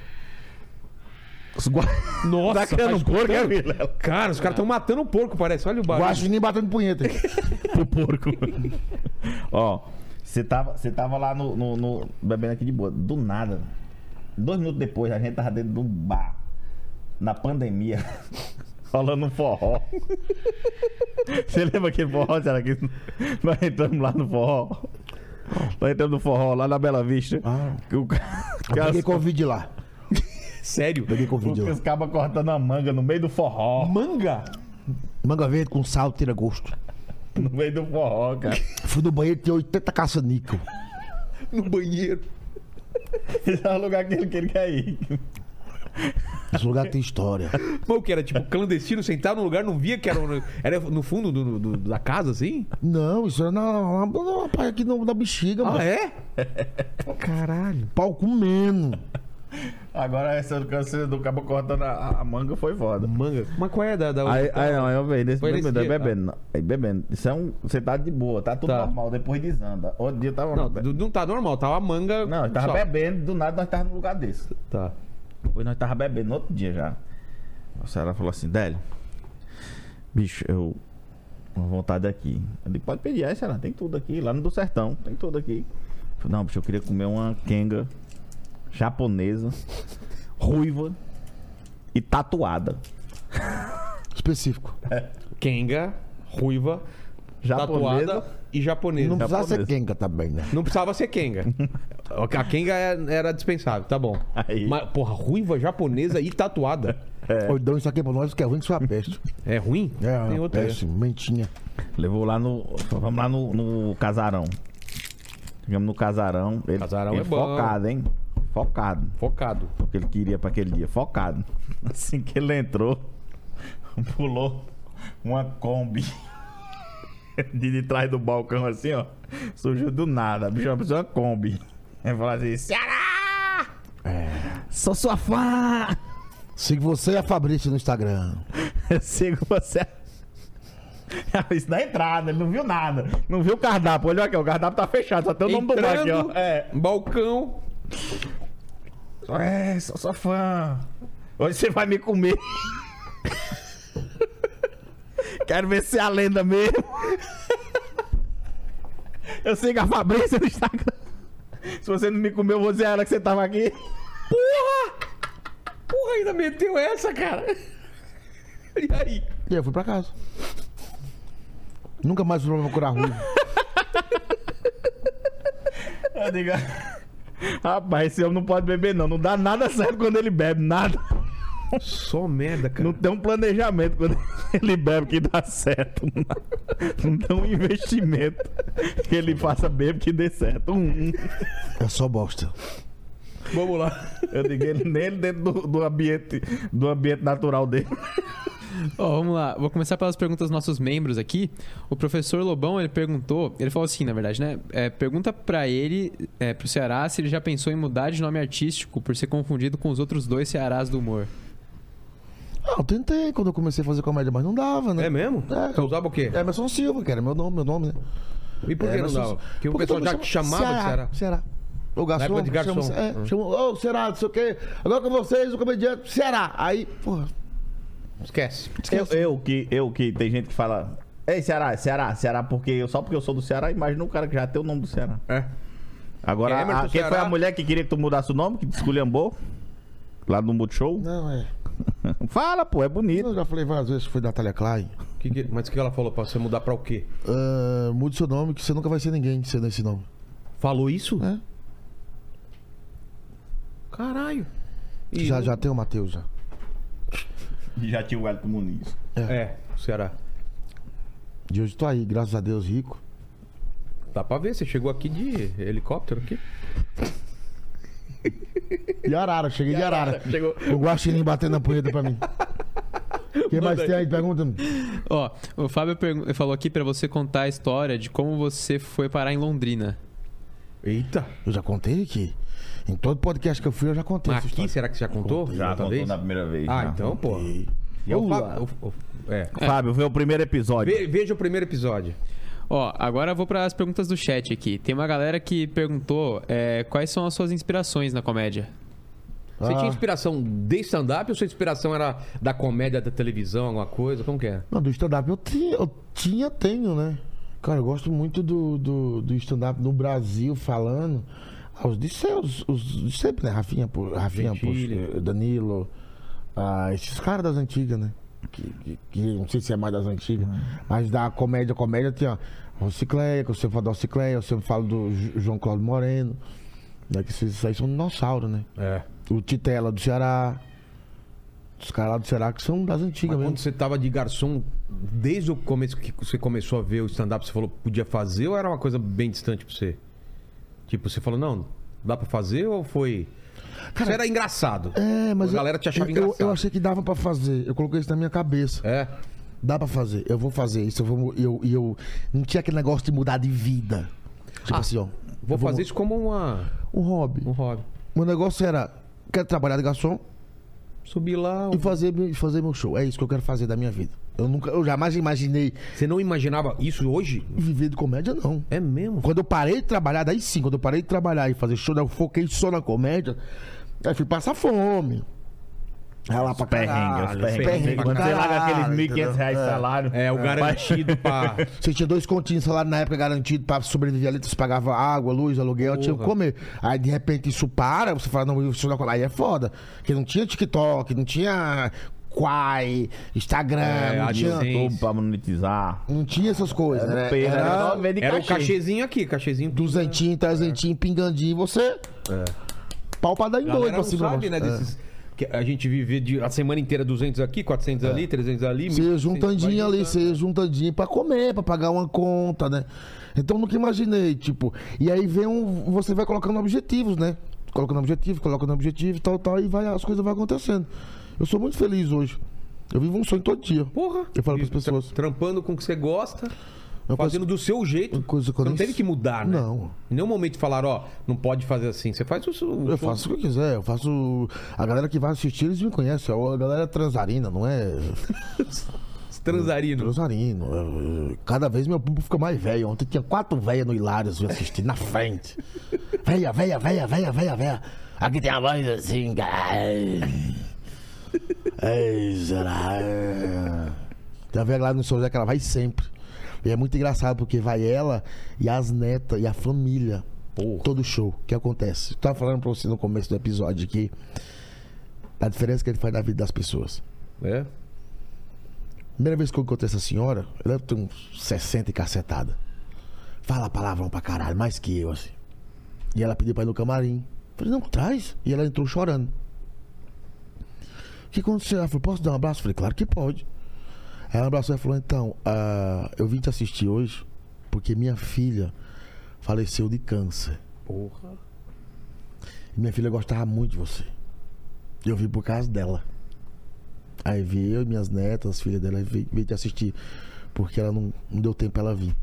D: Os gua...
A: Nossa,
D: Tacando
A: faz
D: um porco,
A: tanto-
D: é, Vilela?
A: Cara, os caras estão matando o porco, parece. Olha o barulho.
B: Guaxinim batendo punheta.
D: pro porco. Ó, você tava, você tava lá no, no- no- bebendo aqui de boa. Do nada. Dois minutos depois, a gente tava dentro de um bar. Na pandemia. Falando um forró. Você lembra aquele forró, será que nós entramos lá no forró? Nós entramos no forró lá na Bela Vista.
B: Ah.
D: Que o cara- que
B: Eu
D: as-
B: Peguei Covid lá.
A: Sério?
B: Peguei Covid
D: Porque
B: lá.
D: os cabas cortando a manga no meio do forró.
A: Manga?
B: Manga verde com sal, tira gosto.
D: No meio do forró, cara.
B: Fui no banheiro, tinha 80 caça-níquel.
A: No banheiro.
D: Esse é o lugar que ele queria ir.
B: Esse lugar tem história.
A: Mas o que era tipo clandestino, sentar num lugar, não via que era. no- Era no fundo do- do- da casa, assim?
B: Não, isso era na, na, na, rapaz, aqui no- na bexiga, mano.
A: Ah, é? Caralho.
B: Pau comendo.
D: Agora essa canção do cabo cortando a, a manga foi foda.
A: Manga. Mas qual é da. da
D: Aí, aí não, aí eu vejo, nesse
A: Foi
D: mesmo
A: nesse
D: dia,
A: dia, tá?
D: bebendo, aí bebendo. Isso é um. Você tá de boa, tá tudo
A: Tá.
D: normal, depois desanda. Outro dia eu tava.
A: Não, do- não tá normal, tava manga.
D: não, eu tava
A: só.
D: bebendo, do nada nós tava num lugar desse.
A: Tá.
D: Depois nós tava bebendo no outro dia já. A senhora falou assim, Délio, bicho, eu. Uma vontade aqui. Ele pode pedir, aí, senhora, tem tudo aqui, lá no do sertão, tem tudo aqui. Eu falei, não, bicho, eu queria comer uma kenga japonesa, ruiva e tatuada.
B: Específico.
A: Kenga, ruiva,
D: Japonesa.
A: tatuada e japonesa.
B: Não
A: Não,
B: precisava ser
D: Japonês.
B: quenga também, né?
A: precisava ser Kenga. A Kenga é- era dispensável, tá bom.
D: Aí.
A: Mas, porra, ruiva, japonesa e tatuada.
B: Ou então isso aqui é pra nós, que é ruim que isso é uma peste.
A: É ruim?
B: É, uma
A: Tem outra. aí.
B: peste, mentinha.
D: Levou lá no. Vamos lá no, no casarão. Chegamos no casarão. Ele,
A: Casarão
D: ele
A: é bom.
D: focado, hein? Focado.
A: Focado.
D: O que ele queria pra aquele dia. Focado. Assim que ele entrou, pulou uma Kombi. De, de trás do balcão, assim, ó. Surgiu do nada. Bicho, uma pessoa uma Kombi. Ele falou assim: Ceará! Sou sua fã!
B: Siga você e a Fabrício no Instagram.
D: Eu sigo você. Ela disse na entrada, ele não viu nada. Não viu o cardápio. Olha aqui, o cardápio tá fechado, só tem o nome do bar aqui, ó.
A: Entrando,
D: É.
A: Balcão.
D: É, sou sua fã. Hoje você vai me comer. Quero ver se é a lenda mesmo. Eu sigo a Fabrícia no Instagram. Se você não me comeu, eu vou dizer a ela que você tava aqui.
A: Porra! Porra, ainda meteu essa, cara. E aí?
B: E aí eu fui pra casa. Nunca mais fui pra procurar ruim.
D: Eu digo, Tá Rapaz, esse homem não pode beber, não. Não dá nada certo quando ele bebe, nada.
A: Só merda, cara.
D: Não tem um planejamento quando ele bebe que dá certo. Não tem um investimento que ele faça bebe que dê certo. Um, um.
B: É só bosta.
A: Vamos lá.
D: Eu digo ele nele dentro do, do ambiente do ambiente natural dele.
C: Ó, vamos lá. Vou começar pelas perguntas dos nossos membros aqui. O professor Lobão, ele perguntou... Ele falou assim, na verdade, né? É, pergunta pra ele, é, pro Ceará, se ele já pensou em mudar de nome artístico por ser confundido com os outros dois Cearás do humor.
B: Ah, eu tentei quando eu comecei a fazer comédia, mas não dava, né?
A: É mesmo?
B: É.
A: Você usava o quê?
B: Emerson Silva, que era meu nome, meu nome, né?
A: E por que É, não
B: Emerson
A: dava?
B: Silva.
A: Porque o
B: Porque
A: pessoal
B: todo
A: já
B: mundo
A: te
B: chama-
A: chamava de Ceará.
B: Ceará. O garçom,
A: época de garçom.
B: Chama, é,
A: Hum.
B: chama, ô Ceará, não sei o quê. Agora com vocês, o comediante Ceará. Aí, porra,
A: Esquece.
D: Eu, eu que eu que tem gente que fala, ei Ceará, Ceará, Ceará, porque eu só porque eu sou do Ceará, imagina um cara que já tem o nome do Ceará.
A: É.
D: Agora,
A: É, Emerson
D: a- quem
A: Ceará.
D: foi a mulher que queria que tu mudasse o nome, que te esculhambou? Lá no Multishow?
B: não é.
D: Fala, pô, é bonito.
B: Eu já falei várias vezes que foi Natália Klein.
A: Que que- mas o que ela falou pra você mudar pra o quê?
B: Ah, mude seu nome, que você nunca vai ser ninguém sendo esse nome.
A: Falou isso?
B: É.
A: Caralho. E-
B: Já, já tem o Matheus, já.
D: E já tinha o Elton Muniz.
A: É, o Ceará.
B: De hoje tô aí, graças a Deus, rico.
A: Dá pra ver, você chegou aqui de helicóptero aqui.
B: E Arara, cheguei de Arara.
D: Chegou.
B: O Guaxinim batendo a punheta pra mim. Quem mais tem aí perguntando?
C: Ó, o Fábio pergun- falou aqui pra você contar a história de como você foi parar em Londrina.
A: Eita.
B: Eu já contei aqui. Em todo podcast que eu fui, eu já contei
A: Mas
B: essa
A: aqui,
B: história.
A: será que você já contou?
D: Já
A: outra
D: contou
A: vez?
D: na primeira vez.
A: Ah,
D: já.
A: então, pô.
B: E-
A: E eu
B: Vamos lá.
A: falo. eu- eu- É.
D: Fábio, foi o primeiro episódio.
A: Ve- Veja o primeiro episódio.
C: Ó, agora eu vou para as perguntas do chat aqui. Tem uma galera que perguntou é, quais são as suas inspirações na comédia.
A: Você
B: Ah.
A: tinha inspiração de stand-up ou sua inspiração era da comédia da televisão, alguma coisa? Como que é?
B: Não, do stand-up eu tinha, eu tinha, tenho, né? Cara, eu gosto muito do, do, do stand-up no Brasil falando. Ah, Os de ser- os, os de sempre, né? Rafinha, pô, Rafinha pô,
A: Gentili.
B: Danilo. ah, esses caras das antigas, né? Que, que- que não sei se é mais das antigas,
A: Uhum.
B: mas da comédia, comédia tinha o Cicleia, que eu sempre falo do Cicleia, eu sempre falo do Jo- João Cláudio Moreno. Né? Que esses aí são dinossauros, né?
A: É.
B: O Titela do Ceará. Os caras lá do Ceará que são das antigas
A: Mas
B: mesmo.
A: quando você tava de garçom, desde o começo que você começou a ver o stand-up, você falou que podia fazer ou era uma coisa bem distante pra você? Tipo, você falou, não, dá pra fazer ou foi. Você era engraçado.
B: É, mas
A: A galera te achava
B: eu, eu,
A: engraçado.
B: eu achei que dava pra fazer. Eu coloquei isso na minha cabeça.
A: É.
B: Dá pra fazer. Eu vou fazer isso. Eu vou mu- eu e eu não tinha aquele negócio de mudar de vida. Tipo assim, ó.
A: Ah, Vou
B: eu
A: fazer
B: mu-
A: isso como uma,
B: um hobby.
A: um hobby.
B: Meu negócio era quero trabalhar de garçom
A: Subir lá.
B: e fazer meu- fazer meu show. É isso que eu quero fazer da minha vida. Eu nunca eu jamais imaginei
A: Você não imaginava isso hoje?
B: viver de comédia não.
A: É mesmo?
B: Quando eu parei de trabalhar, daí sim, quando eu parei de trabalhar e fazer show, daí eu foquei só na comédia. Aí fui passar fome. Ralar pra
D: Perrengue, os
B: caralho,
D: perrengues.
B: perrengue pra
D: Quando você larga
B: caralho,
D: aqueles 1.500
B: entendeu?
D: reais de
B: É.
D: salário.
A: É, o garantido pra.
B: Você tinha dois continhos de salário na época garantido pra sobreviver ali, você pagava água, luz, aluguel, tinha que
A: Porra.
B: comer. Aí de repente isso para, você fala, não, isso não aí é foda. Porque não tinha TikTok, não tinha Quai, Instagram,
A: É,
B: não, tinha,
A: AdSense.
D: Tudo pra monetizar.
B: não tinha essas coisas, né?
D: Pena,
B: Era
D: só vender
A: Era o cachezinho aqui, cachezinho.
B: duzentinho, trezentinho, pingandinho, você. Pau pra dar em
A: É. A galera
B: dois pra
A: não
B: cima.
A: sabe, né? Desses, que a gente vive de, a semana inteira 200 aqui, 400 ali, 300 ali.
B: Você
A: 1.400, vai
B: juntandinho
A: juntando.
B: ali,
A: né?
B: você juntandinho pra comer, pra pagar uma conta, né? Então nunca imaginei, tipo. E aí vem um. Você vai colocando objetivos, né? Colocando objetivos, colocando objetivos, tal, tal, e vai, as coisas vão acontecendo. Eu sou muito feliz hoje. Eu vivo um sonho todo dia.
A: Porra!
B: Eu falo pras
A: Tra-
B: pessoas. É
A: Trampando com o que você gosta,
B: Uma coisa-
A: fazendo do seu jeito.
B: uma coisa que eu
A: você não
B: nem
A: teve
B: s-
A: que mudar, né?
B: Não.
A: Em nenhum momento falaram, ó, não pode fazer assim. Você faz o seu.
B: Eu faço o que eu quiser, eu faço. A galera que vai assistir, eles me conhecem. A galera é transarina, não é
A: Transarino.
B: Transarino. Eu- eu- é, Cada vez meu público fica mais velho. Ontem tinha quatro velhas no Hilários me assistindo na frente. Velha, velha, velha, velha, velha, velha. Aqui tem a voz assim, ai. Ei, será? Tem a velha lá no São José que ela vai sempre. E é muito engraçado porque vai ela e as netas e a família.
A: Porra.
B: Todo show. O que acontece? Eu tava falando pra você no começo do episódio aqui. A diferença que ele faz na vida das pessoas.
A: É.
B: Primeira vez que eu encontrei essa senhora, ela tem uns 60 e cacetada. Fala palavrão pra caralho, mais que eu, assim. E ela pediu pra ir no camarim. Falei, não, traz. E ela entrou chorando. O que aconteceu? Ela falou, posso dar um abraço? Falei, claro que pode. Aí ela abraçou e falou, então, ah, eu vim te assistir hoje porque minha filha faleceu de câncer.
A: Porra.
B: E minha filha gostava muito de você. E eu vim por causa dela. Aí veio eu e minhas netas, as filhas dela, e veio, veio te assistir. Porque ela não, não deu tempo pra ela vir.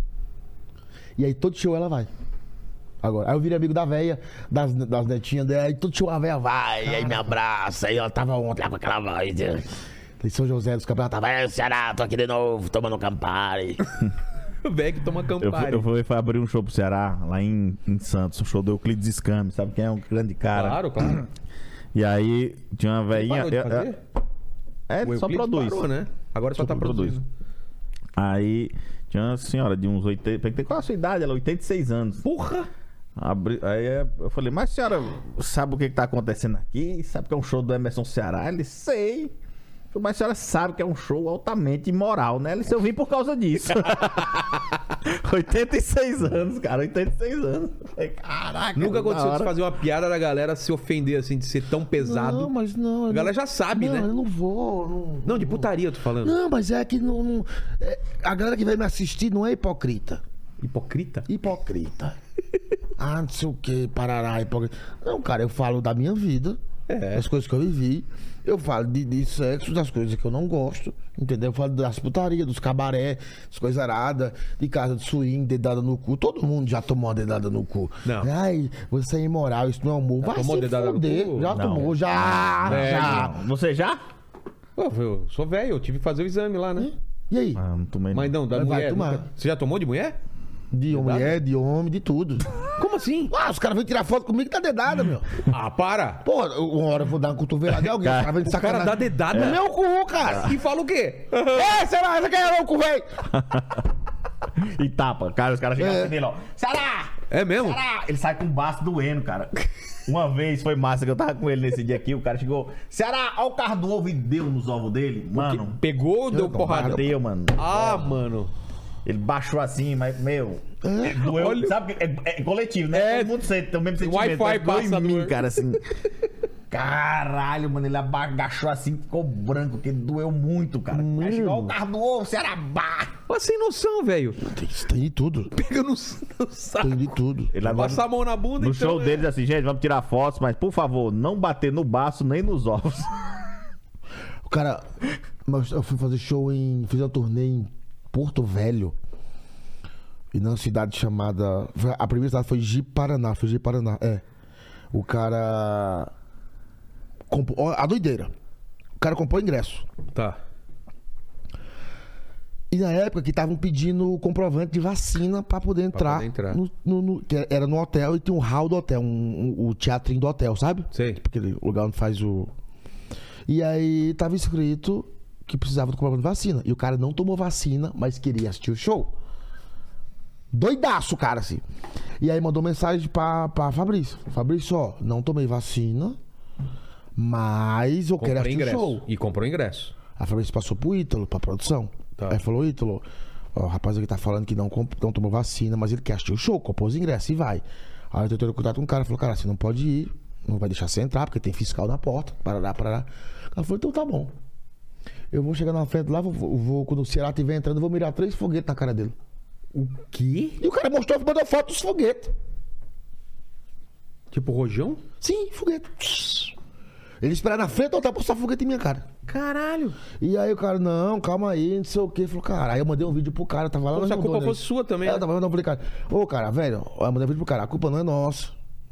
B: E aí todo show ela vai. Agora, aí eu virei amigo da véia, das, das netinhas dela, aí todo show a véia vai, aí me abraça, aí ela tava ontem lá com aquela voz. né? Em São José dos Campeonatos, tava, "É, Ceará, tô aqui de novo, tomando um Campari.
A: O Beck toma
D: Eu fui,
A: campari.
D: eu fui- fui abrir um show pro Ceará, lá em, em Santos, um show do Euclides Scam, sabe quem é um grande cara?
A: Claro, claro.
D: E aí tinha uma velhinha.
A: Parou de
D: eu- eu-
A: fazer?
D: É,
A: O
D: só
A: Euclides
D: produz.
A: Parou, né? Agora só tá
D: produz.
A: produzindo.
D: Aí tinha uma senhora de uns 80. Qual a sua idade? Ela, 86 anos.
A: Porra!
D: Abri- Aí é, eu falei, mas senhora, sabe o que, que tá acontecendo aqui? Sabe que é um show do Emerson Ceará? Ele, sei. Mas a senhora sabe que é um show altamente imoral, né? Ela disse, eu vim por causa disso. 86 anos, cara, 86 anos. Eu falei, Caraca,
A: Nunca
D: da
A: aconteceu de
D: hora.
A: fazer uma piada da galera se ofender, assim, de ser tão pesado.
B: Não, mas não. eu
A: A galera
B: não-
A: já sabe,
B: não,
A: né?
B: Eu não vou. Não,
A: Não, de putaria eu tô falando.
B: Não, mas é que não. não- é, a galera que vai me assistir não é hipocrita.
A: Hipocrita?
B: Hipocrita. ah, não sei o que, parará, hipocrita. Não, cara, eu falo da minha vida,
A: É.
B: das coisas que eu vivi. Eu falo de, de sexo, das coisas que eu não gosto, entendeu? Eu falo das putarias, dos cabaré, das coisas aradas, de casa de swing, dedada no cu. Todo mundo já tomou uma dedada no cu.
A: Não.
B: Ai, você é imoral, isso não é amor. Vai
A: tomou
B: se
A: dedada no
B: fuder.
A: cu?
B: Já
D: Não.
B: tomou, já,
A: É,
B: já.
D: Não, você já?
A: Pô, eu sou velho, eu tive que fazer o exame lá, né?
B: E aí?
D: Ah, não tomei.
A: Mas não, da
B: Mas vai
A: mulher.
B: tomar.
A: nunca- Você já tomou de mulher?
B: De mulher, de homem, de tudo.
A: Como assim?
B: Ah, os caras vêm tirar foto comigo da dedada, meu.
A: Ah, para!
B: Pô, uma hora eu vou dar uma cotovelada em alguém. Os caras vêm de
A: O cara
B: sacanagem.
A: dá dedada
B: No meu cu, cara.
A: e fala o quê?
B: É, será? Essa quem é o cu, véi?
D: E tapa. Cara, os caras chegam
B: É.
D: assim nele, ó. Será?
A: É mesmo?
D: Será? Ele sai com o baço doendo, cara. Uma vez foi massa que eu tava com ele nesse dia aqui. O cara chegou. Será? Olha o carro do ovo e deu nos ovos dele. Mano,
A: Pegou ou deu
B: não,
A: porrada?
D: bateu, mano.
A: Ah, mano.
D: Ele baixou assim, mas, meu. Doeu.
A: Olha-
D: Sabe que é, é coletivo, né?
A: É.
D: Todo mundo sente, tem o mesmo sentimento.
A: Wi-Fi
D: mas doeu
A: passa
D: em mim,
A: dor.
D: cara, assim. Caralho, mano, ele abaixou assim, ficou branco, porque doeu muito, cara. Aí chegou "Olha o carro do ovo, será? Bah!
A: Mas sem noção, velho.
B: Tem, tem de tudo.
A: Pega no, no saco.
B: Tem de tudo.
D: Ele agora-
A: Passar a mão na bunda
D: No
A: então,
D: show
E: é.
A: né?
D: deles, assim, gente, vamos tirar fotos, mas por favor, não bater no baço nem nos ovos.
B: O cara. Mas eu fui fazer show em. Fiz uma turnê em Porto Velho. E numa cidade chamada. A primeira cidade foi Jiparaná. Foi Jiparaná, é. O cara. compo- ó, A doideira. O cara comprou ingresso.
A: Tá.
B: E na época que estavam pedindo o comprovante de vacina pra poder entrar.
A: poder entrar.
B: no- no- no- que era no hotel e tinha um hall do hotel, um- um- o teatrinho do hotel, sabe?
A: Sei.
B: Tipo aquele lugar onde faz o. E aí tava escrito que precisava do comprovante de vacina. E o cara não tomou vacina, mas queria assistir o show. Doidaço, cara, assim. E aí mandou mensagem pra, pra Fabrício. Fabrício, ó, não tomei vacina, mas eu quero
A: Comprou
B: assistir
A: ingresso.
B: o show.
A: E comprou ingresso.
B: A Fabrício passou pro Ítalo, pra produção.
A: Tá.
B: Aí falou, Ítalo, ó, o rapaz aqui tá falando que não, comp- não tomou vacina, mas ele quer assistir o show, comprou os ingressos e vai. Aí eu entrei em contato com o cara, falou, cara, você não pode ir, não vai deixar você entrar, porque tem fiscal na porta, parará, parará. O cara falou, então tá bom. Eu vou chegar na frente lá, vou, vou- vou- quando o Ceará estiver entrando, eu vou mirar três foguetes na cara dele.
A: O quê?
B: E o cara mostrou, mandou foto dos foguetes.
A: Tipo rojão?
B: Sim, foguete. Ele esperar na frente, eu tava postando foguete em minha cara.
A: Caralho.
B: E aí o cara, não, calma aí, não sei o que. Falou, cara, aí eu mandei um vídeo pro cara, tava lá
A: Como se a
B: Redondo,
A: culpa
B: né?
A: fosse sua também,
B: É,
A: né?
B: eu tava mandando, eu falei, cara, ô cara, velho, ó, eu mandei um vídeo pro cara, a culpa não é nossa.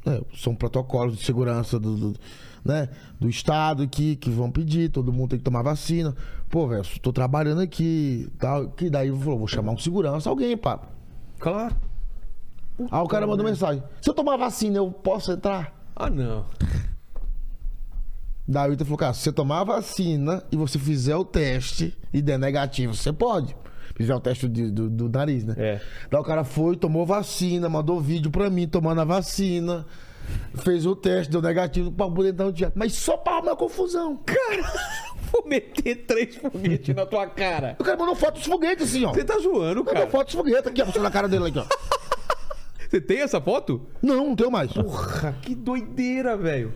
B: né? são protocolos de segurança do, do- né, do estado aqui, que vão pedir, todo mundo tem que tomar vacina. Pô, velho, tô trabalhando aqui, tal, que daí falou, vou chamar um segurança, alguém, pá.
A: Claro.
B: Aí o cara mandou mensagem, se eu tomar vacina, eu posso entrar?
A: Ah, não.
B: Daí o Ita falou, cara, se você tomar a vacina e você fizer o teste e der negativo, você pode. Fizer o teste de- do, do nariz, né?
A: É.
B: Daí o cara foi, tomou vacina, mandou vídeo pra mim tomando a vacina, fez o teste, deu negativo pra poder entrar no teatro. Mas só pra arrumar confusão.
A: Cara, vou meter três foguetes na tua cara.
B: O cara mandou foto dos foguetes assim, ó.
A: Você tá zoando,
B: Mandou
A: cara.
B: foto dos foguetes aqui, ó, puxando a cara dele aqui, ó.
A: Você tem essa foto?
B: Não, não tenho mais.
A: Porra, que doideira, velho.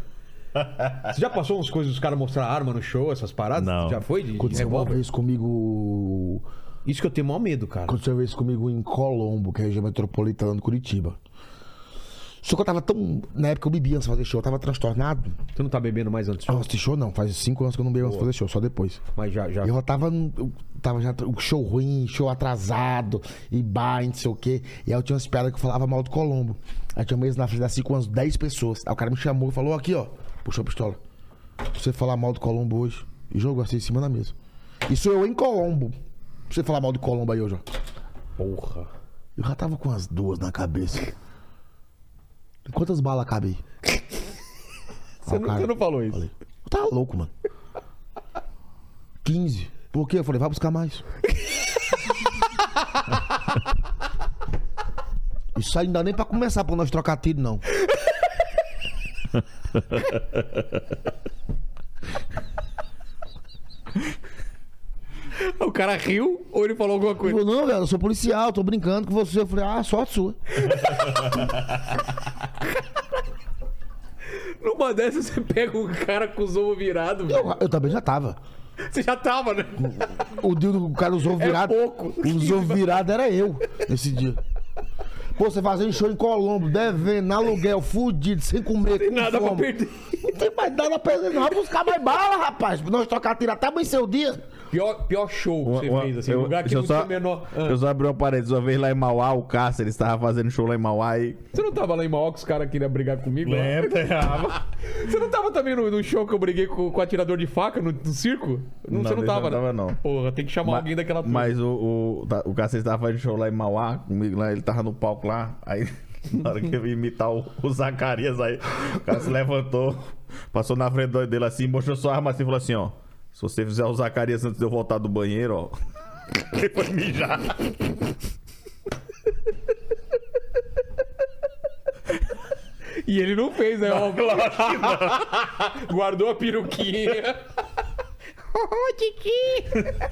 A: Você já passou umas coisas, os caras mostrar arma no show, essas paradas?
D: Não.
A: Já foi de, de
B: Aconteceu uma
A: revólver?
B: vez comigo.
A: Isso que eu tenho maior medo, cara.
B: Aconteceu uma vez comigo em Colombo, que é a região metropolitana de Curitiba. Só que eu tava tão. Na época eu bebia antes de fazer show, eu tava transtornado.
A: Tu não tá bebendo mais antes,
B: Ah, de show não, faz cinco anos que eu não bebo antes de fazer show, só depois.
A: mas já, já.
B: Eu já tava. Eu tava já. o Show ruim, show atrasado, e bar, e não sei o quê. E aí eu tinha umas piadas que eu falava mal do Colombo. Aí tinha uma mesa na frente assim com umas 10 pessoas. Aí o cara me chamou e falou: aqui, ó, puxou a pistola. Se você falar mal do Colombo hoje, e jogou assim em cima da mesa. Isso eu em Colombo. Se você falar mal do Colombo aí hoje, ó.
A: Porra.
B: Eu já tava com as duas na cabeça. Quantas balas cabem?
E: Ah,
A: Você, não, você não falou isso.
B: Tá louco, mano. 15. Por quê? Eu falei, vai buscar mais. Isso aí não dá nem pra começar pra nós trocar tiro, não.
E: O cara riu ou ele falou alguma
B: Ele
E: coisa?
B: falou, não, velho, eu sou policial, tô brincando com você. Eu falei, ah, sorte sua.
E: Numa dessas você pega o cara com os ovos virados, velho.
B: Eu, eu também já tava.
E: Você já tava, né?
B: O dildo do cara usou virado.
E: É pouco.
B: Usou virado era eu nesse dia. Pô, você fazendo show em Colombo, devendo, aluguel, fudido, sem comer, com
E: Nada pra
B: fome.
E: perder.
B: Não tem mais nada pra perder, não. Vai buscar mais bala, rapaz. Pra nós tocar tirataba em seu dia.
E: Pior, pior show que você
D: Uma-
E: fez, assim.
D: eu-
E: um lugar que
D: deixa eu
E: não
D: só-
E: tinha menor. Ah.
D: Eu só abri uma parede uma vez lá em Mauá, o Cássio, eles estavam fazendo show lá em Mauá e.
E: Você não tava lá em Mauá que os caras queriam brigar comigo? lá?
D: É. Lembra?
E: Você não tava também no, no show que eu briguei com, com o atirador de faca no, no circo?
D: Não,
E: Não, você não
D: desse
E: tava,
D: eu não
E: né?
D: tava, não.
E: Porra, tem que chamar alguém daquela turma.
D: Mas o, o, tá- o Cássio estava fazendo show lá em Mauá, comigo lá, ele tava no palco lá, aí na hora que eu ia imitar o, o Zacarias aí, o cara se levantou, passou na frente do- dele assim, mostrou sua arma assim e falou assim, ó. Se você fizer o Zacarias antes de eu voltar do banheiro, ó. Ele foi mijar.
E: E ele não fez, né? Óbvio. Guardou a peruquinha.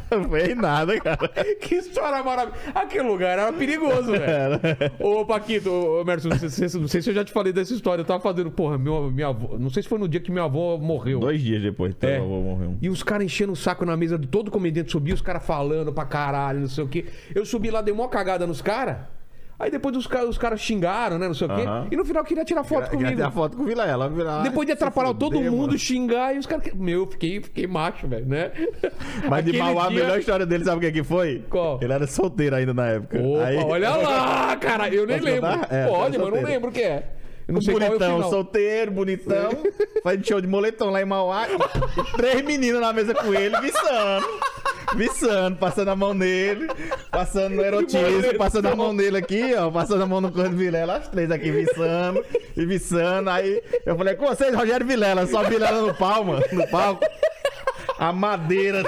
D: Não fez nada, cara.
E: que história maravilhosa. Aquele lugar era perigoso, velho. Ô, Paquito, ô, Emerson, não sei, se- não sei se eu já te falei dessa história. Eu tava fazendo, porra, meu, minha avó. Não sei se foi no dia que minha avó morreu.
D: Dois dias depois, então
E: É.
D: eu vou morrer.
E: E os caras enchendo o saco na mesa de todo comediante subia, os caras falando pra caralho, não sei o quê. Eu subi lá, dei mó cagada nos caras. Aí depois os caras os caras xingaram, né? Não sei o quê.
D: Aham.
E: E no final queria tirar foto
D: Queria
E: comigo.
D: ter a foto com o Vila ela. Vila- é
E: Depois de
D: Ai, se
E: atrapalhar todo
D: fuder,
E: mundo,
D: mano.
E: xingar, e os caras. Meu, eu fiquei, fiquei macho, velho, né?
D: Mas de
E: Aquele
D: Mauá,
E: dia-
D: a melhor história dele, sabe o que, que foi?
E: Qual?
D: Ele era solteiro ainda na época.
E: Opa,
D: Aí-
E: olha lá, cara. Eu nem
D: Posso
E: lembro.
D: contar? É, eu
E: Pode, mas eu não
D: solteiro.
E: lembro o que é. Eu não sei qual é o
D: bonitão,
E: final.
D: solteiro, bonitão. Fazendo show de moletom lá em Mauá. E três meninas na mesa com ele, viçando. Viçando, passando a mão nele, passando no erotismo,
E: moletom.
D: passando a mão nele aqui, ó, passando a mão no canto de Vilela, as três aqui viçando e viçando. Aí eu falei, com vocês, Rogério Vilela, só Vilela no palma, no palco. A madeira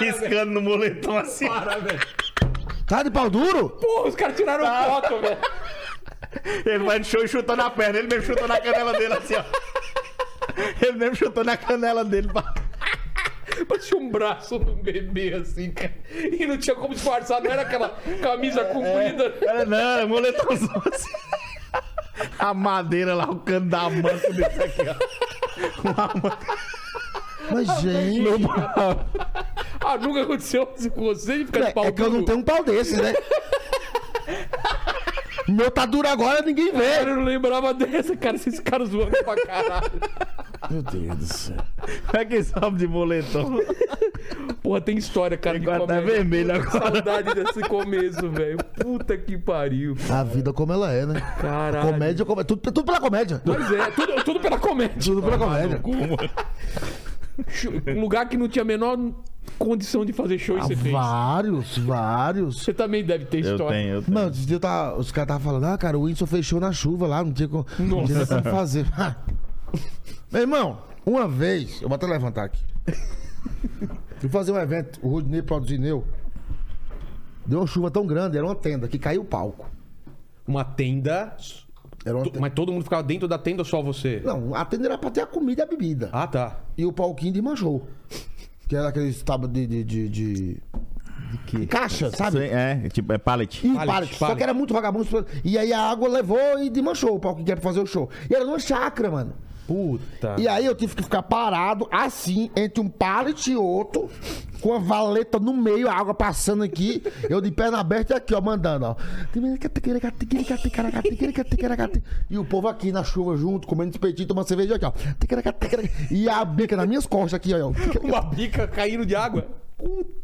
D: piscando no moletom assim.
E: Para, velho.
B: Tá de pau duro?
E: Porra, os caras tiraram foto, velho.
D: Ele vai no show e chuta na perna. Ele mesmo chutou na canela dele assim, ó. Ele mesmo chutou na canela dele. pá.
E: Parecia um braço de um bebê, assim, cara. E não tinha como disfarçar, não era aquela camisa comprida.
D: Cara, não, é moletomzão assim. A madeira lá, o cano da manco desse aqui, ó.
B: Mas,
E: tá
B: gente.
E: Ah, nunca aconteceu isso com você de ficar de pau
B: É, é que eu não
E: duro?
B: tenho um pau desses, né? Meu tá duro agora, ninguém
E: Cara,
B: vê.
E: eu não lembrava dessa, cara. Esses caras zoando pra caralho.
B: Meu Deus do céu.
D: É que sobe de moletom.
E: Porra, tem história, cara, de
D: Agora tá
E: comédia.
D: vermelho agora.
E: Saudade desse começo, velho. Puta que pariu.
B: A vida como ela é, né?
E: Caralho.
B: Comédia, comédia. Tudo, tudo pela comédia.
E: Mas é, tudo, tudo pela comédia.
B: Tudo pela comédia.
E: Um lugar que não tinha a menor condição de fazer
A: Ah,
E: show e você fez.
B: Vários, vários.
E: Você também deve ter
D: Eu
E: história.
D: tenho, eu tenho.
B: Mano, esse dia eu tava- os caras estavam falando, ah, cara, o Whindersson fechou na chuva lá, não tinha como não tinha nada pra fazer. Meu irmão, uma vez, eu vou até levantar aqui. Fui fazer um evento, o Rodinei Produzineu. Deu uma chuva tão grande, era uma tenda, que caiu o palco.
E: Uma tenda.
B: Era uma
E: to-
B: tenda.
E: Mas todo mundo ficava dentro da tenda ou só você?
B: Não, a tenda era pra ter a comida e a bebida.
E: Ah, tá.
B: E o palquinho desmanchou. Que era aquele tábua de. de. de. de... Caixa, sabe?
D: Sim, é, tipo, é pallet.
B: E
E: Pallet,
B: pallet, Um só
E: pallet.
B: que era muito vagabundo. E aí a água levou e desmanchou o palco que era pra fazer o show. E era numa chácara, mano.
E: Puta.
B: E aí eu tive que ficar parado, assim, entre um pallet e outro, com a valeta no meio, a água passando aqui, eu de perna aberta e aqui, ó, mandando, ó. E o povo aqui na chuva junto, comendo espetinho, tomando cerveja aqui, ó. E a bica nas minhas costas aqui, ó.
E: Uma bica caindo de água.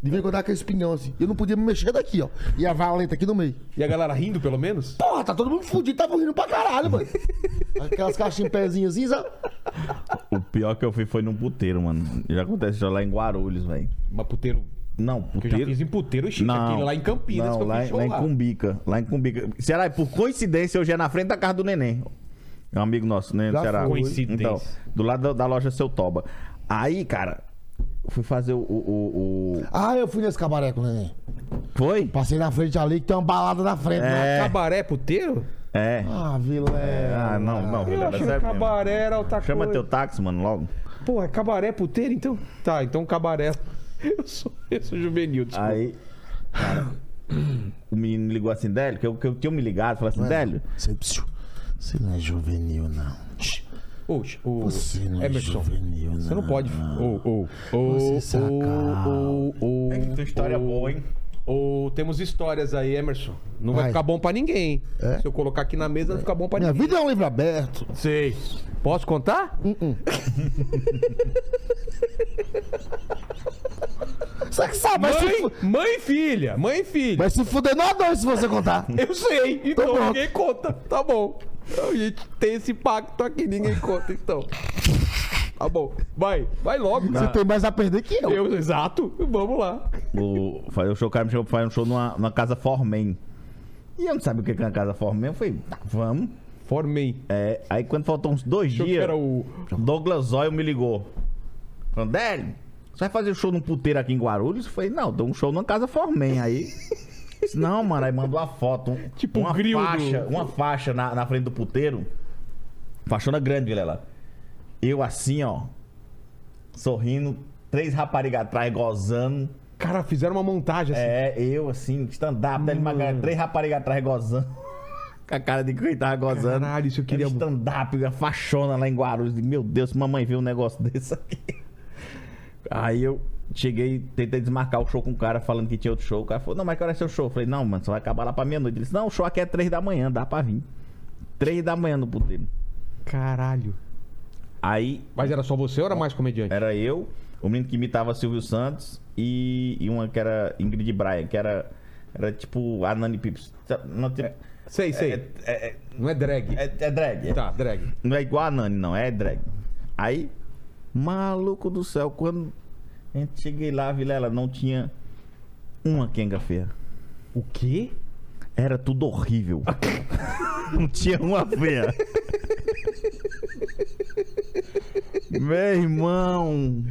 B: De vez em quando dava aquele espinhão assim. Eu não podia me mexer daqui, ó. E a valeta aqui no meio.
E: E a galera rindo, pelo menos?
B: Porra, tá todo mundo fudido, tava rindo pra caralho, mano. Aquelas caixinhas em pezinhas assim, sabe?
D: O pior que eu fui foi num puteiro, mano. Já acontece já lá em Guarulhos, velho.
E: Mas puteiro.
D: Não,
E: Que eu já
D: puteiro.
E: fiz em puteiro chique aqui, lá em Campinas.
D: Não,
E: que eu
D: lá,
E: fiz
D: em-
E: show
D: lá em
E: lá.
D: Cumbica. Lá em Cumbica. Será? Por coincidência, hoje é na frente da casa do neném. É um amigo nosso, né?
B: Já
D: Será?
B: foi.
D: Coincidência. Então, do lado da, da loja Seu Toba. Aí, cara, fui fazer o. o- o- o-
B: Ah, eu fui nesse cabaré com o neném.
D: Foi?
B: Passei na frente ali que tem uma balada na frente. né?
D: É.
E: Cabaré puteiro?
D: É.
B: Ah, Vila.
D: Ah, não, não.
E: Eu
D: Vilela,
E: acho que
D: sério mesmo.
E: cabaré era outra
D: Chama
E: coisa.
D: teu táxi, mano, logo.
E: Pô, é cabaré puteiro, então? Tá, então cabaré.
A: Eu sou, eu sou juvenil, desculpa.
D: Aí, cara, o menino ligou assim, Délio, que eu, que eu tinha me ligado, falou assim, Délio,
B: Você, psiu, você não é juvenil, não. Shh,
A: Oxe, o
B: Você não é
A: Emerson,
B: juvenil, não.
A: você não pode. Ou, ou, ou,
B: Você
A: ou,
B: saca.
A: ou, ou.
D: É que tem história
A: ou-
D: boa, hein?
A: Ou temos histórias aí, Emerson. Não vai,
B: Vai.
A: ficar bom pra ninguém. hein?
B: É?
A: Se eu colocar aqui na mesa, não fica bom pra
B: Minha
A: ninguém.
B: vida é um livro aberto.
A: Sei. Posso contar?
B: Você que sabe, vai se,
A: Mãe,
B: fu-
A: mãe e filha. Mãe e filha.
B: vai se fuder nós dois se você contar.
A: Eu sei, então
B: bom.
A: ninguém conta. Tá bom. A gente tem esse pacto aqui, ninguém conta, então. Tá bom. Vai, vai logo.
B: Você tem mais a perder que eu.
A: Eu, exato. Vamos lá.
D: O, faz- o show, o cara me chamou pra fazer um show numa, numa casa Formen. E eu não sabia o que que era uma casa Formen. Eu falei, tá, vamos.
A: Formei.
D: É, aí quando faltou uns dois
A: Achou que
D: dias,
A: Então, era o.
D: Douglas Zóio me ligou. Falando, Délio, você vai fazer show num puteiro aqui em Guarulhos? Eu falei, não, dou um show numa casa Formen aí. Disse, Não, mano, aí mandou a foto. um-
A: Tipo o
D: uma
A: grill do-
D: faixa, uma faixa na, na frente do puteiro. Faixona grande, Vilela. Eu assim, ó, sorrindo, três raparigas atrás gozando.
A: Cara, fizeram uma montagem assim.
D: É, eu assim, stand-up, Délio Magalhães, três raparigas atrás gozando. Com a cara de quem tava gozando.
A: Caralho, isso eu queria
D: Era Stand-up, a faxona lá em Guarulhos. Meu Deus, se mamãe viu um negócio desse aqui. Aí eu cheguei, tentei desmarcar o show com o cara, falando que tinha outro show. O cara falou, não, mas que hora é seu show? Eu falei, não, mano, só vai acabar lá pra meia-noite. Ele disse, não, o show aqui é três da manhã, dá pra vir. Três da manhã no puteiro.
A: Caralho.
D: Aí
A: Mas era só você ou era mais comediante?
D: era eu, o menino que imitava Silvio Santos e, e uma que era Ingrid Bryan, que era, era tipo a Nani Pips. Não, tipo,
A: Sei, sei.
D: é, é, é-
A: Não é drag.
D: é- é drag. é.
A: Tá, drag.
D: Não é igual a Nani, não, é drag. Aí, maluco do céu, quando a gente cheguei lá, Vilela, não tinha uma quenga feia.
A: O quê?
D: Era tudo horrível. não tinha uma feia. Meu irmão.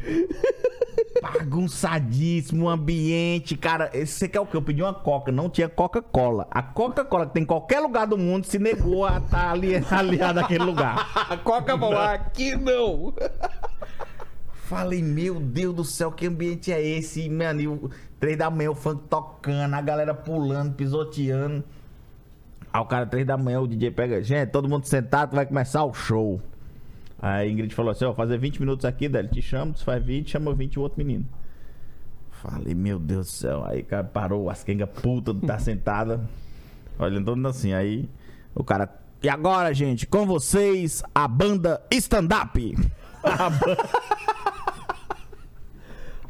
D: Bagunçadíssimo o ambiente, cara. esse- Você quer o que? Eu pedi uma coca, não tinha Coca-Cola. A Coca-Cola que tem em qualquer lugar do mundo se negou a estar ali, aliada àquele lugar.
A: A Coca falou aqui não.
D: Falei, meu Deus do céu, que ambiente é esse? E, Mano, e o- três da manhã, o funk tocando, a galera pulando, pisoteando. Aí o cara, três da manhã, o DJ pega, gente, todo mundo sentado, vai começar o show. Aí a Ingrid falou assim, ó, fazer 20 minutos aqui, Délio, te chamo, tu faz 20, chama 20 o outro menino. Falei, meu Deus do céu. Aí cara parou, as quengas puta tá sentada, olhando todo mundo assim. Aí o cara, e agora, gente, com vocês, a banda Stand Up.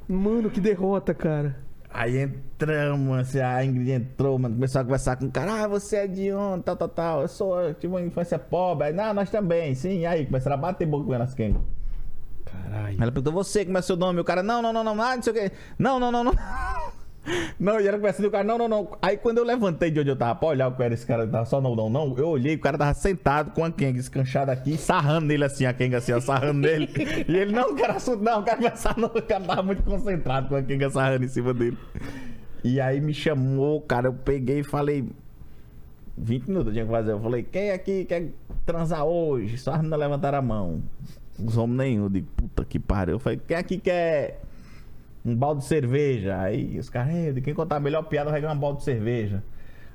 A: Mano, que derrota, cara.
D: Aí entramos, assim, a Ingrid entrou, mano, começou a conversar com o cara, ah, você é de onde, tal, tal, tal, eu sou, eu tive uma infância pobre, aí, não, nós também, sim, E aí, começaram a bater boca com elas quem?
A: Caralho.
D: Ela perguntou, você, como é seu nome? O cara, não, não, não, não, ah, não sei o quê, não, não, não, não, não, e ela conversando, e o cara, não, não, não, aí quando eu levantei de onde eu tava pra olhar o que era esse cara, que tava só não, não, não, eu olhei, o cara tava sentado com a Keng escanchada aqui, sarrando nele assim, a Keng assim, ó, sarrando nele, e ele, não, cara, assunto não, o cara conversar não, o cara tava muito concentrado com a Keng sarrando em cima dele. E aí me chamou, cara, eu peguei e falei. 20 minutos eu tinha que fazer. Eu falei, quem aqui quer transar hoje? Só as meninas levantaram a mão. Os homens nenhum. Eu digo, puta que pariu. Eu falei, quem aqui quer um balde de cerveja? Aí os caras, "É, de quem contar a melhor piada vai ganhar um balde de cerveja.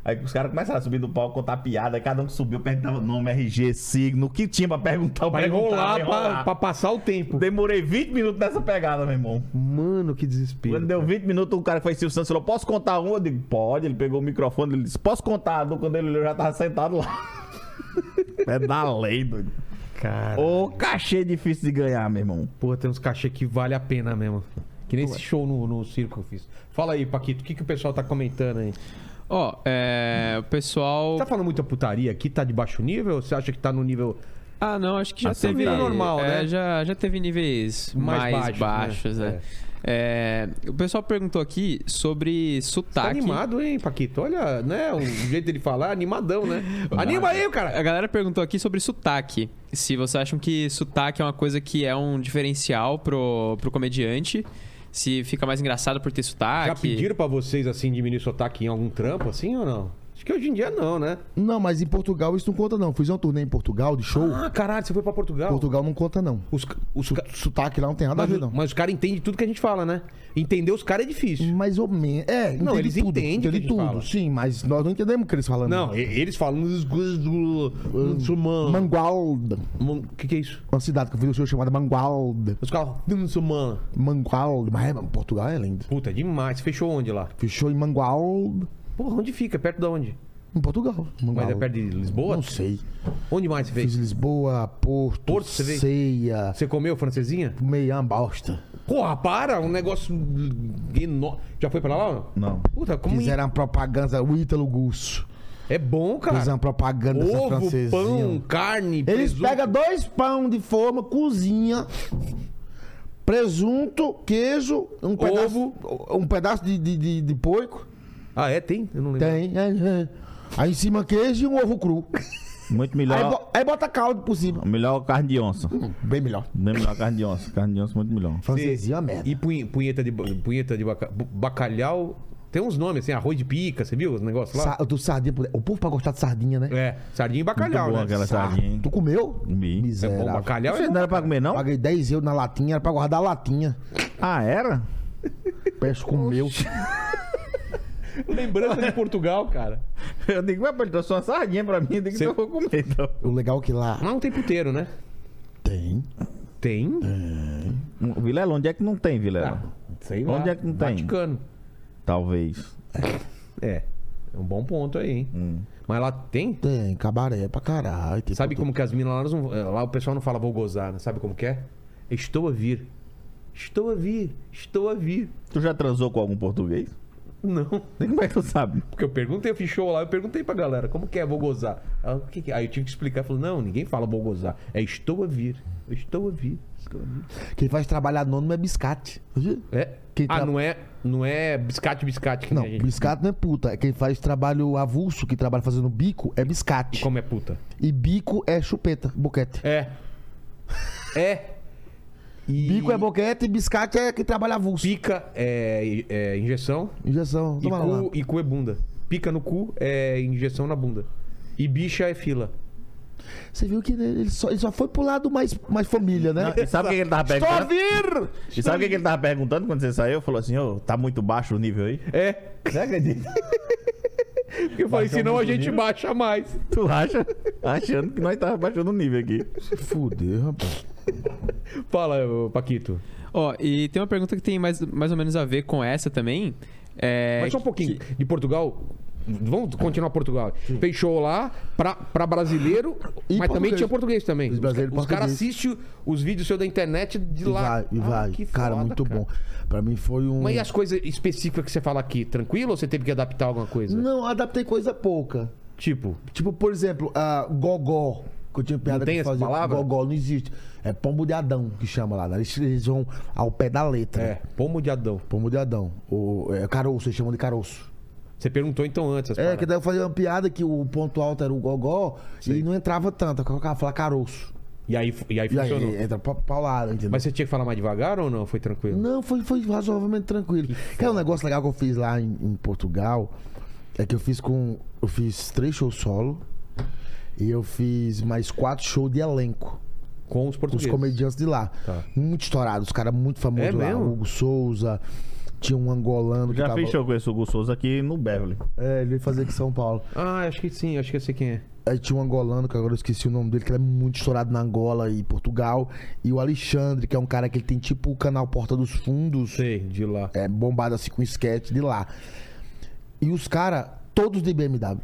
D: Aí os caras começaram a subir do palco, contar piada. Aí cada um que subiu perguntava nome, RG, signo, o que tinha pra perguntar. eu
A: Pra
D: perguntava,
A: enrolar, pra,
D: enrolar.
A: pra passar o tempo.
D: Demorei 20 minutos nessa pegada, meu irmão.
A: Mano, que desespero.
D: Quando deu 20 minutos, o cara que foi Silvio Santos falou: Posso contar um? Eu digo: Pode. Ele pegou o microfone, ele disse: Posso contar? Do quando ele olhou, eu já tava sentado lá. é da lei, doido.
A: Cara,
D: Ô, cachê difícil de ganhar, meu irmão.
A: porra, tem uns cachê que vale a pena mesmo. Que nem esse show no, no circo que eu fiz. Fala aí, Paquito, o que, que o pessoal tá comentando aí?
C: Ó, é, o pessoal.
A: Tá falando muita putaria aqui? Tá de baixo nível? Ou você acha que tá no nível.
C: Ah, não, acho que já
A: Assim,
C: teve.
A: tá normal,
C: é,
A: né?
C: Já, já teve níveis
A: Mais
C: mais,
A: baixos, né?
C: baixos, né? É, o pessoal perguntou aqui sobre
A: Tá
C: sotaque.
A: animado, hein, Paquito? Olha, né? O jeito dele falar, animadão, né? Anima aí,
C: A
A: cara!
C: galera perguntou aqui sobre sotaque. Se vocês acham que sotaque é uma coisa que é um diferencial pro, pro comediante. Se fica mais engraçado por ter sotaque.
A: Já pediram pra vocês, assim, diminuir o sotaque em algum trampo, assim ou não? Acho que hoje em dia não, né?
B: Não, mas em Portugal isso não conta, não. Fiz uma turnê em Portugal de show.
A: Ah, caralho, você foi pra Portugal?
B: Portugal não conta, não.
A: Os, ca- os, ca-
B: Sotaque lá não tem nada a
A: mas,
B: ver, não.
A: mas os caras entendem tudo que a gente fala, né? Entender os caras é difícil.
B: Mais ou menos. É,
A: Não,
B: entende
A: eles
B: tudo.
A: entendem o que a
B: Entende
A: gente
B: tudo,
A: fala.
B: sim, mas nós não É entendemos o que eles falam.
A: Não, e- eles falam os coisas do. do- man-
B: Mangualda.
A: man- O que, que é isso?
B: Uma cidade que eu fiz um show chamada Mangualda.
A: Os caras. Mano.
B: Mangualda. Mas é, mas Portugal é lindo.
A: Puta, é demais. Fechou onde lá?
B: Fiz show em Mangualda.
A: Porra, onde fica? Perto de onde?
B: Em Portugal.
A: Mas
B: Mangualda.
A: é perto de Lisboa?
B: Não sei.
A: Onde mais você
B: Fiz
A: fez?
B: Lisboa, Porto,
A: Porto, você veio?
B: Ceia,
A: Você comeu francesinha?
B: meia uma bosta.
A: Porra, para! Um negócio enorme. Já foi pra lá? ou não?
D: Não.
A: Puta, como.
B: Fizeram uma propaganda, o Ítalo Gusso.
A: É bom,
B: Fizeram
A: cara.
B: uma propaganda dessa
A: Ovo,
B: francesinha.
A: pão, carne,
B: Eles pegam dois pão de forma, cozinha, presunto, queijo, um pedaço, um pedaço de, de, de, de porco.
A: Ah, é? Tem? Eu não lembro.
B: Tem. é, é. Aí em cima queijo e um ovo cru.
D: Muito
B: Aí,
D: melhor.
B: bo- aí bota caldo por cima.
D: Melhor carne de onça.
B: Bem melhor.
D: Bem melhor carne de onça. Carne de onça muito melhor.
B: Francesinha é uma merda.
A: E punhe- punheta de, ba- punheta de baca- bu- bacalhau. Tem uns nomes assim, arroz de pica, você viu os negócios lá?
B: Sa do sardinha, por- o povo pra gostar de sardinha, né?
A: É, sardinha e
D: Muito
A: bacalhau,
D: boa
A: né?
D: aquela sardinha, hein?
B: Tu comeu?
D: Comi.
A: É
B: Miserável.
A: bom, bacalhau é
D: Você não era pra comer, não?
B: Paguei 10 euros na latinha, era pra guardar a latinha.
D: Ah, era?
B: Peste comeu.
A: lembrança de Portugal, cara.
D: Eu digo, ué, pô, ele trouxe uma sardinha pra mim, eu digo
A: Você-
D: que eu vou comer, então.
B: O legal é que lá
A: Mas não tem puteiro, né?
B: tem.
A: Tem?
D: É. Vilela, onde é que não tem, Vilela?
A: Sei
D: Onde é que não tem?
A: Vaticano.
D: Talvez.
A: É. É um bom ponto aí, hein?
D: Hum.
A: Mas lá tem?
B: Tem, cabaré pra caralho. tipo tem
A: Sabe
B: pra
A: como que as minas lá, elas não- eh, lá o pessoal não fala vou gozar, né? Sabe como que é? Estou a vir. Estou a vir. Estou a vir.
D: Tu já transou com algum português?
A: Não.
D: Nem como é que tu sabe?
A: Porque eu perguntei, eu fiz show lá, eu perguntei pra galera, como que é, vou gozar? Ela, "O que que é?" Aí eu tive que explicar, falou, não, ninguém fala vou gozar, é estou a vir, eu estou a vir, estou a vir.
B: tudo. Quem faz trabalho anônimo é biscate.
A: É?
B: Quem
A: ah,
B: tra-
A: não é, não é biscate, biscate que
B: Tá. Não,
A: nem a gente.
B: biscate não é puta. É Quem faz trabalho avulso, que trabalha fazendo bico, é biscate.
A: Como é puta.
B: E bico é chupeta, boquete.
A: É. É. E
B: Bico é boquete e biscate é que trabalha avulso.
A: Pica é, é injeção
B: Injeção,
A: e
B: toma lá.
A: cu, e cu é bunda. Pica no cu é injeção na bunda. E bicha é fila.
B: Você viu que ele só, ele só foi pro lado mais, mais família, né?
D: Não, e sabe o que que ele tava
B: Estou a vir!
D: perguntando? E sabe o que que ele tava perguntando quando você saiu? Falou assim, ô, tá muito baixo o nível aí?
A: É.
D: Não acredito.
A: Porque eu falei, senão a gente baixa mais.
D: Tu acha? Achando que nós tava baixando o nível aqui.
B: Se fuder, rapaz.
A: Fala, ô, Paquito.
C: Ó, e tem uma pergunta que tem mais, mais ou menos a ver com essa também. É,
A: Mas só um pouquinho de Portugal. Vamos continuar Portugal. Fez show lá pra, pra brasileiro,
B: E
A: mas também
B: português.
A: tinha português também.
B: Os brasileiros
A: os caras
B: português.
A: assistem os vídeos seus da internet de
B: E
A: lá.
B: vai, e
A: Ah,
B: vai.
A: que
B: cara,
A: foda,
B: muito bom. Pra mim foi um.
A: Mas e as coisas específicas que você fala aqui? Tranquilo ou você teve que adaptar alguma coisa?
B: Não, adaptei coisa pouca.
A: Tipo,
B: Tipo, por exemplo, a gogó. Que eu tinha piada
A: Não tem
B: que
A: essa
B: fazia.
A: palavra?
B: Gogó não existe. É pombo de Adão que chama lá. né? Eles, eles vão ao pé da letra.
A: é, pomo de Adão.
B: Pombo de Adão. Ou, é, caroço, eles chamam de caroço.
A: Você perguntou então antes. as
B: É,
A: paradas.
B: que daí eu fazia uma piada que o ponto alto era o gogó e não entrava tanto. Eu colocava falar caroço.
A: E aí, e aí
B: E aí
A: funcionou.
B: entra pa- paulada, entendeu?
A: Mas você tinha que falar mais devagar ou não? Foi tranquilo?
B: Não, foi, foi razoavelmente tranquilo. Quer um negócio legal que eu fiz lá em, em Portugal? É que eu fiz com. Eu fiz três shows solo. E eu fiz mais quatro shows de elenco.
A: Com os
B: Com Hum, os
A: portugueses.
B: comediantes de lá.
A: Tá.
B: Muito estourados, os caras muito famosos
A: É
B: lá.
A: mesmo?
B: Hugo Souza, tinha um angolano
D: Eu
B: que
D: já
B: tava.
D: fiz show com esse Hugo Souza aqui no Beverly.
B: É, ele veio fazer aqui em São Paulo.
A: Ah, acho que sim, acho que eu sei quem é.
B: Aí tinha um angolano, que agora eu esqueci o nome dele, que ele é muito estourado na Angola e Portugal. E o Alexandre, que é um cara que ele tem tipo o canal Porta dos Fundos.
A: Sei, de lá.
B: é, bombado assim com sketch de lá. E os caras, todos de BMW.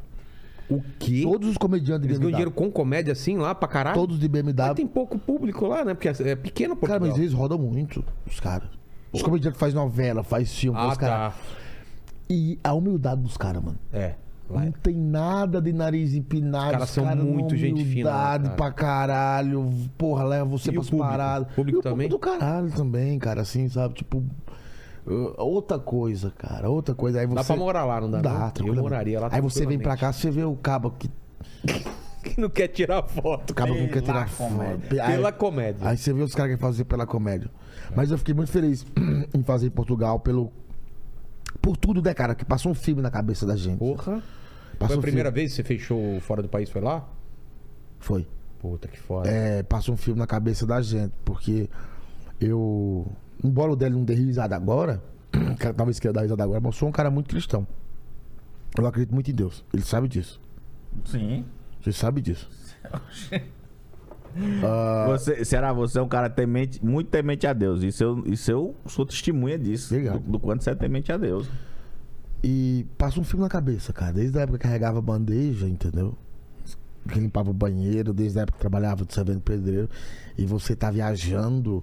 A: O quê?
B: Todos os comediantes de
A: Eles ganham dinheiro
B: BMW.
A: com comédia assim lá pra caralho?
B: Todos de BMW.
A: Mas tem pouco público lá, né? Porque é pequeno
B: Cara,
A: Portugal.
B: mas eles rodam muito, os caras. Os comediantes que fazem novela, faz filme,
A: Ah,
B: os caras.
A: tá.
B: E a humildade dos caras, mano.
A: É. Lá é.
B: Não tem nada de nariz empinado.
A: Os caras são muito gente fina, né,
B: humildade
A: cara?
B: pra caralho. Porra, leva você
A: E o
B: pras
A: público?
B: paradas.
A: O público também?
B: do caralho também, cara, assim, sabe? Tipo. uh, Outra coisa, cara. Outra coisa. Aí você...
A: Dá pra morar lá, não dá? não?
B: Dá,
A: Eu
B: tranquilamente.
A: moraria lá
B: Aí você vem pra
A: tranquilamente.
B: cá, você vê o cabo que
A: Que não quer tirar foto.
B: Acaba que não quer tirar
D: comédia.
B: foto. Aí,
A: Pela comédia.
B: aí você vê os caras que fazem pela comédia. Mas eu fiquei muito feliz em fazer em Portugal pelo. Por tudo, né, cara? Que passou um filme na cabeça da gente.
A: Porra. foi
B: Passou
A: a primeira
B: frio.
A: vez que você fechou fora do país, foi lá?
B: Foi.
A: Puta que foda.
B: É, passou um filme na cabeça da gente, porque eu. Embora o dele não dê risada agora, o cara talvez queira dar risada agora, mas eu sou um cara muito cristão. Eu acredito muito em Deus. Ele sabe disso.
D: Sim.
B: Você sabe disso.
D: Você, será você é um cara temente, muito temente a Deus? Isso eu, isso eu sou testemunha disso.
B: Obrigado.
D: Do, do quanto você é temente a Deus.
B: E passa um filme na cabeça, cara. Desde a época que carregava bandeja, entendeu? Que limpava o banheiro, desde a época que trabalhava de servente pedreiro. E você tá viajando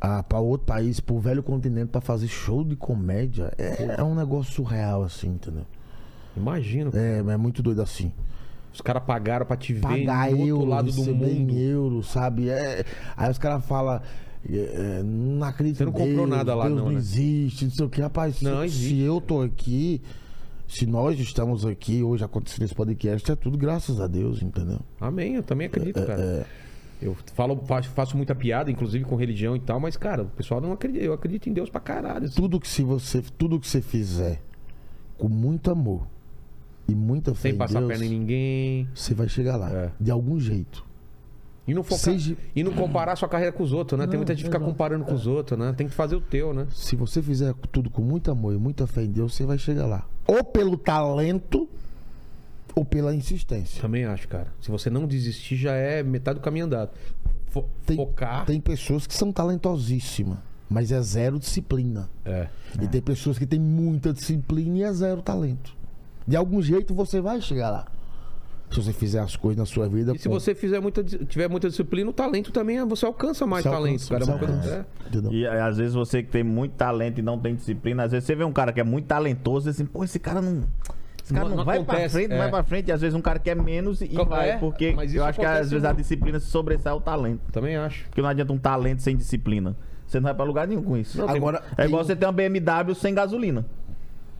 B: ah, pra outro país, pro velho continente, pra fazer show de comédia. É, é um negócio surreal, assim, entendeu?
A: Imagino.
B: É, é muito doido assim.
A: Os caras pagaram pra te ver
B: Pagar
A: do
B: euro,
A: outro lado do
B: receber
A: mundo.
B: em euro, sabe? É, aí os caras falam. É, é, não acredito
A: Você não
B: em
A: comprou
B: Deus,
A: nada lá,
B: Deus
A: não, né?
B: existe, não sei o que, rapaz. se-
A: Não,
B: se,
A: existe.
B: eu tô aqui, se nós estamos aqui hoje acontecendo esse podcast, é tudo graças a Deus, entendeu?
A: Amém, eu também
B: É,
A: acredito, cara. Eu falo, faço, faço muita piada, inclusive com religião e tal, mas, cara, o pessoal não acredita. Eu acredito em Deus pra caralho. assim.
B: Tudo que se você, tudo que você fizer com muito amor e muita fé
A: Sem
B: em
A: passar a
B: Deus,
A: perna em ninguém.
B: você vai chegar lá
A: É.
B: de algum jeito.
A: E não, focar,
B: Seja- É.
A: e não comparar sua carreira com os outros, né? Tem muita gente que fica comparando com os outros, né? Tem que fazer o teu, né?
B: Se você fizer tudo com muito amor e muita fé em Deus, você vai chegar lá. Ou pelo talento ou pela insistência.
A: Também acho, cara. Se você não desistir, já é metade do caminho andado. Fo-
B: Tem,
A: focar.
B: tem pessoas que são talentosíssimas, mas é zero disciplina.
A: É.
B: E tem pessoas que têm muita disciplina e é zero talento. De algum jeito você vai chegar lá. Se você fizer as coisas na sua vida.
A: E se
B: com-
A: você fizer muita, dis- tiver muita disciplina, o talento também, é- você alcança mais
B: você
A: talento,
B: alcança,
A: cara. É
B: você
A: uma coisa-
B: alcança,
A: é.
B: entendeu?
D: E às vezes você que tem muito talento e não tem disciplina, às vezes você vê um cara que é muito talentoso e assim, pô, esse cara não. Esse cara
A: Não-
D: não,
A: não
D: vai pra
A: acontece,
D: frente, não
A: é.
D: vai pra frente. E às vezes um cara quer menos e
A: Co-
D: vai.
A: é,
D: porque
A: mas isso
D: eu acho que às
A: acontece
D: vezes a
A: muito.
D: disciplina se sobressai ao talento.
A: Também acho.
D: Porque não adianta um talento sem disciplina. Você não vai pra lugar nenhum com isso.
A: tem-
B: Agora,
D: É igual
B: tem-
D: você ter uma BMW sem gasolina.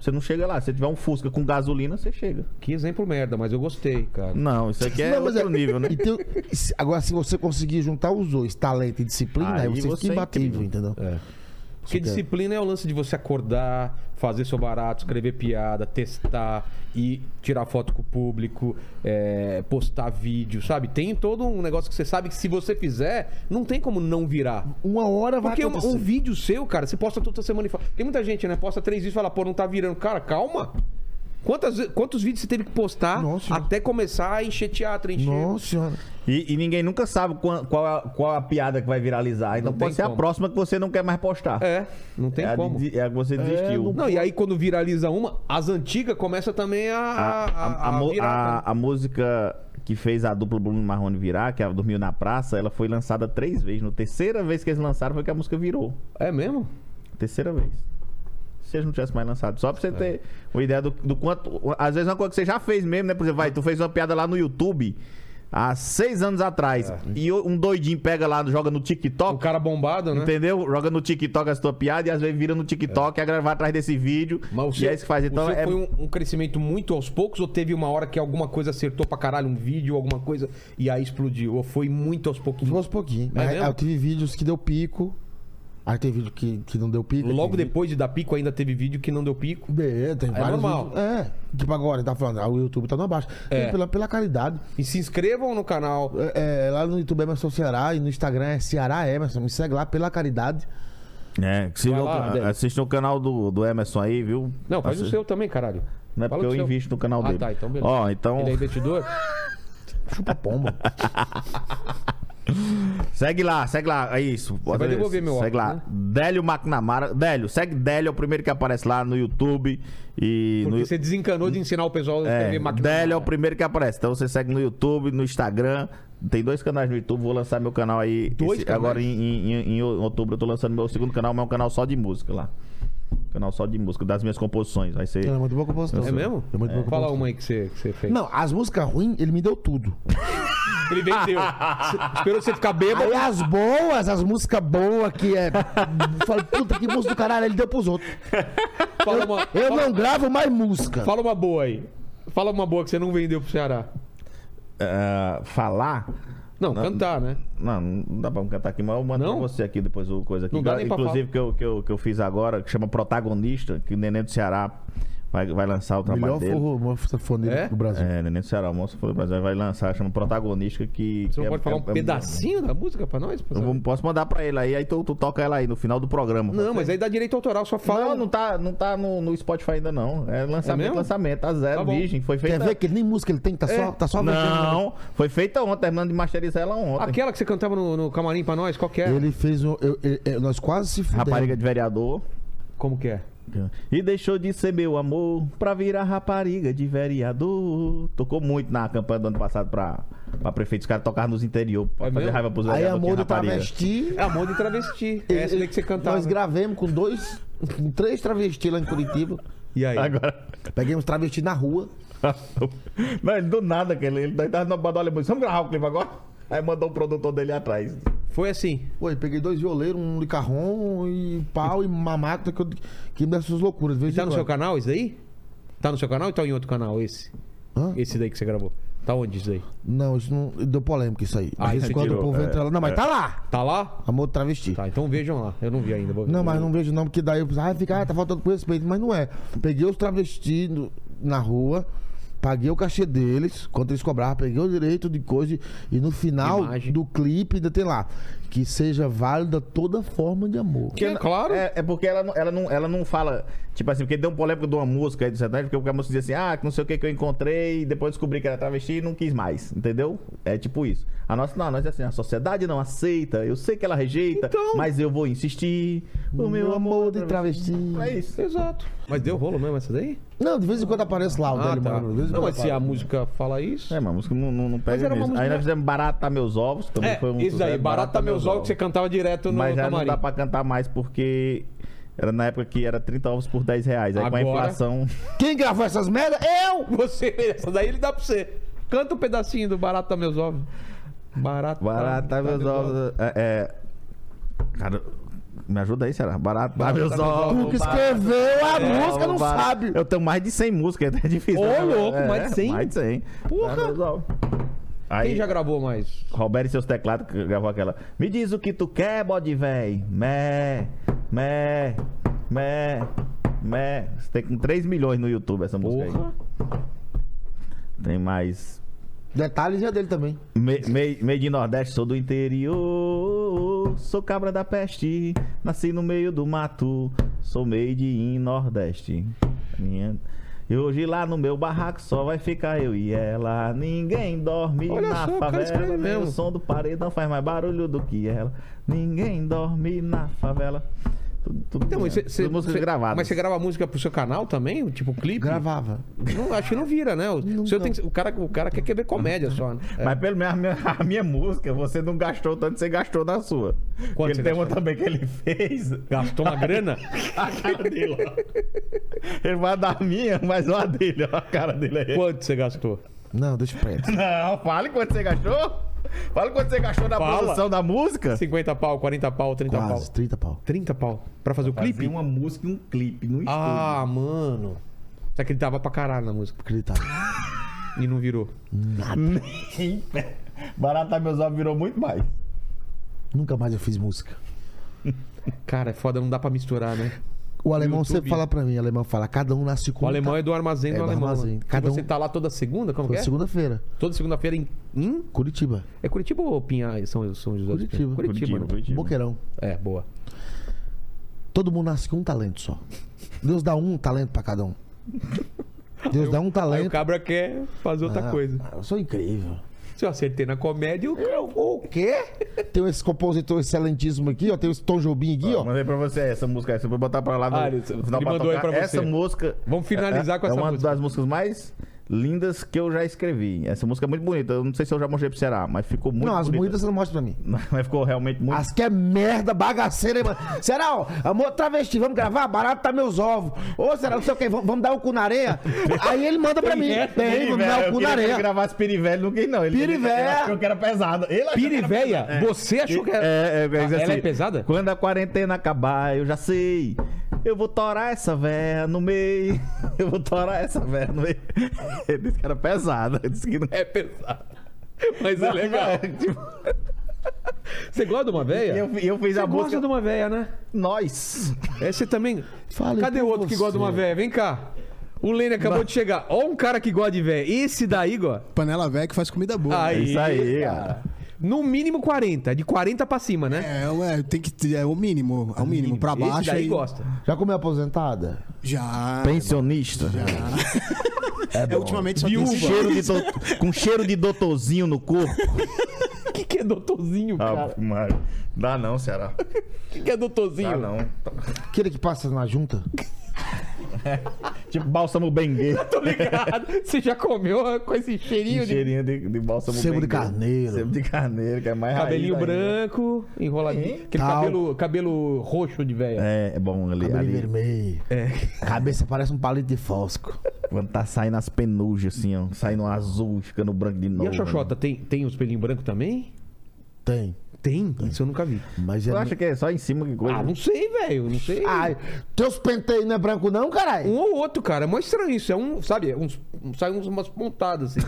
D: Você não chega lá. Se você tiver um Fusca com gasolina, você chega.
A: Que exemplo merda, mas eu gostei, cara.
B: Hum.
D: Não, isso aqui é
B: Não, mas
D: outro nível, né?
B: e tem- se- agora, se você conseguir juntar os dois, talento e disciplina, aí,
D: Aí
B: você,
D: você
B: fica
D: é
B: imbatível,
D: incrível.
B: entendeu?
A: Porque disciplina é o lance de você acordar, fazer seu barato, escrever piada, testar e tirar foto com o público, é, postar vídeo, sabe? Tem todo um negócio que você sabe que se você fizer, não tem como não virar.
B: Uma hora vai
A: Porque um,
B: acontecer.
A: um vídeo seu, cara, você posta toda semana e fala. Tem muita gente, né? Posta três vídeos e fala, pô, não tá virando. Cara, calma. Quantas, ve- quantos vídeos você teve que postar
B: Nossa.
A: até começar a encher teatro, encher.
B: Nossa senhora.
D: E, e ninguém nunca sabe qual, qual, é, qual é a piada que vai viralizar. Então
A: Não tem
D: pode ser
A: como.
D: a próxima que você não quer mais postar.
A: É, não tem
D: é, a de-
A: como.
D: é a que você desistiu.
A: Não, e aí quando viraliza uma, as antigas começa também a, a,
D: a, a- a
A: Ah, a
D: mu-
A: virar,
D: a-
A: né?
D: a música que fez a dupla Bruno Marrone virar, que é a Dormiu na Praça, ela foi lançada três vezes. Na terceira vez que eles lançaram foi que a música virou.
A: É mesmo?
D: Terceira vez. Se eles não tivessem mais lançado. Só pra
A: É.
D: você ter uma ideia do, do quanto. Às vezes é uma coisa que você já fez mesmo, né? Por exemplo, vai, tu fez uma piada lá no YouTube há seis anos atrás. E o- um doidinho pega lá, joga no TikTok.
A: É. O cara bombado, né?
D: Entendeu? Joga no TikTok essa tua piada e às vezes vira no TikTok, e a galera vai atrás desse vídeo.
A: Mas o
D: e
A: seu,
D: é isso que faz. Então
A: o seu
D: é.
A: foi um, um crescimento muito aos poucos ou teve uma hora que alguma coisa acertou pra caralho, um vídeo, alguma coisa, e aí explodiu? Ou foi muito aos pouquinhos?
B: Foi aos pouquinhos.
A: É
B: Mas
A: mesmo?
B: eu tive vídeos que deu pico. Aí tem vídeo que, que não deu pico.
A: Logo
B: tem
A: depois de dar pico ainda teve vídeo que não deu pico.
B: É, tem vários
A: normal.
B: vídeos. É. Tipo agora, tá falando, ah, o YouTube tá no baixo.
A: É.
B: Tem Pela, pela caridade.
A: E se inscrevam no canal.
B: É, é, lá no YouTube é Emerson Ceará e no Instagram é Ceará Emerson. Me segue lá pela caridade.
D: É, que sigam
A: Vai lá,
D: o-
A: Débora.
D: assistam o canal do, do Emerson aí, viu?
A: Não, faz o
D: Assi-
A: seu também, caralho.
D: Não é
A: Fala
D: porque
A: do seu.
D: eu invisto no canal
A: Ah,
D: dele.
A: tá, então beleza.
D: Ó, então.
A: Ele é investidor?
B: Chupa É pomba.
D: Segue lá, segue lá. É isso. Bota
A: vai
D: isso.
A: devolver meu
D: Segue lá.
A: óculos, né?
D: Délio McNamara. Délio, segue Délio, é o primeiro que aparece lá no YouTube. E
A: Porque
D: no,
A: você desencanou de ensinar o pessoal a
D: É,
A: escrever máquina.
D: Délio é o primeiro que aparece. Então você segue no YouTube, no Instagram. Tem dois canais no YouTube, vou lançar meu canal aí.
A: Dois canais?
D: agora em, em- em- em outubro eu tô lançando meu segundo canal, mas é um canal só de música lá. Canal só de música, das minhas composições. Vai ser.
B: Ele é muito bom compositor.
A: É mesmo?
B: É muito bom
A: Fala
B: compositor.
A: uma aí que você, que você fez.
B: Não, as músicas ruins, ele me deu tudo.
A: Ele vendeu. Você- Esperou você ficar bêbado.
B: Aí as boas, as músicas boas que é. Falei, puta que música do caralho, ele deu pros outros.
A: Fala uma,
B: Eu
A: fala-
B: não gravo mais música.
A: fala uma boa aí. Fala uma boa que você não vendeu pro Ceará.
D: Ah, falar.
A: Não,
D: Não.
A: cantar, né?
D: Não, não dá pra cantar aqui, mas eu mando pra
A: Não?
D: você aqui depois o coisa aqui.
A: Não dá nem pra
D: Inclusive, que eu, que, eu, que eu fiz agora, que chama Protagonista, que o Neném do Ceará Vai, vai lançar o
B: Melhor
D: trabalho dele.
B: forró sanfoneiro
A: É?
B: do Brasil.
D: É, Neném do Ceará, o moço falou, mas vai lançar, chama protagonista que.
A: Você
D: que
A: não
D: é-
A: pode falar
D: é-
A: um
D: é-
A: pedacinho da música pra nós?
D: Eu vou- posso mandar pra ele aí, aí tu, tu toca ela aí no final do programa.
A: Não, mas aí dá direito autoral, só fala. um-
D: Não, não tá, não tá no, no Spotify ainda não.
A: É
D: É lançamento,
A: mesmo?
D: lançamento. Tá zero,
A: Tá bom.
D: virgem. Foi
B: Quer
D: feita...
B: ver que ele nem música ele tem,
A: É.
B: tá só, tá só vendendo.
A: né?
D: Não, foi feita ontem, terminando de masterizar ela ontem.
A: Aquela que você cantava no, no camarim pra nós, qual que é?
B: Ele fez um. eu- eu- eu- nós quase se fudemos.
D: Rapariga de vereador.
A: Como que é?
D: E deixou de ser meu amor pra virar rapariga de vereador. Tocou muito na campanha do ano passado pra, pra prefeito. Os caras tocaram nos interior pra
A: É
D: fazer
A: mesmo?
D: raiva pros
B: Aí
D: vereadores.
B: amor
D: que
B: do
D: é rapariga.
B: travesti.
A: É Amor de Travesti. É Essa daí que você cantava.
B: Nós gravemos com dois, com três travestis lá em Curitiba.
A: E aí?
D: Agora.
B: Peguei uns travestis na rua.
D: Não, ele do nada, que ele, tá ele tava na banda olha, vamos gravar o clipe agora? Aí mandou o produtor dele atrás.
A: Foi assim.
B: Oi, peguei dois violeiros, um licarrão e pau e mamaca que, eu, que me dá essas loucuras. de vez
A: E tá
B: em
A: no seu
B: quando.
A: canal isso daí? Tá no seu canal ou tá em outro canal esse?
B: Hã?
A: Esse daí que você gravou. Tá onde isso daí?
B: Não, isso não deu polêmica isso aí.
A: Ah,
B: De vez
A: isso
B: em quando o
A: tirou,
B: povo
D: é,
B: entra lá. Não, mas tá lá!
A: Tá lá?
B: Amor do travesti.
A: Tá, então vejam lá. Eu não vi ainda. Vou ver.
B: Não, mas não vejo não, porque daí eu penso, ah, fica, ah, tá faltando com respeito. Mas não é. Peguei os travestis no- na rua, paguei o cachê deles, quanto eles cobravam, peguei o direito de coisa. E no final
A: Imagem.
B: do clipe ainda tem lá. Que seja válida toda forma de amor.
A: Que é claro.
D: É, é porque ela, não- ela, não, ela não fala, tipo assim, porque deu um polêmica de uma música aí do sertanejo, porque a música dizia assim, ah, que não sei o que que eu encontrei, e depois descobri que era travesti e não quis mais, entendeu? É tipo isso. A nossa não, a nossa é assim, a sociedade não aceita, eu sei que ela rejeita,
A: Então.
D: mas eu vou insistir, o meu amor de travesti.
B: travesti.
D: É isso.
A: Exato. Mas deu rolo mesmo essa daí?
B: Não, de vez em quando aparece lá o
A: Ah,
B: Délio
A: tá.
B: Magro, de vez em
A: Não,
B: quando
A: mas se a
B: aparece.
A: música fala isso.
D: É, mas a música não, não, não pega
A: era uma
D: mesmo.
A: música-
D: Aí nós fizemos Barata Meus Ovos, também
A: É,
D: foi um
A: isso daí.
D: sucesso,
A: Barata meus olhos que você cantava direto no
D: Mas já não
A: camarim.
D: dá pra cantar mais porque era na época que era 30 ovos por 10 reais. Aí com a
A: Agora-
D: inflação.
B: Quem gravou essas merda? Eu!
A: Você, essa daí ele dá pra você. Canta um pedacinho do Barata Meus Ovos. Barata,
D: Barata
A: Tá
D: meus ovos. É, é- Cara, me ajuda aí, será? Barata, tá, meus ovos.
B: Tu que escreveu a
A: É,
B: música não
D: barata.
B: sabe.
D: Eu tenho mais de 100 músicas, é difícil.
A: Ô,
D: né?
A: louco,
D: É,
A: mais de 100?
D: Mais de 100.
A: Porra!
D: Barata meus ovos. Aí,
A: Quem já gravou mais?
D: Roberto e seus teclados que gravou aquela. Me diz o que tu quer, bode véi. Mé, mé, mé, mé. Você tem com 3 milhões no YouTube essa música aí.
A: Porra.
D: Tem mais.
B: Detalhes é dele também.
D: Me- Meio meio de Nordeste, sou do interior. Sou cabra da peste. Nasci no meio do mato. Sou meio de in Nordeste. Minha- E hoje lá no meu barraco só vai ficar eu e ela. Ninguém dorme
A: Olha
D: na
A: só, o cara escreve
D: favela. Nem
A: mesmo.
D: o som do paredão faz mais barulho do que ela. Ninguém dorme na favela. Tudo, tudo
A: Então, mas
D: bem.
A: você, você,
D: Tudo músicas
A: você-
D: gravadas.
A: mas você grava música pro seu canal também? Tipo clipe?
B: Gravava.
A: Não, acho que não vira, né? O,
B: Não,
A: seu
B: não.
A: tem que- o cara, o cara quer querer comédia só, né? É.
D: Mas pelo menos a minha, a minha música, você não gastou tanto que você gastou na sua.
A: Quanto
D: Porque
A: você
D: ele tem uma
A: gastou?
D: também que ele fez.
A: Gastou
B: tá.
A: uma grana?
D: A cara dele, ó. Ele vai dar a minha, mas olha a dele, ó. A cara dele aí.
A: Quanto você gastou?
B: Não, deixa preto.
D: Não, fale quanto você gastou. Fala quanto você gastou na
A: Fala.
D: produção da música.
A: 50 pau, 40 pau, 30
B: Quase,
A: pau.
B: 30 pau.
A: 30 pau. Pra fazer o clipe?
D: uma música e um clipe no estúdio.
A: Ah, mano. Você acreditava pra caralho na música
B: Acreditava.
A: e não virou.
D: Nem pé. Barata Meus Ovos virou muito mais.
B: Nunca mais eu fiz música.
A: Cara, é foda, não dá pra misturar, né?
B: O alemão
A: YouTube.
B: sempre fala pra mim, o alemão fala, cada um nasce com
A: O alemão é do armazém
B: É
A: do
B: do
A: alemão.
B: armazém.
A: né?
B: Cada
A: E você
B: um-
A: tá lá toda segunda? Como que
B: Foi
A: é?
B: segunda-feira, Hum?
A: Toda segunda-feira em... em-
B: Curitiba,
A: É Curitiba ou Pinha... São, São José? dos Pinhais?
B: Curitiba.
A: Curitiba, né?
B: Boqueirão.
A: É, boa.
B: Todo mundo nasce com um talento só. Deus dá um talento pra cada um. Deus dá um
A: Aí o
B: talento.
A: cabra quer fazer outra
B: Ah,
A: coisa.
B: Eu sou incrível.
A: Se eu acertei na comédia, eu...
B: O quê? Tem esse compositor excelentíssimo aqui, ó. Tem esse Tom Jobim aqui, ó.
D: Mandei pra você essa música aí. Você vai botar pra lá no,
A: Ah, ele-
D: no final
A: ele
D: pra
A: mandou aí
D: tocar.
A: pra
D: Essa
A: você.
D: música.
A: Vamos finalizar
D: é,
A: com
D: é
A: essa
D: uma
A: música.
D: das músicas mais lindas que eu já escrevi. Essa música é muito bonita. Eu não sei se eu já mostrei pro Ceará, mas ficou muito
B: Não, as
D: bonita.
B: bonitas você não mostra pra mim.
D: Mas ficou realmente muito.
B: As que é merda, bagaceira, hein, mano. Será, ó, amor, travesti, vamos gravar? Barato tá meus ovos. Ou será, não sei o quê, vamos, vamos dar o cu na areia? Aí ele manda pra mim.
A: essa?
B: Tem, vamos dar o cu na
D: que ele
B: areia.
D: gravasse Pirivelli, não quis não. Ele,
B: Pirivelli.
D: Ele achou que era pesado. Ele achou que era
A: Piriveia, você achou que era...
D: É, é, é, assim,
A: ela é pesada?
D: Quando a quarentena acabar, eu já sei. Eu vou torar essa véia no meio. Eu vou torar essa véia no meio. Ele disse que era pesada. Ele disse que não
A: É pesado. Mas é
D: Não,
A: legal.
D: não, tipo,
A: Você gosta de uma véia?
D: eu, eu fiz
A: Você
D: a música
A: gosta de uma véia, né?
D: Nós.
A: É, você também.
B: Fale
A: Cadê o
B: por
A: outro que gosta de uma
B: você.
A: véia? Vem cá.
E: O Lênin acabou de chegar. Ó um cara que gosta de véia. Esse daí, ó.
F: Panela velha que faz comida boa.
E: Aí,
D: É isso aí, cara.
E: No mínimo 40. De 40 pra cima, né?
F: É, ué, tem que. É o mínimo. É o mínimo. Pra
E: Esse
F: baixo.
E: daí
F: aí-
E: gosta.
B: Já comeu aposentada?
F: Já.
D: Pensionista.
F: É, ultimamente só tem
D: Com
F: esse
D: cheiro, de doutor- com cheiro de doutorzinho no corpo.
E: O que, que é doutorzinho, cara?
D: Ah, mas dá não, Ceará.
E: O que, que é doutorzinho?
D: Dá não.
B: Aquele que passa na junta?
D: Tipo bálsamo bengue.
E: Tô ligado. Você já comeu com esse cheirinho de
D: Cheirinho de, de bálsamo
B: Sebo de
D: Benguê.
B: carneiro.
D: Sebo de carneiro, que é mais
E: cabelinho
D: raiz ainda.
E: branco, enroladinho. Aquele
B: Tal.
E: cabelo, cabelo roxo de véia.
D: É, é bom ali.
B: Cabelo
D: ali
B: vermelho. Cabeça parece um palito de fosco.
D: quando tá saindo as penugens, assim, ó. Saindo azul, ficando branco de novo. né?
E: E a Xoxota tem, tem os pelinhos brancos também?
B: Tem.
E: Tem? Isso eu nunca vi.
B: Mas
D: Tu
B: é.
D: acha que é só em cima que coisa?
E: Ah, não sei, velho. Não sei.
B: Ai, teus penteios não é branco, não, caralho?
E: Um ou outro, cara. É mó estranho isso. É um, sabe? é Uns, um- sai uns, umas pontadas assim.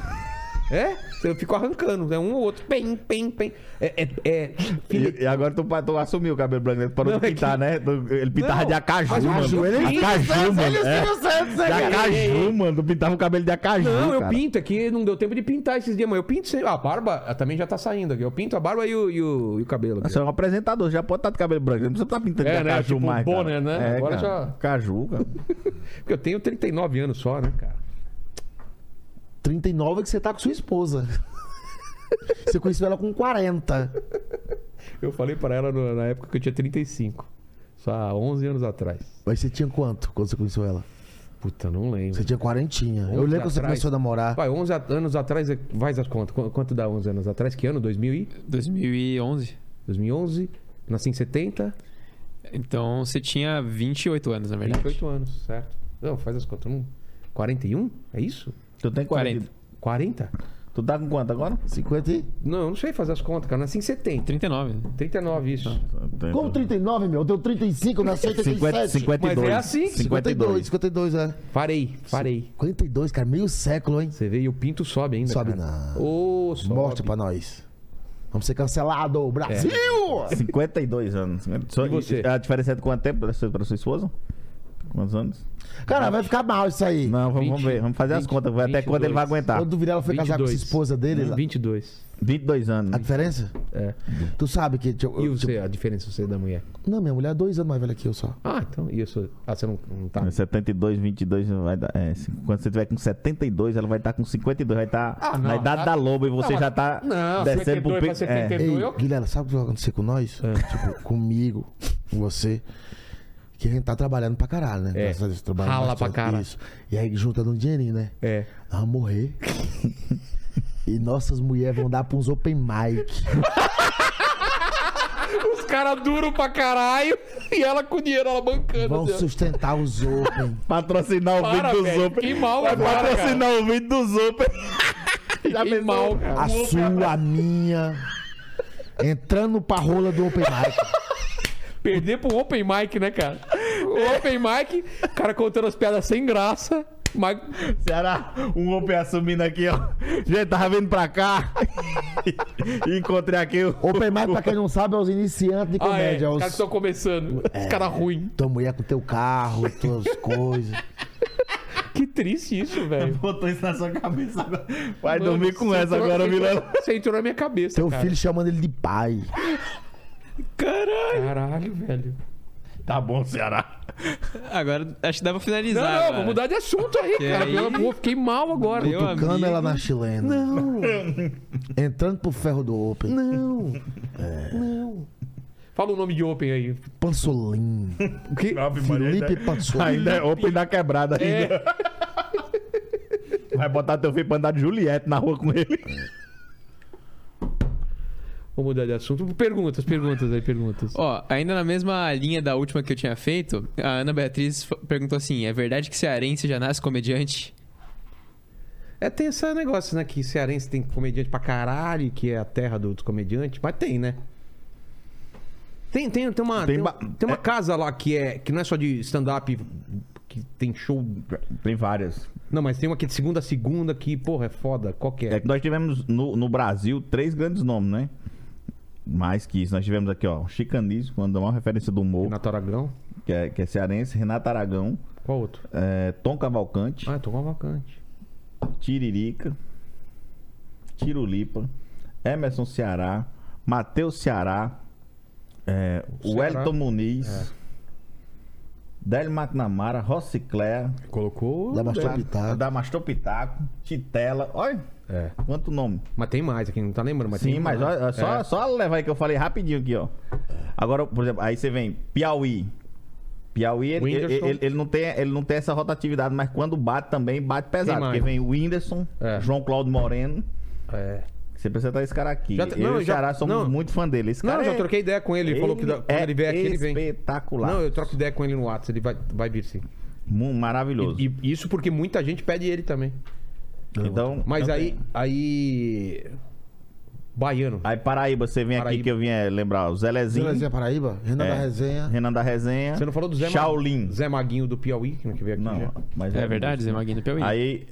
E: é? Eu fico arrancando. É um ou outro. Pem, pem, pem. É. é, é...
D: E, e agora tu, pa- tu assumiu o cabelo branco, né? Tu parou
E: Não,
D: de
E: é
D: pintar, né? Tu- ele pintava
E: Não,
D: de acaju,
E: mas eu
D: mano.
E: acho- ele-
D: acaju, mano. é. De acaju, mano. Tu pintava o cabelo de acaju,
E: Não, eu
D: cara.
E: pinto. É que não deu tempo de pintar esses dias, mas eu pinto sempre. Ah, A barba ah, também já tá saindo aqui. Eu pinto a barba e o, e o, e o cabelo. aqui.
D: Você é um apresentador, já pode estar de cabelo branco. Não precisa estar pintando
E: É,
D: de
E: né?
D: acaju
E: Tipo um
D: mais, cara.
E: boné, né?
D: É,
E: Agora
D: cara.
E: já-
D: Caju, cara.
E: Porque eu tenho 39 anos só, né, cara?
B: 39 é que você tá com sua esposa. Você conheceu ela com 40.
E: Eu falei pra ela no- na época que eu tinha 35. Só há 11 anos atrás.
B: Mas você tinha quanto quando você conheceu ela?
E: Puta, não lembro.
B: Você tinha 40. Eu
E: Onze
B: lembro quando você
E: atrás.
B: começou a namorar.
E: Vai, 11 a- anos atrás, é- faz as contas. Qu- Quanto dá 11 anos atrás? Que ano? 2000 e...
C: 2011.
E: 2011? Nasci em 70?
C: Então você tinha 28 anos, na verdade.
E: 28 anos, certo? Não, faz as contas. Não... 41? É isso?
D: Tu tem 40.
C: 40.
E: 40?
D: Tu tá com quanto agora?
B: 50 e.
E: Não, eu não sei fazer as contas, cara. Nasci em 70.
C: 39. né?
E: 39, isso.
B: Ah. Como 39, meu? Eu tenho 35, eu nasci em
D: 50,
B: 87.
D: 52.
E: Mas é assim,
B: 52, 52, é.
E: Farei, farei.
B: 52, cara, meio século, hein?
E: Você vê, e o pinto sobe ainda,
B: Sobe
E: cara.
B: não.
E: Ô, sobe.
B: Morte pra nós. Vamos ser cancelado, Brasil!
D: 52 anos. Só-
E: E você?
D: A diferença é de quanto tempo pra sua, pra sua esposa? Quantos anos?
E: É.
B: Cara, vai ficar mal isso aí.
D: Não, vamos, vamos
E: 20,
D: ver. Vamos fazer as
E: 20,
D: contas. vai Até quando ele vai
E: 22.
D: aguentar?
B: Quando o Virela foi casar com essa
E: 22.
B: esposa dele, lá,
E: 22.
D: 22 anos.
B: a diferença?
E: É.
B: Tu sabe que. tipo,
E: E
B: eu-
E: você, a diferença você é da mulher?
B: Não, minha mulher é dois anos mais velha que eu só.
E: Ah, então. E eu sou. Ah, você não, não tá.
D: 72, 22, vai dar. é, cin- quando você tiver com 72, ela vai estar com 52, vai estar na idade da loba e você
E: Ah, tá
D: já tá
E: Não, mas- Não,
D: descendo pro
E: 52 pra
D: pico. É.
E: 72.
B: Ei,
E: eu-
B: Guilherme, sabe o que vai acontecer com nós?
E: É.
B: Tipo, comigo, com você. Que a gente tá trabalhando pra caralho, né?
E: É.
B: Graças a Deus, trabalhando
E: Rala
B: bastante,
E: pra caralho.
B: Isso. E aí juntando um dinheirinho, né?
E: É.
B: Nós Vamos morrer. e nossas mulheres vão dar pra uns open mic.
E: Os caras duros pra caralho e ela com dinheiro, ela bancando. assim,
B: Vão sustentar os open.
D: Patrocinar o
E: Para,
D: vídeo
E: velho,
D: do Zoper.
E: que mal
D: vai
E: agora,
D: patrocinar o vídeo do Zoper. já
E: Que
D: pensou?
E: mal, cara.
B: A sua, a minha. Entrando pra rola do open mic.
E: Perder pro Open Mic, né, cara? O Open Mic, o cara contando as piadas sem graça. Mas
D: Será? Um open assumindo aqui, ó. Gente, tava vindo pra cá. e encontrei aqui o.
B: Open mic, pra quem não sabe, é os iniciantes de
E: ah, é,
B: comédia.
E: os caras
B: os... É.
E: que estão começando. Os caras ruins.
B: Tua mulher com teu carro, tuas coisas.
E: Que triste isso, velho.
B: É
D: Botou isso na sua cabeça agora. Vai
E: Mano,
D: dormir com
E: você
D: essa
E: entrou-
D: agora,
E: você entrou-
D: Vilela.
E: Você entrou na minha cabeça.
B: Teu
E: cara.
B: um filho chamando ele de pai.
E: Caralho. Caralho, velho.
D: Tá bom, Ceará.
C: Agora acho que dá pra
E: Não,
C: finalizar.
E: não,
C: cara.
E: vamos mudar de assunto aí,
C: Que
E: cara.
C: aí-
E: Pelo amor, fiquei mal agora.
C: Meu
B: Cana
C: amigo.
B: ela na chilena.
E: Não,
B: Entrando pro ferro do Open.
E: não. Não. Fala o nome de Open aí.
B: Pansolim.
E: O que?
B: Felipe Pansolim.
D: Ainda é open da quebrada ainda. Vai botar teu filho pra andar de Juliette na rua com ele.
E: Vou mudar de assunto. Perguntas, perguntas aí, perguntas.
C: Ó, ainda na mesma linha da última que eu tinha feito, a Ana Beatriz f- perguntou assim: é verdade que cearense já nasce comediante?
E: É, tem esse negócio, né? Que cearense tem comediante pra caralho, que é a terra do- dos comediantes. Mas tem, né? Tem, tem, tem uma,
D: Tem
E: tem, um-
D: ba-
E: tem uma casa lá que, é, que não é só de stand-up, que tem show.
D: Tem várias.
E: Não, mas tem uma que é de segunda a segunda que, porra, é foda. Qual que é?
D: É que nós tivemos no, no Brasil três grandes nomes, né? Mais que isso. Nós tivemos aqui, ó, Chicanis, quando é uma referência do humor,
E: Renato Aragão.
D: que é, que é cearense, Renato Aragão,
A: Qual outro?
D: é, Tom Cavalcante,
A: Ah, tô com a vacante.
D: Tiririca, Tirulipa, Emerson Ceará, Matheus Ceará, é,
A: Ceará. É.
D: Wellington Muniz, Délio McNamara, Rocicléa,
A: Colocou.
B: Dá bastante
D: Pitaco.
B: pitaco.
D: Pitaco, Titela, olha
A: É.
D: quanto nome.
A: Mas tem mais aqui, não tá lembrando, mas
D: Sim,
A: tem
D: mas
A: mais.
D: olha, só,
A: É.
D: só levar aí que eu falei rapidinho aqui, ó. Agora, por exemplo, aí você vem Piauí. Piauí, ele, ele,
A: Whindersson.
D: ele- ele não tem, ele não tem essa rotatividade, mas quando bate também, bate
A: Quem
D: pesado. Porque
A: mais?
D: vem o Whindersson,
A: É.
D: João Cláudio Moreno.
A: É.
D: Você precisa estar esse cara aqui.
A: Já te-
D: eu
A: não,
D: e o
A: já-
D: Ceará somos
A: não.
D: muito fã dele. Esse
A: Não,
D: cara
A: eu já
D: é-
A: troquei ideia com ele. Ele falou que da- quando
D: é
A: ele vier aqui, ele vem.
D: Espetacular.
A: Não, eu troco ideia com ele no WhatsApp, ele vai, vai vir sim.
D: Mu- Maravilhoso.
A: E, e isso porque muita gente pede ele também.
D: então,
A: Mas
D: então
A: aí.
D: tem.
A: Aí. Baiano.
D: Aí Paraíba, você vem aqui
A: Paraíba.
D: que eu vim é, lembrar. O Zelezinho.
B: Zelezinha Paraíba, Renan
D: É.
B: da Resenha.
D: Renan da Resenha.
A: Você não falou do Zé Ma-
D: Shaolin.
A: Zé Maguinho do Piauí, que não que veio aqui.
D: Não,
A: já.
D: mas
C: É verdade, Zé Maguinho do Piauí.
D: Aí.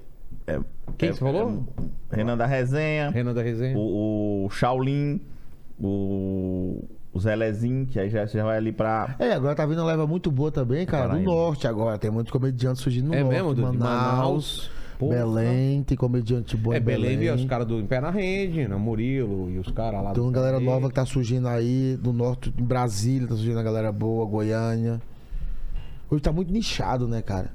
D: é-
A: Quem
D: é-
A: você falou?
D: é- Renan da Resenha,
A: Renan da Resenha.
D: o, o Shaolin, o, o Zelezinho, que aí já, já vai ali pra.
B: É, agora tá vindo uma leva muito boa também, cara. Do
D: Paraíba.
B: norte agora. Tem muitos comediantes surgindo no
A: É
B: norte.
A: mesmo, Dudu?
B: Manaus.
A: Manaus. Porra.
B: Belém, tem comediante bom
A: É
B: em
A: Belém,
B: Belém.
A: vê os caras do Em Pé na Rede, né? Murilo e os caras lá
B: Tem uma
A: do
B: galera
A: Pé na
B: nova
A: Rede.
B: que tá surgindo aí, do norte, em Brasília, tá surgindo a galera boa, Goiânia. Hoje tá muito nichado, né, cara?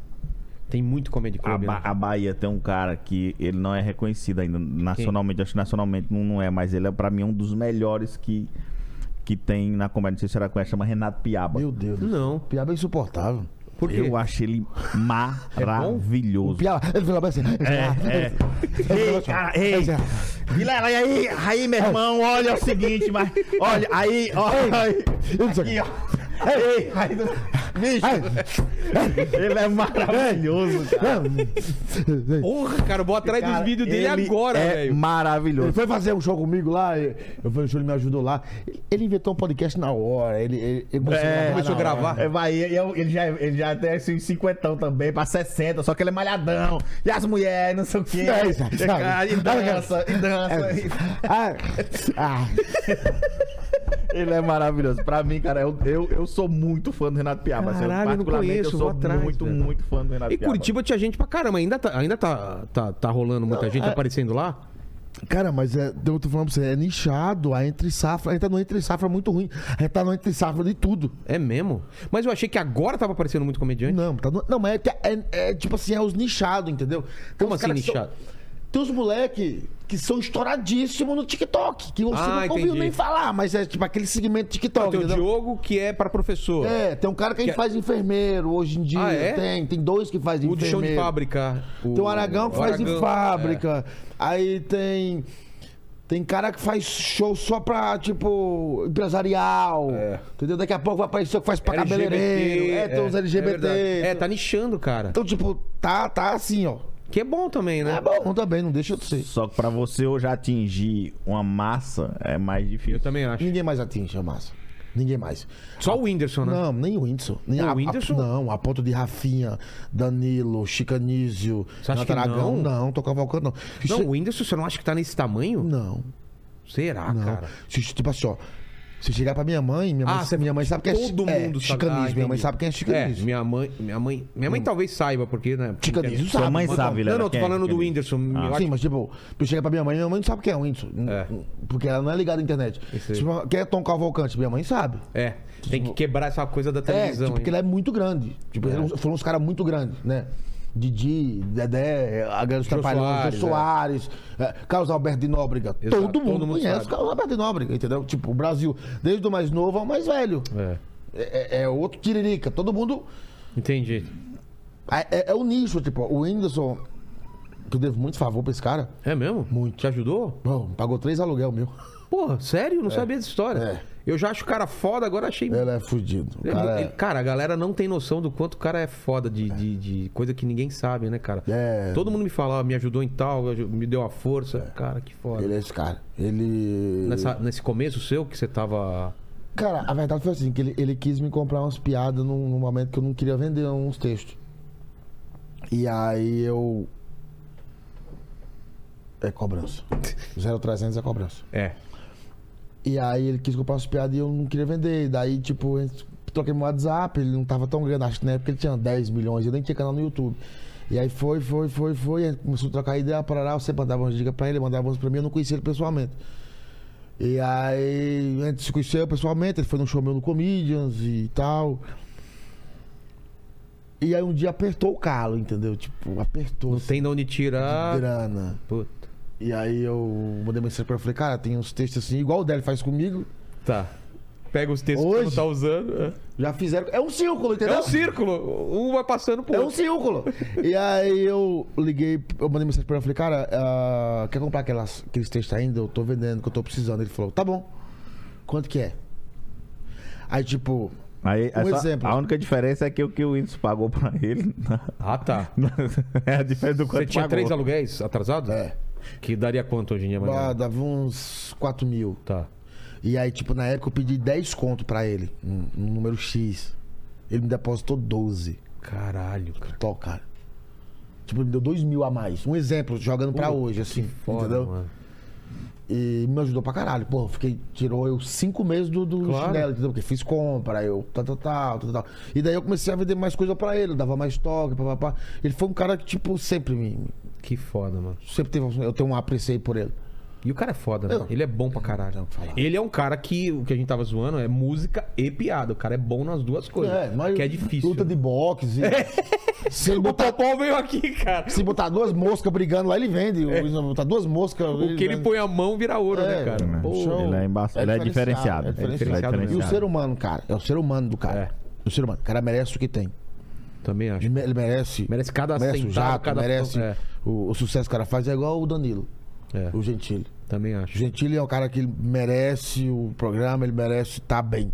A: Tem muito comedy
D: A,
A: club.
D: Ba-
A: né?
D: a Bahia tem um cara que ele não é reconhecido ainda nacionalmente, acho que nacionalmente não, não é, mas ele é pra mim um dos melhores que, que tem na comédia. Não sei se será conhece, chama Renato Piaba.
B: Meu Deus. do céu.
A: né? Não.
B: Piaba é insuportável.
A: Por quê?
D: Eu acho ele maravilhoso.
B: Piaba, ele falou assim.
D: É, é. Ei, cara, ei. Vilela, e aí, aí, meu irmão, olha é o seguinte, mas. Olha, aí, ó. Aí,
B: Eu não sei.
D: aqui, ó. Ei, aí, bicho. Ele é maravilhoso, cara.
A: Porra, cara, eu vou atrás
D: Cara,
A: é dos vídeos dele
D: ele
A: agora,
D: é
A: velho.
B: Ele
D: Maravilhoso.
B: foi fazer um show comigo lá, e- eu falei, o Júlio me ajudou lá. Ele inventou um podcast na hora, ele, ele- ele começou,
D: É,
A: Começou a
B: na hora.
A: gravar.
D: É, vai, e eu- ele já, ele já tem assim, cinquentão também, pra 60, só que ele é malhadão. E as mulheres, não sei o quê.
B: É, isso, sabe?
D: Cara, e dança, e dança.
B: Ah, ah,
D: Ele é maravilhoso. Pra mim, cara, eu, eu, eu sou muito fã do Renato Piaba. assim, eu
A: Caralho, eu não
D: particularmente,
A: conheço,
D: eu
A: vou
D: sou
A: atrás,
D: muito,
A: velho.
D: muito fã do Renato
A: E
D: Piaba.
A: Curitiba tinha gente pra caramba. Ainda tá, ainda tá, tá, tá rolando muita
D: é.
A: gente aparecendo lá?
B: cara, mas é, eu tô falando pra você, é nichado, a entre safra, a gente tá no entre safra muito ruim, a gente tá no entre safra de tudo.
A: É mesmo? Mas eu achei que agora tava aparecendo muito comediante.
B: Não, tá no- não, mas é, que é- é tipo assim, é os nichados, entendeu? Tem
A: Como
B: uns
A: assim,
B: caras que são-
A: nichado?
B: Tem uns moleque que são estouradíssimos no TikTok, que você
A: Ah,
B: nunca ouviu
A: entendi. Ah,
B: nem falar, mas é tipo aquele segmento TikTok,
A: tem o
B: entendeu?
A: Diogo, que é pra professor.
B: É, tem um cara que, a gente
A: Que-
B: faz enfermeiro hoje em dia.
A: Ah, é?
B: Tem, tem dois que fazem
A: o de
B: enfermeiro.
A: chão de fábrica.
B: Tem Então, o Aragão que faz em
A: Aragão, é.
B: fábrica. Aí tem. Tem cara que faz show só pra, tipo, empresarial.
A: É.
B: Entendeu? Daqui a pouco vai aparecer o que faz pra
A: LGBT,
B: cabeleireiro. É, tem os LGBT.
A: É, verdade. É, tá nichando, cara.
B: Então, tipo, tá, tá assim, ó.
A: Que é bom também, né?
B: É bom também, não deixa de ser.
D: Só que pra você hoje atingir uma massa é mais difícil.
A: Eu também acho.
B: Ninguém mais atinge a massa. Ninguém mais.
A: Só o Whindersson, né?
B: Não, nem o Whindersson. Nem
A: Não,
B: a,
A: o Whindersson?
B: A, não, a ponto de Rafinha, Danilo, Chicanísio,
A: Você acha que
B: Nataragão.
A: não?
B: Não, tô cavalcando, não.
A: Não,
B: Isso-
A: o Whindersson, você não acha que tá nesse tamanho?
B: não,
A: Será,
B: não.
A: cara?
B: Se, tipo assim, ó. Se chegar pra minha mãe, minha mãe,
A: Ah, você-
B: minha mãe sabe quem é chi-
A: Todo
B: é,
A: mundo sabe.
B: chicanismo.
A: Ah,
B: minha mãe
A: entendi.
B: sabe quem é
A: É,
B: chicanismo.
A: minha mãe, minha mãe, minha mãe talvez saiba, porque, né?
B: Chicanismo
D: Sua
B: sabe. né?
D: mãe
B: mas-
D: sabe, Vilela,
A: um- Não, não, tô
D: quem é
A: falando do
D: aquele?
A: Whindersson. Eu
D: Ah.
A: acho
B: Sim, mas tipo, eu chego pra minha mãe, minha mãe não sabe quem é o Whindersson.
A: É.
B: Porque ela não é ligada à internet.
A: Isso aí.
B: Tipo, quem é Tom Cavalcante? Minha mãe sabe.
A: É, tem que quebrar essa coisa da
B: É,
A: televisão.
B: tipo, porque
A: hein?
B: ele é muito grande. Tipo,
A: É.
B: eles foram uns caras muito grandes, né? Didi, Dedé, a galera dos
A: Jô
B: Trapalhões, Jô Soares, é, Carlos Alberto de Nóbrega.
A: Exato,
B: todo mundo
A: todo mundo
B: conhece
A: sabe.
B: o Carlos Alberto de Nóbrega, entendeu? Tipo, o Brasil, desde o mais novo ao mais velho.
A: É,
B: É, é- é outro tiririca. Todo mundo.
A: entendi.
B: É, é- é o nicho, tipo, o Whindersson, que eu devo muito favor pra esse cara.
A: É mesmo? Muito. Te ajudou?
B: Bom, pagou três aluguel meu.
A: Porra, sério? Não sabia dessa história. Eu já acho o cara foda, agora achei.
B: Ele é fudido. O
A: Ele-
B: cara
A: ele-
B: é...
A: cara, a galera não tem noção do quanto o cara é foda de, de, de coisa que ninguém sabe, né, cara?
B: É.
A: Todo mundo me fala, "Ah, me ajudou em tal, aju- me deu a força. Cara, que foda.
B: Ele é esse cara. Ele.
A: Nessa- nesse começo seu, que você tava.
B: Cara, a verdade foi assim, que ele, ele quis me comprar umas piadas num, num momento que eu não queria vender uns textos. E aí eu... É cobrança. 0300 é cobrança.
A: É.
B: E aí ele quis comprar umas piadas e eu não queria vender. E daí, tipo, a gente troquei meu WhatsApp, ele não tava tão grande, acho que na época ele tinha 10 milhões, eu nem tinha canal no YouTube. E aí foi, foi, foi, foi, aí começou a trocar ideia, parará, você mandava umas dicas pra ele, mandava umas pra mim, eu não conhecia ele pessoalmente. E aí a gente se conheceu pessoalmente, ele foi num show meu no Comedians e tal. E aí um dia apertou o calo, entendeu? Tipo, apertou.
A: Não
B: assim,
A: tem de onde
B: de
A: tirar.
B: grana.
A: Puta.
B: E aí eu mandei mensagem pra ele, falei, cara, tem uns textos assim, igual o Délio faz comigo.
A: Tá. Pega os textos que
B: Hoje?
A: você não tá usando. é.
B: Já fizeram. É um círculo,
A: É
B: entendeu?
A: um círculo. Um vai passando por
B: É um círculo. e aí eu liguei, eu mandei mensagem pra ele, falei, cara, ah, quer comprar aquelas, aqueles textos ainda? Eu tô vendendo, que eu tô precisando. Ele falou, tá bom. Quanto que é? Aí, tipo,
D: Aí, é
B: Um
D: só-
B: exemplo.
D: A única diferença é que o que o Whindersson pagou pra ele.
A: Ah, tá.
D: é a diferença do
A: Você
D: quanto
A: tinha
D: pagou.
A: três aluguéis atrasados?
B: é,
A: Que daria quanto hoje em dia,
B: bah,
A: Magalhães?
B: dava uns 4 mil.
A: Tá.
B: E aí, tipo, na época eu pedi 10 conto pra ele, um, um número X. Ele me depositou 12.
A: Caralho, cara.
B: Tó, cara. Tipo, ele me deu 2 mil a mais. Um exemplo, jogando pra hoje, assim,
A: Foda,
B: entendeu?
A: mano.
B: E me ajudou pra caralho. Pô, fiquei, tirou eu cinco meses do, do
A: Claro.
B: chinelo, entendeu? Porque fiz compra, eu tal, tal, tal, tal, tal. E daí eu comecei a vender mais coisa pra ele, eu dava mais toque, papapá. Ele foi um cara que, tipo, sempre me.
A: Que foda, mano.
B: Sempre teve. Eu tenho um apreciei por ele.
A: E o cara é foda, né?
B: Eu-
A: Ele é bom pra caralho.
B: Não, fala.
A: Ele é um cara que, o que a gente tava zoando, é música e piada. O cara é bom nas duas coisas. Que é difícil. É.
B: Luta de boxe. Se ele
A: O
B: botar,
A: Popó veio aqui, cara.
B: se botar duas moscas brigando lá, ele vende. Se botar duas moscas.
A: É. O que ele põe a mão vira ouro, né,
B: É,
A: cara?
D: mano.
A: Pô,
D: Show. Ele é embaça- ele é diferenciado.
B: É
D: Ele é
B: diferenciado. E o
D: diferenciado.
B: ser humano, cara. É o ser humano do cara.
A: É.
B: O ser humano. O cara merece o que tem.
A: Também acho.
B: Ele me- ele merece.
A: Merece cada
B: merece o
A: centavo,
B: jato,
A: cada-
B: merece
A: É.
B: o, o sucesso que o cara faz. É igual o Danilo,
A: É,
B: o Gentili.
A: também
B: O
A: acho.
B: Gentili é o cara que ele merece o programa, ele merece estar bem.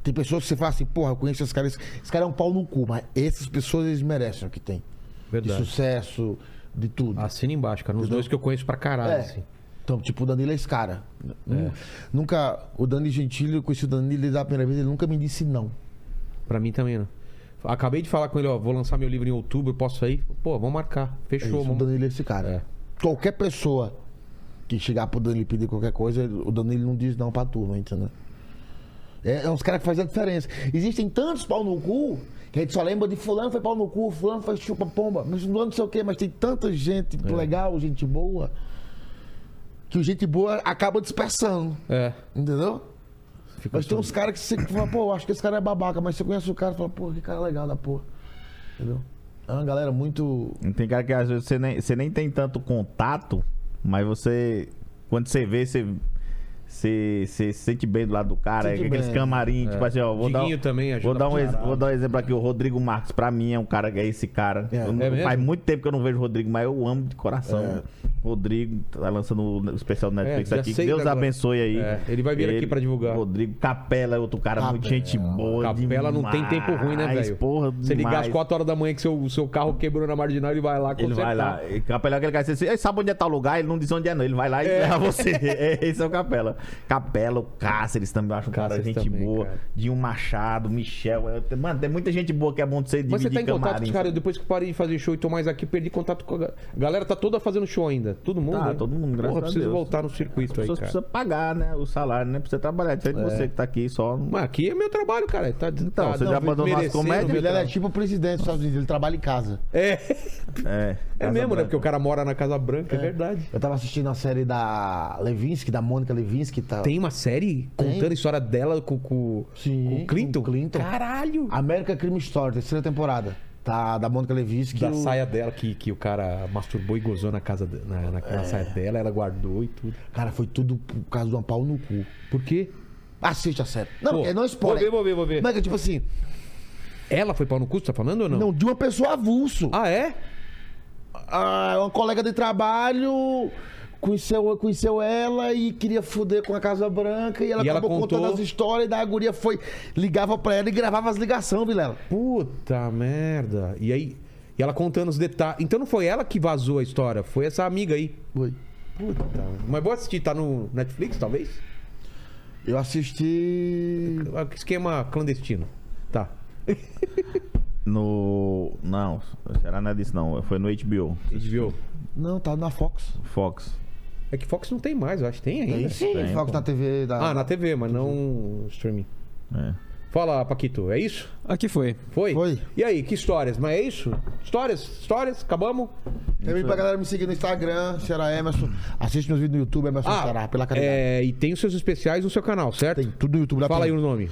B: Tem pessoas que você fala assim, porra, eu conheço esses caras, esse esse cara é um pau no cu, mas essas pessoas eles merecem o que tem. De
A: Verdade. Ah.
B: sucesso, de tudo.
A: Assina embaixo, cara. Nos dois que eu conheço pra caralho,
B: É.
A: assim.
B: Então, tipo, o Danilo é esse cara.
A: É.
B: Nun- Nunca. O Danilo Gentili, eu conheci o Danilo desde a primeira vez, ele nunca me disse não.
A: Pra mim também, né? Acabei de falar com ele, ó. Vou lançar meu livro em outubro, posso ir? Pô, vamos marcar.
B: É
A: Fechou,
B: isso, o
A: vamos.
B: Danilo é esse cara.
A: É.
B: Qualquer pessoa que chegar pro Danilo e pedir qualquer coisa, ele- o Danilo não diz não pra turma, entendeu? É, é uns caras que fazem a diferença. Existem tantos pau no cu que a gente só lembra de fulano foi pau no cu, fulano foi chupa-pomba, mas fulano não sei o quê, mas tem tanta gente
A: É.
B: legal, gente boa, que o gente boa acaba dispersando,
A: É.
B: entendeu?
A: Fica
B: Mas tem uns caras que você fala, pô, acho que esse cara é babaca, mas você conhece o cara e fala, pô, que cara legal da porra. Entendeu? É uma galera muito.
D: Tem cara que às vezes você nem, você nem tem tanto contato, mas você. Quando você vê, você. Você, você se sente bem do lado do cara,
B: Sente
D: é aqueles
B: bem.
D: camarim, tipo assim, ó, vou dar,
A: Diguinho
D: um-
A: também ajuda
D: vou, dar um
A: pra
D: ex-
A: caralho.
D: vou dar um exemplo aqui, o Rodrigo Marques, pra mim, é um cara que é esse cara.
B: É.
D: Eu não-
A: É mesmo? É.
D: faz muito tempo que eu não vejo o Rodrigo, mas eu amo de coração. Rodrigo, tá lançando o especial do Netflix
A: dia
D: aqui, que
A: seis
D: Deus
A: agora.
D: abençoe aí.
A: É, ele vai vir aqui pra divulgar.
D: Rodrigo Capela é outro cara, muito
B: Capela.
D: gente boa
A: Capela não tem tempo ruim, né,
D: demais,
A: velho?
D: Porra,
A: Você ligar às
D: demais.
A: 4 horas da manhã que seu, o seu carro quebrou na marginal, ele vai lá
D: Ele vai lá. E Capela é aquele cara que diz assim, "Ei, sabe onde é tal lugar? Ele não diz onde é, não. Ele vai lá e leva você. É, Esse é o Capela. Capela, o Cáceres também, eu acho um cara
A: Cáceres
D: gente
A: também,
D: boa.
A: cara.
D: Dinho Machado, Michel. eu te- Mano, tem muita gente boa que é bom de você
A: Mas você
D: dividir
A: tá em contato,
D: camarim,
A: cara,
D: sabe?
A: depois que eu parei de fazer show e tô mais aqui, perdi contato com a ga- galera. Tá toda fazendo show ainda. Todo mundo?
D: Tá,
A: hein?
D: todo mundo, graças
A: Porra,
D: a
A: preciso
D: Deus.
A: voltar no circuito aí,
D: As pessoas
A: cara. É.
D: precisam pagar, né? O salário, né? Precisa trabalhar. Diferente de você que tá aqui só.
A: Mas aqui é meu trabalho, cara. Tá,
D: Então,
A: tá
D: você já abandonou as
A: merecendo
D: comédias?
A: meu
B: Ele é
A: trabalho.
B: tipo o presidente dos Estados Unidos, ele trabalha em casa.
A: É,
D: É,
A: é
D: Casa
A: mesmo, né?
D: Branca.
A: Porque o cara mora na Casa Branca, é, verdade.
B: Eu tava assistindo a série da Levinsky, da Mônica Levinsky, tá?
A: Tem uma série contando a história dela com, com,
B: Sim,
A: com o Clinton?
B: com o Clinton.
A: Caralho!
B: America Crime Story, terceira temporada. Tá, da Mônica Levinsky.
A: da
B: o-
A: saia dela, que, que o cara masturbou e gozou na casa de- na, na, na saia dela, ela guardou e tudo.
B: Cara, foi tudo por causa de uma pau no cu.
A: Por quê?
B: Assiste a série. Não,
A: Pô,
B: porque não é spoiler.
A: vou ver, vou ver, vou ver.
B: Não é que tipo assim,
A: Ela foi pau no cu, você tá falando ou não?
B: não, de uma pessoa avulso.
A: Ah, é?
B: Ah, uma colega de trabalho conheceu, conheceu ela e queria foder com a Casa Branca e ela
A: E ela
B: acabou
A: contou-
B: contando as histórias e da guria foi, ligava pra ela e gravava as ligações, Vilela.
A: Puta merda. E aí, e ela contando os detalhes. Então não foi ela que vazou a história, foi essa amiga aí.
B: Foi.
A: Puta. Mas vou assistir, tá no Netflix, talvez?
B: Eu assisti.
A: Esquema clandestino. Tá.
D: No. Não, será não é disso, não. Foi no HBO,
A: HBO.
B: Não, tá na Fox.
D: Fox.
A: É que Fox não tem mais, eu acho. Tem ainda.
B: Tem sim,
D: Tem,
B: Fox
D: pô.
B: na TV. Da...
A: Ah, na TV, mas não streaming.
D: É.
A: Fala, Paquito, é isso?
C: Aqui foi.
A: Foi?
B: Foi.
A: E aí, que histórias? Mas é isso? Histórias? Histórias? Acabamos?
B: Também pra galera me seguir no Instagram, Ceará Emerson. Assiste meus vídeos no YouTube, Emerson Ceará, pela caridade.
A: Ah, é, e tem os seus especiais no seu canal, certo?
B: Tem tudo no YouTube lá.
A: Fala aí um-
B: tem,
A: o nome.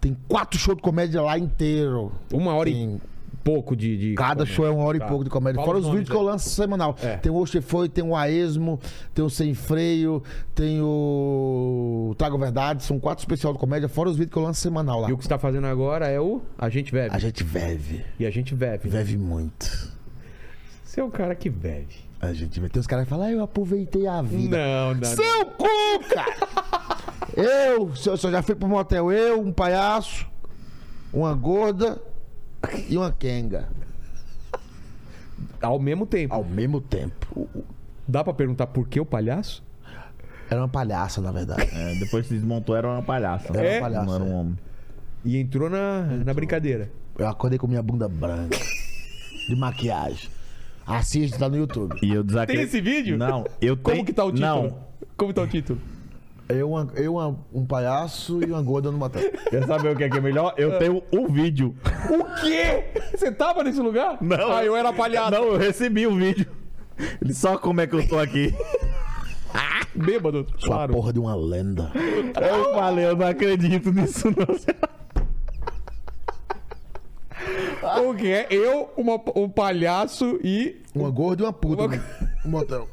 B: tem quatro shows de comédia lá inteiro.
A: Uma hora e
B: Tem.
A: pouco de... de
B: Cada
A: comédia.
B: show é uma hora
A: Tá.
B: e pouco de comédia.
A: Fala
B: Fora os
A: nomes
B: vídeos que eu
A: aí.
B: lanço semanal.
A: É.
B: Tem o Oxe Foi, tem o Aesmo, tem o Sem Freio, tem o Trago Verdade. São quatro especial de comédia, fora os vídeos que eu lanço semanal lá.
A: E o que você tá fazendo agora é o A Gente Bebe.
B: A gente vive,
A: E a gente bebe.
B: vive muito.
A: Você é um cara que bebe.
B: A gente vê. Tem uns caras que falam, ah, eu aproveitei a vida.
A: Não, não.
B: Seu cu, cara! eu, se eu se eu já fui pro motel, eu, um palhaço, uma gorda e uma quenga.
A: é Ao mesmo tempo.
B: Ao mesmo tempo.
A: Dá pra perguntar por que o palhaço?
B: Era uma palhaça, na verdade.
D: É, depois se desmontou, era uma palhaça.
B: Era uma palhaça,
D: Não era um
B: é.
D: homem.
A: E entrou na, na brincadeira.
B: Eu acordei com minha bunda branca. de maquiagem. Assiste, tá no YouTube.
D: E eu desacredito.
A: Tem esse vídeo?
D: Não, eu
A: Como
D: tenho.
A: que tá o título?
D: Não,
A: Como tá o título?
B: Eu, uma- eu uma- um palhaço e uma gorda no motel.
D: quer saber o que é, que é melhor?
A: Ah.
D: Eu tenho o vídeo.
A: O quê? Você tava nesse lugar?
D: Não.
A: Ah, eu era palhaço.
D: Não, eu recebi o vídeo. Ele só como é que eu tô aqui.
A: Bêbado.
B: Sua
A: Claro.
B: porra de uma lenda.
D: Eu falei, eu não acredito nisso, não.
A: O que é? Eu, uma- um palhaço e.
B: Uma gorda e uma puta
A: Uma-
B: no- no motel.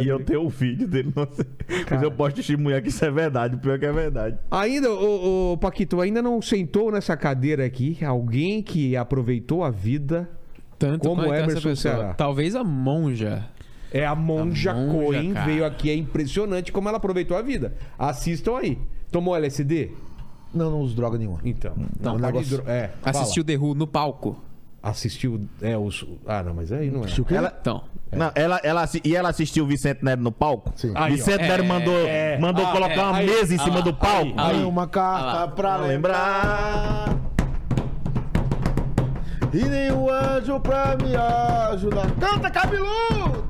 D: E, e eu tenho o vídeo dele, não sei. Mas eu posso testemunhar que isso é verdade, pior que é verdade.
A: Ainda, o, Paquito, ainda não sentou nessa cadeira aqui alguém que aproveitou a vida.
C: Tanto
A: Como
C: quanto essa
A: Emerson
C: pessoa.
A: Ceará.
C: Talvez a monja.
A: É a Monja,
C: A Monja,
A: Coen,
C: cara.
A: veio aqui. É impressionante como ela aproveitou a vida. Assistam aí. Tomou LSD?
B: Não, não uso droga nenhuma.
A: Então.
B: Não,
A: um par de
B: negócio-
A: dro- É, fala.
C: Assistiu The Who no palco.
A: Assistiu. É, os. Ah, não, mas aí não é.
B: Assistiu o quê?
C: Então,
D: Não, ela, ela, assi- e ela assistiu o Vicente Neto no palco?
B: Sim.
A: Aí, ó.
D: Vicente Neto
C: É,
D: mandou,
A: é.
D: mandou
A: Ah,
D: colocar
A: é,
D: uma
A: aí,
D: mesa em
A: ah,
D: cima do palco.
A: aí,
B: Aí, uma carta
C: Ah lá.
B: pra
D: Pra
B: lembrar.
D: lembrar.
B: E nenhum anjo pra me ajudar. Canta, cabeludo!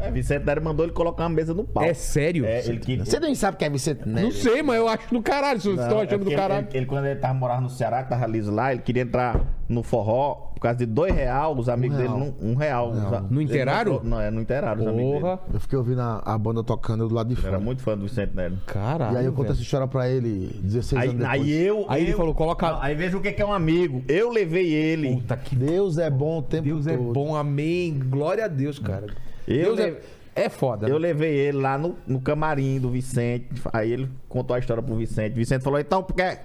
D: É, Vicente Neto mandou ele colocar uma mesa no palco.
A: É sério?
D: É, ele queria.
B: Você nem sabe o que é Vicente Neto.
A: Não sei, mas eu acho do caralho. Vocês estão
D: Né, É
A: achando
D: porque
A: do
D: ele-
A: caralho.
D: Ele, ele, quando ele tava morando no Ceará, que tava liso lá, ele queria entrar no forró por causa de dois real, os amigos
B: real.
D: dele, não, um real. Os a-
A: No Interário?
D: Ele Não, é no Interário, os amigos dele.
A: Porra.
B: Eu fiquei ouvindo a, a banda tocando do lado de
D: Eu Era
B: fora.
D: muito fã do Vicente Neto.
A: Caralho.
B: E aí eu conto
A: velho.
B: essa história pra ele 16
D: Aí,
B: anos depois.
D: aí eu.
A: Aí ele
D: eu-
A: falou, coloca-
D: Não, aí veja o que que é um amigo. Eu levei ele.
A: Puta que
B: Deus é bom o tempo
A: Deus é
B: todo.
A: bom, amém. Glória a Deus, cara.
D: Eu
A: Deus
D: le-
A: é, é foda.
D: Eu
A: né?
D: levei ele lá no, no camarim do Vicente. Aí ele contou a história pro Vicente. Vicente falou: então, porque.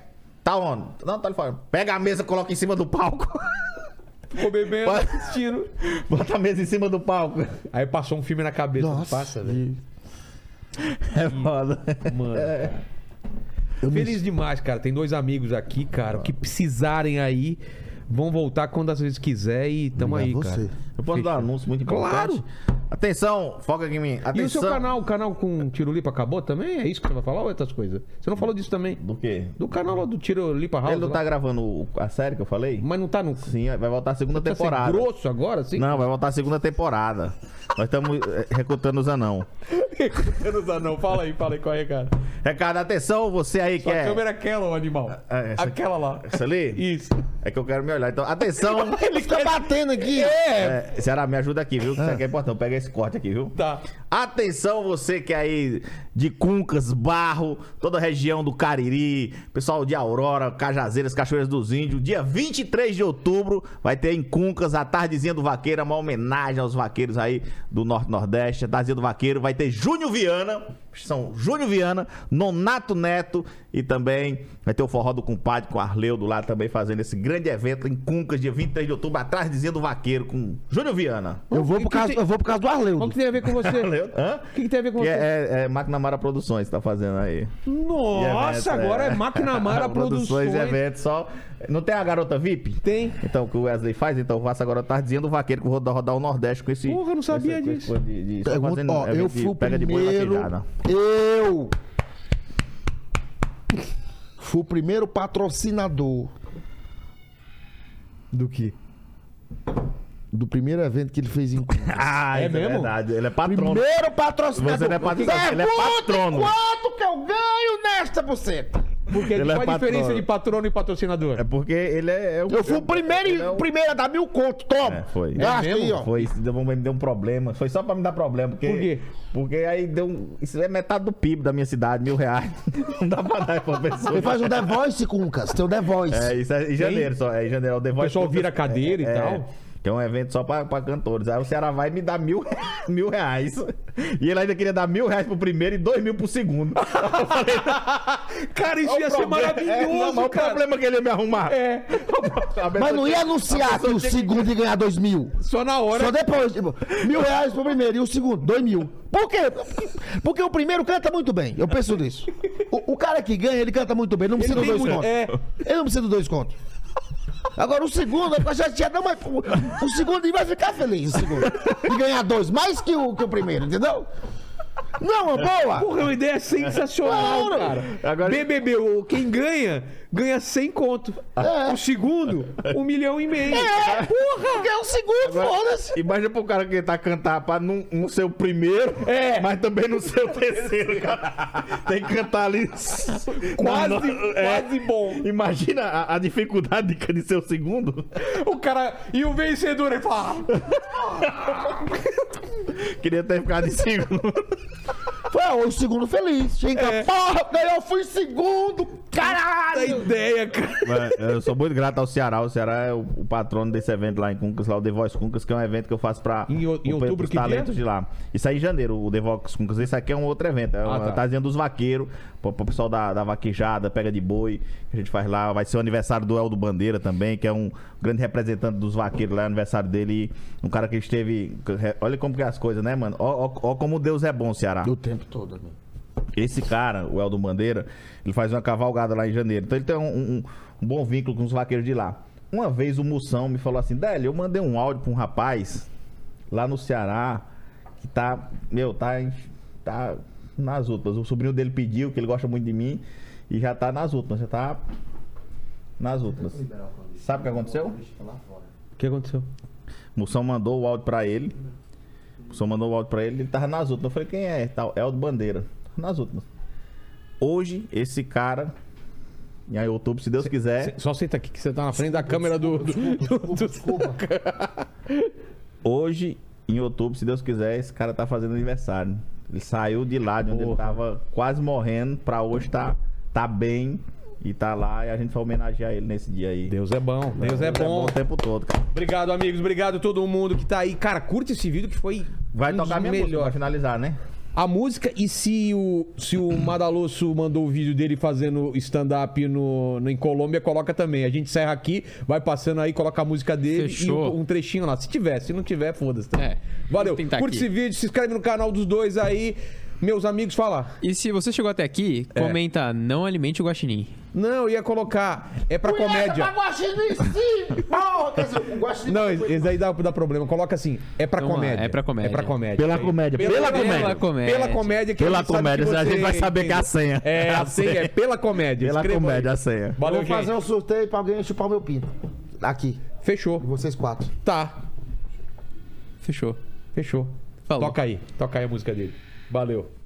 D: Tá onde? Não, tá ele falando. Pega a mesa, coloca em cima do palco.
A: Ficou bebendo,
D: Bora.
A: Tá assistindo.
D: Bota a mesa em cima do palco.
A: Aí passou um filme na cabeça. não
B: Nossa,
A: passa, velho.
B: e
D: É
A: Hum.
D: foda.
A: Mano. cara.
B: eu me-
A: Feliz demais, cara. Tem dois amigos aqui, cara, que precisarem aí. Vão voltar quando às vezes quiser e tamo aí,
B: Obrigado a
A: cara.
B: é você.
D: Eu posso dar um anúncio muito importante?
A: Claro.
D: Atenção, foca aqui em mim. Atenção.
A: E o seu canal, o canal com Tirolipa acabou também? É isso que você vai falar ou outras coisas? Você não falou disso também?
D: Do quê?
A: Do canal lá do Tirolipa House.
D: Ele não
A: lá.
D: tá gravando o- a série que eu falei?
A: Mas não tá no.
D: Sim, vai voltar a segunda
A: Tá sendo
D: temporada.
A: grosso agora, assim? sim?
D: Não, vai voltar a segunda temporada. Nós estamos recrutando os anão.
A: não dá, não. Fala aí, fala aí qual é, cara.
D: Recado, atenção, você aí que
A: Sua
D: é.
A: câmera é aquela, o animal.
D: É, essa aqui.
A: aquela lá.
D: Essa ali?
A: Isso.
D: É que eu quero me olhar. Então, atenção.
B: Ele fica batendo aqui. Ah.
A: É,
D: É, Ceará, me ajuda aqui, viu? Que Isso aqui é importante. Pega esse corte aqui, viu?
A: tá.
D: Atenção, você que é aí de Cuncas, Barro, toda a região do Cariri, pessoal de Aurora, Cajazeiras, Cachoeiras dos Índios. Dia 23 de outubro vai ter em Cuncas a Tardezinha do Vaqueiro, uma homenagem aos vaqueiros aí do Norte Nordeste. A Tardezinha do Vaqueiro vai ter Júnior Viana, são Júnior Viana, Nonato Neto e também vai ter o Forró do Compadre com Arleudo lá também fazendo esse grande evento em Cuncas, dia 23 de outubro, a Tardezinha do Vaqueiro com Júnior Viana.
B: Eu vou, por causa, eu vou por causa do
A: Mas O
B: Arleudo.
A: que tem a ver com você? O
D: Hã?
A: que, que tem a ver com
D: Que
A: você?
D: é, é, é McNamara Produções que tá fazendo aí.
A: Nossa,
D: evento,
A: agora é McNamara
D: Produções
A: Produções.
D: é e eventos só. Não tem a garota VIP?
A: Tem.
D: Então, o que o Wesley faz, então faça agora tardezinha do vaqueiro que eu vou dar- rodar o Nordeste com esse.
A: Porra, eu não sabia
D: com esse- com esse- de- de- só
A: tá
B: Pergunta,
D: fazendo
B: ó,
A: é,
B: eu
D: evento de
B: fui o
D: pega de boi
B: primeiro.
D: vaquejada.
B: Eu fui o primeiro patrocinador
A: Do que?
B: do primeiro evento que ele fez em Cuba.
D: Ah,
A: É
D: é mesmo?
A: mesmo?
D: verdade. Ele é patrono.
B: Primeiro patrocinador.
D: Você não é patrocinador, ele é patrono.
B: Perguntem Quanto que eu ganho nesta buceta?
A: Porque
D: Ele é
A: qual a diferença
D: patrono.
A: de patrono e patrocinador?
D: É porque ele é. é o-
B: Eu fui o primeiro,
D: ele é o-
B: primeiro a dar mil conto, toma.
D: É, foi.
B: Gasta
A: É
B: aí,
A: mesmo?
B: ó.
D: Foi, isso deu, me deu um problema. Foi só pra me dar problema. Porque,
A: Por quê?
D: Porque aí deu. um- Isso é metade do PIB da minha cidade, mil reais. Não dá pra dar pra pessoa.
B: Ele faz um The Voice, Cuncas. Tem o The Voice.
D: É, isso é em janeiro só. É em janeiro. O The Voice
A: pessoal
D: Cucas-
A: vira cadeira e tal.
D: Que é um evento só pra, pra cantores. Aí o Ceará vai e me dá mil, mil reais. E ele ainda queria dar mil reais pro primeiro e dois mil pro segundo.
A: Cara, isso ia ser
D: É, não, mas
A: maravilhoso,
D: o
A: cara.
D: problema que ele ia me arrumar.
A: É,
D: A
B: Mas
D: pessoa
B: não ia anunciar que o segundo ia ganhar dois mil.
A: só na
B: Só
A: hora.
B: depois, tipo, mil reais pro primeiro e o segundo, dois mil. Por quê? Porque o primeiro canta muito bem. Eu penso nisso. O, o cara que ganha, ele canta muito bem. Não precisa
A: Ele
B: dos
A: tem
B: dois
A: muito-
B: contos.
A: é.
B: Ele não precisa dos dois contos. Agora o segundo, eu já tinha não, mas o, o segundo ele vai ficar feliz, o segundo. De ganhar dois, mais que o, que o primeiro, entendeu? Não, é uma boa!
A: Porra, é uma ideia sensacional, cara.
D: Agora-
A: BBB, o- quem ganha, ganha 100 conto.
B: É.
A: O segundo, um milhão e meio.
B: É, porra! Ganhar o segundo, foda-se!
D: Imagina pro cara que tentar cantar pra não, não ser o primeiro,
A: É.
D: mas também não ser o terceiro, cara. Tem que cantar ali.
A: Quase,
D: na- na- é.
A: quase bom.
D: Imagina a, a dificuldade de, de ser o segundo.
A: O cara. E o vencedor, ele fala. "Ah,
D: Queria ter ficado em segundo.
B: Foi o segundo feliz. Chega,
A: É. Tá
B: porra, ganhou, eu fui segundo!
A: Puta
B: Caralho!
A: ideia, cara.
D: Mas eu sou muito grato ao Ceará. O Ceará é o, o patrono desse evento lá em Cuncas, lá o The Voice Cuncas, que é um evento que eu faço pra
A: Em o- em
D: o-
A: outubro,
D: os
A: que dia?
D: talentos de lá. Isso aí em janeiro, o The Voice Cuncas. Esse aqui é um outro evento. É uma
A: tá.
D: tazinha dos vaqueiros, pro, pro pessoal da, da vaquejada, pega de boi, que a gente faz lá. Vai ser o aniversário do Eldo Bandeira também, que é um grande representante dos vaqueiros lá, é aniversário dele. E um cara que esteve. Olha como que é as coisas, né, mano? Ó, ó, ó como Deus é bom, Ceará.
B: O tempo todo, amigo.
D: Esse cara, o Eldo Bandeira, ele faz uma cavalgada lá em janeiro. Então ele tem um, um- um bom vínculo com os vaqueiros de lá. Uma vez o Moção me falou assim: Délio, eu mandei um áudio pra um rapaz lá no Ceará que tá, meu, tá, em- tá nas últimas. O sobrinho dele pediu, que ele gosta muito de mim, e já tá nas últimas, já tá nas últimas. Sabe o que aconteceu?
A: O que aconteceu?
D: Moção mandou o áudio pra ele. Moção mandou o áudio pra ele, ele tava nas últimas. Eu falei, quem é? Tal, é o do Bandeira. Nas últimas. Hoje, esse cara, em outubro, se Deus quiser,
A: Só senta aqui que você tá na frente da câmera do. do- do- do-
D: hoje, em outubro, se Deus quiser, esse cara tá fazendo aniversário. Ele saiu de lá, de onde ele
A: Porra.
D: tava quase morrendo, pra hoje tá, tá bem e tá lá. E a gente vai homenagear ele nesse dia aí.
A: Deus é bom, Deus é bom.
D: o tempo todo, cara.
A: Obrigado, amigos. Obrigado a todo mundo que tá aí. Cara, curte esse vídeo que foi.
D: Vai
A: um dos
D: tocar minha música pra
A: melhores.
D: finalizar, né?
A: A música, e se o, se o Madalosso mandou o vídeo dele fazendo stand-up no, no- em Colômbia, coloca também. A gente encerra aqui, vai passando aí, coloca a música dele
C: Fechou.
A: e um, um trechinho lá. Se tiver, se não tiver, foda-se. tá?
C: É,
A: Valeu. Curte
C: vou tentar aqui.
A: esse vídeo, se inscreve no canal dos dois aí. Meus amigos, fala.
C: E se você chegou até aqui, comenta não alimente o guaxinim.
A: Não, eu ia colocar. É pra
C: tá
A: comédia.
B: Guaxinim, sim! Porra, quer dizer, o Guaxinim...
A: Não, esse aí dá, dá problema. Coloca assim, é pra
C: Vamos lá,
A: comédia.
C: é pra comédia.
A: É pra comédia.
D: Pela comédia, pela, comédia.
C: Pela comédia.
A: Pela comédia que
D: Pela
A: gente sabe
D: comédia,
A: que
D: a gente vai saber que é a senha.
A: É, a senha é pela comédia.
D: Pela
A: Escreva aí.
D: comédia, a senha.
A: Valeu,
B: Vou fazer
A: gente.
B: um sorteio pra alguém chupar o meu pinto. Aqui,
A: Fechou.
B: vocês quatro.
A: Tá.
C: Fechou.
A: Fechou.
C: Falou.
A: Toca aí. Toca aí a música dele. Valeu.